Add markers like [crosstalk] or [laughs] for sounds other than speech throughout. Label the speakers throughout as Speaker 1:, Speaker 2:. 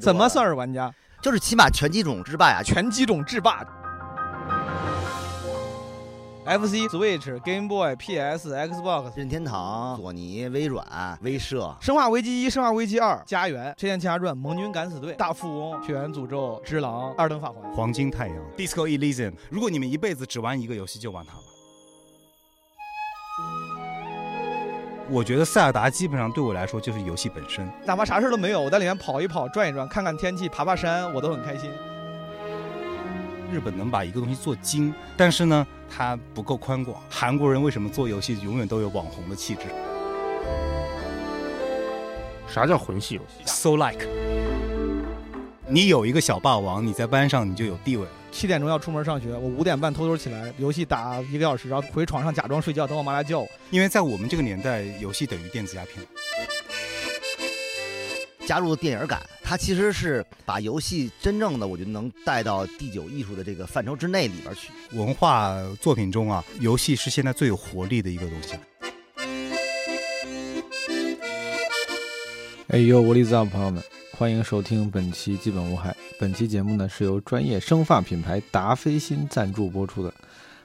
Speaker 1: 怎么算是玩家？
Speaker 2: 就是起码拳击种之啊霸呀，
Speaker 1: 拳击种制霸。FC、Switch、Game Boy、PS、Xbox、
Speaker 2: 任天堂、索尼、微软、威社，
Speaker 1: 生化危机一、生化危机二、家园、拆弹奇侠传、盟军敢死队、大富翁、血缘诅咒、只狼、二等法环。
Speaker 3: 黄金太阳、Disco Elysium。如果你们一辈子只玩一个游戏，就玩它吧。我觉得塞尔达基本上对我来说就是游戏本身。
Speaker 1: 哪怕啥事儿都没有，我在里面跑一跑、转一转、看看天气、爬爬山，我都很开心。
Speaker 3: 日本能把一个东西做精，但是呢，它不够宽广。韩国人为什么做游戏永远都有网红的气质
Speaker 4: 啥叫魂系游戏？
Speaker 3: ？So like，你有一个小霸王，你在班上你就有地位了。
Speaker 1: 七点钟要出门上学，我五点半偷偷起来，游戏打一个小时，然后回床上假装睡觉，等我妈来叫我。
Speaker 3: 因为在我们这个年代，游戏等于电子鸦片。
Speaker 2: 加入电影感，它其实是把游戏真正的我觉得能带到第九艺术的这个范畴之内里边去。
Speaker 3: 文化作品中啊，游戏是现在最有活力的一个东西。
Speaker 5: 哎呦，我力子的朋友们，欢迎收听本期《基本无害》。本期节目呢是由专业生发品牌达霏欣赞助播出的。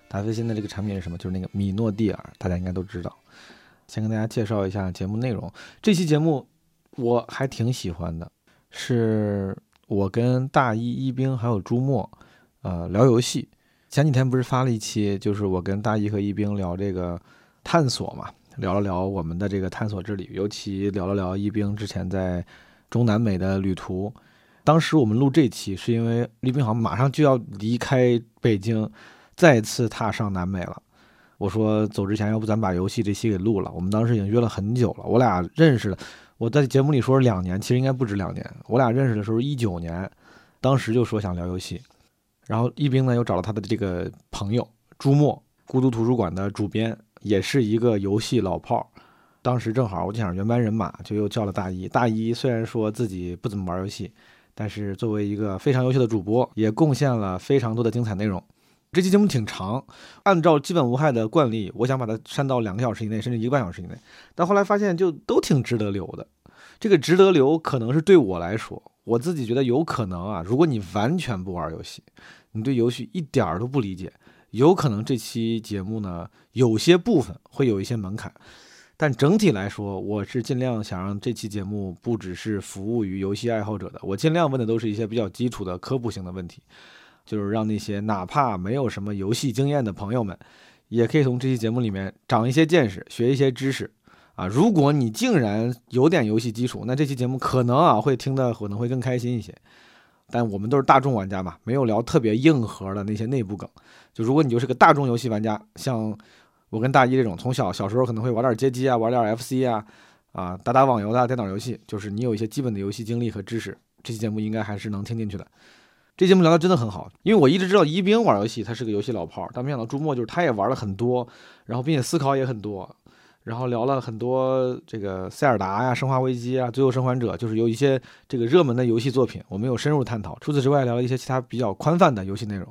Speaker 5: 达霏欣的这个产品是什么？就是那个米诺地尔，大家应该都知道。先跟大家介绍一下节目内容。这期节目我还挺喜欢的，是我跟大一一冰还有朱墨，呃，聊游戏。前几天不是发了一期，就是我跟大一和一冰聊这个探索嘛，聊了聊我们的这个探索之旅，尤其聊了聊一冰之前在中南美的旅途。当时我们录这期是因为一冰好像马上就要离开北京，再次踏上南美了。我说走之前，要不咱把游戏这期给录了。我们当时已经约了很久了，我俩认识了。我在节目里说是两年，其实应该不止两年。我俩认识的时候一九年，当时就说想聊游戏，然后一冰呢又找了他的这个朋友朱墨，孤独图书馆的主编，也是一个游戏老炮儿。当时正好我就想原班人马，就又叫了大一。大一虽然说自己不怎么玩游戏，但是作为一个非常优秀的主播，也贡献了非常多的精彩内容。这期节目挺长，按照基本无害的惯例，我想把它删到两个小时以内，甚至一个半小时以内。但后来发现，就都挺值得留的。这个值得留，可能是对我来说，我自己觉得有可能啊。如果你完全不玩游戏，你对游戏一点儿都不理解，有可能这期节目呢，有些部分会有一些门槛，但整体来说，我是尽量想让这期节目不只是服务于游戏爱好者的，我尽量问的都是一些比较基础的科普性的问题，就是让那些哪怕没有什么游戏经验的朋友们，也可以从这期节目里面长一些见识，学一些知识。啊，如果你竟然有点游戏基础，那这期节目可能啊会听的可能会更开心一些。但我们都是大众玩家嘛，没有聊特别硬核的那些内部梗。就如果你就是个大众游戏玩家，像我跟大一这种，从小小时候可能会玩点街机啊，玩点 FC 啊，啊，打打网游的电脑游戏，就是你有一些基本的游戏经历和知识，这期节目应该还是能听进去的。这节目聊的真的很好，因为我一直知道宜宾玩游戏，他是个游戏老炮儿，但没想到朱墨就是他也玩了很多，然后并且思考也很多，然后聊了很多这个塞尔达呀、生化危机啊、最后生还者，就是有一些这个热门的游戏作品，我们有深入探讨。除此之外，聊了一些其他比较宽泛的游戏内容。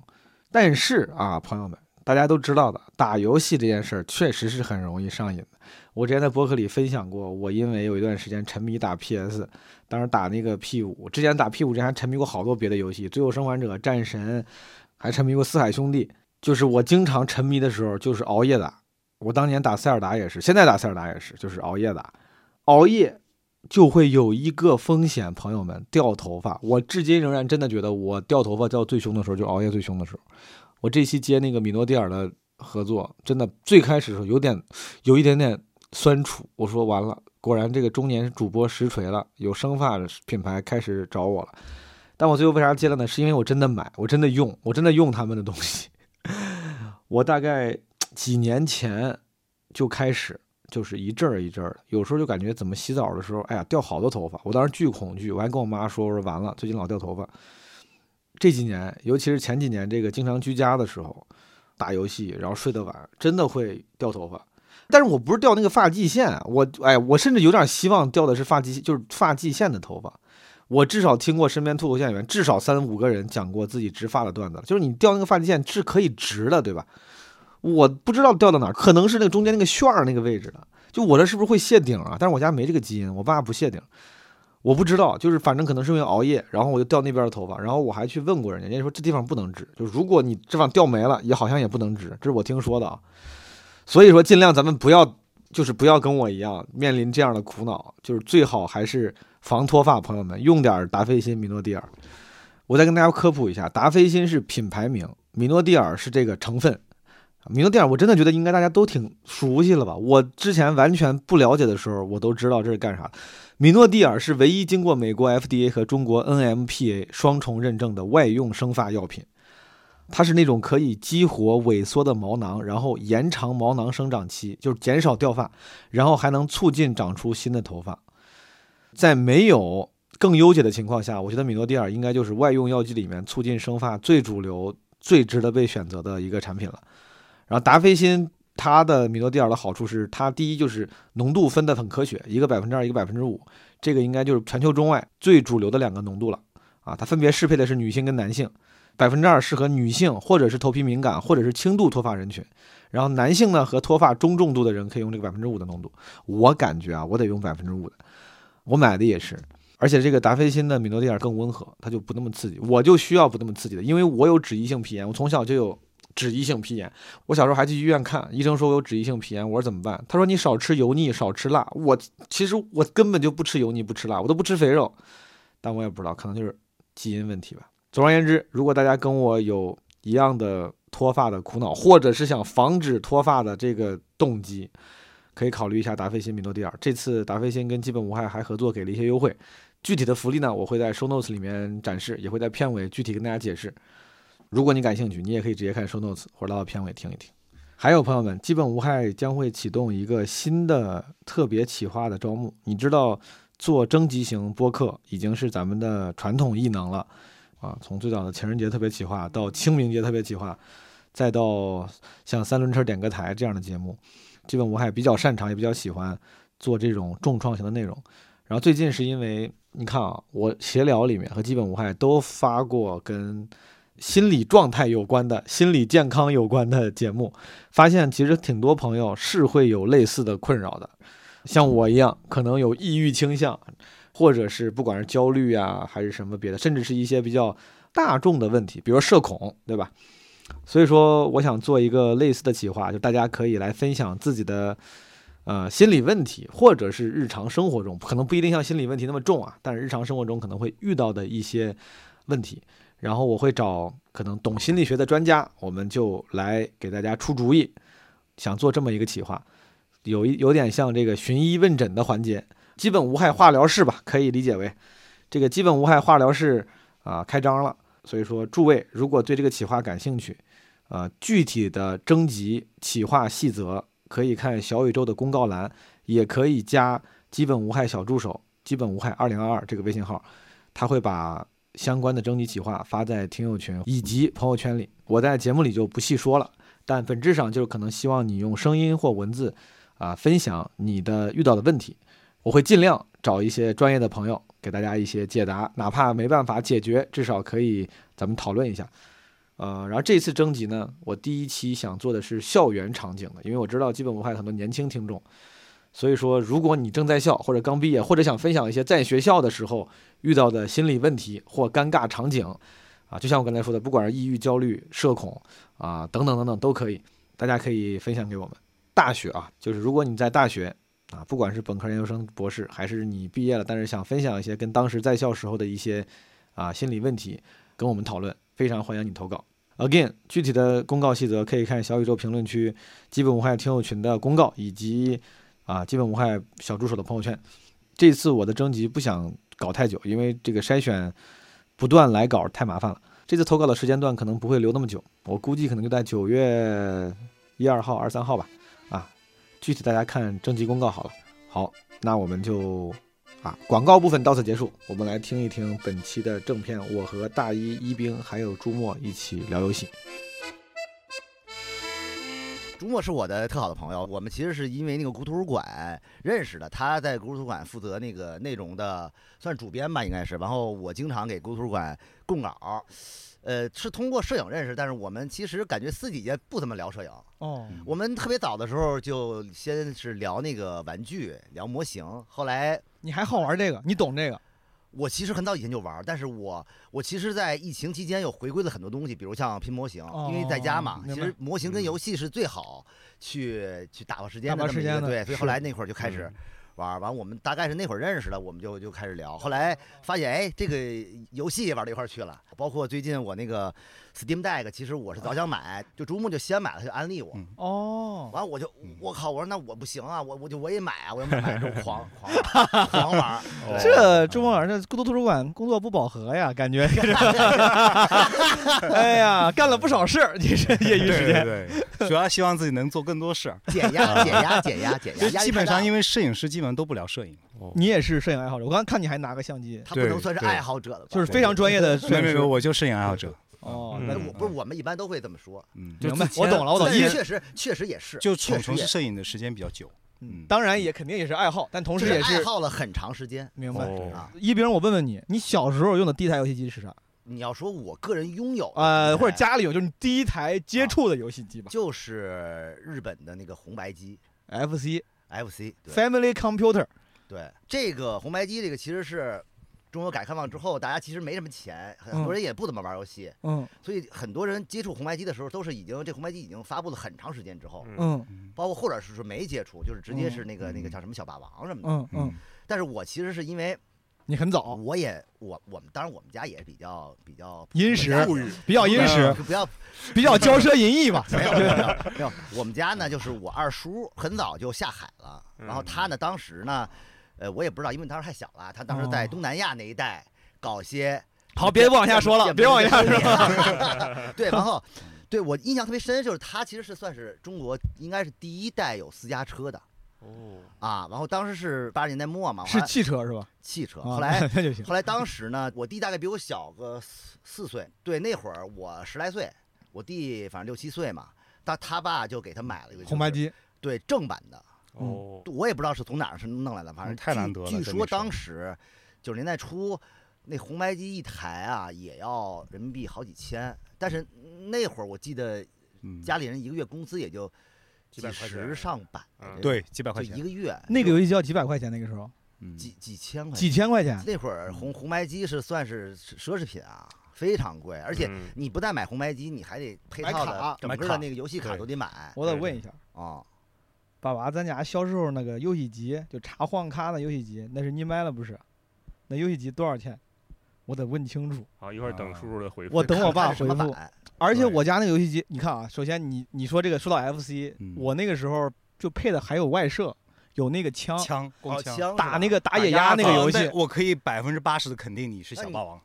Speaker 5: 但是啊，朋友们，大家都知道的，打游戏这件事儿确实是很容易上瘾的。我之前在博客里分享过，我因为有一段时间沉迷打 PS，当时打那个 P 五，之前打 P 五之前还沉迷过好多别的游戏，《最后生还者》《战神》，还沉迷过《四海兄弟》。就是我经常沉迷的时候，就是熬夜打，我当年打塞尔达也是，现在打塞尔达也是，就是熬夜打，熬夜就会有一个风险，朋友们掉头发。我至今仍然真的觉得我掉头发掉最凶的时候，就熬夜最凶的时候。我这期接那个米诺地尔的合作，真的最开始的时候有点有一点点酸楚，我说完了，果然这个中年主播实锤了，有生发品牌开始找我了。但我最后为啥接了呢？是因为我真的买，我真的用，我真的用他们的东西。我大概几年前就开始，就是一阵儿一阵儿的，有时候就感觉怎么洗澡的时候，哎呀，掉好多头发，我当时巨恐惧，我还跟我妈说，我说完了，最近老掉头发。这几年，尤其是前几年这个经常居家的时候，打游戏然后睡得晚，真的会掉头发。但是我不是掉那个发际线，我哎，我甚至有点希望掉的是发际，就是发际线的头发。我至少听过身边脱口秀演员至少三五个人讲过自己植发的段子，就是你掉那个发际线是可以直的，对吧？我不知道掉到哪儿，可能是那个中间那个旋儿那个位置的。就我这是不是会谢顶啊？但是我家没这个基因，我爸不谢顶。我不知道，就是反正可能是因为熬夜，然后我就掉那边的头发，然后我还去问过人家，人家说这地方不能植，就如果你这方掉没了，也好像也不能植，这是我听说的啊。所以说，尽量咱们不要，就是不要跟我一样面临这样的苦恼，就是最好还是防脱发，朋友们用点儿达霏欣、米诺地尔。我再跟大家科普一下，达霏欣是品牌名，米诺地尔是这个成分。米诺地尔，我真的觉得应该大家都挺熟悉了吧？我之前完全不了解的时候，我都知道这是干啥的。米诺地尔是唯一经过美国 FDA 和中国 NMPA 双重认证的外用生发药品，它是那种可以激活萎缩的毛囊，然后延长毛囊生长期，就是减少掉发，然后还能促进长出新的头发。在没有更优解的情况下，我觉得米诺地尔应该就是外用药剂里面促进生发最主流、最值得被选择的一个产品了。然后达霏欣它的米诺地尔的好处是，它第一就是浓度分得很科学，一个百分之二，一个百分之五，这个应该就是全球中外最主流的两个浓度了啊。它分别适配的是女性跟男性，百分之二适合女性或者是头皮敏感或者是轻度脱发人群，然后男性呢和脱发中重度的人可以用这个百分之五的浓度。我感觉啊，我得用百分之五的，我买的也是。而且这个达霏欣的米诺地尔更温和，它就不那么刺激，我就需要不那么刺激的，因为我有脂溢性皮炎，我从小就有脂溢性皮炎，我小时候还去医院看，医生说我有脂溢性皮炎，我说怎么办？他说你少吃油腻，少吃辣。我其实我根本就不吃油腻，不吃辣，我都不吃肥肉，但我也不知道，可能就是基因问题吧。总而言之，如果大家跟我有一样的脱发的苦恼，或者是想防止脱发的这个动机，可以考虑一下达霏欣、米诺地尔。这次达霏欣跟基本无害还合作给了一些优惠，具体的福利呢，我会在 show notes 里面展示，也会在片尾具体跟大家解释。如果你感兴趣，你也可以直接看 show notes 或者拉到片尾听一听。还有朋友们，基本无害将会启动一个新的特别企划的招募。你知道，做征集型播客已经是咱们的传统异能了啊！从最早的情人节特别企划，到清明节特别企划，再到像三轮车点歌台这样的节目，基本无害比较擅长，也比较喜欢做这种重创型的内容。然后最近是因为你看啊，我闲聊里面和基本无害都发过跟心理状态有关的、心理健康有关的节目，发现其实挺多朋友是会有类似的困扰的，像我一样，可能有抑郁倾向，或者是不管是焦虑啊，还是什么别的，甚至是一些比较大众的问题，比如社恐，对吧？所以说，我想做一个类似的企划，就大家可以来分享自己的呃心理问题，或者是日常生活中可能不一定像心理问题那么重啊，但是日常生活中可能会遇到的一些问题。然后我会找可能懂心理学的专家，我们就来给大家出主意，想做这么一个企划，有一有点像这个寻医问诊的环节，基本无害化疗室吧，可以理解为这个基本无害化疗室啊、开张了。所以说，诸位如果对这个企划感兴趣，呃，具体的征集企划细则可以看小宇宙的公告栏，也可以加基本无害小助手“基本无害二零二二”这个微信号，他会把相关的征集企划发在听友群以及朋友圈里。我在节目里就不细说了，但本质上就是可能希望你用声音或文字啊、分享你的遇到的问题，啊我会尽量找一些专业的朋友给大家一些解答，哪怕没办法解决，至少可以咱们讨论一下。呃，然后这次征集呢，我第一期想做的是校园场景的，因为我知道基本无害很多年轻听众，所以说如果你正在校或者刚毕业，或者想分享一些在学校的时候遇到的心理问题或尴尬场景，啊，就像我刚才说的，不管是抑郁、焦虑、社恐啊等等等等都可以，大家可以分享给我们。大学啊，就是如果你在大学啊，不管是本科、研究生、博士，还是你毕业了，但是想分享一些跟当时在校时候的一些啊心理问题，跟我们讨论，非常欢迎你投稿。Again，具体的公告细则可以看小宇宙评论区、基本无害听友群的公告，以及啊基本无害小助手的朋友圈。这次我的征集不想搞太久，因为这个筛选不断来稿太麻烦了。这次投稿的时间段可能不会留那么久，我估计可能就在九月一二号、二三号吧。啊，具体大家看征集公告好了。好，那我们就啊广告部分到此结束，我们来听一听本期的正片，我和大一一兵还有朱墨一起聊游戏。
Speaker 2: 朱墨是我的特好的朋友，我们其实是因为那个古图书馆认识的。他在古图书馆负责那个内容的，算主编吧，应该是。然后我经常给古图书馆供稿，呃，是通过摄影认识，但是我们其实感觉私底下不怎么聊摄影。
Speaker 1: 哦，
Speaker 2: 我们特别早的时候就先是聊那个玩具，聊模型，后来
Speaker 1: 你还好玩这个，你懂这个？
Speaker 2: 我其实很早以前就玩，但是我我其实，在疫情期间又回归了很多东西，比如像拼模型，
Speaker 1: 哦
Speaker 2: 因为在家嘛，
Speaker 1: 明白
Speaker 2: 其实模型跟
Speaker 3: 嗯
Speaker 2: 游戏是最好去、去打发时间的
Speaker 1: 打发时
Speaker 2: 这么一个
Speaker 1: 间的
Speaker 2: 对，所以
Speaker 1: 是嗯
Speaker 2: 后来那会儿就开始玩儿，完我们大概是那会儿认识的，我们就就开始聊，后来发现哎，这个游戏也玩到一块儿去了，包括最近我那个 Steam Deck，其实我是早想买，就逐梦就先买了，他就安利我。
Speaker 3: 嗯
Speaker 1: 哦，
Speaker 2: 完我就
Speaker 3: 嗯
Speaker 2: 我靠，我说那我不行啊，我我就我也买啊，我要买买之后狂狂玩狂玩儿，
Speaker 3: 哦
Speaker 1: 这周末晚上孤独图书馆工作不饱和呀，感觉。 [laughs] 哎呀，干了不少事儿，你这业余
Speaker 3: 对
Speaker 1: 时
Speaker 3: 对
Speaker 1: 间。
Speaker 3: 对，对主要希望自己能做更多事儿。
Speaker 2: 减压减压减压减
Speaker 3: 就
Speaker 2: [laughs] 压，压力
Speaker 3: 基
Speaker 2: 太
Speaker 3: 本
Speaker 2: 大
Speaker 3: 上因为摄影师基本上都不聊摄影，
Speaker 1: 你也是摄影爱好者，我刚看你还拿个相机，
Speaker 2: 他不能算是爱好者了吧，
Speaker 1: 就是非常专业的摄
Speaker 3: 没
Speaker 1: 影
Speaker 3: 没
Speaker 1: 师
Speaker 3: 没，。我就摄影爱好者。
Speaker 1: 哦，
Speaker 4: 嗯
Speaker 1: 那
Speaker 2: 哎
Speaker 1: 我
Speaker 2: 我不是我们一般都会这么说，
Speaker 3: 嗯，
Speaker 4: 就
Speaker 1: 明白
Speaker 4: 自，己
Speaker 1: 我懂了，我懂。
Speaker 2: 但
Speaker 1: 因
Speaker 2: 是
Speaker 1: 为
Speaker 2: 确实确实也是，
Speaker 3: 就从
Speaker 2: 确实
Speaker 3: 从
Speaker 2: 也
Speaker 3: 事摄影的时间比较久。嗯，
Speaker 1: 当然也肯定也是爱好，但同
Speaker 2: 就
Speaker 1: 时
Speaker 2: 是
Speaker 1: 也
Speaker 2: 爱
Speaker 1: 是
Speaker 2: 好了很长时间
Speaker 1: 明白。
Speaker 4: 哦
Speaker 2: 啊。
Speaker 1: 一冰，我问问你，你小时候用的第一台游戏机是啥？
Speaker 2: 你要说我个人拥有的
Speaker 1: 呃，
Speaker 2: 哎
Speaker 1: 或者家里有，就是你第一台接触的游戏
Speaker 2: 哦
Speaker 1: 机吧
Speaker 2: 就是日本的那个红白机
Speaker 1: ？FC
Speaker 2: FC，对
Speaker 1: Family Computer，
Speaker 2: 对，这个红白机这个其实是。中国改革开放之后，大家其实没什么钱，很多人也不怎么玩游戏，
Speaker 1: 嗯
Speaker 2: 所以很多人接触红白机的时候，都是已经这红白机已经发布了很长时间之后，
Speaker 4: 嗯
Speaker 1: 嗯
Speaker 2: 包括或者是说没接触，就是直接是那个
Speaker 3: 嗯
Speaker 2: 那个叫什么小霸王什么
Speaker 1: 嗯
Speaker 2: 的。
Speaker 1: 哦嗯，
Speaker 2: 但是我其实是因为
Speaker 1: 你很早，
Speaker 2: 我也我我们当然我们家也比较比较
Speaker 1: 殷实
Speaker 2: 富裕，
Speaker 1: 比较殷实，
Speaker 2: 就不要
Speaker 1: 比较骄奢淫逸吧。
Speaker 2: [laughs] 没有没有没有没有，我们家呢就是我二叔很早就下海了，然后他呢当时呢，呃我也不知道，因为当时太小了，他当时在
Speaker 1: 哦
Speaker 2: 东南亚那一带搞一些
Speaker 1: 好，别往下说了，
Speaker 2: 见
Speaker 1: 别往下说。
Speaker 2: 说。对，然后对我印象特别深，就是他其实是算是中国应该是第一代有私家车的
Speaker 4: 哦，
Speaker 2: 啊，然后当时是八十年代末嘛，后
Speaker 1: 是
Speaker 2: 来
Speaker 1: 汽车是吧？
Speaker 2: 汽车，
Speaker 1: 啊
Speaker 2: 啊后来
Speaker 1: [laughs] 那就行。
Speaker 2: 后来当时呢，我弟大概比我小个四四岁，对，那会儿我十来岁，我弟反正六七岁嘛。他他爸就给他买了一个
Speaker 1: 红白，机，
Speaker 2: 就是对正版的，
Speaker 4: 哦，
Speaker 2: 我也不知道是从哪儿是弄来的，反正
Speaker 3: 嗯太
Speaker 2: 据
Speaker 3: 难得了
Speaker 2: 据
Speaker 3: 这
Speaker 2: 说
Speaker 3: 没事儿
Speaker 2: 当时九十年代初，那红白机一台啊也要人民币好几千，但是那会儿我记得
Speaker 3: 嗯，
Speaker 2: 家里人一个月工资也就
Speaker 4: 几百块钱
Speaker 2: 十上百的
Speaker 4: 嗯
Speaker 2: 这种，
Speaker 3: 对几百块
Speaker 2: 就一
Speaker 3: 钱，
Speaker 2: 个月
Speaker 1: 那个游戏机要几百块钱，那个时候
Speaker 3: 嗯
Speaker 2: 几几千块钱，
Speaker 1: 几千块钱。
Speaker 2: 那会儿红红白机是算是奢侈品啊，非常贵，而且
Speaker 4: 嗯
Speaker 2: 你不但买红白机，你还得配
Speaker 1: 买
Speaker 2: 套
Speaker 1: 卡
Speaker 2: 的整
Speaker 3: 买
Speaker 2: 个的
Speaker 3: 卡
Speaker 2: 那个游戏卡
Speaker 4: 对
Speaker 2: 都得买啊、
Speaker 1: [laughs] 我得问一下，
Speaker 2: 哦
Speaker 1: 爸爸，咱家小时候那个游戏机，就插黄卡的游戏机，那是你买了不是？那游戏机多少钱？我得问清楚。
Speaker 4: 好，一会儿等叔叔的回复。
Speaker 1: 我等我爸
Speaker 2: 看是什么
Speaker 1: 回复
Speaker 2: 版
Speaker 1: 而且
Speaker 3: 对
Speaker 1: 我家那个游戏机，你看啊，首先你你说这个说到 FC，
Speaker 3: 嗯
Speaker 1: 我那个时候就配的还有外设，有那个枪，
Speaker 3: 枪光
Speaker 2: 哦
Speaker 3: 枪
Speaker 2: 枪
Speaker 1: 打那
Speaker 2: 个
Speaker 1: 个打
Speaker 3: 哎
Speaker 1: 野鸭那个游戏
Speaker 3: 对我可以百分之八十的肯定你是小霸王，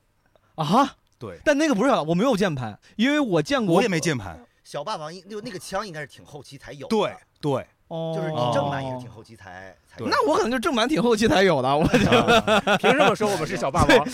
Speaker 1: 啊哈。
Speaker 3: 对，
Speaker 1: 但那个不是小的，我没有键盘，因为我见过，
Speaker 3: 我也没，键盘，
Speaker 2: 小霸王应就那个枪应该是挺后期才有的，
Speaker 3: 对对，
Speaker 1: 哦，
Speaker 2: 就是你正版也是挺后期才才有的。
Speaker 1: 那我可能就正版挺后期才有的，我
Speaker 2: [laughs]
Speaker 4: 凭什么说我们是小霸王？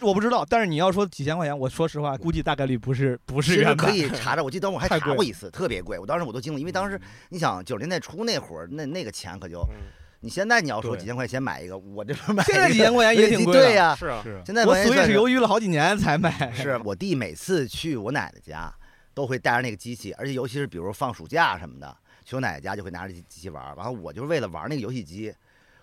Speaker 1: 我不知道。但是你要说几千块钱，我说实话，估计大概率不是不
Speaker 2: 其
Speaker 1: 是
Speaker 2: 实
Speaker 1: 原
Speaker 2: 可
Speaker 1: 版。
Speaker 2: 以查查，我记得当时我还
Speaker 1: 太
Speaker 2: 查
Speaker 1: 贵嗯
Speaker 2: 过一次，特别贵，我当时我都惊了，因为当时你想九十年代初那会儿，那那个钱可就，
Speaker 4: 嗯
Speaker 2: 你现在你要说
Speaker 3: 对
Speaker 2: 几千块钱买一个，我这边买
Speaker 1: 现在
Speaker 2: 一
Speaker 1: 几
Speaker 2: 个
Speaker 1: 千块钱也挺贵的。
Speaker 2: 对呀、
Speaker 4: 是
Speaker 3: [laughs]
Speaker 4: 啊，
Speaker 3: 嗯是
Speaker 2: 现在
Speaker 1: 我
Speaker 2: 完全
Speaker 1: 所以
Speaker 2: 算
Speaker 1: 是犹豫了好几年才
Speaker 4: [laughs]
Speaker 1: 买。
Speaker 2: 是我弟每次去我奶奶家，都会带着那个机器，而且尤其是比如放暑假什么的，去我奶奶家就会拿着机机器玩儿。然后我就是为了玩那个游戏机，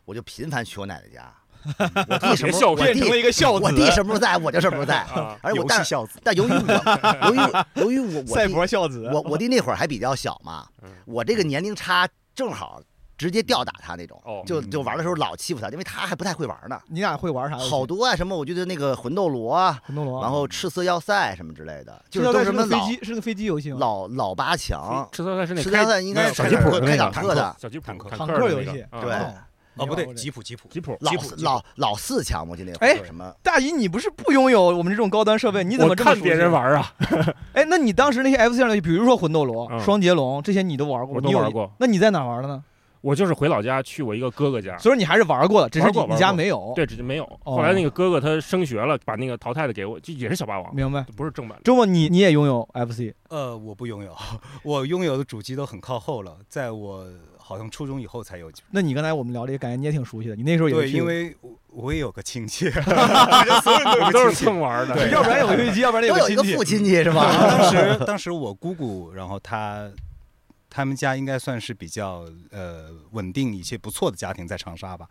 Speaker 2: 我就频繁去我奶奶家。我弟什么时候？我
Speaker 1: 变成了
Speaker 2: 弟
Speaker 1: 一个孝
Speaker 2: 我弟
Speaker 4: [laughs]
Speaker 1: 子，
Speaker 2: 什么时候在，我就什么时
Speaker 1: [laughs]
Speaker 2: 候在。
Speaker 4: 啊，
Speaker 2: 而且我
Speaker 3: 游
Speaker 2: 但
Speaker 3: 戏
Speaker 2: 是
Speaker 3: 孝子，
Speaker 2: 但由于我由于由于我我
Speaker 1: 赛
Speaker 2: 弟
Speaker 1: 博孝子。
Speaker 2: 我我弟那会儿还比较小嘛
Speaker 4: 嗯，
Speaker 2: 我这个年龄差正好直接吊打他那种
Speaker 4: 哦，
Speaker 2: 就就玩的时候老欺负他，因为他还不太会玩呢。
Speaker 1: 你俩会玩啥游戏？
Speaker 2: 好多啊，什么我觉得那个魂斗罗啊，
Speaker 1: 魂斗罗。
Speaker 2: 然后赤色要塞什么之类的，就
Speaker 1: 这哦
Speaker 2: 是
Speaker 1: 要
Speaker 2: 都
Speaker 1: 带是
Speaker 2: 什么
Speaker 1: 个飞
Speaker 2: 老
Speaker 1: 机，是个飞机游戏吗？哦
Speaker 2: 老老八强，
Speaker 4: 赤色要塞是那
Speaker 2: 赤
Speaker 4: 开
Speaker 2: 色要塞应该是
Speaker 3: 小
Speaker 2: 开
Speaker 3: 吉普
Speaker 2: 坦
Speaker 3: 的那
Speaker 2: 开
Speaker 3: 个
Speaker 2: 坦
Speaker 3: 坦
Speaker 2: 克的，
Speaker 4: 小吉普
Speaker 3: 坦克
Speaker 1: 坦
Speaker 4: 坦
Speaker 1: 克
Speaker 4: 的
Speaker 1: 游
Speaker 4: 那个
Speaker 1: 戏。
Speaker 4: 啊
Speaker 2: 对
Speaker 1: 哦
Speaker 3: 哦不
Speaker 1: 没玩
Speaker 3: 对，
Speaker 1: 过这
Speaker 3: 吉普吉普，
Speaker 4: 吉普
Speaker 2: 老
Speaker 4: 吉
Speaker 2: 四
Speaker 4: 普
Speaker 2: 老老四强，我记得那会
Speaker 1: 哎
Speaker 2: 儿什么
Speaker 1: 大姨，你不是不拥有我们这种高端设备，你怎么
Speaker 4: 我
Speaker 1: 这么
Speaker 4: 看
Speaker 1: 熟悉
Speaker 4: 别人？玩啊，
Speaker 1: 哎，那你当时那些 FC 上的游戏，比如说魂斗罗、
Speaker 4: 嗯
Speaker 1: 双截龙这些，你都玩过吗？
Speaker 4: 我都
Speaker 1: 你有
Speaker 4: 玩过。
Speaker 1: 那你在哪玩的呢？
Speaker 4: 我就是回老家去我一个哥哥家，
Speaker 1: 所以说你还是玩过的，只是
Speaker 4: 玩
Speaker 1: 你
Speaker 4: 过
Speaker 1: 你
Speaker 4: 玩
Speaker 1: 家
Speaker 4: 过
Speaker 1: 没有。，
Speaker 4: 对，直接没有。后来那个哥哥他升学了，把那个淘汰的给我，就也是小霸王，
Speaker 1: 明白。
Speaker 4: 不是正
Speaker 1: [laughs]
Speaker 4: 版的。
Speaker 1: 周末你你也拥有 FC
Speaker 3: 呃，我不拥有， [laughs] 我拥有的主机都很靠后了，在我好像初中以后才有。
Speaker 1: 那你刚才我们聊这个，感觉你也挺熟悉的。你那时候也
Speaker 3: 对，
Speaker 1: 是去
Speaker 3: 因为我我也有个亲戚，所有人都有个
Speaker 4: 我们都
Speaker 3: 亲
Speaker 4: 是
Speaker 3: 戚
Speaker 4: 蹭玩的，哦
Speaker 3: 对
Speaker 1: 要不然有个游戏机，要不然有
Speaker 2: 都有
Speaker 3: [laughs]
Speaker 2: 一个
Speaker 1: 亲戚
Speaker 2: 父亲戚是吧？
Speaker 3: 当时当时我姑姑，然后她他们家应该算是比较呃稳定一些不错的家庭在长沙吧。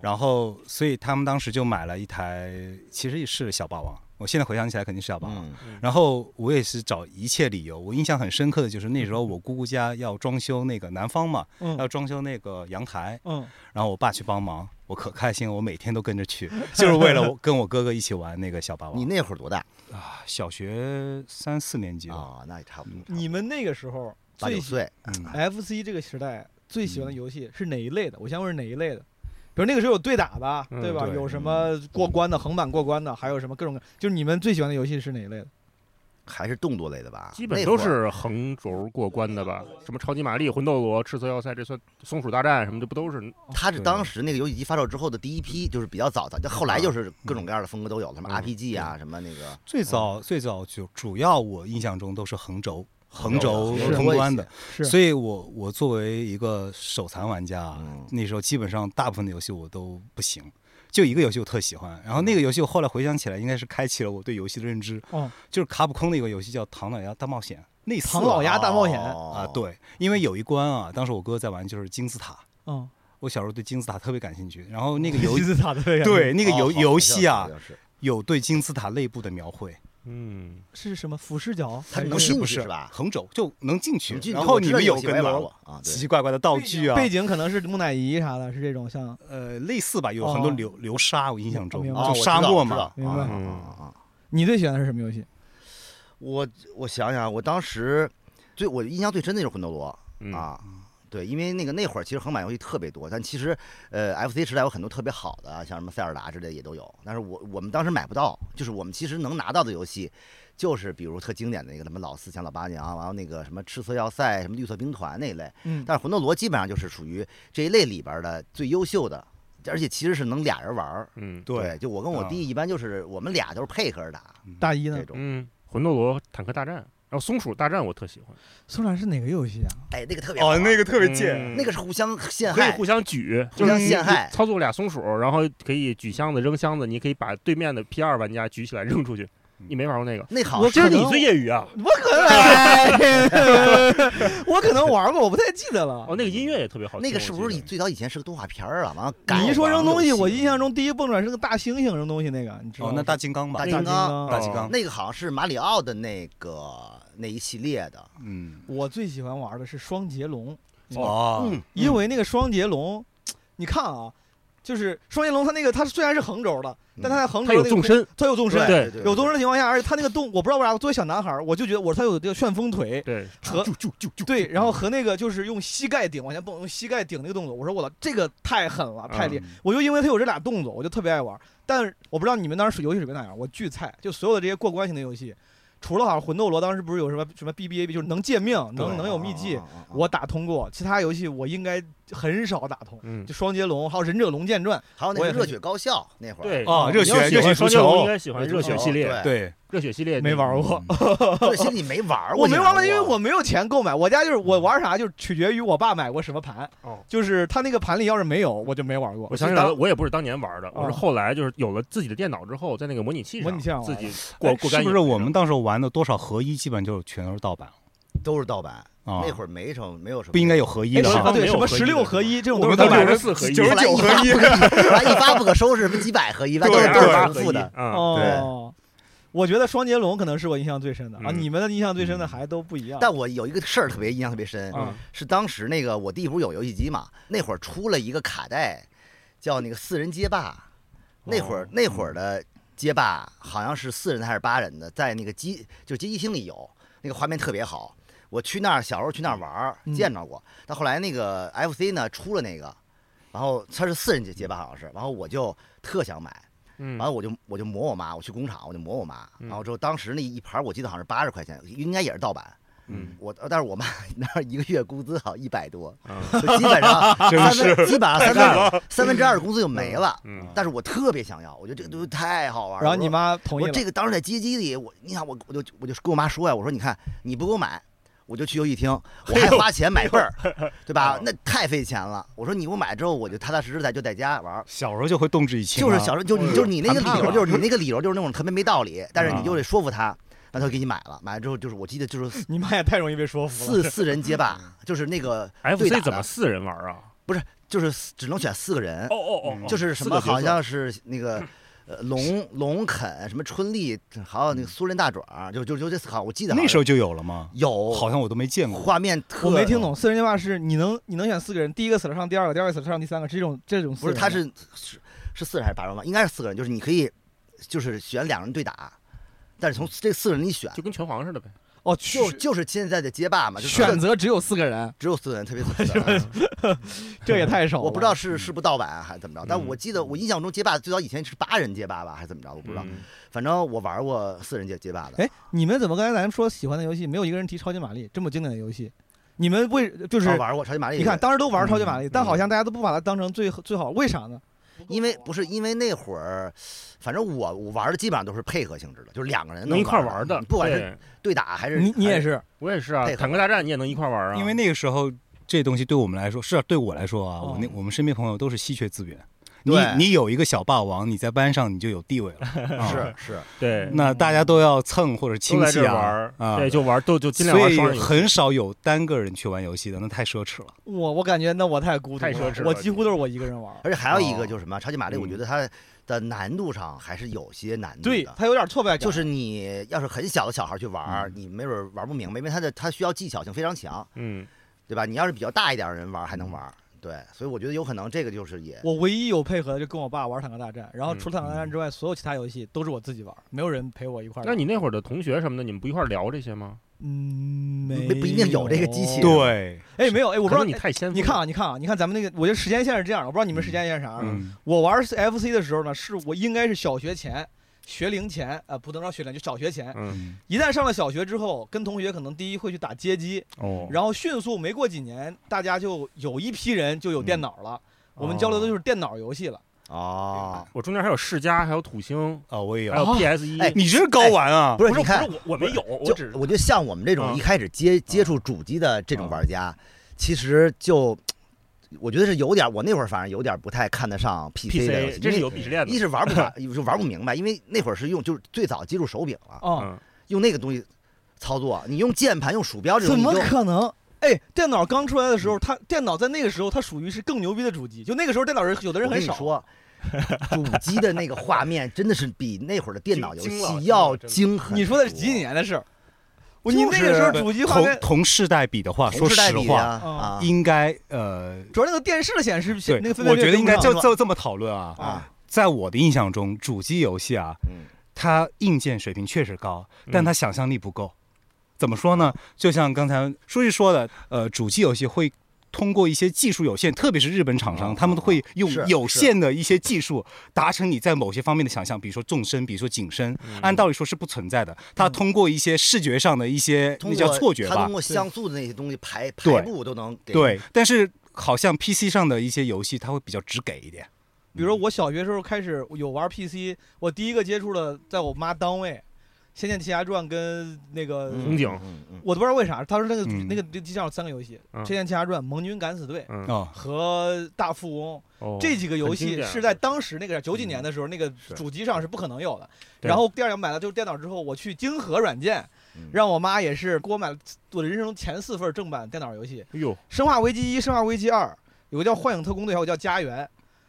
Speaker 3: 然后，所以他们当时就买了一台，其实是小霸王。我现在回想起来肯定是小霸王。
Speaker 2: 嗯，
Speaker 3: 然后我也是找一切理由，我印象很深刻的就是那时候我姑姑家要装修那个南方嘛，要
Speaker 2: 呃
Speaker 1: 嗯
Speaker 3: 装修那个阳台，
Speaker 1: 嗯，
Speaker 3: 然后我爸去帮忙，我可开心了，我每天都跟着去，就是为了我 [laughs] 跟我哥哥一起玩那个小霸王。
Speaker 2: 你那会儿多大
Speaker 3: 啊，小学三四年级吧，
Speaker 2: 啊？那也差不多，
Speaker 1: 你们那个时候
Speaker 2: 八
Speaker 1: 最
Speaker 2: 九
Speaker 1: 喜
Speaker 2: 岁，
Speaker 3: 嗯，
Speaker 1: FC 这个时代最喜欢的游戏是哪一类的？我先问是哪一类的？比如那个时候有对打的，
Speaker 4: 嗯
Speaker 1: 对吧？
Speaker 3: 对
Speaker 1: 有什么过关的、横版过关的，还有什么各种各，就是你们最喜欢的游戏是哪一类的？
Speaker 2: 还是动作类的吧？
Speaker 4: 基本
Speaker 2: 那
Speaker 4: 都
Speaker 2: 会儿
Speaker 4: 是横轴过关的吧？什么超级玛丽、魂斗罗、赤色要塞，这算松鼠大战什么的，不都是？
Speaker 2: 它是
Speaker 3: 对
Speaker 2: 当时那个游戏机发售之后的第一批，就是比较早的，就后来就是各种各样的风格都有了，什么
Speaker 4: 嗯
Speaker 2: RPG 啊，什么那个
Speaker 3: 最早最早就主要我印象中都是横轴。横
Speaker 2: 轴
Speaker 3: 轴
Speaker 1: 是
Speaker 3: 通关的，
Speaker 1: 是，
Speaker 3: 所以我我作为一个手残玩家啊，
Speaker 2: 嗯
Speaker 3: 那时候基本上大部分的游戏我都不行，就一个游戏我特喜欢，然后那个游戏我后来回想起来，应该是开启了我对游戏的认知，
Speaker 1: 哦
Speaker 3: 就是卡普空的一个游戏叫《唐老鸭大冒险》，类似
Speaker 1: 唐老鸭大冒险
Speaker 2: 哦
Speaker 3: 啊，，对，因为有一关啊，当时我哥在玩就是金字塔，
Speaker 1: 嗯，
Speaker 3: 我小时候对金字塔特别感兴趣，然后那个
Speaker 1: [laughs]
Speaker 3: 游
Speaker 1: 金字塔的那个
Speaker 3: 对那
Speaker 2: 那
Speaker 3: 个游游戏，
Speaker 2: 哦好
Speaker 3: 啊，
Speaker 2: 像是
Speaker 3: 有对金字塔内部的描绘，
Speaker 4: 嗯，
Speaker 1: 是什么俯视角？
Speaker 2: 它能
Speaker 3: 不是
Speaker 2: 进
Speaker 3: 不
Speaker 2: 去是吧
Speaker 3: 横轴就能进去，
Speaker 2: 能进去
Speaker 3: 然
Speaker 2: 我
Speaker 3: 后
Speaker 2: 知
Speaker 3: 你
Speaker 2: 道
Speaker 3: 们
Speaker 2: 这个
Speaker 3: 有
Speaker 2: 游戏
Speaker 3: 更
Speaker 2: 我也玩
Speaker 3: 多
Speaker 2: 过啊，
Speaker 3: 奇
Speaker 2: 对，
Speaker 3: 奇怪怪的道具啊，
Speaker 1: 背景可能是木乃伊啥的，是这种像
Speaker 3: 呃，类似吧，有很多
Speaker 1: 哦
Speaker 3: 流流沙，我印象中
Speaker 1: 明白
Speaker 2: 哦
Speaker 3: 就沙漠
Speaker 2: 我
Speaker 3: 嘛，，
Speaker 2: 知道
Speaker 1: 明白
Speaker 2: 我知道啊啊啊啊
Speaker 1: 你最喜欢的是什么游戏？
Speaker 2: 我我想想，我当时最我印象最深的就是魂斗罗
Speaker 4: 嗯，
Speaker 2: 啊。对，因为那个那会儿其实横版游戏特别多，但其实，呃，FC 时代有很多特别好的，像什么塞尔达之类的也都有。但是我我们当时买不到，就是我们其实能拿到的游戏，就是比如特经典的那个什么老四强、老八娘，然后那个什么赤色要塞、什么绿色兵团那一类。
Speaker 1: 嗯，
Speaker 2: 但是魂斗罗基本上就是属于这一类里边儿的最优秀的，而且其实是能俩人玩儿。
Speaker 4: 嗯
Speaker 2: 对，就我跟我
Speaker 3: 啊
Speaker 2: 弟一般就是我们俩都是配合着打
Speaker 1: 大一呢
Speaker 2: 这？种。
Speaker 4: 嗯，魂斗罗、坦克大战，然后松鼠大战我特喜欢，
Speaker 1: 苏然是哪个游戏啊？
Speaker 2: 哎，那个特别好
Speaker 3: 哦，
Speaker 2: 玩
Speaker 3: 那个特别
Speaker 4: 嗯
Speaker 3: 贱，
Speaker 2: 那个是互相陷
Speaker 4: 可以
Speaker 2: 害
Speaker 4: 互，相举，
Speaker 2: 互
Speaker 4: 就
Speaker 2: 相
Speaker 4: 是你
Speaker 2: 陷害
Speaker 4: 你操作俩松鼠，然后可以举箱子、扔箱子，你可以把对面的 P 二玩家举起来扔出去。
Speaker 3: 嗯
Speaker 4: 你没玩过那个？
Speaker 2: 那好
Speaker 1: 我
Speaker 2: 像
Speaker 4: 这
Speaker 2: 是
Speaker 4: 是你最业余啊！
Speaker 1: 我可能 [laughs] 我可能玩过，我不太记得了
Speaker 4: 哦，。那个音乐也特别好听。
Speaker 2: 那个是不
Speaker 4: 我
Speaker 2: 是
Speaker 4: 记
Speaker 2: 以
Speaker 4: 得
Speaker 2: 最早以前是个动画片儿啊？完了，改
Speaker 1: 你一说
Speaker 2: 玩
Speaker 1: 扔东西，
Speaker 2: 游戏
Speaker 1: 我印象中第一蹦出来是个大猩猩扔东西那个，你知道
Speaker 3: 哦
Speaker 1: 吗？，
Speaker 3: 那大金刚吧
Speaker 2: 大，
Speaker 1: 金
Speaker 2: 金
Speaker 1: 刚
Speaker 4: 哦
Speaker 2: 刚
Speaker 3: 大金刚，
Speaker 2: 那个好像是马里奥的那个那一系列的，
Speaker 3: 嗯，
Speaker 1: 我最喜欢玩的是双截龙，
Speaker 3: 哦，
Speaker 2: 嗯，
Speaker 1: 因为那个双截龙，你看啊，就是双截龙，它那个它虽然是横轴的，但它在横
Speaker 4: 它
Speaker 1: 轴
Speaker 4: 有
Speaker 1: 那个
Speaker 4: 纵
Speaker 1: 空，
Speaker 4: 深，
Speaker 1: 它有纵深，
Speaker 4: 对
Speaker 1: 有纵深的情况下，而且它那个动，我不知道为啥，作为小男孩儿，我就觉得我它有这个旋风腿
Speaker 4: 对，
Speaker 1: 和对，然后和那个就是用膝盖顶往前蹦，用膝盖顶那个动作，我说我操，这个太狠了，太
Speaker 3: 啊
Speaker 1: 厉害。
Speaker 3: 嗯
Speaker 1: 我就因为它有这俩动作，我就特别爱玩。但是我不知道你们当时游戏水平咋样，我巨菜，就所有的这些过关型的游戏，除了好像魂斗罗当时不是有什么什么 B B A B，就是能借命，能
Speaker 3: 对哦
Speaker 1: 能有秘籍，
Speaker 2: 啊，啊啊啊啊
Speaker 1: 我打通过。其他游戏我应该很少打通，
Speaker 4: 嗯
Speaker 1: 就，双截龙，还有忍者龙剑传，
Speaker 2: 还有那
Speaker 1: 我
Speaker 2: 个
Speaker 1: 也很
Speaker 2: 热血高校那会儿，
Speaker 4: 对
Speaker 3: 哦热
Speaker 4: 你要
Speaker 3: 血
Speaker 4: 喜
Speaker 3: 热血
Speaker 4: 欢
Speaker 3: 足
Speaker 4: 双截龙
Speaker 3: 球
Speaker 4: 应该喜欢热血系列，
Speaker 2: 对，
Speaker 3: 对，嗯
Speaker 4: 热血系列
Speaker 1: 没玩过。
Speaker 2: 热血你没玩
Speaker 1: [laughs]
Speaker 2: 过，
Speaker 1: 我没玩过，
Speaker 2: 你
Speaker 1: 因为
Speaker 2: 知道吗
Speaker 1: 我没有钱购买。我家就是我玩啥，就是取决于我爸买过什么盘。
Speaker 4: 哦
Speaker 1: 就是他那个盘里要是没有，我就没玩过。
Speaker 4: 我想起来了，我也不是当年玩的，
Speaker 1: 哦
Speaker 4: 我是后来就是有了自己的电脑之后，在那个模拟器
Speaker 1: 模拟器上玩
Speaker 4: 自己过过干
Speaker 3: 哎是
Speaker 4: 瘾
Speaker 3: 不是我们当时玩的多少合一，基本就全都是盗版
Speaker 2: 都是盗版，
Speaker 3: 啊？
Speaker 2: 那会儿没什么没有什么，
Speaker 3: 不应该有合一
Speaker 1: 哎，
Speaker 3: 的
Speaker 1: 对
Speaker 3: 哈
Speaker 4: 官
Speaker 1: 啊，
Speaker 4: 方
Speaker 1: 对，
Speaker 4: 没有
Speaker 1: 什么
Speaker 4: 合一
Speaker 1: 十
Speaker 4: 的
Speaker 1: 六
Speaker 4: 是
Speaker 1: 合
Speaker 4: 吧
Speaker 1: 一这种
Speaker 4: 我
Speaker 1: 都是
Speaker 4: 们
Speaker 1: 盗版
Speaker 4: 当时
Speaker 1: 的。
Speaker 4: 是四合一，
Speaker 2: 后来
Speaker 3: 99合
Speaker 2: 一
Speaker 3: 一
Speaker 2: 发不可，后来一发不可收拾，什么几百合一，完全
Speaker 3: 对
Speaker 2: 都是
Speaker 3: 二
Speaker 2: 重复的。
Speaker 4: 啊，
Speaker 1: 哦，我觉得双截龙可能是我印象最深的啊，
Speaker 4: 嗯
Speaker 1: 你们的印象最深的
Speaker 3: 嗯
Speaker 1: 还都不一样。
Speaker 2: 但我有一个事儿特别印象特别深，
Speaker 4: 嗯
Speaker 1: 啊
Speaker 2: 是当时那个我弟不是有游戏机嘛，那会儿出了一个卡带，叫那个四人街霸，那会
Speaker 4: 哦
Speaker 2: 儿那会儿的街霸好像是四人还是八人的，在那个机就是街机厅里有，那个画面特别好。我去那儿小时候去那儿玩儿
Speaker 1: 嗯
Speaker 2: 见着过，但后来那个 FC 呢出了那个，然后它是四人街街霸好像是，然后我就特想买，
Speaker 4: 嗯
Speaker 2: 完了我就我就磨我妈，我去工厂我就磨我妈，
Speaker 4: 嗯
Speaker 2: 然后之后当时那一盘儿我记得好像是八十块钱，应该也是盗版。
Speaker 4: 嗯
Speaker 2: 我呃但是我妈 [laughs] 那儿一个月工资好一百多，
Speaker 4: 啊
Speaker 2: 就基本
Speaker 1: [laughs]
Speaker 2: 上
Speaker 3: 真
Speaker 2: 三分
Speaker 3: 是
Speaker 2: 基本上三分三分之二的工资就没了。
Speaker 4: 嗯
Speaker 2: 但是我特别想要，我觉得这个东西太好玩了。
Speaker 1: 然后你妈
Speaker 2: 我
Speaker 1: 同意
Speaker 2: 说，我
Speaker 1: 了，
Speaker 2: 这个当时在街机里，我你想我我就我就跟我妈说呀，我说你看你不给我买，我就去游戏厅，我
Speaker 1: 哎
Speaker 2: 还花钱买份儿，对吧
Speaker 4: 哦？
Speaker 2: 那太费钱了。我说你给我买之后，我就踏踏实实在就在家玩儿。
Speaker 3: 小时候就会动之以情
Speaker 2: 就
Speaker 3: 啊，
Speaker 1: 嗯
Speaker 2: 是小时候就你就是你那个
Speaker 3: 谈判
Speaker 1: [laughs]
Speaker 2: 理由
Speaker 3: 了
Speaker 1: 嗯
Speaker 2: 就是你那个理由就是那种特别没道理，但是你就得说服他。完他就给你买了，买了之后就是我记得就是
Speaker 1: 你妈也太容易被说服了。嗯
Speaker 2: 四四人结霸，就是那个对打
Speaker 4: FC
Speaker 2: 的
Speaker 4: 怎么四人玩啊？
Speaker 2: 就是四只能选四个人，
Speaker 4: 哦哦
Speaker 3: 嗯
Speaker 4: 哦，
Speaker 2: 就是什
Speaker 4: 四
Speaker 2: 么
Speaker 4: 个角色
Speaker 2: 好像是那个。呃，龙龙肯什么春丽，还有那
Speaker 1: 嗯
Speaker 2: 个苏人大爪，就就就这四好，我记得
Speaker 3: 那时
Speaker 2: 候
Speaker 3: 候就有了吗？
Speaker 2: 有
Speaker 3: 好像我都没见过。
Speaker 2: 画面特，
Speaker 1: 我没听懂，四人街霸是你能你能选四个人，第一个死了上第二个，第二个死了上第三个，是这种这种四
Speaker 2: 不
Speaker 1: 个
Speaker 2: 是，
Speaker 1: 人
Speaker 2: 他是是是四人还是八人吧？应该是四个人，就是你可以就是选两人对打，但是从这四个人里选，
Speaker 4: 就跟拳皇似的呗。
Speaker 1: 哦，
Speaker 2: 就
Speaker 1: 选
Speaker 2: 就是现在的街霸嘛，就是
Speaker 1: 选择只有四个人，
Speaker 2: 只有四个人，特
Speaker 1: [laughs]
Speaker 2: 别特别
Speaker 1: 这也太少了。
Speaker 2: [laughs]
Speaker 1: 嗯
Speaker 2: 我不知道是是不盗版啊还是怎么着，但
Speaker 4: 嗯
Speaker 2: 我记得我印象中街霸最早以前是八人街霸吧，还是怎么着，我不知道。
Speaker 4: 嗯
Speaker 2: 反正我玩过四人街街霸的，
Speaker 1: 哎，你们怎么刚才咱们说喜欢的游戏，没有一个人提《超级玛丽》这么经典的游戏？你们为就是、
Speaker 2: 哦我玩过超级玛丽。
Speaker 1: 你看，当时都玩《超级玛丽》
Speaker 2: 嗯
Speaker 1: 但好像大家都不把它当成最最好，为啥呢？
Speaker 2: 因为不是因为那会儿，反正我我玩的基本上都是配合性质的，就是两个人
Speaker 4: 能一块儿玩
Speaker 2: 玩嗯
Speaker 4: 的，
Speaker 2: 不管是
Speaker 4: 对，
Speaker 2: 对打还是
Speaker 1: 你你也
Speaker 2: 还是
Speaker 1: 是，
Speaker 4: 我也是啊
Speaker 2: 配，合
Speaker 4: 坦克大战你也能一块儿玩啊，
Speaker 3: 因为那个时候这东西对我们来说是啊对我来说啊，我那
Speaker 1: 哦
Speaker 3: 我们身边朋友都是稀缺资源。你
Speaker 2: 对
Speaker 3: 你有一个小霸王，你在班上你就有地位了。啊
Speaker 2: 是是
Speaker 4: 对
Speaker 3: 那大家都要蹭或者
Speaker 4: 都
Speaker 3: 嗯亲
Speaker 4: 来
Speaker 3: 戚
Speaker 4: 这
Speaker 3: 啊
Speaker 4: 玩儿
Speaker 3: 啊，
Speaker 4: 对，就玩都就尽量
Speaker 3: 所
Speaker 4: 玩
Speaker 3: 以
Speaker 4: 双人游戏。
Speaker 3: 很少有单个人去玩游戏的，那太奢侈了。
Speaker 1: 我我感觉那我太孤独
Speaker 4: 太奢侈了
Speaker 1: 我几乎都是我一个人玩。
Speaker 2: 而且还有一个
Speaker 3: 哦
Speaker 2: 就是什么，超级玛丽，我
Speaker 3: 嗯
Speaker 2: 觉得它的难度上还是有些难度
Speaker 1: 对
Speaker 2: 的。
Speaker 1: 他有点挫败感，
Speaker 2: 就是你要是很小的小孩去玩儿，你没准儿玩不明白，因为它的它需要技巧性非常强，
Speaker 4: 嗯，
Speaker 2: 对吧？你要是比较大一点儿的人玩儿还能玩儿，对，所以我觉得有可能这个就是也
Speaker 1: 我唯一有配合的就跟我爸玩坦克大战，然后除了坦克大战
Speaker 3: 嗯
Speaker 1: 之外，所有其他游戏都是我自己玩，没有人陪我一块儿玩。
Speaker 4: 那你那会儿的同学什么的，你们不一块儿聊这些吗？
Speaker 1: 嗯，没
Speaker 2: 不不一定有这个机器
Speaker 1: 有，
Speaker 3: 对，
Speaker 1: 哎，没有，哎，我不知道
Speaker 4: 可能你
Speaker 1: 哎
Speaker 4: 太先锋了，
Speaker 1: 你看啊，你看啊，你看咱们那个，我觉得时间线是这样的，我不知道你们时间线是啥啊。
Speaker 3: 嗯，
Speaker 1: 我玩 FC 的时候呢，是我应该是小学前。学龄前啊、呃不能说学龄，就小学前。
Speaker 4: 嗯，
Speaker 1: 一旦上了小学之后，跟同学可能第一会去打街机，
Speaker 4: 哦
Speaker 1: 然后迅速没过几年，大家就有一批人就有电脑了。我们交流的就是电脑游戏了。
Speaker 2: 哦，
Speaker 4: 我中间还有世嘉，还有土星，
Speaker 3: 哦，我也
Speaker 4: 还有 E
Speaker 3: 有。
Speaker 4: PS 一，
Speaker 2: 哎
Speaker 3: 你这是高玩啊？
Speaker 2: 不是，
Speaker 4: 不
Speaker 2: 你
Speaker 4: 是
Speaker 2: 看
Speaker 4: 不，是我我没有，
Speaker 2: 就
Speaker 4: 我只
Speaker 2: 我觉得像我们这种
Speaker 4: 嗯
Speaker 2: 一开始接接触主机的这种玩家，其实就我觉得是有点儿，我那会儿反正有点儿不太看得上 PC 的游
Speaker 4: PC
Speaker 2: 戏，
Speaker 4: 这
Speaker 2: 因
Speaker 4: 是
Speaker 2: 为
Speaker 4: 有鄙视链
Speaker 2: 一
Speaker 4: 的。
Speaker 2: 是玩不
Speaker 4: [laughs]
Speaker 2: 玩就玩不明白，因为那会儿是用就是最早接触手柄了，
Speaker 1: 哦，
Speaker 4: 嗯，
Speaker 2: 用那个东西操作，你用键盘用鼠标这种
Speaker 1: 怎
Speaker 2: 你
Speaker 1: 么
Speaker 2: 就
Speaker 1: 可能？嗯哎，电脑刚出来的时候，它电脑在那个时候它属于是更牛逼的主机，就那个时候电脑人有的人
Speaker 2: 我跟
Speaker 1: 很
Speaker 2: 你
Speaker 1: 少。
Speaker 2: 说，主机的那个画面真的是比那会儿的电脑游
Speaker 4: 精精了
Speaker 2: 戏要
Speaker 4: 真的
Speaker 2: 精很多。
Speaker 1: 你说的是几几年的事儿？我哎你
Speaker 2: 就是
Speaker 1: 那个时候主机画
Speaker 3: 同
Speaker 1: 面，
Speaker 3: 同世代比的话，说
Speaker 2: 同时代
Speaker 3: 实
Speaker 2: 比
Speaker 3: 话，
Speaker 2: 啊
Speaker 1: 嗯
Speaker 2: 啊，
Speaker 3: 应该呃，
Speaker 1: 主要那个电视的显示
Speaker 3: 对
Speaker 1: 显那个，分辨
Speaker 3: 我
Speaker 1: 率
Speaker 3: 觉得
Speaker 1: 跟
Speaker 3: 应
Speaker 1: 不
Speaker 3: 该
Speaker 1: 上
Speaker 3: 就是
Speaker 1: 吧
Speaker 3: 这这么讨论啊。
Speaker 2: 啊，
Speaker 3: 在我的印象中，主机游戏啊，
Speaker 2: 嗯，
Speaker 3: 它硬件水平确实高，但
Speaker 4: 嗯
Speaker 3: 它想象力不够。怎么说呢？就像刚才书记说的，呃，主机游戏会通过一些技术有限，特别是日本厂商，他们都会用
Speaker 2: 啊是
Speaker 3: 有
Speaker 2: 是
Speaker 3: 限的一些技术达成你在某些方面的想象，比如说纵深，比如说景
Speaker 2: 嗯
Speaker 3: 深，
Speaker 4: 嗯
Speaker 3: 按道理说是不存在的。它
Speaker 1: 嗯
Speaker 3: 通过一些视觉上的一些
Speaker 2: 通
Speaker 3: 那
Speaker 2: 过
Speaker 3: 叫错觉
Speaker 2: 它
Speaker 3: 吧
Speaker 2: 通，过像素的那些东西排排
Speaker 3: 对
Speaker 2: 布都能给
Speaker 3: 对，但是好像 PC 上的一些游戏，它会比较直给一点。
Speaker 1: 比如说我小学时候开始有玩 PC，我第一个接触的，在我妈单位，《仙剑奇侠传》跟那个，
Speaker 2: 嗯
Speaker 4: 红警
Speaker 2: 嗯嗯
Speaker 1: 我都不知道为啥，他说那个、
Speaker 3: 嗯
Speaker 1: 那个机上有三个游戏，
Speaker 4: 嗯
Speaker 1: 仙剑奇侠传》、《盟军敢死队》
Speaker 4: 嗯
Speaker 3: 哦，
Speaker 1: 和《大富翁》
Speaker 4: 哦
Speaker 1: 这几个游
Speaker 4: 很经
Speaker 1: 戏
Speaker 4: 典
Speaker 1: 是在当时那个九几年的时候，那个
Speaker 2: 是
Speaker 1: 主机上是不可能有的。
Speaker 4: 对
Speaker 1: 然后第二个买了就是电脑之后，我去金河软件，
Speaker 2: 嗯
Speaker 1: 让我妈也是给我买了我的人生中前四份正版电脑游戏，
Speaker 4: 哎呦，
Speaker 1: 《生化危机一》《生化危机二》，有个叫《幻影特工队》，还有个叫《家园》，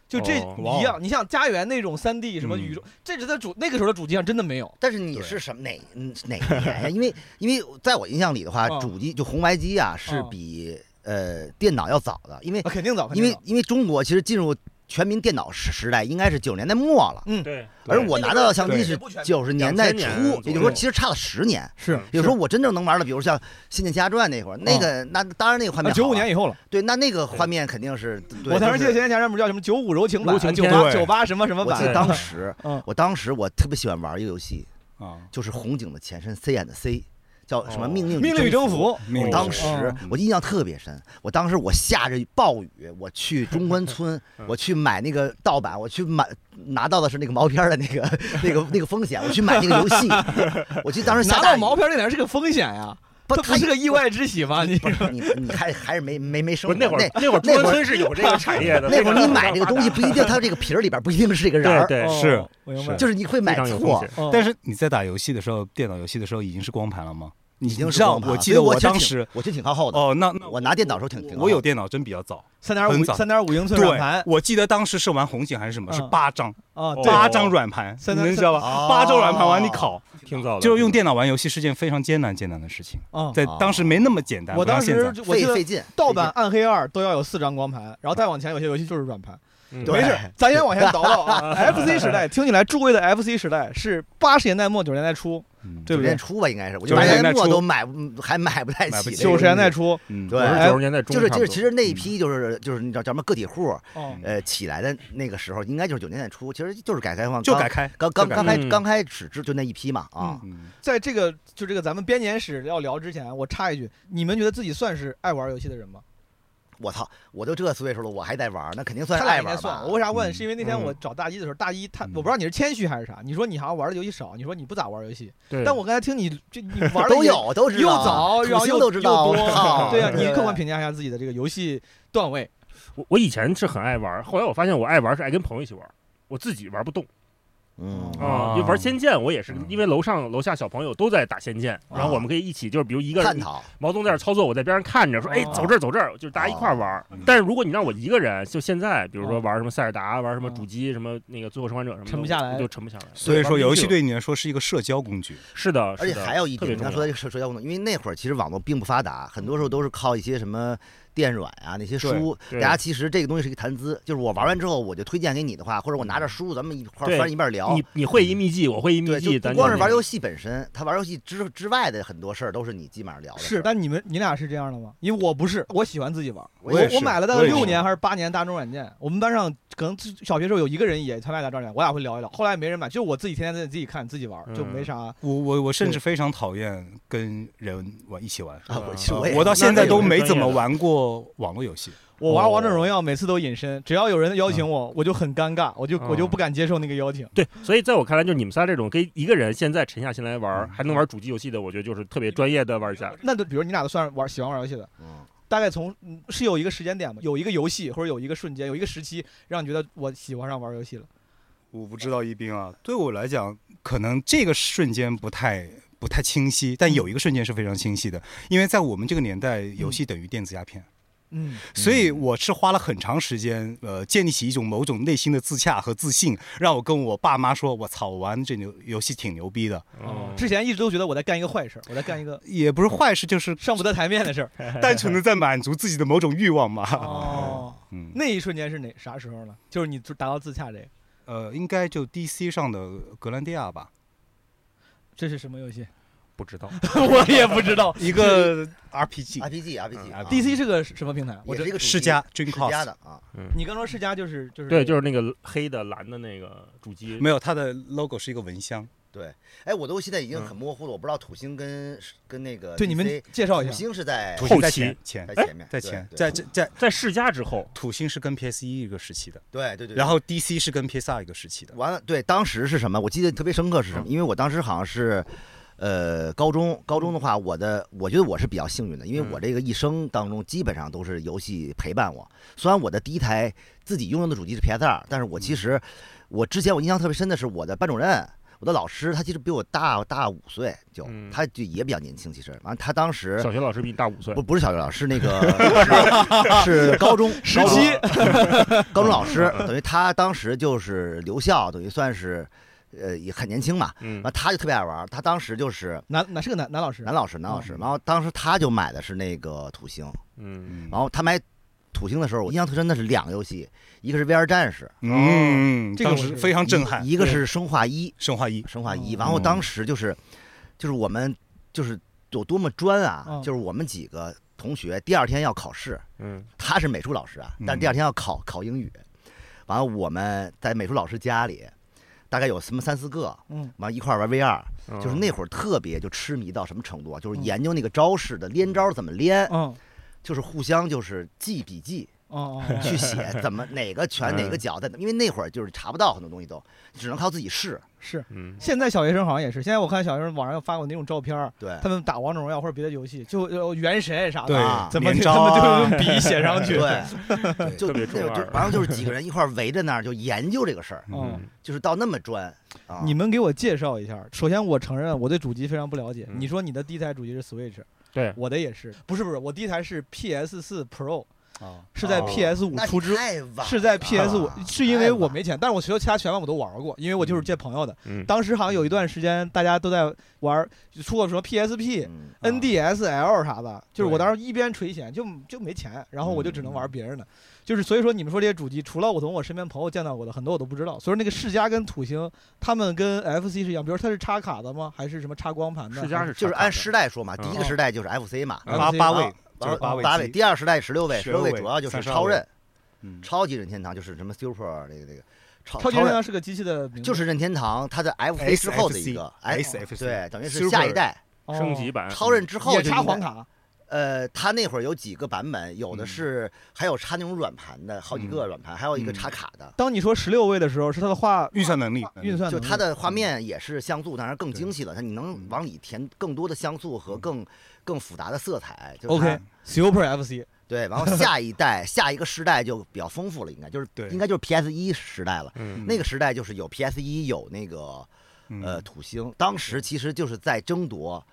Speaker 1: 就这
Speaker 4: 哦
Speaker 3: 哇哦
Speaker 1: 一样。你像《家园》那种三 D 什么宇宙，这是在主那个时候的主机上真的没有。
Speaker 2: 但是你是什么哪嗯是哪一年呀？因为因为在我印象里的话，
Speaker 1: 嗯
Speaker 2: 主机就红白机啊是
Speaker 1: 嗯
Speaker 2: 比呃电脑要早的，因为
Speaker 1: 啊，肯定早，肯
Speaker 2: 因
Speaker 1: 定
Speaker 2: 为
Speaker 1: 早。
Speaker 2: 因为中国其实进入全民电脑时时代应该是九十年代末了，
Speaker 1: 嗯，
Speaker 4: 对，
Speaker 2: 而我拿到的相机
Speaker 3: 对
Speaker 2: 是
Speaker 1: 不全
Speaker 2: 九十年代
Speaker 4: 2000
Speaker 2: 初
Speaker 4: 年，
Speaker 2: 也
Speaker 4: 左
Speaker 2: 就是说
Speaker 4: 右
Speaker 2: 其实差了十年。
Speaker 1: 嗯是
Speaker 2: 比如说我真正能玩的，比如像《仙剑奇侠传》那会儿，那个那当然那个画面
Speaker 1: 嗯九
Speaker 2: 好
Speaker 1: 五
Speaker 2: 啊
Speaker 1: 年以后了。
Speaker 2: 对，那那个画面肯定是对
Speaker 1: 我当时记
Speaker 2: 就
Speaker 1: 得《
Speaker 2: 是
Speaker 1: 仙剑奇侠传》不叫什么九五柔情版
Speaker 4: 柔、情
Speaker 1: 九
Speaker 4: 片
Speaker 1: 八
Speaker 3: 对
Speaker 1: 九八什么什么
Speaker 2: 我记得
Speaker 1: 版，
Speaker 2: 当时
Speaker 1: 嗯
Speaker 2: 我当时我特别喜欢玩一个游戏，
Speaker 3: 啊，
Speaker 2: 就是红警的前身 C and C，叫什么
Speaker 4: 哦
Speaker 2: 命令
Speaker 1: 《命令与征
Speaker 2: 征
Speaker 1: 服》。
Speaker 3: 命
Speaker 4: 哦
Speaker 3: 令
Speaker 2: 当
Speaker 3: 是
Speaker 2: 时
Speaker 3: 嗯
Speaker 2: 我印象特别深，我当时我下着暴雨，我去中关村
Speaker 4: 嗯，
Speaker 2: 我去买那个盗版，我去买拿到的是那个毛片儿的那个那个那个风险，我去买那个游戏，我记得当时下
Speaker 1: 拿
Speaker 2: 大
Speaker 1: 到
Speaker 2: 雨
Speaker 1: 毛片儿那点儿是个风险呀，
Speaker 2: 不，
Speaker 1: 这不
Speaker 2: 他
Speaker 1: 是个意外之喜吗？你
Speaker 2: 你你还还是没没没生活
Speaker 4: 不是那会儿那会儿中
Speaker 2: 那
Speaker 4: 关
Speaker 2: 会儿
Speaker 4: 村是有这个产业的，
Speaker 2: 那会儿你
Speaker 4: 非常
Speaker 2: 买这个东西不一定，它这个皮儿里边不一定是这个瓤
Speaker 4: 对
Speaker 2: 儿，
Speaker 4: 对，
Speaker 1: 哦
Speaker 3: 是
Speaker 1: 我明白
Speaker 3: 是嗯
Speaker 1: 了，
Speaker 2: 就是你会
Speaker 4: 非
Speaker 2: 买
Speaker 4: 常有
Speaker 2: 错
Speaker 4: 风。险。
Speaker 1: 哦
Speaker 3: 但是你在打游戏的时候，电脑游戏的时候已经是光盘了吗？已
Speaker 2: 已经是
Speaker 3: 知道，
Speaker 2: 光盘
Speaker 3: 我
Speaker 2: 了
Speaker 3: 记
Speaker 2: 所以
Speaker 3: 得
Speaker 2: 我
Speaker 3: 我
Speaker 2: 其实
Speaker 3: 当
Speaker 2: 挺
Speaker 3: 时
Speaker 2: 我其实挺靠后的，
Speaker 3: 哦，那那
Speaker 2: 我拿电脑的时候挺挺靠
Speaker 3: 我有
Speaker 2: 后的
Speaker 3: 电脑真比较早，
Speaker 1: 三点
Speaker 3: 很
Speaker 1: 五
Speaker 3: 早
Speaker 1: 三点五英寸
Speaker 3: 对
Speaker 1: 软盘
Speaker 3: 我记得当时是玩红警还是什么，是
Speaker 1: 嗯
Speaker 3: 八张
Speaker 1: 啊，对
Speaker 3: 八张软盘，你
Speaker 1: 三
Speaker 3: 能知道
Speaker 2: 哦
Speaker 3: 吧？八张软盘往里拷，
Speaker 4: 挺早的，
Speaker 3: 就是用电脑玩游戏是件非常艰难艰难的事情，
Speaker 2: 哦
Speaker 1: 啊。
Speaker 3: 在当时没那么简单。
Speaker 1: 我
Speaker 3: 不像
Speaker 1: 当
Speaker 3: 现在
Speaker 1: 时就我记
Speaker 2: 费
Speaker 1: 得
Speaker 2: 费劲。
Speaker 1: 盗版《
Speaker 2: 费
Speaker 1: 暗黑二》都要有四张光盘，然后再往前有些游戏就是软盘。
Speaker 4: 嗯
Speaker 2: 对
Speaker 1: 没事，咱先往前倒倒
Speaker 2: [laughs]
Speaker 1: 啊。FC 时代，听起来诸位的 FC 时代是八十年代末九十年代初，
Speaker 3: 嗯
Speaker 1: 对不
Speaker 2: 劲，九
Speaker 1: 对
Speaker 2: 年？初吧应该是，我
Speaker 3: 九
Speaker 2: 就
Speaker 3: 十
Speaker 2: 八
Speaker 3: 年
Speaker 2: 年
Speaker 3: 代
Speaker 2: 末
Speaker 3: 初
Speaker 2: 都买还买不太
Speaker 3: 买
Speaker 2: 起
Speaker 3: 不起
Speaker 2: 这
Speaker 1: 九
Speaker 2: 个
Speaker 1: 十年
Speaker 2: 东
Speaker 1: 代
Speaker 2: 西
Speaker 1: 初，
Speaker 3: 嗯
Speaker 2: 对
Speaker 4: 我是
Speaker 1: 哎
Speaker 4: 九十年代中
Speaker 2: 就是
Speaker 4: 差
Speaker 2: 就是，
Speaker 4: 不多
Speaker 2: 其实那一批就是就是你知道咱们个体户
Speaker 1: 哦
Speaker 2: 呃起来的那个时候，应该就是九十年代初，其实就是改革开放
Speaker 3: 就
Speaker 2: 刚
Speaker 3: 改开，
Speaker 2: 刚刚
Speaker 3: 就改
Speaker 2: 刚开
Speaker 4: 嗯
Speaker 2: 刚开始就就那一批嘛啊，
Speaker 3: 嗯，
Speaker 1: 在这个就这个咱们编年史要聊之前，我插一句，你们觉得自己算是爱玩游戏的人吗？
Speaker 2: 我操，我都这岁数了，我还在玩儿，那肯定算
Speaker 1: 他
Speaker 2: 是
Speaker 1: 俩
Speaker 2: 爱
Speaker 1: 应该
Speaker 2: 玩儿
Speaker 1: 算。
Speaker 2: 吧
Speaker 1: 我。为啥问？
Speaker 3: 嗯
Speaker 1: 是因为那天
Speaker 4: 嗯
Speaker 1: 我找大一的时候，大一他
Speaker 3: 嗯
Speaker 1: 我不知道你是谦虚还是啥，你说你好像玩的游戏少，你说你不咋玩游戏，
Speaker 4: 对，
Speaker 1: 但我刚才听你这
Speaker 2: [laughs]
Speaker 1: 你玩的
Speaker 2: 都
Speaker 1: 也
Speaker 2: 有，都知
Speaker 1: 又
Speaker 2: 道，
Speaker 1: 早，
Speaker 2: 土
Speaker 1: 然后
Speaker 2: 星
Speaker 1: 又
Speaker 2: 都知道，
Speaker 1: 又
Speaker 2: 我
Speaker 1: 多，
Speaker 2: 操 [laughs]
Speaker 1: 对呀、啊你
Speaker 2: 对
Speaker 1: 客观评价一下自己的这个游戏段位。
Speaker 4: 我我以前是很爱玩，后来我发现我爱玩是爱跟朋友一起玩，我自己玩不动
Speaker 2: 嗯
Speaker 4: 啊
Speaker 3: 哦。
Speaker 4: 就玩仙剑，我也是
Speaker 3: 嗯
Speaker 4: 因为楼上楼下小朋友都在打仙剑，然后
Speaker 2: 啊
Speaker 4: 我们可以一起，就是比如一个
Speaker 2: 探
Speaker 4: 人
Speaker 2: 讨，
Speaker 4: 毛东在那儿操作，我在边上看着，说
Speaker 1: 哦
Speaker 4: 哎走这儿走这儿，就是大家一块儿玩
Speaker 2: 嗯
Speaker 3: 哦。
Speaker 4: 但是如果你让我一个人，就现在，比如说
Speaker 1: 哦
Speaker 4: 玩什么塞尔达，玩什么
Speaker 1: 哦
Speaker 4: 主机，什么那个最后生还者什么的，
Speaker 1: 沉不下来
Speaker 4: 我就沉不下来。
Speaker 3: 所以说游戏
Speaker 4: 对
Speaker 3: 对你来说是一个社交工具，
Speaker 4: 是的，
Speaker 2: 而且
Speaker 4: 是的
Speaker 2: 还有一
Speaker 4: 特
Speaker 2: 点，
Speaker 4: 别
Speaker 2: 你
Speaker 4: 重
Speaker 2: 刚
Speaker 4: 要
Speaker 2: 说的这个社社交功能，因为那会儿其实网络并不发达，很多时候都是靠一些什么电软啊那些书。大
Speaker 4: 对
Speaker 2: 家其实这个东西是一个谈资，就是我玩完之后我就推荐给你的话，或者我拿着书咱们一块儿
Speaker 4: 对
Speaker 2: 翻一边儿聊。
Speaker 4: 你你会一秘技，我会一秘
Speaker 2: 哦对，
Speaker 4: 技，
Speaker 2: 就
Speaker 4: 咱
Speaker 2: 不光是
Speaker 4: 就
Speaker 2: 玩游戏本身，他玩游戏之之外的很多事儿都是你基本上聊的事
Speaker 1: 是，
Speaker 2: 儿。
Speaker 1: 但你们你俩是这样的吗？因为我不是，我喜欢自己玩。
Speaker 2: 我
Speaker 1: 我
Speaker 3: 也是
Speaker 1: 我买了大概
Speaker 3: 我也是
Speaker 1: 六年还是八年大众软件，我们班上可能小学时候有一个人也才买大众软件，我俩会聊一聊。后来没人买，就我自己天天在自己看自己
Speaker 3: 嗯
Speaker 1: 玩，就没啥。
Speaker 3: 我我我甚
Speaker 1: 对
Speaker 3: 至非常讨厌跟人玩一起玩，
Speaker 2: 啊，我
Speaker 4: 啊
Speaker 2: 其实我也
Speaker 3: 我到现在都没怎么
Speaker 4: 那
Speaker 3: 玩过网络游戏。
Speaker 1: 我玩
Speaker 4: 哦
Speaker 1: 王者荣耀每次都隐身，只要有人邀请
Speaker 3: 嗯
Speaker 1: 我，我就很尴尬，我就我就不敢接受那个邀请。
Speaker 4: 对，所以在我看来，就是你们仨这种跟一个人现在沉下心来玩儿，
Speaker 3: 嗯
Speaker 4: 还能玩主机游戏的，我觉得就是特别专业的玩家。
Speaker 1: 那就比如你俩都算是玩喜欢玩游戏的，
Speaker 2: 嗯
Speaker 1: 大概从嗯是有一个时间点吗？有一个游戏或者有一个瞬间，有一个时期，让你觉得我喜欢上玩游戏了。
Speaker 3: 我不知道一冰啊，对我来讲，可能这个瞬间不太不太清晰，但有一个瞬间是非常清晰的，因为在我们这个年代，游戏等于电子鸦片，
Speaker 1: 嗯，
Speaker 3: 所以我是花了很长时间，呃，建立起一种某种内心的自洽和自信，让我跟我爸妈说，我操，我玩这牛游戏挺牛逼的，
Speaker 2: 嗯
Speaker 4: 哦
Speaker 1: 之前一直都觉得我在干一个坏事儿，我在干一个
Speaker 3: 也不是坏事，就是
Speaker 1: [laughs] 上不得台面的事儿。
Speaker 3: 单纯的在满足自己的某种欲望嘛。
Speaker 1: [laughs] 哦，
Speaker 3: 嗯，
Speaker 1: 那一瞬间是哪啥时候呢？就是你就达到自洽这个，
Speaker 3: 呃，应该就 DC 上的格兰蒂亚
Speaker 2: [laughs]
Speaker 3: 吧，
Speaker 1: 这是什么游戏？ [laughs]
Speaker 4: 不知道，
Speaker 1: 我也不知道。
Speaker 3: 一个
Speaker 2: ，RPG
Speaker 3: RPG，
Speaker 4: 嗯
Speaker 2: RPG 啊
Speaker 1: DC 是个什么平台？我
Speaker 2: 也
Speaker 1: 这
Speaker 2: 是一个主
Speaker 3: 世
Speaker 2: 机
Speaker 3: 嘉 Dream
Speaker 2: 世嘉
Speaker 3: Cos
Speaker 2: 的啊，
Speaker 1: 你刚说世嘉就是就是
Speaker 4: [laughs] 对，就是那个黑的、蓝的那个主机，
Speaker 3: 没有，它的 logo 是一个蚊香。
Speaker 2: 哎，我都现在已经
Speaker 4: 嗯
Speaker 2: 很模糊了，我不知道土星跟跟那个
Speaker 1: 对你们
Speaker 2: DC
Speaker 1: 介绍一
Speaker 2: 土
Speaker 1: 下。
Speaker 2: 星是在
Speaker 4: 土
Speaker 3: 星
Speaker 4: 后
Speaker 3: 在
Speaker 4: 期
Speaker 3: 前前
Speaker 2: 在前面，
Speaker 3: 在
Speaker 2: 对
Speaker 3: 前，
Speaker 2: 对
Speaker 3: 在在在
Speaker 4: 在世嘉之后，
Speaker 3: 土星是跟 PS 一一个时期的，
Speaker 2: 对对对，
Speaker 3: 然后 DC 是跟 PS 二一个时期的。
Speaker 2: 完了，对，当时是什么？我记得特别深刻是什么？因为我当时好像是，呃，高中，高中的话，我的我觉得我是比较幸运的，因为我这个一生当中基本上都是游戏陪伴我。虽然我的第一台自己拥有的主机是 PS 二，但是我其实，我之前我印象特别深的是我的班主任。我的老师他其实比我大大五岁，就、
Speaker 4: 嗯
Speaker 2: 他就也比较年轻。其实，完了他当时
Speaker 4: 小学老师比你大五岁
Speaker 2: 不，不是小学老师，是那个是高中
Speaker 1: 十七，
Speaker 2: 高中老师，等于他当时就是留校，等于算是，呃，也很年轻嘛。
Speaker 4: 嗯
Speaker 2: 完，他就特别爱玩儿，他当时就是
Speaker 1: 男男是个男男老师
Speaker 2: 男老师，男老师。然后当时他就买的是那个土星，
Speaker 4: 嗯，
Speaker 2: 然后他买土星的时候，我印象特深的是两个游戏，一个是 VR 战士，
Speaker 3: 嗯，
Speaker 1: 这个
Speaker 3: 当
Speaker 1: 我
Speaker 3: 时
Speaker 1: 是
Speaker 3: 非常震撼。
Speaker 2: 一个是生化一，
Speaker 3: 生化一，
Speaker 2: 生化一。
Speaker 1: 哦
Speaker 2: 然后当时就是，就是我们就是有多么专啊
Speaker 1: 嗯，
Speaker 2: 就是我们几个同学第二天要考试，
Speaker 4: 嗯，
Speaker 2: 他是美术老师啊，但是
Speaker 3: 嗯
Speaker 2: 第二天要考考英语，完了我们在美术老师家里，大概有什么三四个，
Speaker 1: 嗯，
Speaker 2: 完了一块儿玩 VR，
Speaker 4: 嗯
Speaker 2: 就是那会儿特别就痴迷到什么程度啊，就是
Speaker 1: 嗯
Speaker 2: 研究那个招式的连招怎么连，
Speaker 1: 嗯，
Speaker 2: 就是互相就是记笔记，
Speaker 1: 哦
Speaker 2: 去写怎么哪个拳哪个脚在，因为那会儿就是查不到很多东西都，只能靠自己试。
Speaker 1: 是。
Speaker 4: 嗯，
Speaker 1: 现在小学生好像也是，现在我看小学生网上发过那种照片儿，
Speaker 2: 对
Speaker 1: 他们打王者荣耀或者别的游戏，就呃原神啥的，
Speaker 3: 对
Speaker 2: 啊，
Speaker 1: 怎么
Speaker 3: 连
Speaker 1: 就
Speaker 3: 招
Speaker 1: 他们就
Speaker 3: 啊
Speaker 1: 用笔写上去？
Speaker 2: [laughs] 对，就
Speaker 4: 特别
Speaker 2: 那
Speaker 4: 中
Speaker 2: 会儿就
Speaker 4: 二
Speaker 2: 然后就是几个人一块儿围着那儿就研究这个事儿，
Speaker 1: 嗯，
Speaker 2: 就是到那么专啊。
Speaker 1: 你们给我介绍一下。首先，我承认我对主机非常不了解。
Speaker 4: 嗯
Speaker 1: 你说你的第一台主机是 Switch，
Speaker 4: 对，
Speaker 1: 我的也是，不是不是，我第一台是 PS 4 Pro，
Speaker 2: 啊
Speaker 3: 哦，
Speaker 1: 是在
Speaker 4: 哦啊
Speaker 1: PS 5
Speaker 2: 那
Speaker 1: 出之。
Speaker 2: 太晚了啊
Speaker 1: 是在 PS 5是因为
Speaker 2: 太
Speaker 1: 我
Speaker 2: 晚
Speaker 1: 没钱，但是我学校其他全网我都玩过，因为我就是借朋友的。
Speaker 4: 嗯，
Speaker 1: 当时好像有一段时间大家都在玩，出过什么 PSP，
Speaker 2: 嗯
Speaker 1: NDSL 啥的，就是我
Speaker 3: 对
Speaker 1: 当时一边锤钱就就没钱，然后我就只能玩别人的，就是所以说你们说这些主机，除了我从我身边朋友见到过的很多我都不知道，所以说那个世嘉跟土星他们跟 FC 是一样，比如它是插卡的吗？还是什么插光盘的？
Speaker 4: 世
Speaker 3: 嗯
Speaker 4: 嘉是
Speaker 2: 就是
Speaker 4: 插
Speaker 2: 按
Speaker 4: 卡的
Speaker 2: 时代说嘛，第一个
Speaker 1: 嗯
Speaker 2: 时代就是 FC 嘛，
Speaker 1: 嗯
Speaker 3: 八
Speaker 1: FC
Speaker 3: 八位
Speaker 2: 然
Speaker 3: 就
Speaker 2: 后
Speaker 3: 啊是八位机，
Speaker 2: 八位，第二时代十六位，十
Speaker 3: 十
Speaker 2: 六
Speaker 3: 六位
Speaker 2: 主要就是
Speaker 3: 32
Speaker 2: 超任、
Speaker 3: 嗯
Speaker 2: 超级任天堂，就是什么 Super 这个这个超
Speaker 1: 超级
Speaker 2: 超
Speaker 1: 任
Speaker 2: 任
Speaker 1: 天堂是个机器的名字，
Speaker 2: 就是任天堂它在 FC 之后的一个哎
Speaker 3: SFC
Speaker 2: 对，等于是
Speaker 3: Super 嗯
Speaker 2: 下一代
Speaker 1: 哦
Speaker 4: 升级版，
Speaker 2: 超任之后
Speaker 1: 也
Speaker 2: 就
Speaker 1: 插
Speaker 2: 应该
Speaker 1: 黄卡，
Speaker 2: 呃，它那会儿有几个版本，有的
Speaker 3: 嗯
Speaker 2: 是还有插那种软盘的，好几个软盘，还有一个
Speaker 3: 嗯
Speaker 2: 插卡的。
Speaker 1: 当你说十六位的时候，是它的画
Speaker 3: 预算能力，
Speaker 1: 运哦
Speaker 4: 嗯
Speaker 1: 算
Speaker 2: 就
Speaker 1: 能力
Speaker 2: 它的画面也是像素，当然更
Speaker 3: 对
Speaker 2: 精细了。它你能
Speaker 3: 嗯
Speaker 2: 往里填更多的像素和
Speaker 3: 嗯
Speaker 2: 更更复杂的色彩。就是
Speaker 1: OK Super FC
Speaker 2: 对，然后下一代、下一个时代就比较丰富了，应该
Speaker 4: [laughs]
Speaker 2: 就是
Speaker 3: 嗯对
Speaker 2: 应该就是 PS 一时代了。
Speaker 4: 嗯，
Speaker 2: 那个时代就是有 PS 一，有那个呃
Speaker 3: 呃，
Speaker 2: 土星，当时其实就是在争夺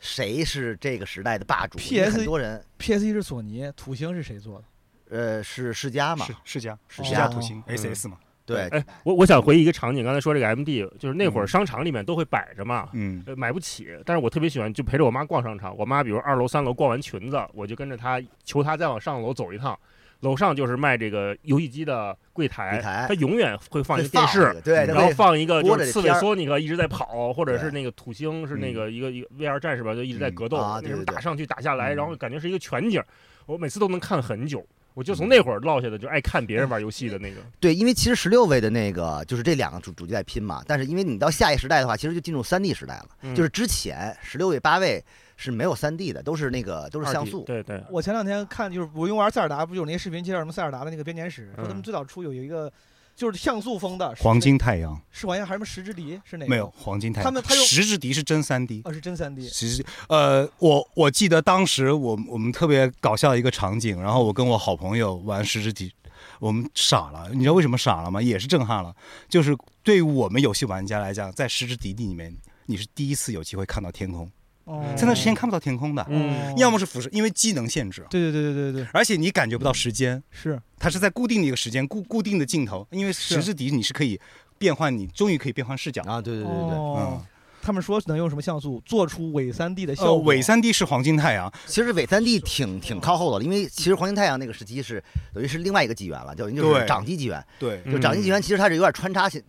Speaker 2: 谁是这个时代的霸主。因为
Speaker 1: PS
Speaker 2: 很多人
Speaker 1: PS 一是索尼，土星是谁做的？
Speaker 2: 呃是世嘉嘛
Speaker 3: 是，世嘉，
Speaker 2: 世
Speaker 3: 世
Speaker 1: 嘉
Speaker 3: 嘉土星
Speaker 4: 嗯
Speaker 3: SS 嘛，
Speaker 2: 对，
Speaker 4: 哎，我我想回忆一个场景，刚才说这个 MD，就是那会儿
Speaker 3: 嗯
Speaker 4: 商场里面都会摆着嘛，
Speaker 3: 嗯，
Speaker 4: 呃，买不起，但是我特别喜欢就陪着我妈逛商场。我妈比如二楼、三楼逛完裙子，我就跟着她，求她再往上楼走一趟。楼上就是卖这个游戏机的柜台，
Speaker 2: 柜台
Speaker 4: 她永远会放一
Speaker 2: 会
Speaker 4: 个电
Speaker 2: 放这
Speaker 4: 视，
Speaker 2: 个对，
Speaker 3: 嗯
Speaker 2: 它
Speaker 4: 然后
Speaker 2: 会
Speaker 4: 放一个
Speaker 2: 哎播
Speaker 4: 就
Speaker 2: 着这
Speaker 4: 是刺
Speaker 2: 片
Speaker 4: 猬
Speaker 2: 儿
Speaker 4: 索尼克一直在跑，或者是
Speaker 2: 对
Speaker 4: 那个土星是那
Speaker 3: 嗯
Speaker 4: 个一个一个 VR 战士吧，就一直在
Speaker 3: 嗯
Speaker 4: 格斗，
Speaker 2: 啊
Speaker 4: 那
Speaker 2: 对
Speaker 4: 什么
Speaker 2: 对对
Speaker 4: 打上去打下来，
Speaker 3: 嗯
Speaker 4: 然后感觉是一个全景，我每次都能看很久。我就从
Speaker 3: 嗯
Speaker 4: 那会儿落下的，就爱看别人玩游戏的
Speaker 2: [laughs]
Speaker 4: 那个，
Speaker 2: 对，因为其实十六位的那个就是这两个主主机在拼嘛，但是因为你到下一时代的话，其实就进入三 D 时代了。
Speaker 4: 嗯
Speaker 2: 就是之前十六位、八位是没有三 D 的，都是那个都是像素。
Speaker 4: 对对，
Speaker 1: 我前两天看，就是我用玩塞尔达，不是有那些视频介绍什么塞尔达的那个编年史，说他们
Speaker 4: 嗯
Speaker 1: 最早出有一个就是像素风的
Speaker 3: 黄金太阳
Speaker 1: 是玩意儿还是什么石之笛是哪个？
Speaker 3: 没有，黄金太
Speaker 1: 他们
Speaker 3: 阳，
Speaker 1: 他用
Speaker 3: 十之敌是真三 D，
Speaker 1: 哦是真三 D
Speaker 3: 其实，呃，我我记得当时我我们特别搞笑的一个场景，然后我跟我好朋友玩十之敌，我们傻了，你知道为什么傻了吗？也是震撼了，就是对于我们游戏玩家来讲，在十之敌地里面，你是第一次有机会看到天空，
Speaker 1: 哦，
Speaker 3: 在那之前看不到天空的，
Speaker 1: 哦
Speaker 4: 嗯
Speaker 3: 要么是辐射，因为技能限制，
Speaker 1: 对对对对对对
Speaker 3: 而且你感觉不到时间，
Speaker 1: 是
Speaker 3: 它是在固定的一个时间，固固定的镜头，因为十之敌你是可以变换，你终于可以变换视角。
Speaker 2: 啊，对对对对。
Speaker 1: 哦
Speaker 3: 嗯，
Speaker 1: 他们说能用什么像素做出伪三 D 的效
Speaker 3: 呃，
Speaker 1: 果？
Speaker 3: 伪三 D 是黄金太阳，
Speaker 2: 其实伪三 D 挺挺靠后的，因为其实黄金太阳那个时期是等于是另外一个纪元了，等于就是
Speaker 3: 对
Speaker 2: 掌机纪元。
Speaker 3: 对，
Speaker 2: 就掌机纪元其实它是有点穿插性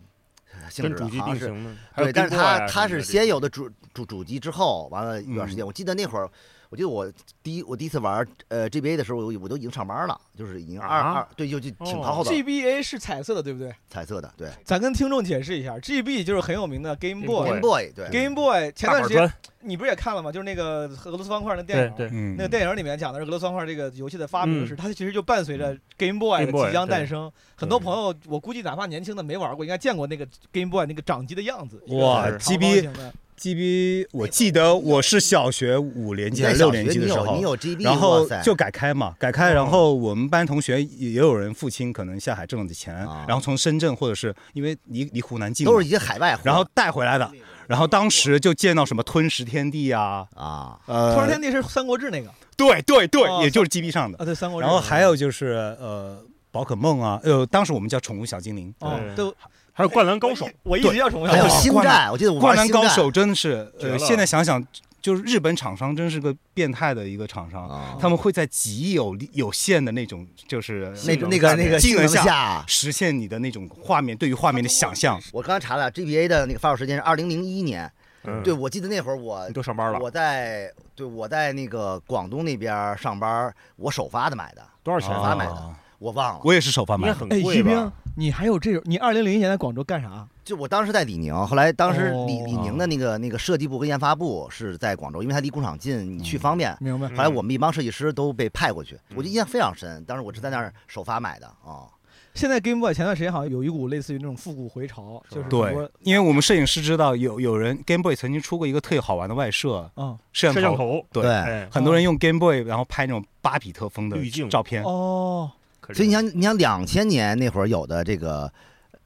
Speaker 2: 性
Speaker 4: 嗯跟
Speaker 2: 质的，
Speaker 4: 主机
Speaker 2: 好像
Speaker 4: 并
Speaker 2: 是
Speaker 4: 行的，还有
Speaker 2: 对，但是
Speaker 4: Game Boy
Speaker 2: 它
Speaker 4: 啊
Speaker 2: 它
Speaker 4: 什
Speaker 2: 是
Speaker 4: 么的这
Speaker 2: 先
Speaker 4: 些嗯
Speaker 2: 有的主主主机之后，完了一段时间，我记得那会儿，我记得我第一我第一次玩呃 GBA 的时候，我我都已经上班了，就是已经二
Speaker 4: 啊
Speaker 2: 二对，就就挺靠后的
Speaker 1: GBA 是彩色的，对不对？
Speaker 2: 彩色的，对
Speaker 1: 咱跟听众解释一下，GB 就是很有名的 Game
Speaker 4: Game
Speaker 1: Boy
Speaker 4: Boy。
Speaker 2: Game Boy 对
Speaker 1: Game Boy 前
Speaker 4: 大
Speaker 1: 段
Speaker 4: 板
Speaker 1: 时间
Speaker 4: 砖，
Speaker 1: 你不是也看了吗？就是那个俄罗斯方块那电
Speaker 4: 对
Speaker 1: 影，
Speaker 4: 对，
Speaker 3: 嗯，
Speaker 1: 那个电影里面讲的是俄罗斯方块这个游戏的发明
Speaker 4: 嗯
Speaker 1: 史，它其实就伴随着 Game Boy 的
Speaker 4: Game Boy，
Speaker 1: 即将
Speaker 4: 对
Speaker 1: 诞生。很多朋友，我估计哪怕年轻的没玩过，应该见过那个 Game Boy 那个掌机的样子。
Speaker 3: 哇
Speaker 1: 一个长
Speaker 3: GB
Speaker 1: 方形的
Speaker 3: GB，我记得我是小学五年
Speaker 2: 你
Speaker 3: 级还
Speaker 2: 在
Speaker 3: 是六
Speaker 2: 小
Speaker 3: 年
Speaker 2: 学
Speaker 3: 级
Speaker 2: 你
Speaker 3: 的时
Speaker 2: 有你
Speaker 3: 候，
Speaker 2: 有 GB，
Speaker 3: 然后
Speaker 2: 哇塞
Speaker 3: 就改开嘛，改开，
Speaker 4: 哦
Speaker 3: 然后我们班同学也也有人父亲可能下海挣了点钱，
Speaker 2: 啊
Speaker 3: 然后从深圳或者是因为离离湖南近嘛，
Speaker 2: 都是一些海外货，
Speaker 3: 然后带回来的，然后当时就见到什么吞食天地啊，
Speaker 2: 啊，
Speaker 1: 《突然
Speaker 3: 呃
Speaker 1: 天，地》是《三国志》那个
Speaker 3: 对对
Speaker 1: 哦
Speaker 3: 对，也就是 GB 上的，
Speaker 1: 啊，对，《三
Speaker 2: 哦
Speaker 1: 国志》。
Speaker 3: 然后还有就是呃宝可梦啊，呃当时我们叫宠物小精灵，
Speaker 1: 哦，
Speaker 4: 对
Speaker 1: 都
Speaker 2: 哎
Speaker 4: 还有灌篮高手，
Speaker 1: 我一直要重
Speaker 2: 还有
Speaker 1: 要。
Speaker 2: 星
Speaker 3: 灌
Speaker 2: 战，我记得我
Speaker 3: 灌
Speaker 2: 玩
Speaker 3: 篮
Speaker 2: 星
Speaker 3: 高
Speaker 2: 战
Speaker 3: 手真的是，
Speaker 4: 绝
Speaker 3: 呃
Speaker 4: 了
Speaker 3: 现在想想就是日本厂商真是个变态的一个厂商。
Speaker 2: 啊，
Speaker 3: 他们会在极有力有限的那种，就是
Speaker 2: 那
Speaker 3: 种
Speaker 2: 那个那个
Speaker 3: 技能下
Speaker 2: 下。
Speaker 3: 实现你的那种画面，对于画面的想象。
Speaker 2: 我刚才查了 GBA 的那个发售时间是二零零一年，
Speaker 4: 嗯
Speaker 2: 对，我记得那会儿我
Speaker 4: 你都上班了，
Speaker 2: 我在对我在那个广东那边儿上班儿，我首发的买的，
Speaker 4: 多少钱
Speaker 2: 首
Speaker 4: 啊
Speaker 2: 发买的
Speaker 3: 哦
Speaker 2: 我忘了。
Speaker 3: 我也是首发
Speaker 4: 应
Speaker 3: 啊买
Speaker 4: 该
Speaker 3: 的，
Speaker 4: 很
Speaker 1: 哎，
Speaker 4: 贵
Speaker 1: 徐
Speaker 4: 吧？
Speaker 1: 冰，你还有这种？你二零零一年在广州干啥？
Speaker 2: 就我当时在李宁，后来当时李
Speaker 1: 哦
Speaker 2: 李宁的那个那个设计部跟研发部是在广州，因为它离工厂近，你去
Speaker 3: 嗯
Speaker 2: 方便。
Speaker 1: 明白
Speaker 2: 后。来
Speaker 4: 嗯
Speaker 2: 我们一帮设计师都被派过去，我就
Speaker 4: 嗯
Speaker 2: 印象非常深。当时我是在那儿首发买的啊，
Speaker 1: 现在 Game Boy 前段时间好像有一股类似于那种复古回潮，
Speaker 4: 是吧
Speaker 1: 就是很
Speaker 3: 对
Speaker 1: 多，
Speaker 3: 因为我们摄影师知道有有人 Game Boy 曾经出过一个特别好玩的外设
Speaker 1: 嗯
Speaker 3: 摄
Speaker 4: 摄
Speaker 3: 像
Speaker 4: 像
Speaker 3: 头，
Speaker 4: 头，
Speaker 3: 对
Speaker 4: 哎，
Speaker 3: 很多人用 Game Boy 然后拍那种巴比特风的
Speaker 4: 滤镜
Speaker 3: 照片，
Speaker 1: 哦，
Speaker 4: 可
Speaker 2: 所以
Speaker 4: 是
Speaker 2: 你想，你想两千年那会儿有的这个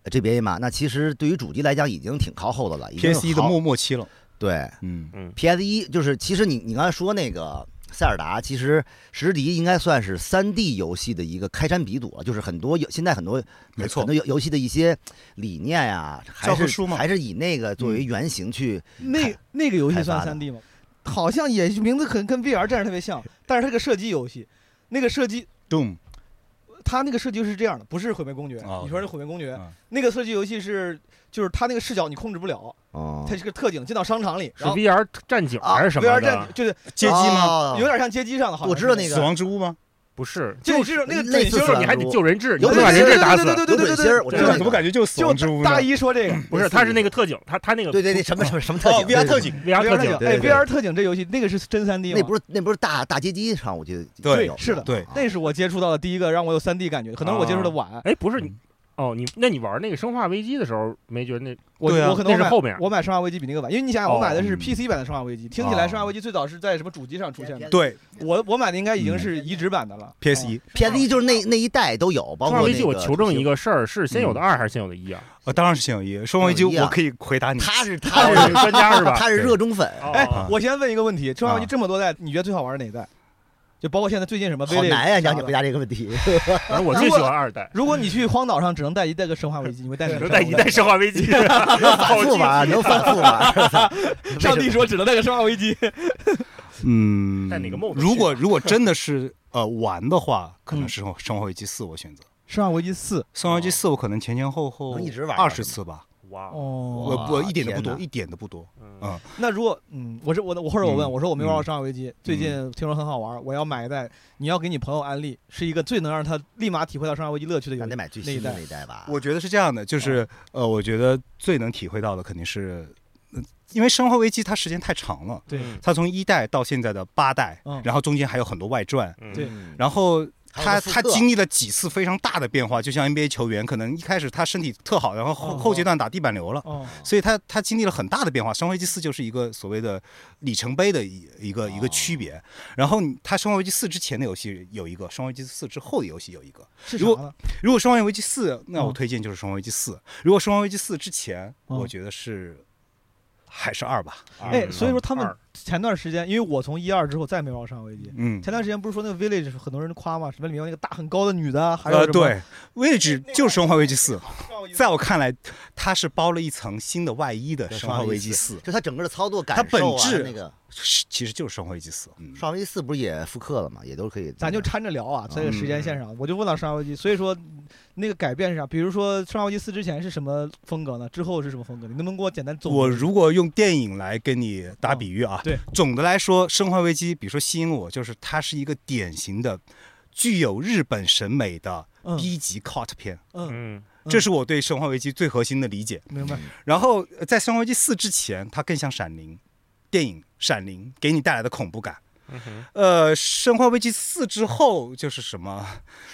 Speaker 2: 呃 GBA 嘛，那其实对于主机来讲已经挺靠后的了。已经
Speaker 3: PS E 一的
Speaker 2: 好
Speaker 3: 末末期了，
Speaker 2: 对
Speaker 3: 嗯，
Speaker 4: 嗯
Speaker 2: PS 一就是，其实你你刚才说那个塞尔达，其实石迪应该算是三 D 游戏的一个开山鼻祖了，就是很多游现在很多
Speaker 3: 没错
Speaker 2: 很多游游戏的一些理念呀、还
Speaker 3: 教科
Speaker 2: 是
Speaker 3: 书嘛嗯
Speaker 2: 还是以那个作为原型去，
Speaker 1: 那
Speaker 2: 看
Speaker 1: 那个游戏算
Speaker 2: 开发的
Speaker 1: 三 D 吗？好像也名字很跟 VR 战士特别像，但是它是个射击游戏，那个射击
Speaker 3: Doom
Speaker 1: 它那个射击是这样的，不是毁灭公爵，
Speaker 3: 哦
Speaker 1: 你说是毁灭公爵
Speaker 3: 嗯，
Speaker 1: 那个射击游戏是就是它那个视角你控制不了，
Speaker 2: 嗯
Speaker 1: 它，是个特警进到商场里，
Speaker 4: 是
Speaker 1: 然后
Speaker 4: VR 战警
Speaker 2: 啊
Speaker 4: 还是什么
Speaker 1: VR 战
Speaker 4: 的？
Speaker 1: 就是
Speaker 3: 街机吗？
Speaker 2: 哦
Speaker 1: 有点像街机上的，好像
Speaker 2: 我知道
Speaker 1: 是
Speaker 2: 那个
Speaker 3: 死亡之屋吗？
Speaker 4: 不是，
Speaker 1: 就就是那个
Speaker 2: 类
Speaker 1: 准星
Speaker 2: 似死
Speaker 4: 就是
Speaker 2: 亡
Speaker 4: 你还得救人质，你
Speaker 2: 有
Speaker 4: 不能把人质打死。
Speaker 1: 对对对对对
Speaker 2: 有准星儿我
Speaker 4: 知
Speaker 3: 这
Speaker 4: 道
Speaker 3: 怎么感觉就死亡之
Speaker 1: 就
Speaker 3: 屋
Speaker 1: 大大
Speaker 3: 呢？
Speaker 1: 一说这个
Speaker 4: 不是，他是那个特警，他他那个
Speaker 2: 对对对，什么什么什么特
Speaker 3: 哦
Speaker 2: 警
Speaker 3: ，VR 特
Speaker 2: 对
Speaker 3: 警，
Speaker 4: VR 特警，
Speaker 1: 特警，哎
Speaker 4: 对
Speaker 1: ，VR 特警这游戏那个是真三 D 吗？
Speaker 2: 那不是那不是大大街机上，我记得
Speaker 3: 对
Speaker 2: 有
Speaker 1: 是的
Speaker 3: 对
Speaker 2: 啊
Speaker 1: 那是我接触到的第一个让我有三 D 感觉，可能我接触的晚，
Speaker 4: 哎，不是你
Speaker 3: 嗯，
Speaker 4: 哦，你那你玩那个《生化危机》的时候，没觉得那
Speaker 1: 我
Speaker 3: 对啊
Speaker 1: 我可能我
Speaker 4: 那是
Speaker 1: 买
Speaker 4: 后面
Speaker 1: 我买《生化危机》比那个晚，因为你想想，
Speaker 4: 哦
Speaker 1: 我买的是
Speaker 3: 嗯
Speaker 1: PC 版的《生化危机》，听起来《生化危机》最早是在什么主机上出现的？
Speaker 3: 对 E
Speaker 1: 我我买的应该已
Speaker 4: 嗯
Speaker 1: 经是移植版的了。
Speaker 3: PS 一，
Speaker 2: PS 一就是
Speaker 3: 啊
Speaker 2: 那那一代都有，包括
Speaker 4: 《生化
Speaker 2: 那
Speaker 4: 危机》，
Speaker 2: 个
Speaker 4: 我求证一个事儿，是先有的二还是先有的一啊？
Speaker 3: 呃，当然是先有一，《生化危机
Speaker 2: 有一》啊
Speaker 3: 我可以回答你，
Speaker 2: 他是
Speaker 4: 他
Speaker 2: 他
Speaker 4: 是
Speaker 2: [laughs] 是
Speaker 4: 专家是吧？
Speaker 2: 他是
Speaker 3: 对
Speaker 2: 热衷粉，
Speaker 4: 哦
Speaker 1: 哎
Speaker 4: 哦，
Speaker 1: 我先问一个问题，《生化危
Speaker 4: 啊
Speaker 1: 机》这么多代，你觉得最好玩的哪一代？就包括现在最近什么？
Speaker 2: 好难呀，
Speaker 1: 想
Speaker 2: 让你回。答这个问题。
Speaker 4: 反正我最喜欢二代，
Speaker 1: 如果你去荒岛上只能带一代个《生化危机》，你会
Speaker 4: [laughs]
Speaker 1: 带哪
Speaker 4: 能
Speaker 1: 个？
Speaker 4: 带一代《生化危机》
Speaker 2: 反复玩，能反复玩。
Speaker 1: 上帝说只能带个《生化危
Speaker 4: [laughs]
Speaker 1: 机》。 [laughs]
Speaker 3: 嗯，
Speaker 4: 带哪个 mode 去
Speaker 3: 如果如果
Speaker 2: [laughs]
Speaker 3: 真的是呃玩的
Speaker 2: 嗯
Speaker 3: 话，可能是生生化危机四我选择，
Speaker 1: 《生化危机四》
Speaker 3: 生化危机四我可能前前后后
Speaker 2: 哦能一直玩
Speaker 3: 二十次吧，
Speaker 4: 哇，
Speaker 1: 哦，
Speaker 3: 我
Speaker 2: 哇
Speaker 3: 我一点都不
Speaker 2: 天
Speaker 3: 多，
Speaker 2: 哪
Speaker 3: 一点都不多，
Speaker 4: 嗯
Speaker 3: 嗯，
Speaker 1: 那如果嗯，我是我的，我或者我问
Speaker 3: 嗯
Speaker 1: 我说我没玩过
Speaker 3: 嗯
Speaker 1: 《生化危机》，最
Speaker 4: 嗯
Speaker 1: 近听说很好玩，我要买一代。你要给你朋友安利，是一个最能让他立马体会到《生化危机》乐趣的游
Speaker 2: 咱
Speaker 1: 戏
Speaker 2: 得。买最新
Speaker 1: 那
Speaker 2: 的哎那一代吧。
Speaker 3: 我觉得是这样的，就是
Speaker 2: 哦
Speaker 3: 呃，我觉得最能体会到的肯定是，呃因为生化危机它时间太长了，
Speaker 1: 对
Speaker 4: 嗯
Speaker 3: 它从一代到现在的八代
Speaker 1: 嗯，
Speaker 3: 然后中间还有很多外传，
Speaker 4: 嗯
Speaker 1: 对
Speaker 2: 嗯
Speaker 3: 然后
Speaker 2: 还
Speaker 3: 他
Speaker 2: 有个复
Speaker 3: 他
Speaker 2: 刻
Speaker 3: 经历了几次非常大的变化，就像 NBA 球员，可能一开始他身体特好，然后后
Speaker 1: 哦
Speaker 2: 嗯
Speaker 3: 后阶段打地板流了。
Speaker 1: 哦，
Speaker 3: 所以他他经历了很大的变化，《生化危机四》就是一个所谓的里程碑的一一个一个区别。然后你他《生化危机四》之前的游戏有一个，《生化危机四》之后的游戏有一个。
Speaker 1: 是
Speaker 3: 如果
Speaker 1: 啥呢
Speaker 3: 如果《生化危机四》，那
Speaker 1: 嗯
Speaker 3: 我推荐就是《生化危机四》；如果《生化危机四》之前，
Speaker 1: 嗯
Speaker 3: 我觉得是还是二吧。
Speaker 1: 哎，所以说他们
Speaker 4: 二
Speaker 1: 前段时间，因为我从一二之后再没玩过《生化危机》，
Speaker 3: 嗯，
Speaker 1: 前段时间不是说那个 Village 很多人夸嘛，什么里面有那个大很高的女的，还有
Speaker 3: 呃，
Speaker 1: 什么，
Speaker 3: 对，位置就是《生化危机四》。
Speaker 1: 在
Speaker 3: 在我看来，它是包了一层新的外衣的《
Speaker 2: 对
Speaker 3: 生化危机四》，
Speaker 2: 就它整个的操作感
Speaker 3: 它本
Speaker 2: 受啊
Speaker 3: 质
Speaker 2: 那个
Speaker 3: 是其实就是《生化危机四》。嗯
Speaker 2: 《生化危机四》不是也复刻了吗？也都可以。
Speaker 1: 咱就掺着聊啊，这个时间
Speaker 3: 嗯
Speaker 1: 线上，我就问到《生化危机》，所以说那个改变是啥？比如说《生化危机四》之前是什么风格呢？之后是什么风格？你能不能给我简单总结？
Speaker 3: 我如果用电影来跟你打比喻啊，
Speaker 1: 哦对，
Speaker 3: 总的来说，《生化危机》比如说吸引我，就是它是一个典型的具有日本审美的
Speaker 1: 嗯
Speaker 3: B 级 cult 片，
Speaker 1: 嗯，
Speaker 4: 嗯
Speaker 1: 嗯
Speaker 3: 这是我对《生化危机》最核心的理解。
Speaker 1: 明白。
Speaker 2: 嗯
Speaker 3: 然后呃在《生化危机四》之前，它更像《闪灵》电影，《闪灵》给你带来的恐怖感。
Speaker 4: 嗯哼
Speaker 3: 呃，《生化危机四》之后就是什么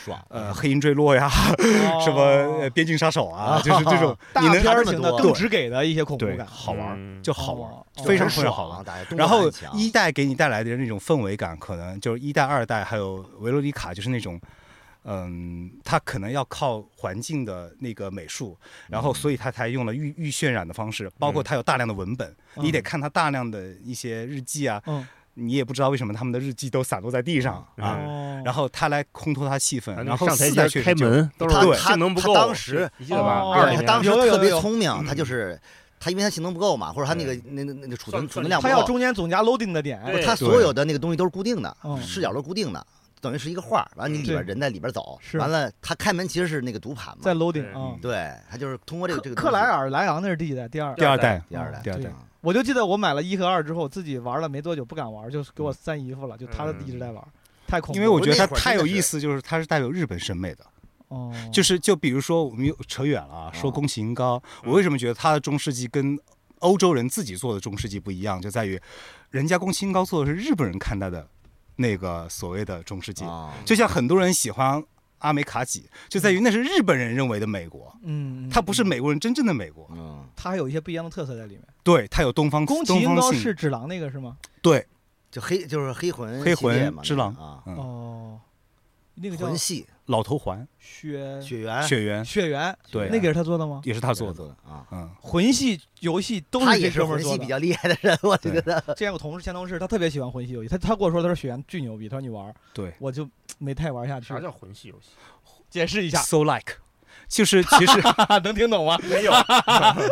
Speaker 2: 爽
Speaker 3: 呃，《黑鹰坠落》呀， [laughs] 什么呃《
Speaker 1: 嗯哦
Speaker 3: 边境杀手》啊，就是这种
Speaker 1: 大
Speaker 3: 你能
Speaker 1: 片儿
Speaker 2: 这么
Speaker 1: 型的
Speaker 2: 多
Speaker 1: 更直给的一些恐怖
Speaker 3: 对
Speaker 1: 感，
Speaker 3: 好玩儿
Speaker 4: 嗯
Speaker 3: 就好玩
Speaker 1: 哦
Speaker 3: 儿，非常非常好玩
Speaker 2: 爽，
Speaker 3: 儿。
Speaker 2: 大家动作
Speaker 3: 然后
Speaker 2: 很强
Speaker 3: 一代给你带来的那种氛围感，可能就是一代、二代还有维罗妮卡，就是那种，嗯，它可能要靠环境的那个美术，然后所以它才用了预预渲染的方式，包括
Speaker 4: 嗯
Speaker 3: 它有大量的文本，
Speaker 1: 嗯
Speaker 3: 你得看它大量的一些日记啊，
Speaker 1: 嗯
Speaker 3: 你也不知道为什么他们的日记都散落在地上
Speaker 4: 嗯
Speaker 3: 啊，
Speaker 1: 哦，
Speaker 3: 然后它来烘托它气氛，
Speaker 4: 反
Speaker 3: 然
Speaker 4: 正
Speaker 3: 后
Speaker 4: 上
Speaker 3: 四
Speaker 4: 台
Speaker 3: 代
Speaker 4: 阶
Speaker 3: 确
Speaker 4: 儿开
Speaker 3: 实就
Speaker 4: 门都
Speaker 2: 他
Speaker 4: 是
Speaker 2: 他
Speaker 4: 性能不
Speaker 2: 他
Speaker 4: 够，
Speaker 2: 当时
Speaker 4: 你记得吧？
Speaker 1: 哦
Speaker 4: 二
Speaker 1: 对
Speaker 4: 里
Speaker 2: 他
Speaker 4: 面
Speaker 2: 当时
Speaker 1: 有有有
Speaker 2: 特别
Speaker 1: 有
Speaker 2: 聪明，他
Speaker 4: 嗯
Speaker 2: 就是他因为他性能不够嘛，或者他那个那那那个储存
Speaker 4: 算
Speaker 2: 储存量不
Speaker 1: 他要
Speaker 2: 够，
Speaker 1: 中间总加 loading 的点，
Speaker 4: 对
Speaker 2: 他所有的那个东西都是固定的
Speaker 1: 嗯，
Speaker 2: 视角都是固定的。等于是一个画儿，完了你里边
Speaker 1: 对
Speaker 2: 人在里边走，
Speaker 1: 是
Speaker 2: 完了他开门其实是那个读盘嘛，
Speaker 1: 在 loading
Speaker 4: 对
Speaker 1: 啊。
Speaker 2: 对他就是通过这个这
Speaker 1: 克
Speaker 2: 个
Speaker 1: 克莱
Speaker 2: 东西
Speaker 1: 尔莱昂那是第一代，第二
Speaker 3: 第二代，
Speaker 2: 第二代嗯
Speaker 3: 第二代
Speaker 1: 对我就记得我买了一和二之后，自己玩了没多久，不敢玩，就是给我三姨夫了，就他
Speaker 4: 嗯
Speaker 1: 一直在玩，太恐怖了。
Speaker 3: 因为我觉得
Speaker 2: 那
Speaker 3: 它
Speaker 2: 会儿真的
Speaker 3: 太有
Speaker 2: 是
Speaker 3: 意思，就是它是带有日本审美的。
Speaker 1: 哦，
Speaker 3: 就是就比如说，我们又扯远了啊，说宫崎英高，
Speaker 1: 嗯
Speaker 3: 我为什么觉得他的中世纪跟欧洲人自己做的中世纪不一样，就在于人家宫崎英高做的是日本人看待的那个所谓的中世
Speaker 1: 哦
Speaker 3: 纪，
Speaker 2: 啊，
Speaker 3: 就像很多人喜欢阿美卡几，就在于那是日本人认为的美国，
Speaker 1: 嗯，
Speaker 3: 它不是，美国人真正的美国，
Speaker 2: 嗯，
Speaker 1: 它还有一些不一样的特色在里面。
Speaker 3: 对，它有东方
Speaker 1: 宫崎
Speaker 3: 东
Speaker 1: 英
Speaker 3: 方
Speaker 1: 高
Speaker 3: 性
Speaker 1: 是只狼那个是吗？
Speaker 3: 对，
Speaker 2: 就黑就是黑魂
Speaker 3: 黑魂
Speaker 2: 系列嘛
Speaker 3: 之狼
Speaker 2: 啊，
Speaker 3: 嗯
Speaker 1: 哦，那个叫呃
Speaker 2: 魂系
Speaker 3: 老头环、
Speaker 1: 血
Speaker 2: 血缘
Speaker 3: 血缘
Speaker 1: 血缘，
Speaker 3: 对
Speaker 1: 哎那个也是他做的吗？
Speaker 3: 也是他
Speaker 2: 他
Speaker 3: 做的，
Speaker 2: 的啊，
Speaker 3: 嗯，
Speaker 1: 魂系游戏都
Speaker 2: 他
Speaker 1: 是
Speaker 2: 也
Speaker 1: 这
Speaker 2: 是
Speaker 1: 哥们
Speaker 2: 魂
Speaker 1: 儿做
Speaker 2: 系比
Speaker 1: 的。
Speaker 2: 较厉害的人，我觉得
Speaker 1: 之前有同事前同事，他特别喜欢魂系游戏，他他跟我说他说血缘巨牛逼，他说你玩儿，
Speaker 3: 对
Speaker 1: 我就没太玩下去
Speaker 4: 啥。叫魂系游戏？
Speaker 1: 解释一下，
Speaker 3: ，so like。就是其实，
Speaker 1: [laughs] 能听懂吗？
Speaker 4: 没有，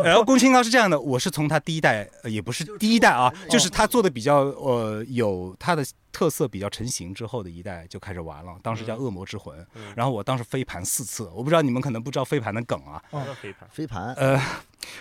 Speaker 3: 然后宫崎英呃高是这样的，我是从他第一代，呃也不是第一代啊，
Speaker 2: 就
Speaker 3: 就是是他做的比较呃有他的特色比较成型之后的一代就开始玩了，当时叫
Speaker 4: 嗯
Speaker 3: 《恶魔之魂》
Speaker 4: 嗯
Speaker 3: 然后我当时飞盘四次，我不知道你们可能不知道飞盘的梗啊，
Speaker 4: 啥叫飞盘？
Speaker 2: 飞盘
Speaker 3: 呃，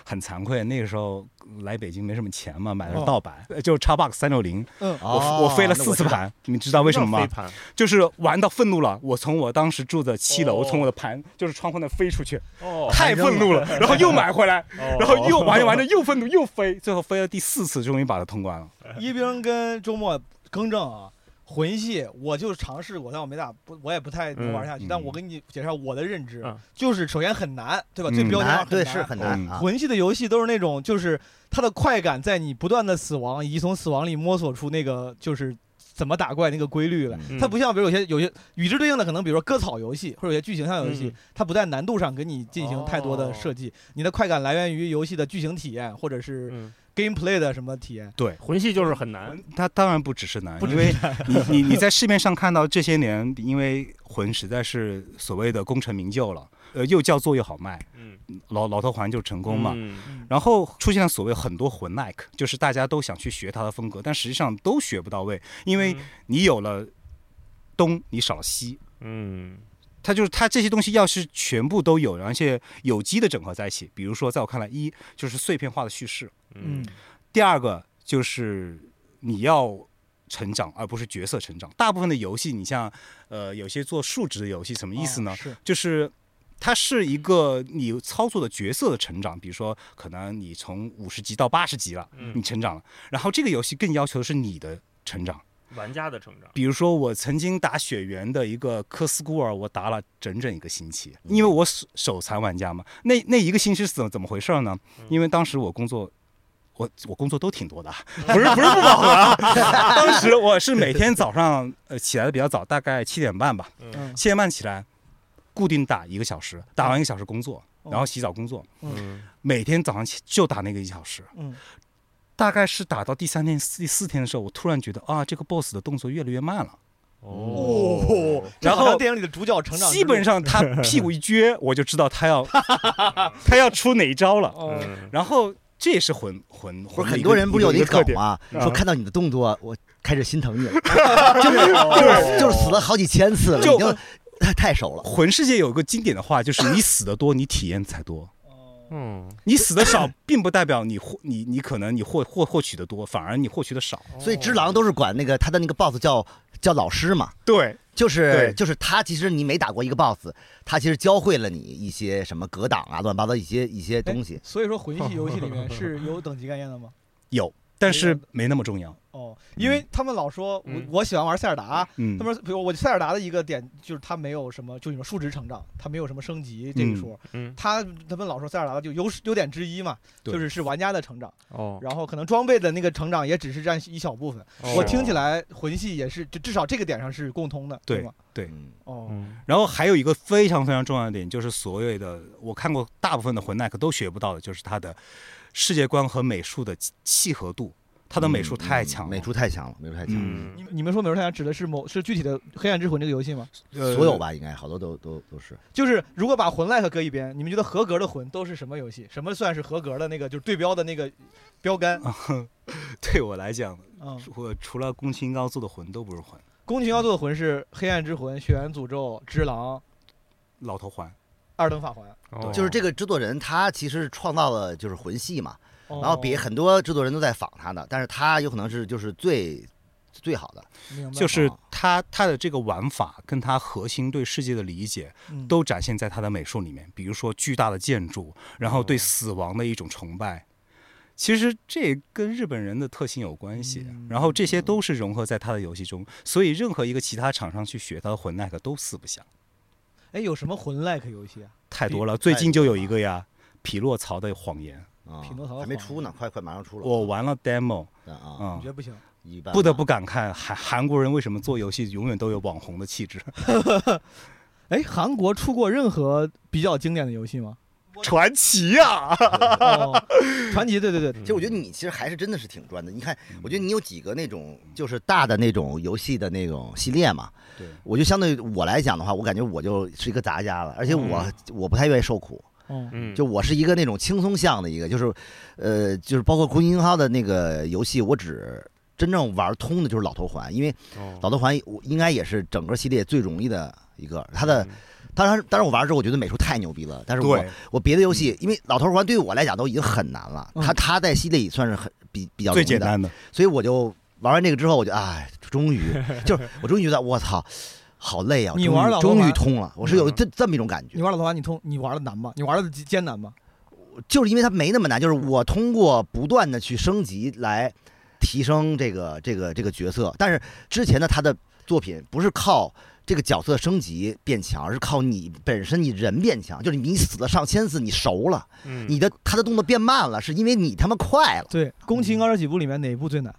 Speaker 3: 很惭愧，那个时候来北京没什么钱嘛，买的
Speaker 1: 哦
Speaker 3: 是盗版，呃就是 Xbox 三六零，
Speaker 1: 嗯，
Speaker 2: 哦
Speaker 3: 我我飞了四
Speaker 2: 那
Speaker 3: 次
Speaker 2: 我知道
Speaker 3: 盘，你们知道为什么
Speaker 4: 啥叫
Speaker 3: 吗
Speaker 4: 飞？盘
Speaker 3: 就是玩到愤怒了，我从我当时住的七楼，
Speaker 4: 哦
Speaker 3: 从我的盘就是窗户那飞出去，
Speaker 4: [laughs] 哦，
Speaker 3: 太愤怒了，然后又买回来，然
Speaker 4: 然
Speaker 3: 后又玩着玩着又愤怒又飞，最后飞了第四次，终于把它通关了。
Speaker 4: 哎 [laughs]
Speaker 1: 一冰跟周末更正啊，魂系我就尝试过，但我没咋不，我也不太能玩下去。
Speaker 3: 嗯
Speaker 1: 但我给你介绍我的认知
Speaker 4: 嗯，
Speaker 1: 就是首先很难，对吧？
Speaker 3: 嗯
Speaker 1: 最标签化
Speaker 2: 难
Speaker 1: 很
Speaker 2: 对
Speaker 1: 难
Speaker 2: 是很难
Speaker 3: 嗯
Speaker 2: 啊，
Speaker 1: 魂系的游戏都是那种，就是它的快感在你不断的死亡，以及从死亡里摸索出那个就是怎么打怪那个规律来。
Speaker 4: 嗯
Speaker 1: 它不像，比如有些有些与之对应的，可能比如说割草游戏或者有些剧情向游戏
Speaker 4: 嗯，
Speaker 1: 它不在难度上给你进行太多的设计，你的快感来源于游戏的剧情体验或者是
Speaker 4: 嗯
Speaker 1: gameplay 的什么体验。
Speaker 3: 对，
Speaker 4: 魂系就是很难，
Speaker 3: 它当然不只是难，
Speaker 1: 不只
Speaker 3: 因为你你你在市面上看到这些年，因为魂实在是所谓的功成名就了，呃，又叫做又好卖，
Speaker 4: 嗯，
Speaker 3: 老老头环就成功嘛。
Speaker 4: 嗯
Speaker 1: 嗯
Speaker 3: 然后出现了所谓很多魂 like，就是大家都想去学他的风格，但实际上都学不到位，因为你有了东，你少了西。
Speaker 4: 嗯
Speaker 3: 它就是它这些东西要是全部都有，而且有机的整合在一起，比如说在我看来，一就是碎片化的叙事，
Speaker 1: 嗯
Speaker 4: 嗯，
Speaker 3: 第二个就是你要成长，而不是角色成长。大部分的游戏，你像呃有些做数值的游戏，什么意思呢？
Speaker 1: 哦是
Speaker 3: 就是它是一个你操作的角色的成长，比如说可能你从五十级到八十级了，
Speaker 4: 嗯
Speaker 3: 你成长了，然后这个游戏更要求的是你的成长。
Speaker 4: 玩家的成长，
Speaker 3: 比如说，我曾经打雪原的一个科斯孤儿，我打了整整一个星期，
Speaker 2: 嗯
Speaker 3: 因为我手手残玩家嘛。那那一个星期是怎么怎么回事呢
Speaker 4: 嗯？
Speaker 3: 因为当时我工作，我我工作都
Speaker 1: [laughs]
Speaker 3: 挺多的啊，不是不是不饱和啊。 [laughs] 当时我是每天早上呃起来的比较早，大概七点半吧，
Speaker 1: 嗯
Speaker 3: 七点半起来，固定打一个小时，打完一个小时工作，
Speaker 1: 哦
Speaker 3: 然后洗澡工作，
Speaker 4: 嗯
Speaker 3: 每天早上起就打那个一小时。
Speaker 1: 嗯
Speaker 3: 大概是打到第三天、第四天的时候，我突然觉得啊，这个 boss 的动作越来越慢了。
Speaker 1: 哦，这
Speaker 3: 然
Speaker 1: 好像
Speaker 3: 后
Speaker 1: 电影里的主角成长之
Speaker 3: 基本
Speaker 1: 路
Speaker 3: 上他屁股一撅，我就知道他要他要出哪一招了。
Speaker 1: 哦
Speaker 4: 嗯
Speaker 3: 然后这也是魂魂
Speaker 2: 不
Speaker 3: 魂
Speaker 2: 是
Speaker 3: 的一
Speaker 2: 很
Speaker 3: 个
Speaker 2: 多人不是有
Speaker 3: 一
Speaker 2: 那
Speaker 3: 个特
Speaker 2: 梗
Speaker 3: 点，啊
Speaker 2: 吗？
Speaker 4: 嗯
Speaker 2: 说看到你的动作，我开始心疼
Speaker 3: [laughs]
Speaker 2: 你了，就是就是就是死了好几千次了，
Speaker 3: 哦就
Speaker 2: 已经太太熟了。
Speaker 3: 魂世界有一个经典的话，就是你死的多，你体验才多。
Speaker 4: 嗯，
Speaker 3: 你死
Speaker 2: [laughs]
Speaker 3: 的少，并不代表你获你你可能你获获获取的多，反而你获取的少。
Speaker 2: 所以只狼都是管那个他的那个 boss 叫叫老师嘛，
Speaker 3: 对，
Speaker 2: 就是
Speaker 3: 对
Speaker 2: 就是他其实你每打过一个 boss，他其实教会了你一些什么格挡啊、乱七八糟一些一些东西。
Speaker 1: 所以说，魂系游戏里面是有等级概念的
Speaker 3: [laughs]
Speaker 1: 吗？
Speaker 3: 但是没那么重要。
Speaker 1: 哦，因为他们老说我
Speaker 4: 嗯
Speaker 1: 我喜欢玩塞尔达，
Speaker 3: 嗯
Speaker 1: 他，们比如我塞尔达的一个点就是它没有什么，就你说数值成长，它没有什么升级这一说。
Speaker 4: 嗯
Speaker 1: 他他们老说塞尔达的就优势优点之一嘛，
Speaker 3: 对
Speaker 1: 就是是玩家的成长，
Speaker 4: 哦，
Speaker 1: 然后可能装备的那个成长也只是占一小部分。
Speaker 4: 哦
Speaker 1: 我听起，来魂系也是，就至少这个点上是共通的，
Speaker 3: 对
Speaker 1: 吗？
Speaker 3: 对
Speaker 2: 嗯，
Speaker 1: 哦，
Speaker 4: 嗯
Speaker 3: 然后还有一个非常非常重要的点，就是所谓的我看过大部分的魂耐克都学不到的，就是它的世界观和美术的契契合度，它的美术太强
Speaker 2: 嗯
Speaker 3: 了。
Speaker 2: 美术太强了，美术太强了，
Speaker 4: 嗯
Speaker 1: 你你们说美术太阳指的是某是具体的《黑暗之魂》这个游戏吗？
Speaker 3: 呃
Speaker 2: 所有吧应该好多都都都是。
Speaker 1: 就是如果把魂 like 搁一边，你们觉得合格的魂都是什么游戏？什么算是合格的那个就是对标的那个标杆？
Speaker 3: 啊对我来讲，
Speaker 1: 嗯，
Speaker 3: 我除了宫崎英高做的魂都不是魂，
Speaker 1: 宫崎英高做的魂是《黑暗之魂》《血缘诅咒》《只狼》《
Speaker 3: 老头环。
Speaker 1: 二等法环》
Speaker 4: 哦
Speaker 2: 就是这个制作人他其实创造了就是魂系嘛，
Speaker 1: 哦，
Speaker 2: 然后别很多制作人都在仿他呢，但是他有可能是就是最最好的。
Speaker 1: 明白
Speaker 3: 就是他他的这个玩法跟他核心对世界的理解
Speaker 1: 嗯
Speaker 3: 都展现在他的美术里面，比如说巨大的建筑，然后对
Speaker 2: 哦
Speaker 3: 死亡的一种崇拜。其实这也跟日本人的特性有关系，
Speaker 2: 嗯
Speaker 3: 然后这些都是融合在他的游戏中，所以任何一个其他厂商去学他的魂 like 都四不像，
Speaker 1: 哎，有什么魂 like 游戏啊？
Speaker 3: 太多
Speaker 2: 多
Speaker 3: 了。最近就有一个呀，匹诺曹的谎言，
Speaker 2: 啊
Speaker 1: 匹诺曹
Speaker 2: 还没
Speaker 1: 黄
Speaker 2: 出呢，快快马上出了。
Speaker 3: 我玩了 demo
Speaker 2: 但啊，
Speaker 3: 啊
Speaker 1: 你觉、得不行？
Speaker 2: 一般啊
Speaker 3: 不得
Speaker 2: 吧
Speaker 3: 不感慨韩韩国人为什么做游戏永远都有网红的气质，
Speaker 1: 哎，韩国出过任何比较经典的游戏
Speaker 3: [laughs]
Speaker 1: 吗？
Speaker 3: 传奇呀、
Speaker 1: 哦，传奇，对对哦
Speaker 4: 嗯
Speaker 1: 对，
Speaker 2: 其实我觉得你其实还是真的是挺专的。你
Speaker 3: 嗯
Speaker 2: 看，我觉得你有几个那种就是大的那种游戏的那种系列嘛。
Speaker 3: 对
Speaker 2: 我就相对于我来讲的话，我感觉我就是一个杂家了，而且我、
Speaker 4: 嗯
Speaker 2: 我不太愿意受苦，
Speaker 1: 哦，
Speaker 4: 嗯，
Speaker 2: 就我是一个那种轻松向的一个，就是呃，就是包括宫英浩的那个游戏，我只真正玩通的就是老头环，因为
Speaker 4: 哦
Speaker 2: 老头环我应该也是整个系列最容易的一个。它的
Speaker 4: 嗯
Speaker 2: 当然，当然我玩了之后，我觉得美术太牛逼了，但是我
Speaker 3: 对，
Speaker 2: 我别的游戏，因为老头环对于我来讲都已经很难了，
Speaker 1: 嗯
Speaker 2: 他他在系列里算是很比比较容
Speaker 3: 最
Speaker 2: 易
Speaker 3: 简
Speaker 2: 的，
Speaker 3: 单的，
Speaker 2: 所以我就玩完这个之后，我就哎，终于就是我终于觉得我操，好累啊！
Speaker 1: 你
Speaker 2: 终于
Speaker 1: 玩老头
Speaker 2: 终于
Speaker 1: 环
Speaker 2: 通了，我是有
Speaker 4: 嗯
Speaker 2: 这这么一种感觉
Speaker 1: 你，玩老头环，你通，你玩的难吗？你玩的艰难吗？
Speaker 2: 就是因为它没那么难，就是我通过不断的去升级来提升这个这个这个角色，但是之前的他的作品不是靠。这个角色升级变强，而是靠你本身你人变强，就是你死了上千次，你熟了，
Speaker 4: 嗯
Speaker 2: 你的他的动作变慢了，是因为你他妈快了。
Speaker 1: 对，《宫崎英高十几部》里面哪一部最难？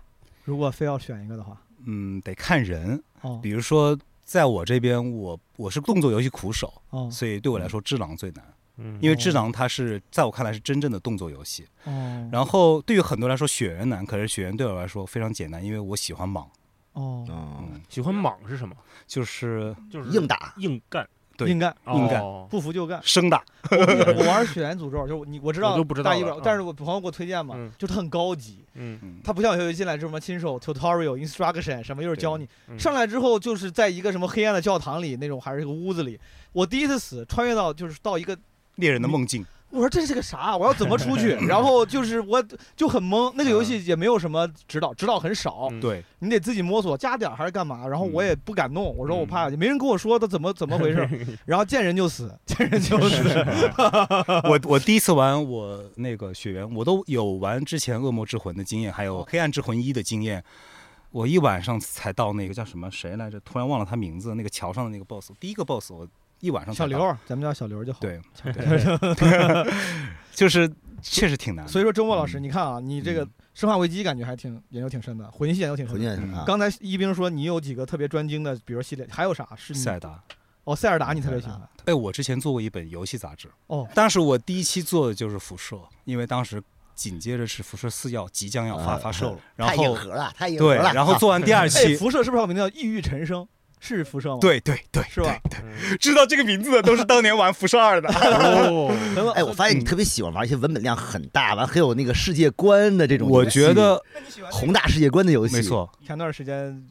Speaker 1: 如果非要选一个的话，
Speaker 3: 嗯，得看人。
Speaker 1: 哦
Speaker 3: 比如说，在我这边，我我是动作游戏苦手，
Speaker 2: 嗯
Speaker 1: 哦
Speaker 3: 所以对我来说，《智狼》最难，
Speaker 4: 嗯
Speaker 3: 因为《
Speaker 1: 哦
Speaker 3: 智狼》它是在我看来是真正的动作游戏。
Speaker 2: 嗯
Speaker 1: 哦，
Speaker 3: 然后对于很多人来说，《雪原》难，可是《雪原》对我来说非常简单，因为我喜欢莽，
Speaker 1: 哦，
Speaker 2: 嗯，
Speaker 4: 喜欢莽是什么？
Speaker 3: 就是
Speaker 4: 就是
Speaker 2: 硬打，
Speaker 4: 硬干，
Speaker 3: 对
Speaker 1: 硬干，
Speaker 3: 硬干
Speaker 4: 哦
Speaker 1: 不服就
Speaker 4: [laughs]
Speaker 1: 干。
Speaker 3: 生打。
Speaker 1: 我我玩《血缘诅咒》，就是你我知道
Speaker 4: 我就不知道
Speaker 1: 大一
Speaker 4: 了
Speaker 1: 本，但是我朋友给我推荐嘛
Speaker 4: 嗯，
Speaker 1: 就是它很高级，
Speaker 4: 嗯，
Speaker 3: 嗯，
Speaker 1: 它不像有些游戏进来什么亲手 tutorial、instruction 什么，又是教你
Speaker 4: 嗯
Speaker 1: 上来之后就是在一个什么黑暗的教堂里那种，还是一个屋子里。我第一次死，穿越到就是到一个，
Speaker 3: 猎人的梦境，
Speaker 1: 我说这是个啥？我要怎么
Speaker 4: [laughs]
Speaker 1: 出去？然后就是我就很懵，那个游戏也没有什么指导，指导很少，
Speaker 4: 嗯
Speaker 3: 对，
Speaker 1: 你得自己摸索加点儿还是干嘛。然后我
Speaker 3: 嗯
Speaker 1: 也不敢弄，我说我怕，没人跟我说他怎么怎么回 [laughs] 事儿，然后见人就死，见人就死。
Speaker 3: [laughs] 我我第一次玩我那个《雪原》，我都有玩之前《恶魔之魂》的经验，还有《
Speaker 1: 哦
Speaker 3: 黑暗之魂一》的经验。我一晚上才到那个叫什么谁来着？突然忘了他名字，那个桥上的那个 boss，第一个 boss，我一晚上
Speaker 1: 小
Speaker 3: 才到
Speaker 1: 刘儿，咱们叫小刘儿就好。
Speaker 3: 对， [laughs] 就是确实挺难
Speaker 1: [laughs]
Speaker 3: 的。
Speaker 1: 所以说周末老师，
Speaker 3: 嗯
Speaker 1: 你看啊，你这个《
Speaker 3: 嗯
Speaker 1: 生化危机》感觉还挺研究挺深的，魂系研究挺深
Speaker 2: 重
Speaker 1: 的。
Speaker 2: 建是吧？
Speaker 3: 啊
Speaker 1: 刚才一冰说你有几个特别专精的，比如系列，还有啥是你
Speaker 3: 塞尔达，
Speaker 1: 哦塞尔达你特别喜欢
Speaker 3: 哎，我之前做过一本游戏杂志，
Speaker 1: 哦
Speaker 3: 当时我第一期做的就是辐射，因为当时紧接着是辐射四要即将要发
Speaker 2: 啊
Speaker 3: 发 [laughs] 售了，
Speaker 2: 太
Speaker 3: 然
Speaker 2: 硬
Speaker 3: 后
Speaker 2: 核了，太硬核
Speaker 3: 对，
Speaker 2: 了。
Speaker 3: 然后做完第 [laughs] 二
Speaker 1: 哎，
Speaker 3: 期，
Speaker 1: 辐射是不是有个名字叫《异域沉声》？是辐射吗？，
Speaker 3: 对对对，
Speaker 1: 是吧？
Speaker 4: 嗯
Speaker 3: 知道这个名字的都是当年玩辐射 [laughs] 二的，
Speaker 4: 哦，
Speaker 1: 很好
Speaker 2: [laughs] 哎，我发现你特别喜欢玩一些文本量很大，完很有那个世界观的这种游戏，
Speaker 3: 我觉得
Speaker 1: 那你喜欢那个
Speaker 2: 宏大世界观的游戏，
Speaker 3: 没。错
Speaker 1: 前段时间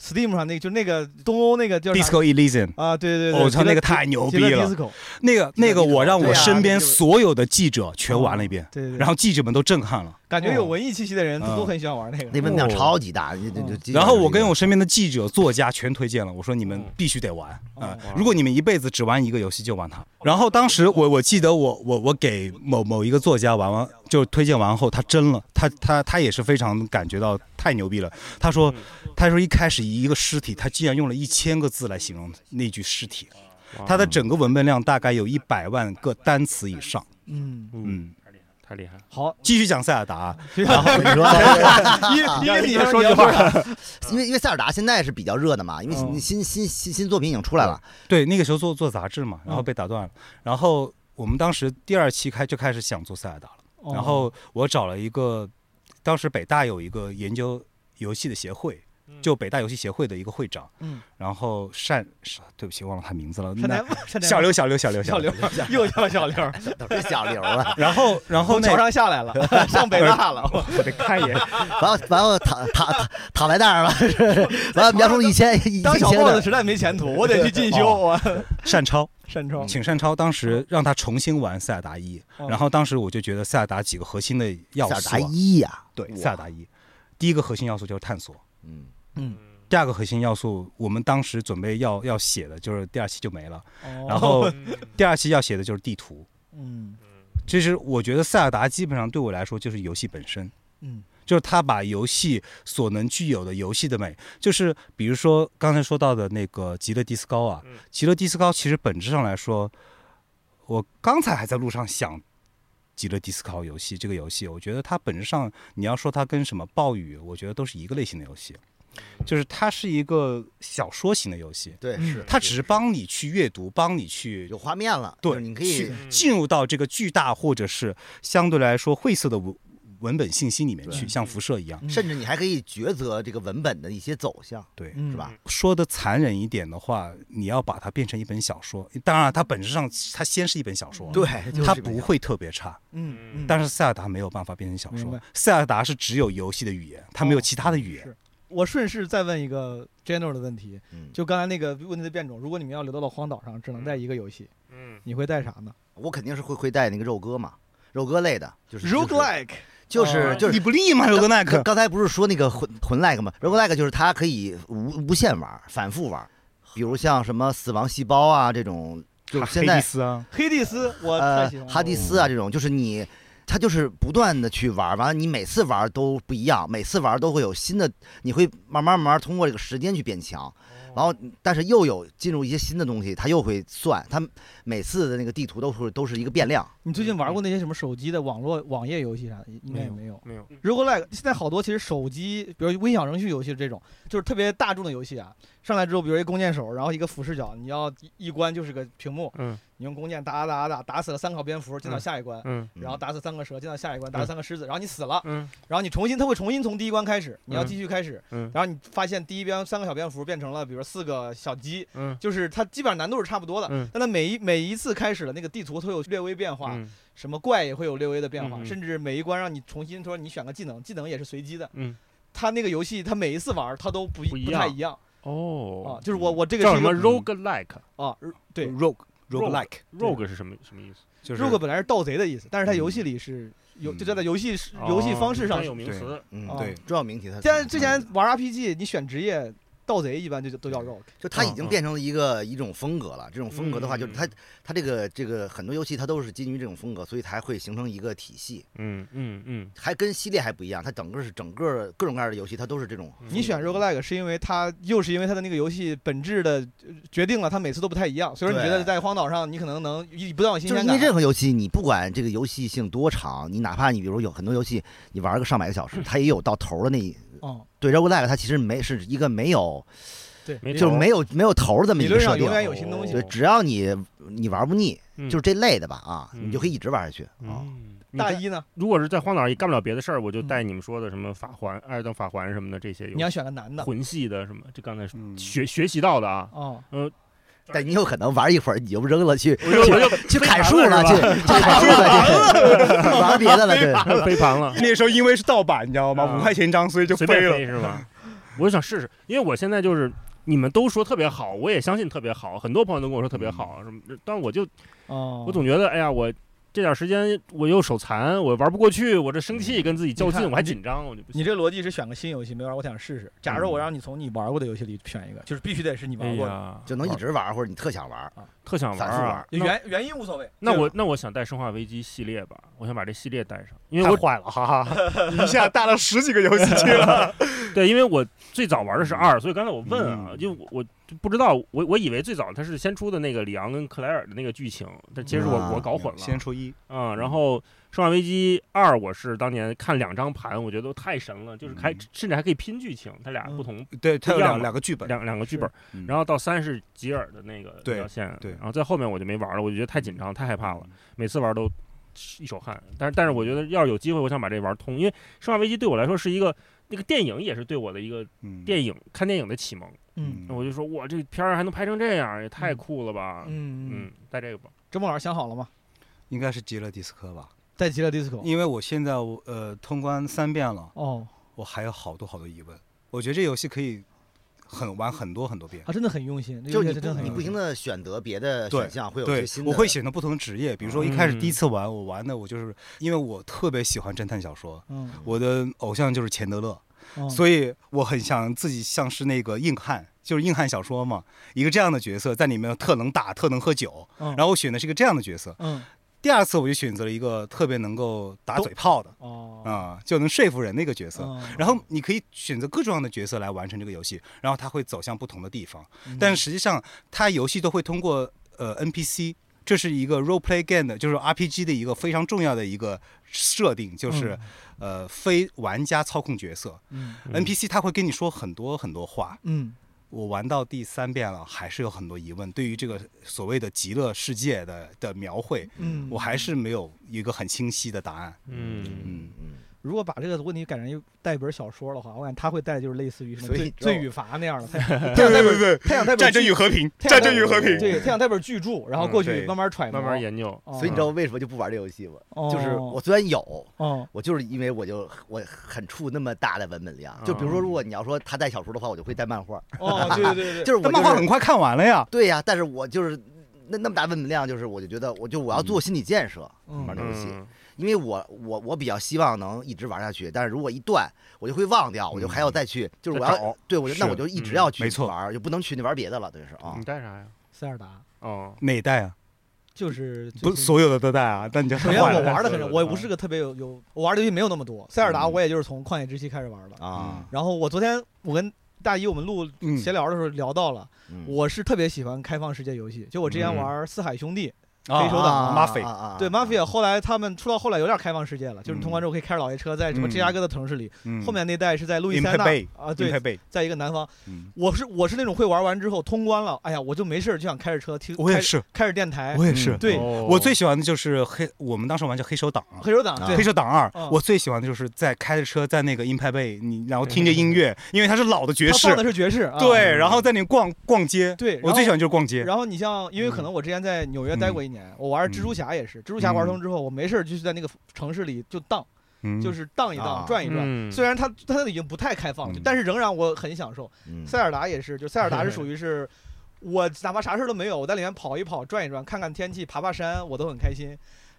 Speaker 1: Steam 上那个就那个东欧那个叫啥
Speaker 3: ，Disco Elysium。
Speaker 1: 啊，对对对，
Speaker 3: 哦我操，
Speaker 1: 极乐
Speaker 3: 那个太牛
Speaker 1: 极
Speaker 3: 逼
Speaker 1: 乐
Speaker 3: 了！
Speaker 1: disco，
Speaker 3: 那个那个，我让我
Speaker 2: 对啊
Speaker 3: 身边
Speaker 2: 就是
Speaker 3: 所有的记者全玩了一遍，
Speaker 1: 对对对，
Speaker 3: 然
Speaker 1: 后
Speaker 3: 后记者们都震撼了。
Speaker 1: 感觉有文艺气息的人
Speaker 3: 嗯
Speaker 1: 都很喜欢玩那个
Speaker 2: 那文本量超级大，就就就
Speaker 3: 然后我跟我身边的记者、作家全推荐了，我说你们必须得玩啊、
Speaker 1: 哦
Speaker 3: 如果你们一辈子只玩一个游戏，就玩它。然后当时我我记得我我我给某某一个作家玩完，就推荐完后，他真了，他他他也是非常感觉到太牛逼了。他说他说一开始一个尸体，他竟然用了一千个字来形容那具尸体，他的整个文本量大概有一百万个单词以上。
Speaker 1: 嗯，
Speaker 4: 嗯，
Speaker 3: 嗯，
Speaker 4: 太厉害了，
Speaker 1: 好，
Speaker 3: 继续讲塞尔达，啊
Speaker 1: 然后
Speaker 2: 你说，
Speaker 1: 一一你说
Speaker 4: 说句
Speaker 1: 话，
Speaker 2: [laughs] 因为因为塞尔达现在是比较热的嘛，因为
Speaker 1: 嗯
Speaker 2: 新新新新新作品已经出来了，
Speaker 3: 对，那个时候做做杂志嘛，然后被打断
Speaker 1: 嗯
Speaker 3: 了，然后我们当时第二期开就开始想做塞尔达了。
Speaker 1: 哦
Speaker 3: 然后我找了一个，当时北大有一个研究游戏的协会，就北大游戏协会的一个会长，
Speaker 1: 嗯，
Speaker 3: 然后单，对不起，忘了他名字了，
Speaker 1: 山
Speaker 3: 那
Speaker 1: [laughs] 田山田
Speaker 3: 小刘，小刘，小刘，
Speaker 1: 小刘，又叫小刘，
Speaker 2: [laughs] 都是小流啊了。
Speaker 3: 然后，然后
Speaker 1: 从桥
Speaker 3: 那
Speaker 1: 上下来了，上北大了，
Speaker 4: 我得看一眼，
Speaker 2: 完后完后躺躺躺躺在那儿了，是完了描述一千一
Speaker 1: 当
Speaker 2: 千
Speaker 1: 小
Speaker 2: 个
Speaker 1: boss 实在没前途，我得去进修。啊我
Speaker 3: 单超，
Speaker 1: 山超，
Speaker 3: 请单超当时让他重新玩塞尔达一，
Speaker 1: 哦
Speaker 3: 然后当时我就觉得塞尔达几个核心的要
Speaker 2: 塞尔
Speaker 3: 素
Speaker 2: 达
Speaker 3: 啊，
Speaker 2: 一呀，
Speaker 3: 对，
Speaker 2: 哇
Speaker 3: 塞尔达一，第一个核心要素就是探索，
Speaker 2: 嗯，
Speaker 1: 嗯，
Speaker 3: 第二个核心要素，我们当时准备要要写的就是第二期就没了，
Speaker 1: 哦
Speaker 3: 然后
Speaker 4: 嗯
Speaker 3: 第二期要写的就是地图。
Speaker 1: 嗯
Speaker 3: 其实我觉得塞尔达基本上对我来说就是游戏本身，
Speaker 1: 嗯
Speaker 3: 就是它把游戏所能具有的游戏的美，就是比如说刚才说到的那个《极乐迪斯高》啊，
Speaker 4: 嗯
Speaker 3: 《极乐迪斯高》其实本质上来说，我刚才还在路上想《极乐迪斯高》游戏这个游戏，我觉得它本质上你要说它跟什么暴雨，我觉得都是一个类型的游戏，就是它是一个小说型的游戏，
Speaker 2: 对，
Speaker 1: 嗯
Speaker 2: 是
Speaker 3: 它只是帮你去阅读，帮你去
Speaker 2: 有画面了，
Speaker 3: 对
Speaker 2: 就是你可以
Speaker 3: 去进入到这个巨大或者是相对来说晦涩的文文本信息里面去，
Speaker 1: 对
Speaker 3: 像辐射一样。
Speaker 1: 嗯
Speaker 2: 甚至你还可以抉择这个文本的一些走向，
Speaker 3: 对，
Speaker 1: 嗯
Speaker 2: 是吧？
Speaker 3: 说的残忍一点的话，你要把它变成一本小说。当然，它本质上它先是一本小说，
Speaker 2: 对，就是
Speaker 3: 它
Speaker 2: 这个
Speaker 3: 不会特别差。
Speaker 1: 嗯嗯，
Speaker 3: 但是塞尔达没有办法变成小
Speaker 1: 明白
Speaker 3: 说，塞尔达是只有游戏的语言，它没有其他的语言。
Speaker 1: 是我顺势再问一个 general 的问题，
Speaker 2: 嗯
Speaker 1: 就刚才那个问题的变种，如果你们要留到了荒岛上，只能带一个游戏，
Speaker 4: 嗯
Speaker 1: 你会带啥呢
Speaker 2: 我肯定是会会带那个肉鸽嘛，肉鸽类的，就是就是
Speaker 1: 哦
Speaker 2: 就是
Speaker 3: 你不利吗？罗格奈克
Speaker 2: [laughs] 刚，刚才不是说那个魂魂 like 吗？魂 like 就是它可以无无限玩，反复玩，比如像什么死亡细胞啊这种，就
Speaker 3: 哈
Speaker 2: 是现
Speaker 3: 黑
Speaker 2: 在
Speaker 3: 迪斯啊，
Speaker 1: 黑蒂斯，我太
Speaker 2: 呃
Speaker 1: 喜欢了
Speaker 2: 哈迪斯啊这种，就是你。它就是不断的去玩，完了你每次玩都不一样，每次玩都会有新的，你会慢慢慢慢通过这个时间去变强，然后但是又有进入一些新的东西，它又会算，它每次的那个地图都会都是一个变量。
Speaker 1: 你最近玩过那些什么手机的网络网页游戏啥的？应该也嗯没有。
Speaker 4: 没有，
Speaker 1: 如果 like 现在好多其实手机，比如微小程序游戏这种，就是特别大众的游戏啊。上来之后，比如一弓箭手，然后一个俯视角，你要一一关就是个屏幕，
Speaker 4: 嗯
Speaker 1: 你用弓箭打打打打，打死了三个蝙蝠，进到
Speaker 4: 嗯
Speaker 1: 下一关，
Speaker 4: 嗯
Speaker 1: 然后打死三个蛇，进到下一关，打死三个狮子，然后你死了，
Speaker 4: 嗯
Speaker 1: 然后你重新，它会重新从第一关开始，你要继续开始，
Speaker 4: 嗯
Speaker 1: 然后你发现第一边三个小蝙蝠变成了，比如四个小鸡，
Speaker 4: 嗯
Speaker 1: 就是它基本上难度是差不多的，
Speaker 4: 嗯
Speaker 1: 但它每一每一次开始的那个地图都有略微变化，
Speaker 4: 嗯
Speaker 1: 什么怪也会有略微的变化，
Speaker 4: 嗯嗯
Speaker 1: 甚至每一关让你重新说你选个技能，技能也是随机的。
Speaker 4: 嗯
Speaker 1: 它那个游戏它每一次玩儿它都不
Speaker 4: 不一
Speaker 1: 不太
Speaker 4: 样
Speaker 1: 一样啊
Speaker 4: 哦，，
Speaker 1: 就是我我这个
Speaker 4: 叫
Speaker 1: 是
Speaker 4: 什
Speaker 1: 一
Speaker 4: 么
Speaker 1: 个
Speaker 4: rogue like
Speaker 1: 啊，对
Speaker 3: ，rogue rogue like
Speaker 4: rogue 是什么什么意思？
Speaker 3: 就是
Speaker 1: rogue 本来是盗贼的意思，但是它游戏
Speaker 3: 嗯
Speaker 1: 里是有
Speaker 2: 嗯
Speaker 1: 就在它游戏游戏方式上
Speaker 4: 它
Speaker 1: 是
Speaker 4: 有名词，
Speaker 2: 嗯，
Speaker 1: 哦
Speaker 3: 对
Speaker 2: 重要命题它。
Speaker 1: 现在
Speaker 4: 嗯
Speaker 1: 之前玩 RPG，你选职业盗贼一般就都叫 rogue。
Speaker 2: 就它已经
Speaker 4: 嗯嗯
Speaker 2: 变成了一个一种风格了。这种风格的话，就是它
Speaker 4: 嗯
Speaker 2: 它这个这个很多游戏它都是基于这种风格，所以才会形成一个体系，
Speaker 4: 嗯嗯嗯，
Speaker 2: 还跟系列还不一样。它整个是整个各种各样的游戏，它都是这种。
Speaker 4: 嗯
Speaker 1: 你选 roguelike 是因为它又是因为它的那个游戏本质的呃决定了它每次都不太一样，所以说你觉得
Speaker 2: 对
Speaker 1: 在荒岛上你可能能一不断有新
Speaker 2: 就是
Speaker 1: 鲜
Speaker 2: 因
Speaker 1: 感。
Speaker 2: 为
Speaker 1: 啊
Speaker 2: 任何游戏，你不管这个游戏性多长，你哪怕你比如有很多游戏，你玩个上百个小时，它也有到头的那一。
Speaker 1: 嗯，
Speaker 2: 对 roguelike，它其实没是一个没有，
Speaker 1: 对，
Speaker 4: 没
Speaker 2: 就是没有没有啊头的这么
Speaker 1: 理
Speaker 2: 一个
Speaker 1: 论
Speaker 2: 设
Speaker 1: 上
Speaker 2: 定
Speaker 1: 永。远有新东西
Speaker 2: 对，。只要你你玩不腻，
Speaker 4: 嗯
Speaker 2: 就是这类的吧啊，
Speaker 4: 嗯
Speaker 2: 你就可以一直玩下去啊。
Speaker 4: 嗯，
Speaker 1: 大
Speaker 4: 大
Speaker 1: 一呢，
Speaker 4: 如果是在荒岛上也干不了别的事儿，我就带你们说的什么法环、艾尔登法环什么的这些游
Speaker 1: 你要选个男的。
Speaker 4: 魂系的什么，这刚才说
Speaker 3: 嗯
Speaker 4: 学学习到的啊，
Speaker 1: 哦，
Speaker 2: 但你有可能玩一会儿你就扔了去
Speaker 4: 我就我就
Speaker 2: [laughs] 去
Speaker 4: 飞
Speaker 2: 砍
Speaker 4: 盘
Speaker 2: 树了，去
Speaker 4: 是吧
Speaker 2: 去砍树了，去玩别的了，
Speaker 3: [laughs]
Speaker 2: 对。
Speaker 4: 飞盘了，
Speaker 3: 那时候因为是盗版，你知道吗？
Speaker 4: 啊
Speaker 3: 五块钱一张，所以就
Speaker 4: 随
Speaker 3: 飞
Speaker 4: 便
Speaker 3: 了
Speaker 4: 飞。是吧？我就想试试，因为我现在就是你们都说特别好，我也相信特别好，很多朋友都跟我说特别好，什么，但我就
Speaker 1: 哦，
Speaker 4: 我总觉得，哎呀，我这点时间我又手残，我玩不过去，我这生气跟自己较
Speaker 1: 你看
Speaker 4: 劲，我还
Speaker 1: 你
Speaker 4: 紧张，我就不
Speaker 1: 你
Speaker 4: 行。
Speaker 1: 这个逻辑是选个新游戏没玩，我想试试。假如我让你从你玩过的游戏里选一个，就是必须得是你
Speaker 4: 哎
Speaker 1: 玩过的，
Speaker 4: 呀，
Speaker 2: 就能一直玩，或者你特想玩，
Speaker 4: 特想玩
Speaker 2: 反复
Speaker 4: 啊
Speaker 2: 玩！
Speaker 1: 就
Speaker 4: 那
Speaker 1: 原原因无所谓。
Speaker 4: 那
Speaker 1: 对
Speaker 4: 我
Speaker 1: 吧
Speaker 4: 那我想带《生化危机》系列吧，我想把这系列带上，因为
Speaker 3: 太
Speaker 4: 我
Speaker 3: 坏了，哈哈！一下带了十几个游戏嗯去了。
Speaker 4: 对，因为我最早玩的是二，所以刚才我问啊，
Speaker 3: 嗯
Speaker 4: 就我我就不知道，我我以为最早它是先出的那个里昂跟克莱尔的那个剧情，但其实我、
Speaker 2: 啊
Speaker 4: 我搞混了。
Speaker 3: 先出一，
Speaker 4: 嗯，然后《生化危机二》我是当年看两张盘，我觉得太神了，就是还、
Speaker 3: 嗯
Speaker 4: 甚至还可以拼剧情，它俩
Speaker 1: 嗯
Speaker 4: 不同、
Speaker 3: 对，它有
Speaker 4: 一样
Speaker 3: 两
Speaker 4: 嘛
Speaker 3: 两个剧本，
Speaker 4: 两两个剧本，
Speaker 3: 嗯
Speaker 4: 然后到三是吉尔的那个
Speaker 3: 对
Speaker 4: 条线，
Speaker 3: 对
Speaker 4: 然后在后面我就没玩了，我就觉得太紧张太害怕了，每次玩都一手汗。但是但是我觉得要是有机会，我想把这玩通，因为《生化危机》对我来说是一个那个电影也是对我的一个
Speaker 3: 嗯
Speaker 4: 电影看电影的启蒙，
Speaker 1: 嗯
Speaker 4: 那我就说哇，这片儿还能拍成这样，也太酷了吧！
Speaker 1: 嗯
Speaker 4: 嗯，，带这个吧，
Speaker 1: 周梦老师想好了吗？
Speaker 3: 应该是极乐迪斯科吧，
Speaker 1: 在极乐 disco。
Speaker 3: 因为我现在我呃通关三遍了，
Speaker 1: 哦，
Speaker 3: 我还有好多好多疑问。我觉得这游戏可以很玩很多很多遍。
Speaker 1: 他真的很用心，这
Speaker 2: 就
Speaker 1: 游
Speaker 2: 是
Speaker 1: 戏
Speaker 2: 你
Speaker 1: 真的
Speaker 2: 不
Speaker 1: 很
Speaker 2: 你
Speaker 1: 用
Speaker 2: 不
Speaker 1: 心
Speaker 2: 停。的选择别的
Speaker 3: 对
Speaker 2: 选项，会有一
Speaker 3: 对
Speaker 2: 些新，的。
Speaker 3: 我会选择不同的职业，比如说一开始
Speaker 4: 嗯
Speaker 3: 第一次玩，我玩的我就是因为我特别喜欢侦探小说，
Speaker 1: 嗯，
Speaker 3: 我的偶像就是钱德勒，
Speaker 2: 哦
Speaker 1: 嗯
Speaker 3: 所以我很想自己像是那个硬汉，就是硬汉小说嘛，一个这样的角色在里面特能打、特能喝
Speaker 2: 哦
Speaker 3: 酒，
Speaker 1: 嗯
Speaker 3: 然后我选的是一个这样的角色。
Speaker 1: 嗯
Speaker 3: 第二次我就选择了一个特别能够打
Speaker 1: 都
Speaker 3: 嘴炮的
Speaker 1: 哦，
Speaker 3: 啊、就能说服人的一个
Speaker 2: 哦
Speaker 3: 角色。
Speaker 1: 嗯
Speaker 3: 然后你可以选择各种各样的角色来完成这个游戏，然后它会走向不同的地方。
Speaker 1: 嗯
Speaker 3: 但是实际上，它游戏都会通过呃 NPC，这是一个 role play game 的，就是 RPG 的一个非常重要的一个设定，就是、呃非玩家操控角色
Speaker 1: 嗯
Speaker 4: 嗯
Speaker 3: NPC，他会跟你说很多很多话。
Speaker 1: 嗯
Speaker 3: 我玩到第三遍了，还是有很多疑问，对于这个所谓的极乐世界的的描绘，
Speaker 1: 嗯，
Speaker 3: 我还是没有一个很清晰的答案。
Speaker 4: 嗯，
Speaker 3: 嗯，
Speaker 2: 嗯，
Speaker 1: 如果把这个问题改成一带一本小说的话，我感觉他会带就是类似于什么
Speaker 2: 所以
Speaker 1: 罪
Speaker 2: 你知道
Speaker 1: 罪
Speaker 2: 我
Speaker 1: 与罚那样的，他想他想带本
Speaker 3: [laughs] 对，
Speaker 1: 他想带本剧
Speaker 3: 和平，
Speaker 1: 他想带本
Speaker 2: 平
Speaker 1: 对，他想带本巨著，然后
Speaker 4: 嗯
Speaker 1: 过去
Speaker 3: 对
Speaker 1: 慢慢揣摩，
Speaker 4: 慢慢研究。
Speaker 1: 哦。
Speaker 2: 所以你知道我为什么就不玩这游戏吗？
Speaker 1: 哦
Speaker 2: 就是我虽然有，
Speaker 1: 哦
Speaker 2: 我就是因为我就我很怵那么大的文本量。就比如说，如果你要说他带小说的话，我就会带漫画， [laughs]
Speaker 1: 哦，对对对，
Speaker 2: 就是我
Speaker 3: 但漫画
Speaker 2: 就是
Speaker 3: 很快看完了呀。
Speaker 2: 对呀，但是我就是那那么大文本量，就是我就觉得我就我要做心理建设
Speaker 1: 嗯
Speaker 2: 玩这游戏，
Speaker 4: 嗯
Speaker 2: 因为我我我比较希望能一直玩下去，但是如果一断，我就会忘掉，我就还要再去，就是我
Speaker 4: 再
Speaker 2: 要
Speaker 4: 找
Speaker 2: 对我就是那我就一直
Speaker 4: 嗯
Speaker 2: 要去
Speaker 3: 没错
Speaker 2: 玩，就不能去那玩别的了，等于是啊
Speaker 4: 你，带啥呀？
Speaker 1: 塞尔达
Speaker 4: 哦，
Speaker 3: 哪一代啊？
Speaker 1: 就是
Speaker 3: 不，
Speaker 1: 最近
Speaker 3: 所有的都带啊。但你这
Speaker 1: 首
Speaker 3: 太
Speaker 1: 先
Speaker 2: [laughs]
Speaker 3: 坏
Speaker 1: 我
Speaker 3: 了。
Speaker 1: 玩的很少，我
Speaker 4: 嗯
Speaker 1: 不是个特别有有，我玩的游戏没有那么多。塞尔达
Speaker 2: 嗯
Speaker 1: 我也就是从旷野之息开始玩的。
Speaker 2: 啊，
Speaker 1: 然后我昨天我跟大一我们录
Speaker 3: 嗯
Speaker 1: 闲聊的时候聊到了，
Speaker 2: 嗯
Speaker 1: 我是特别喜欢开放世界游戏。就我之前
Speaker 4: 嗯
Speaker 1: 玩《四海兄弟》，
Speaker 3: 啊
Speaker 1: 黑手党
Speaker 2: 啊
Speaker 3: Mafia
Speaker 2: 啊啊
Speaker 1: 对 Mafia，后来他们出到后来有点开放世界了，就是你
Speaker 3: 嗯
Speaker 1: 通关之后可以开着老爷车在什么
Speaker 3: 嗯
Speaker 1: 芝加哥的城市里，
Speaker 3: 嗯
Speaker 1: 后面那代是在路易斯安那
Speaker 3: Impey
Speaker 1: 啊，
Speaker 3: 对
Speaker 1: 对，
Speaker 3: 贝，
Speaker 1: 在一个南方。
Speaker 3: 嗯，
Speaker 1: 我是我是那种会玩完之后通关了，哎呀，我就没事儿就想开着车听，
Speaker 3: 我也
Speaker 1: 开
Speaker 3: 是，
Speaker 1: 开着电台，
Speaker 3: 我也
Speaker 2: 嗯
Speaker 3: 是。
Speaker 1: 对，
Speaker 4: 哦
Speaker 3: 我最喜欢的就是黑，我们当时玩叫黑手党，
Speaker 1: 黑手党
Speaker 2: 啊
Speaker 1: 对
Speaker 3: 黑手党二
Speaker 1: 嗯，
Speaker 3: 我最喜欢的就是在开着车在那个 Impey 贝，你然后听着音乐，因为它是老的爵
Speaker 1: 他
Speaker 3: 士
Speaker 1: 放，的是爵士，啊
Speaker 3: 对，然后在那逛逛街，
Speaker 1: 对，
Speaker 3: 我最喜
Speaker 1: 欢。
Speaker 3: 欢嗯就是逛街。
Speaker 1: 然后你像，因为可能我之前在纽约待
Speaker 3: 嗯
Speaker 1: 过一年，我玩蜘蛛侠也是，蜘蛛侠玩通之后，我没事儿就是在那个城市里就荡，
Speaker 3: 嗯
Speaker 1: 就是荡一荡，
Speaker 2: 啊
Speaker 1: 转一转。
Speaker 4: 嗯
Speaker 1: 虽然它它已经不太开放了，
Speaker 3: 嗯
Speaker 1: 但是仍然我很享受。
Speaker 2: 嗯
Speaker 1: 塞尔达也
Speaker 3: [laughs]
Speaker 1: 是，就塞尔达是属于是，我哪怕啥事儿都没有，我在里面跑一跑、转一转、看看天气、爬爬山，我都很开心。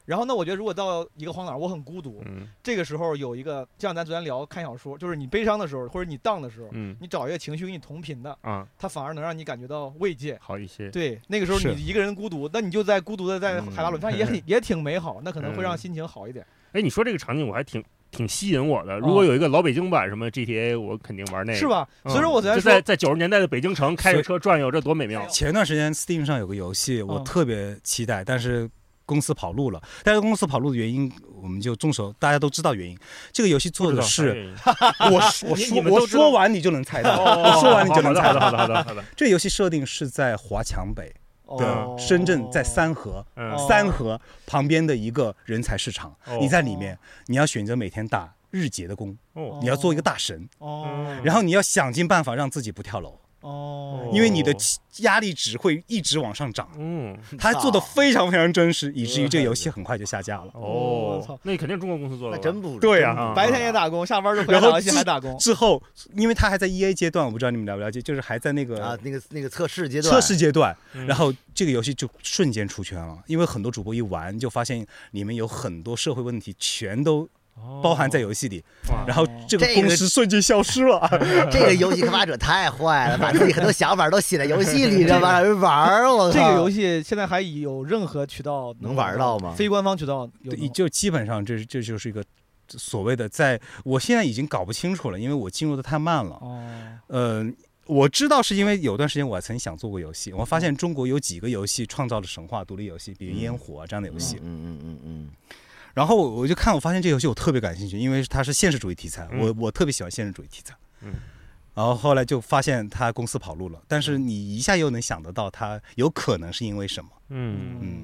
Speaker 1: 然后呢，我觉得如果到一个荒岛，我很孤独。
Speaker 4: 嗯
Speaker 1: 这个时候有一个，就像咱昨天聊看小说，就是你悲伤的时候或者你荡的时候，
Speaker 4: 嗯
Speaker 1: 你找一个情绪跟你同频的，
Speaker 4: 啊，
Speaker 1: 它反而能让你感觉到慰藉。
Speaker 4: 好一些。
Speaker 1: 对，那个时候
Speaker 3: 是
Speaker 1: 你一个人孤独，那你就在孤独的在海拉鲁
Speaker 4: [laughs]
Speaker 1: 上也很也挺美好，那可能会让
Speaker 4: 嗯
Speaker 1: 心情好一点。
Speaker 4: 哎，你说这个场景我还挺挺吸引我的。如果有一个老北京版什么 GTA，我肯定玩那个，
Speaker 1: 是？吧？
Speaker 4: 嗯、
Speaker 1: 所以说我昨天
Speaker 4: 就
Speaker 1: 说
Speaker 4: 在，在九十年代的北京城开着车转悠，这多美妙！
Speaker 3: 前段时间 Steam 上有个游戏，我
Speaker 1: 嗯
Speaker 3: 特别期待，但是公司跑路了。但是公司跑路的原因，我们就众所大家都知道原因。这个游戏做的是，
Speaker 4: [laughs]
Speaker 3: 我说我
Speaker 4: 你
Speaker 3: 说
Speaker 4: 你们
Speaker 3: 我
Speaker 4: 都知道
Speaker 3: 说完你就能猜到，[laughs]
Speaker 4: 我
Speaker 3: 我说完你就能猜
Speaker 4: 好的，哎哦好
Speaker 3: 到。
Speaker 4: 的，好的，好的。
Speaker 3: 这游戏设定是在华强
Speaker 4: [laughs]
Speaker 3: 北，
Speaker 4: 啊
Speaker 1: 哦
Speaker 3: 深圳在三河，
Speaker 1: 哦
Speaker 4: 嗯，
Speaker 3: 三河旁边的一个人才市场
Speaker 4: 哦，
Speaker 3: 你在里面，你要选择每天打日结的工，
Speaker 4: 哦，
Speaker 3: 你要做一个大神，
Speaker 1: 哦
Speaker 4: 嗯
Speaker 3: 然后你要想尽办法让自己不跳楼，
Speaker 1: 哦，
Speaker 3: 因为你的
Speaker 4: 哦
Speaker 3: 压力值会一直往上涨。
Speaker 4: 嗯，
Speaker 3: 他做的非常非常真实，以至于这个游戏很快就下架了。
Speaker 1: 我操
Speaker 4: 哦，那肯定中国公司做的
Speaker 2: 那
Speaker 4: 吧，
Speaker 2: 真不
Speaker 3: 对呀
Speaker 2: 真
Speaker 4: 啊嗯
Speaker 2: 不
Speaker 1: 白天也打工，下班就回来打游戏还打工。
Speaker 3: 之后，因为他还在 E A 阶段，我不知道你们了不了解，就是还在那
Speaker 2: 啊
Speaker 3: 个，
Speaker 2: 那个那个测试阶段
Speaker 3: 测试阶段，
Speaker 4: 嗯。
Speaker 3: 然后这个游戏就瞬间出圈了，因为很多主播一玩就发现里面有很多社会问题全都
Speaker 4: 哦
Speaker 3: 包含在游戏里，
Speaker 1: 哦
Speaker 4: 哇
Speaker 3: 然后这个
Speaker 2: 这个
Speaker 3: 公司瞬间消失了。
Speaker 2: 这个游戏开发者太坏了，把自己很多想法都写在游戏里，知道吧？让人玩儿，我
Speaker 1: 这
Speaker 2: 靠
Speaker 1: 个游戏现在还有任何渠道
Speaker 2: 能玩到吗
Speaker 1: 非官方渠道
Speaker 3: [laughs]
Speaker 1: 有
Speaker 3: 对，
Speaker 1: 能
Speaker 3: 就基本上这这就是一个所谓的，在我现在已经搞不清楚了，因为我进入的太慢了。
Speaker 1: 哦
Speaker 3: 呃，我知道是因为有段时间我还曾想做过游戏，我发现中国有几个游戏创造了神话独立游戏，比如
Speaker 2: 嗯
Speaker 3: 《烟火》啊这样的游戏。
Speaker 2: 嗯嗯嗯
Speaker 3: 然后我就看，我发现这游戏我特别感兴趣，因为它是现实主义题材，我我特别喜欢现实主义题材。
Speaker 4: 嗯。
Speaker 3: 然后后来就发现他公司跑路了，但是你一下又能想得到他有可能是因为什么，
Speaker 4: 嗯
Speaker 3: 嗯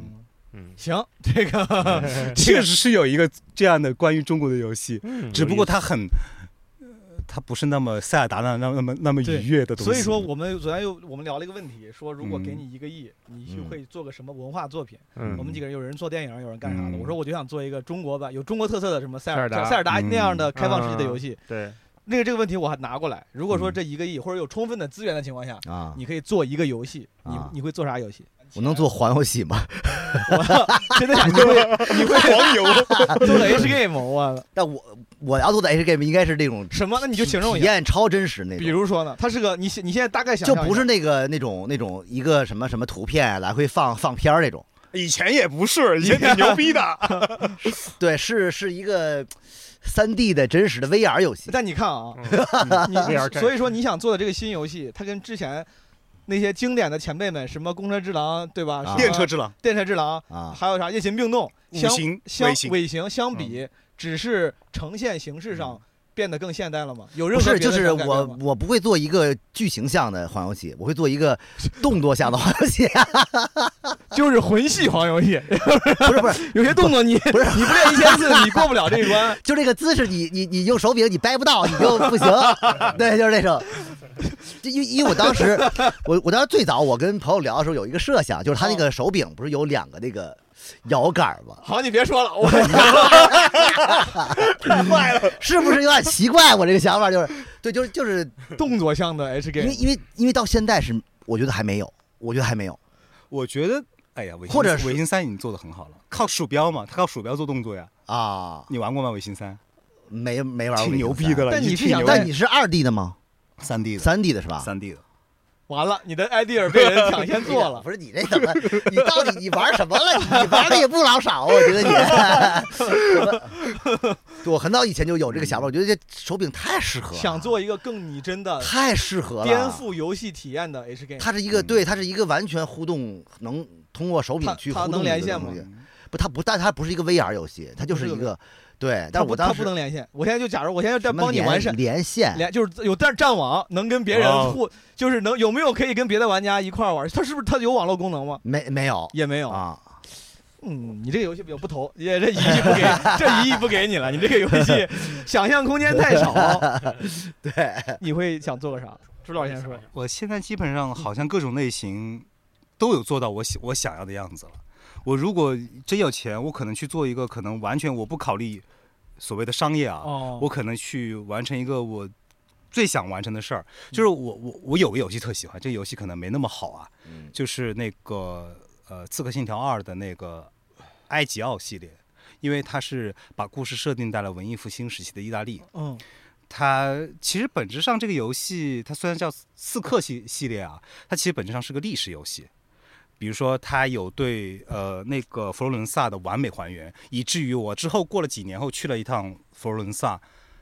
Speaker 4: 嗯
Speaker 1: 行，这个
Speaker 3: 确实是有一个这样的关于中国的游戏，
Speaker 4: 嗯，
Speaker 3: 只不过它很，呃它不是那么塞尔达那那那么那么
Speaker 1: 对
Speaker 3: 愉悦的东西。
Speaker 1: 所以说我们昨天又我们聊了一个问题，说如果给
Speaker 3: 嗯
Speaker 1: 你一个亿，你就
Speaker 2: 嗯
Speaker 1: 会做个什么文化作品？
Speaker 4: 嗯
Speaker 1: 我们几个人有人做电影，有人干啥的。
Speaker 3: 嗯
Speaker 1: 我说我就想做一个中国版有中国特色的什么塞尔
Speaker 4: 塞尔达
Speaker 1: 塞尔达那样的
Speaker 4: 嗯
Speaker 1: 开放世界的游戏。
Speaker 4: 对，
Speaker 1: 那个这个问题我还拿过来，如果说
Speaker 3: 嗯
Speaker 1: 这一个亿或者有充分的资源的情况下，
Speaker 2: 嗯啊
Speaker 1: 你可以做一个游戏，你
Speaker 2: 啊
Speaker 1: 你会做啥游戏？
Speaker 2: 我能做环游戏吗？ [laughs]
Speaker 1: 真的，你会你会
Speaker 3: 黄牛，
Speaker 1: [laughs] 做了 H game 我
Speaker 2: 但我我要做的 H game 应该是那种
Speaker 1: 什么？那你就形容
Speaker 2: 体
Speaker 1: 一下，
Speaker 2: 验超真实那种，
Speaker 1: 比如说呢，它是个你现你现在大概想
Speaker 2: 就
Speaker 1: 象一下
Speaker 2: 不是那个那种那种一个什么什么图片啊来回放放片儿那种。
Speaker 3: 以前也不是，以前挺牛逼的。
Speaker 2: 对，是是一个三 D 的真实的 VR 游戏。
Speaker 1: 但你看啊，你
Speaker 4: VR 战士
Speaker 1: 所以说你想做的这个新游戏，它跟之前那些经典的前辈们，什么公车之狼，对吧？
Speaker 2: 啊
Speaker 1: 什么
Speaker 3: [laughs] 电车之狼、
Speaker 1: 电车之狼，
Speaker 2: 啊，
Speaker 1: 还有啥夜勤并动，
Speaker 3: 五
Speaker 1: 相
Speaker 3: 行、
Speaker 1: 相
Speaker 3: 微行，
Speaker 1: 尾行
Speaker 2: 嗯
Speaker 1: 相比，只是呈现形式上变得更现代了吗？有任
Speaker 2: 不
Speaker 1: 何
Speaker 2: 是，
Speaker 1: 别
Speaker 2: 就
Speaker 1: 的
Speaker 2: 是
Speaker 1: 想改变吗
Speaker 2: 我我不会做一个剧情向的环游戏，我会做一个动作向的环游戏。
Speaker 1: [laughs]
Speaker 2: 啊
Speaker 1: 就是魂系黄游戏，
Speaker 2: [laughs] 不是不是，
Speaker 1: 有些动作你
Speaker 2: 不是
Speaker 1: 你不练一千次，你过不了这一 [laughs] 关。
Speaker 2: 就这个姿势你，你你用手柄你掰不到，你就不行。 [laughs] 对，就是那种。就因为因为我当时，我我当时最早我跟朋友聊的时候有一个设想，就是他
Speaker 1: 哦
Speaker 2: 那个手柄不是有两个那个摇杆吗？
Speaker 1: 好，你别说了，我
Speaker 2: 是不是有点奇怪？我这个想法就是，对，就是就是
Speaker 1: 动作向的 H
Speaker 2: 因
Speaker 1: game
Speaker 2: 为因为因为到现在是，我觉得还没有，我觉得还没有。
Speaker 3: 我觉得，哎呀，尾行
Speaker 2: 或者是
Speaker 3: 尾行三已经做的很好了，靠鼠标嘛，他靠鼠标做动作呀。
Speaker 2: 啊，
Speaker 3: 你玩过吗？尾行三
Speaker 2: 没没玩过。
Speaker 3: [laughs] 挺牛逼的，了，
Speaker 1: 但
Speaker 3: 已经
Speaker 1: 你是
Speaker 3: 挺
Speaker 1: 想
Speaker 3: 牛
Speaker 1: 在
Speaker 2: 但你是二 D 的吗？
Speaker 3: 三啊 D 的，
Speaker 2: 三 D 的是吧？
Speaker 3: 三 D 的。
Speaker 1: 完了，你的 idea 被人抢先做了。
Speaker 2: 不是你这怎么？你到底你玩什么了？你你玩的也不老少，啊我觉得你。 [laughs] 我很早以前就有这个想法，我觉得这手柄太适合
Speaker 1: [laughs]
Speaker 2: 了，
Speaker 1: 想做一个更拟真 [laughs] 的、
Speaker 2: 太适合了，
Speaker 1: 颠。覆游戏体验的 H game，
Speaker 2: 它是一个对，它是一个完全互动，能通过手柄
Speaker 1: 它
Speaker 2: 去
Speaker 1: 它
Speaker 2: 互
Speaker 1: 能
Speaker 2: 动的
Speaker 1: 连
Speaker 2: 一个
Speaker 1: 线
Speaker 2: 东
Speaker 1: 吗
Speaker 2: 西。不，它不，但它不是一个 VR 游戏，它就是
Speaker 1: 不是
Speaker 2: 一
Speaker 1: 个
Speaker 2: 个对。
Speaker 1: 它
Speaker 2: 但
Speaker 1: 不
Speaker 2: 是我当
Speaker 1: 它不
Speaker 2: 时
Speaker 1: 能连线。我现在就假如我现在在
Speaker 2: 什么
Speaker 1: 帮你
Speaker 2: 连
Speaker 1: 完善
Speaker 2: 连线，
Speaker 1: 连，就是有战战网能跟别人
Speaker 3: 哦
Speaker 1: 互，就是能有没有可以跟别的玩家一块儿玩？它是不是它有网络功能吗？
Speaker 2: 没没有
Speaker 1: 也没有。
Speaker 2: 啊？
Speaker 1: 嗯，你这个游戏比较不投，也这一亿不给，这一亿不给你了。你这个游
Speaker 2: [laughs]
Speaker 1: 戏想象空间太少。
Speaker 2: 对，
Speaker 1: 你会想做个啥？朱老师先说。
Speaker 3: 我现在基本上好像各种类型都有做到我想我想要的样子了。我如果真有钱，我可能去做一个可能完全我不考虑所谓的商业啊，
Speaker 1: 哦
Speaker 3: 我可能去完成一个我最想完成的事儿。就是我我我有个游戏特喜欢，这个游戏可能没那么好啊，
Speaker 2: 嗯
Speaker 3: 就是那个呃《刺客信条二》的那个埃及奥系列，因为它是把故事设定在了文艺复兴时期的意大利。
Speaker 1: 嗯，
Speaker 3: 它其实本质上这个游戏，它虽然叫刺客系系列啊，它其实本质上是个历史游戏。比如说，它有对呃那个佛罗伦萨的完美还原，以至于我之后过了几年后去了一趟佛罗伦萨，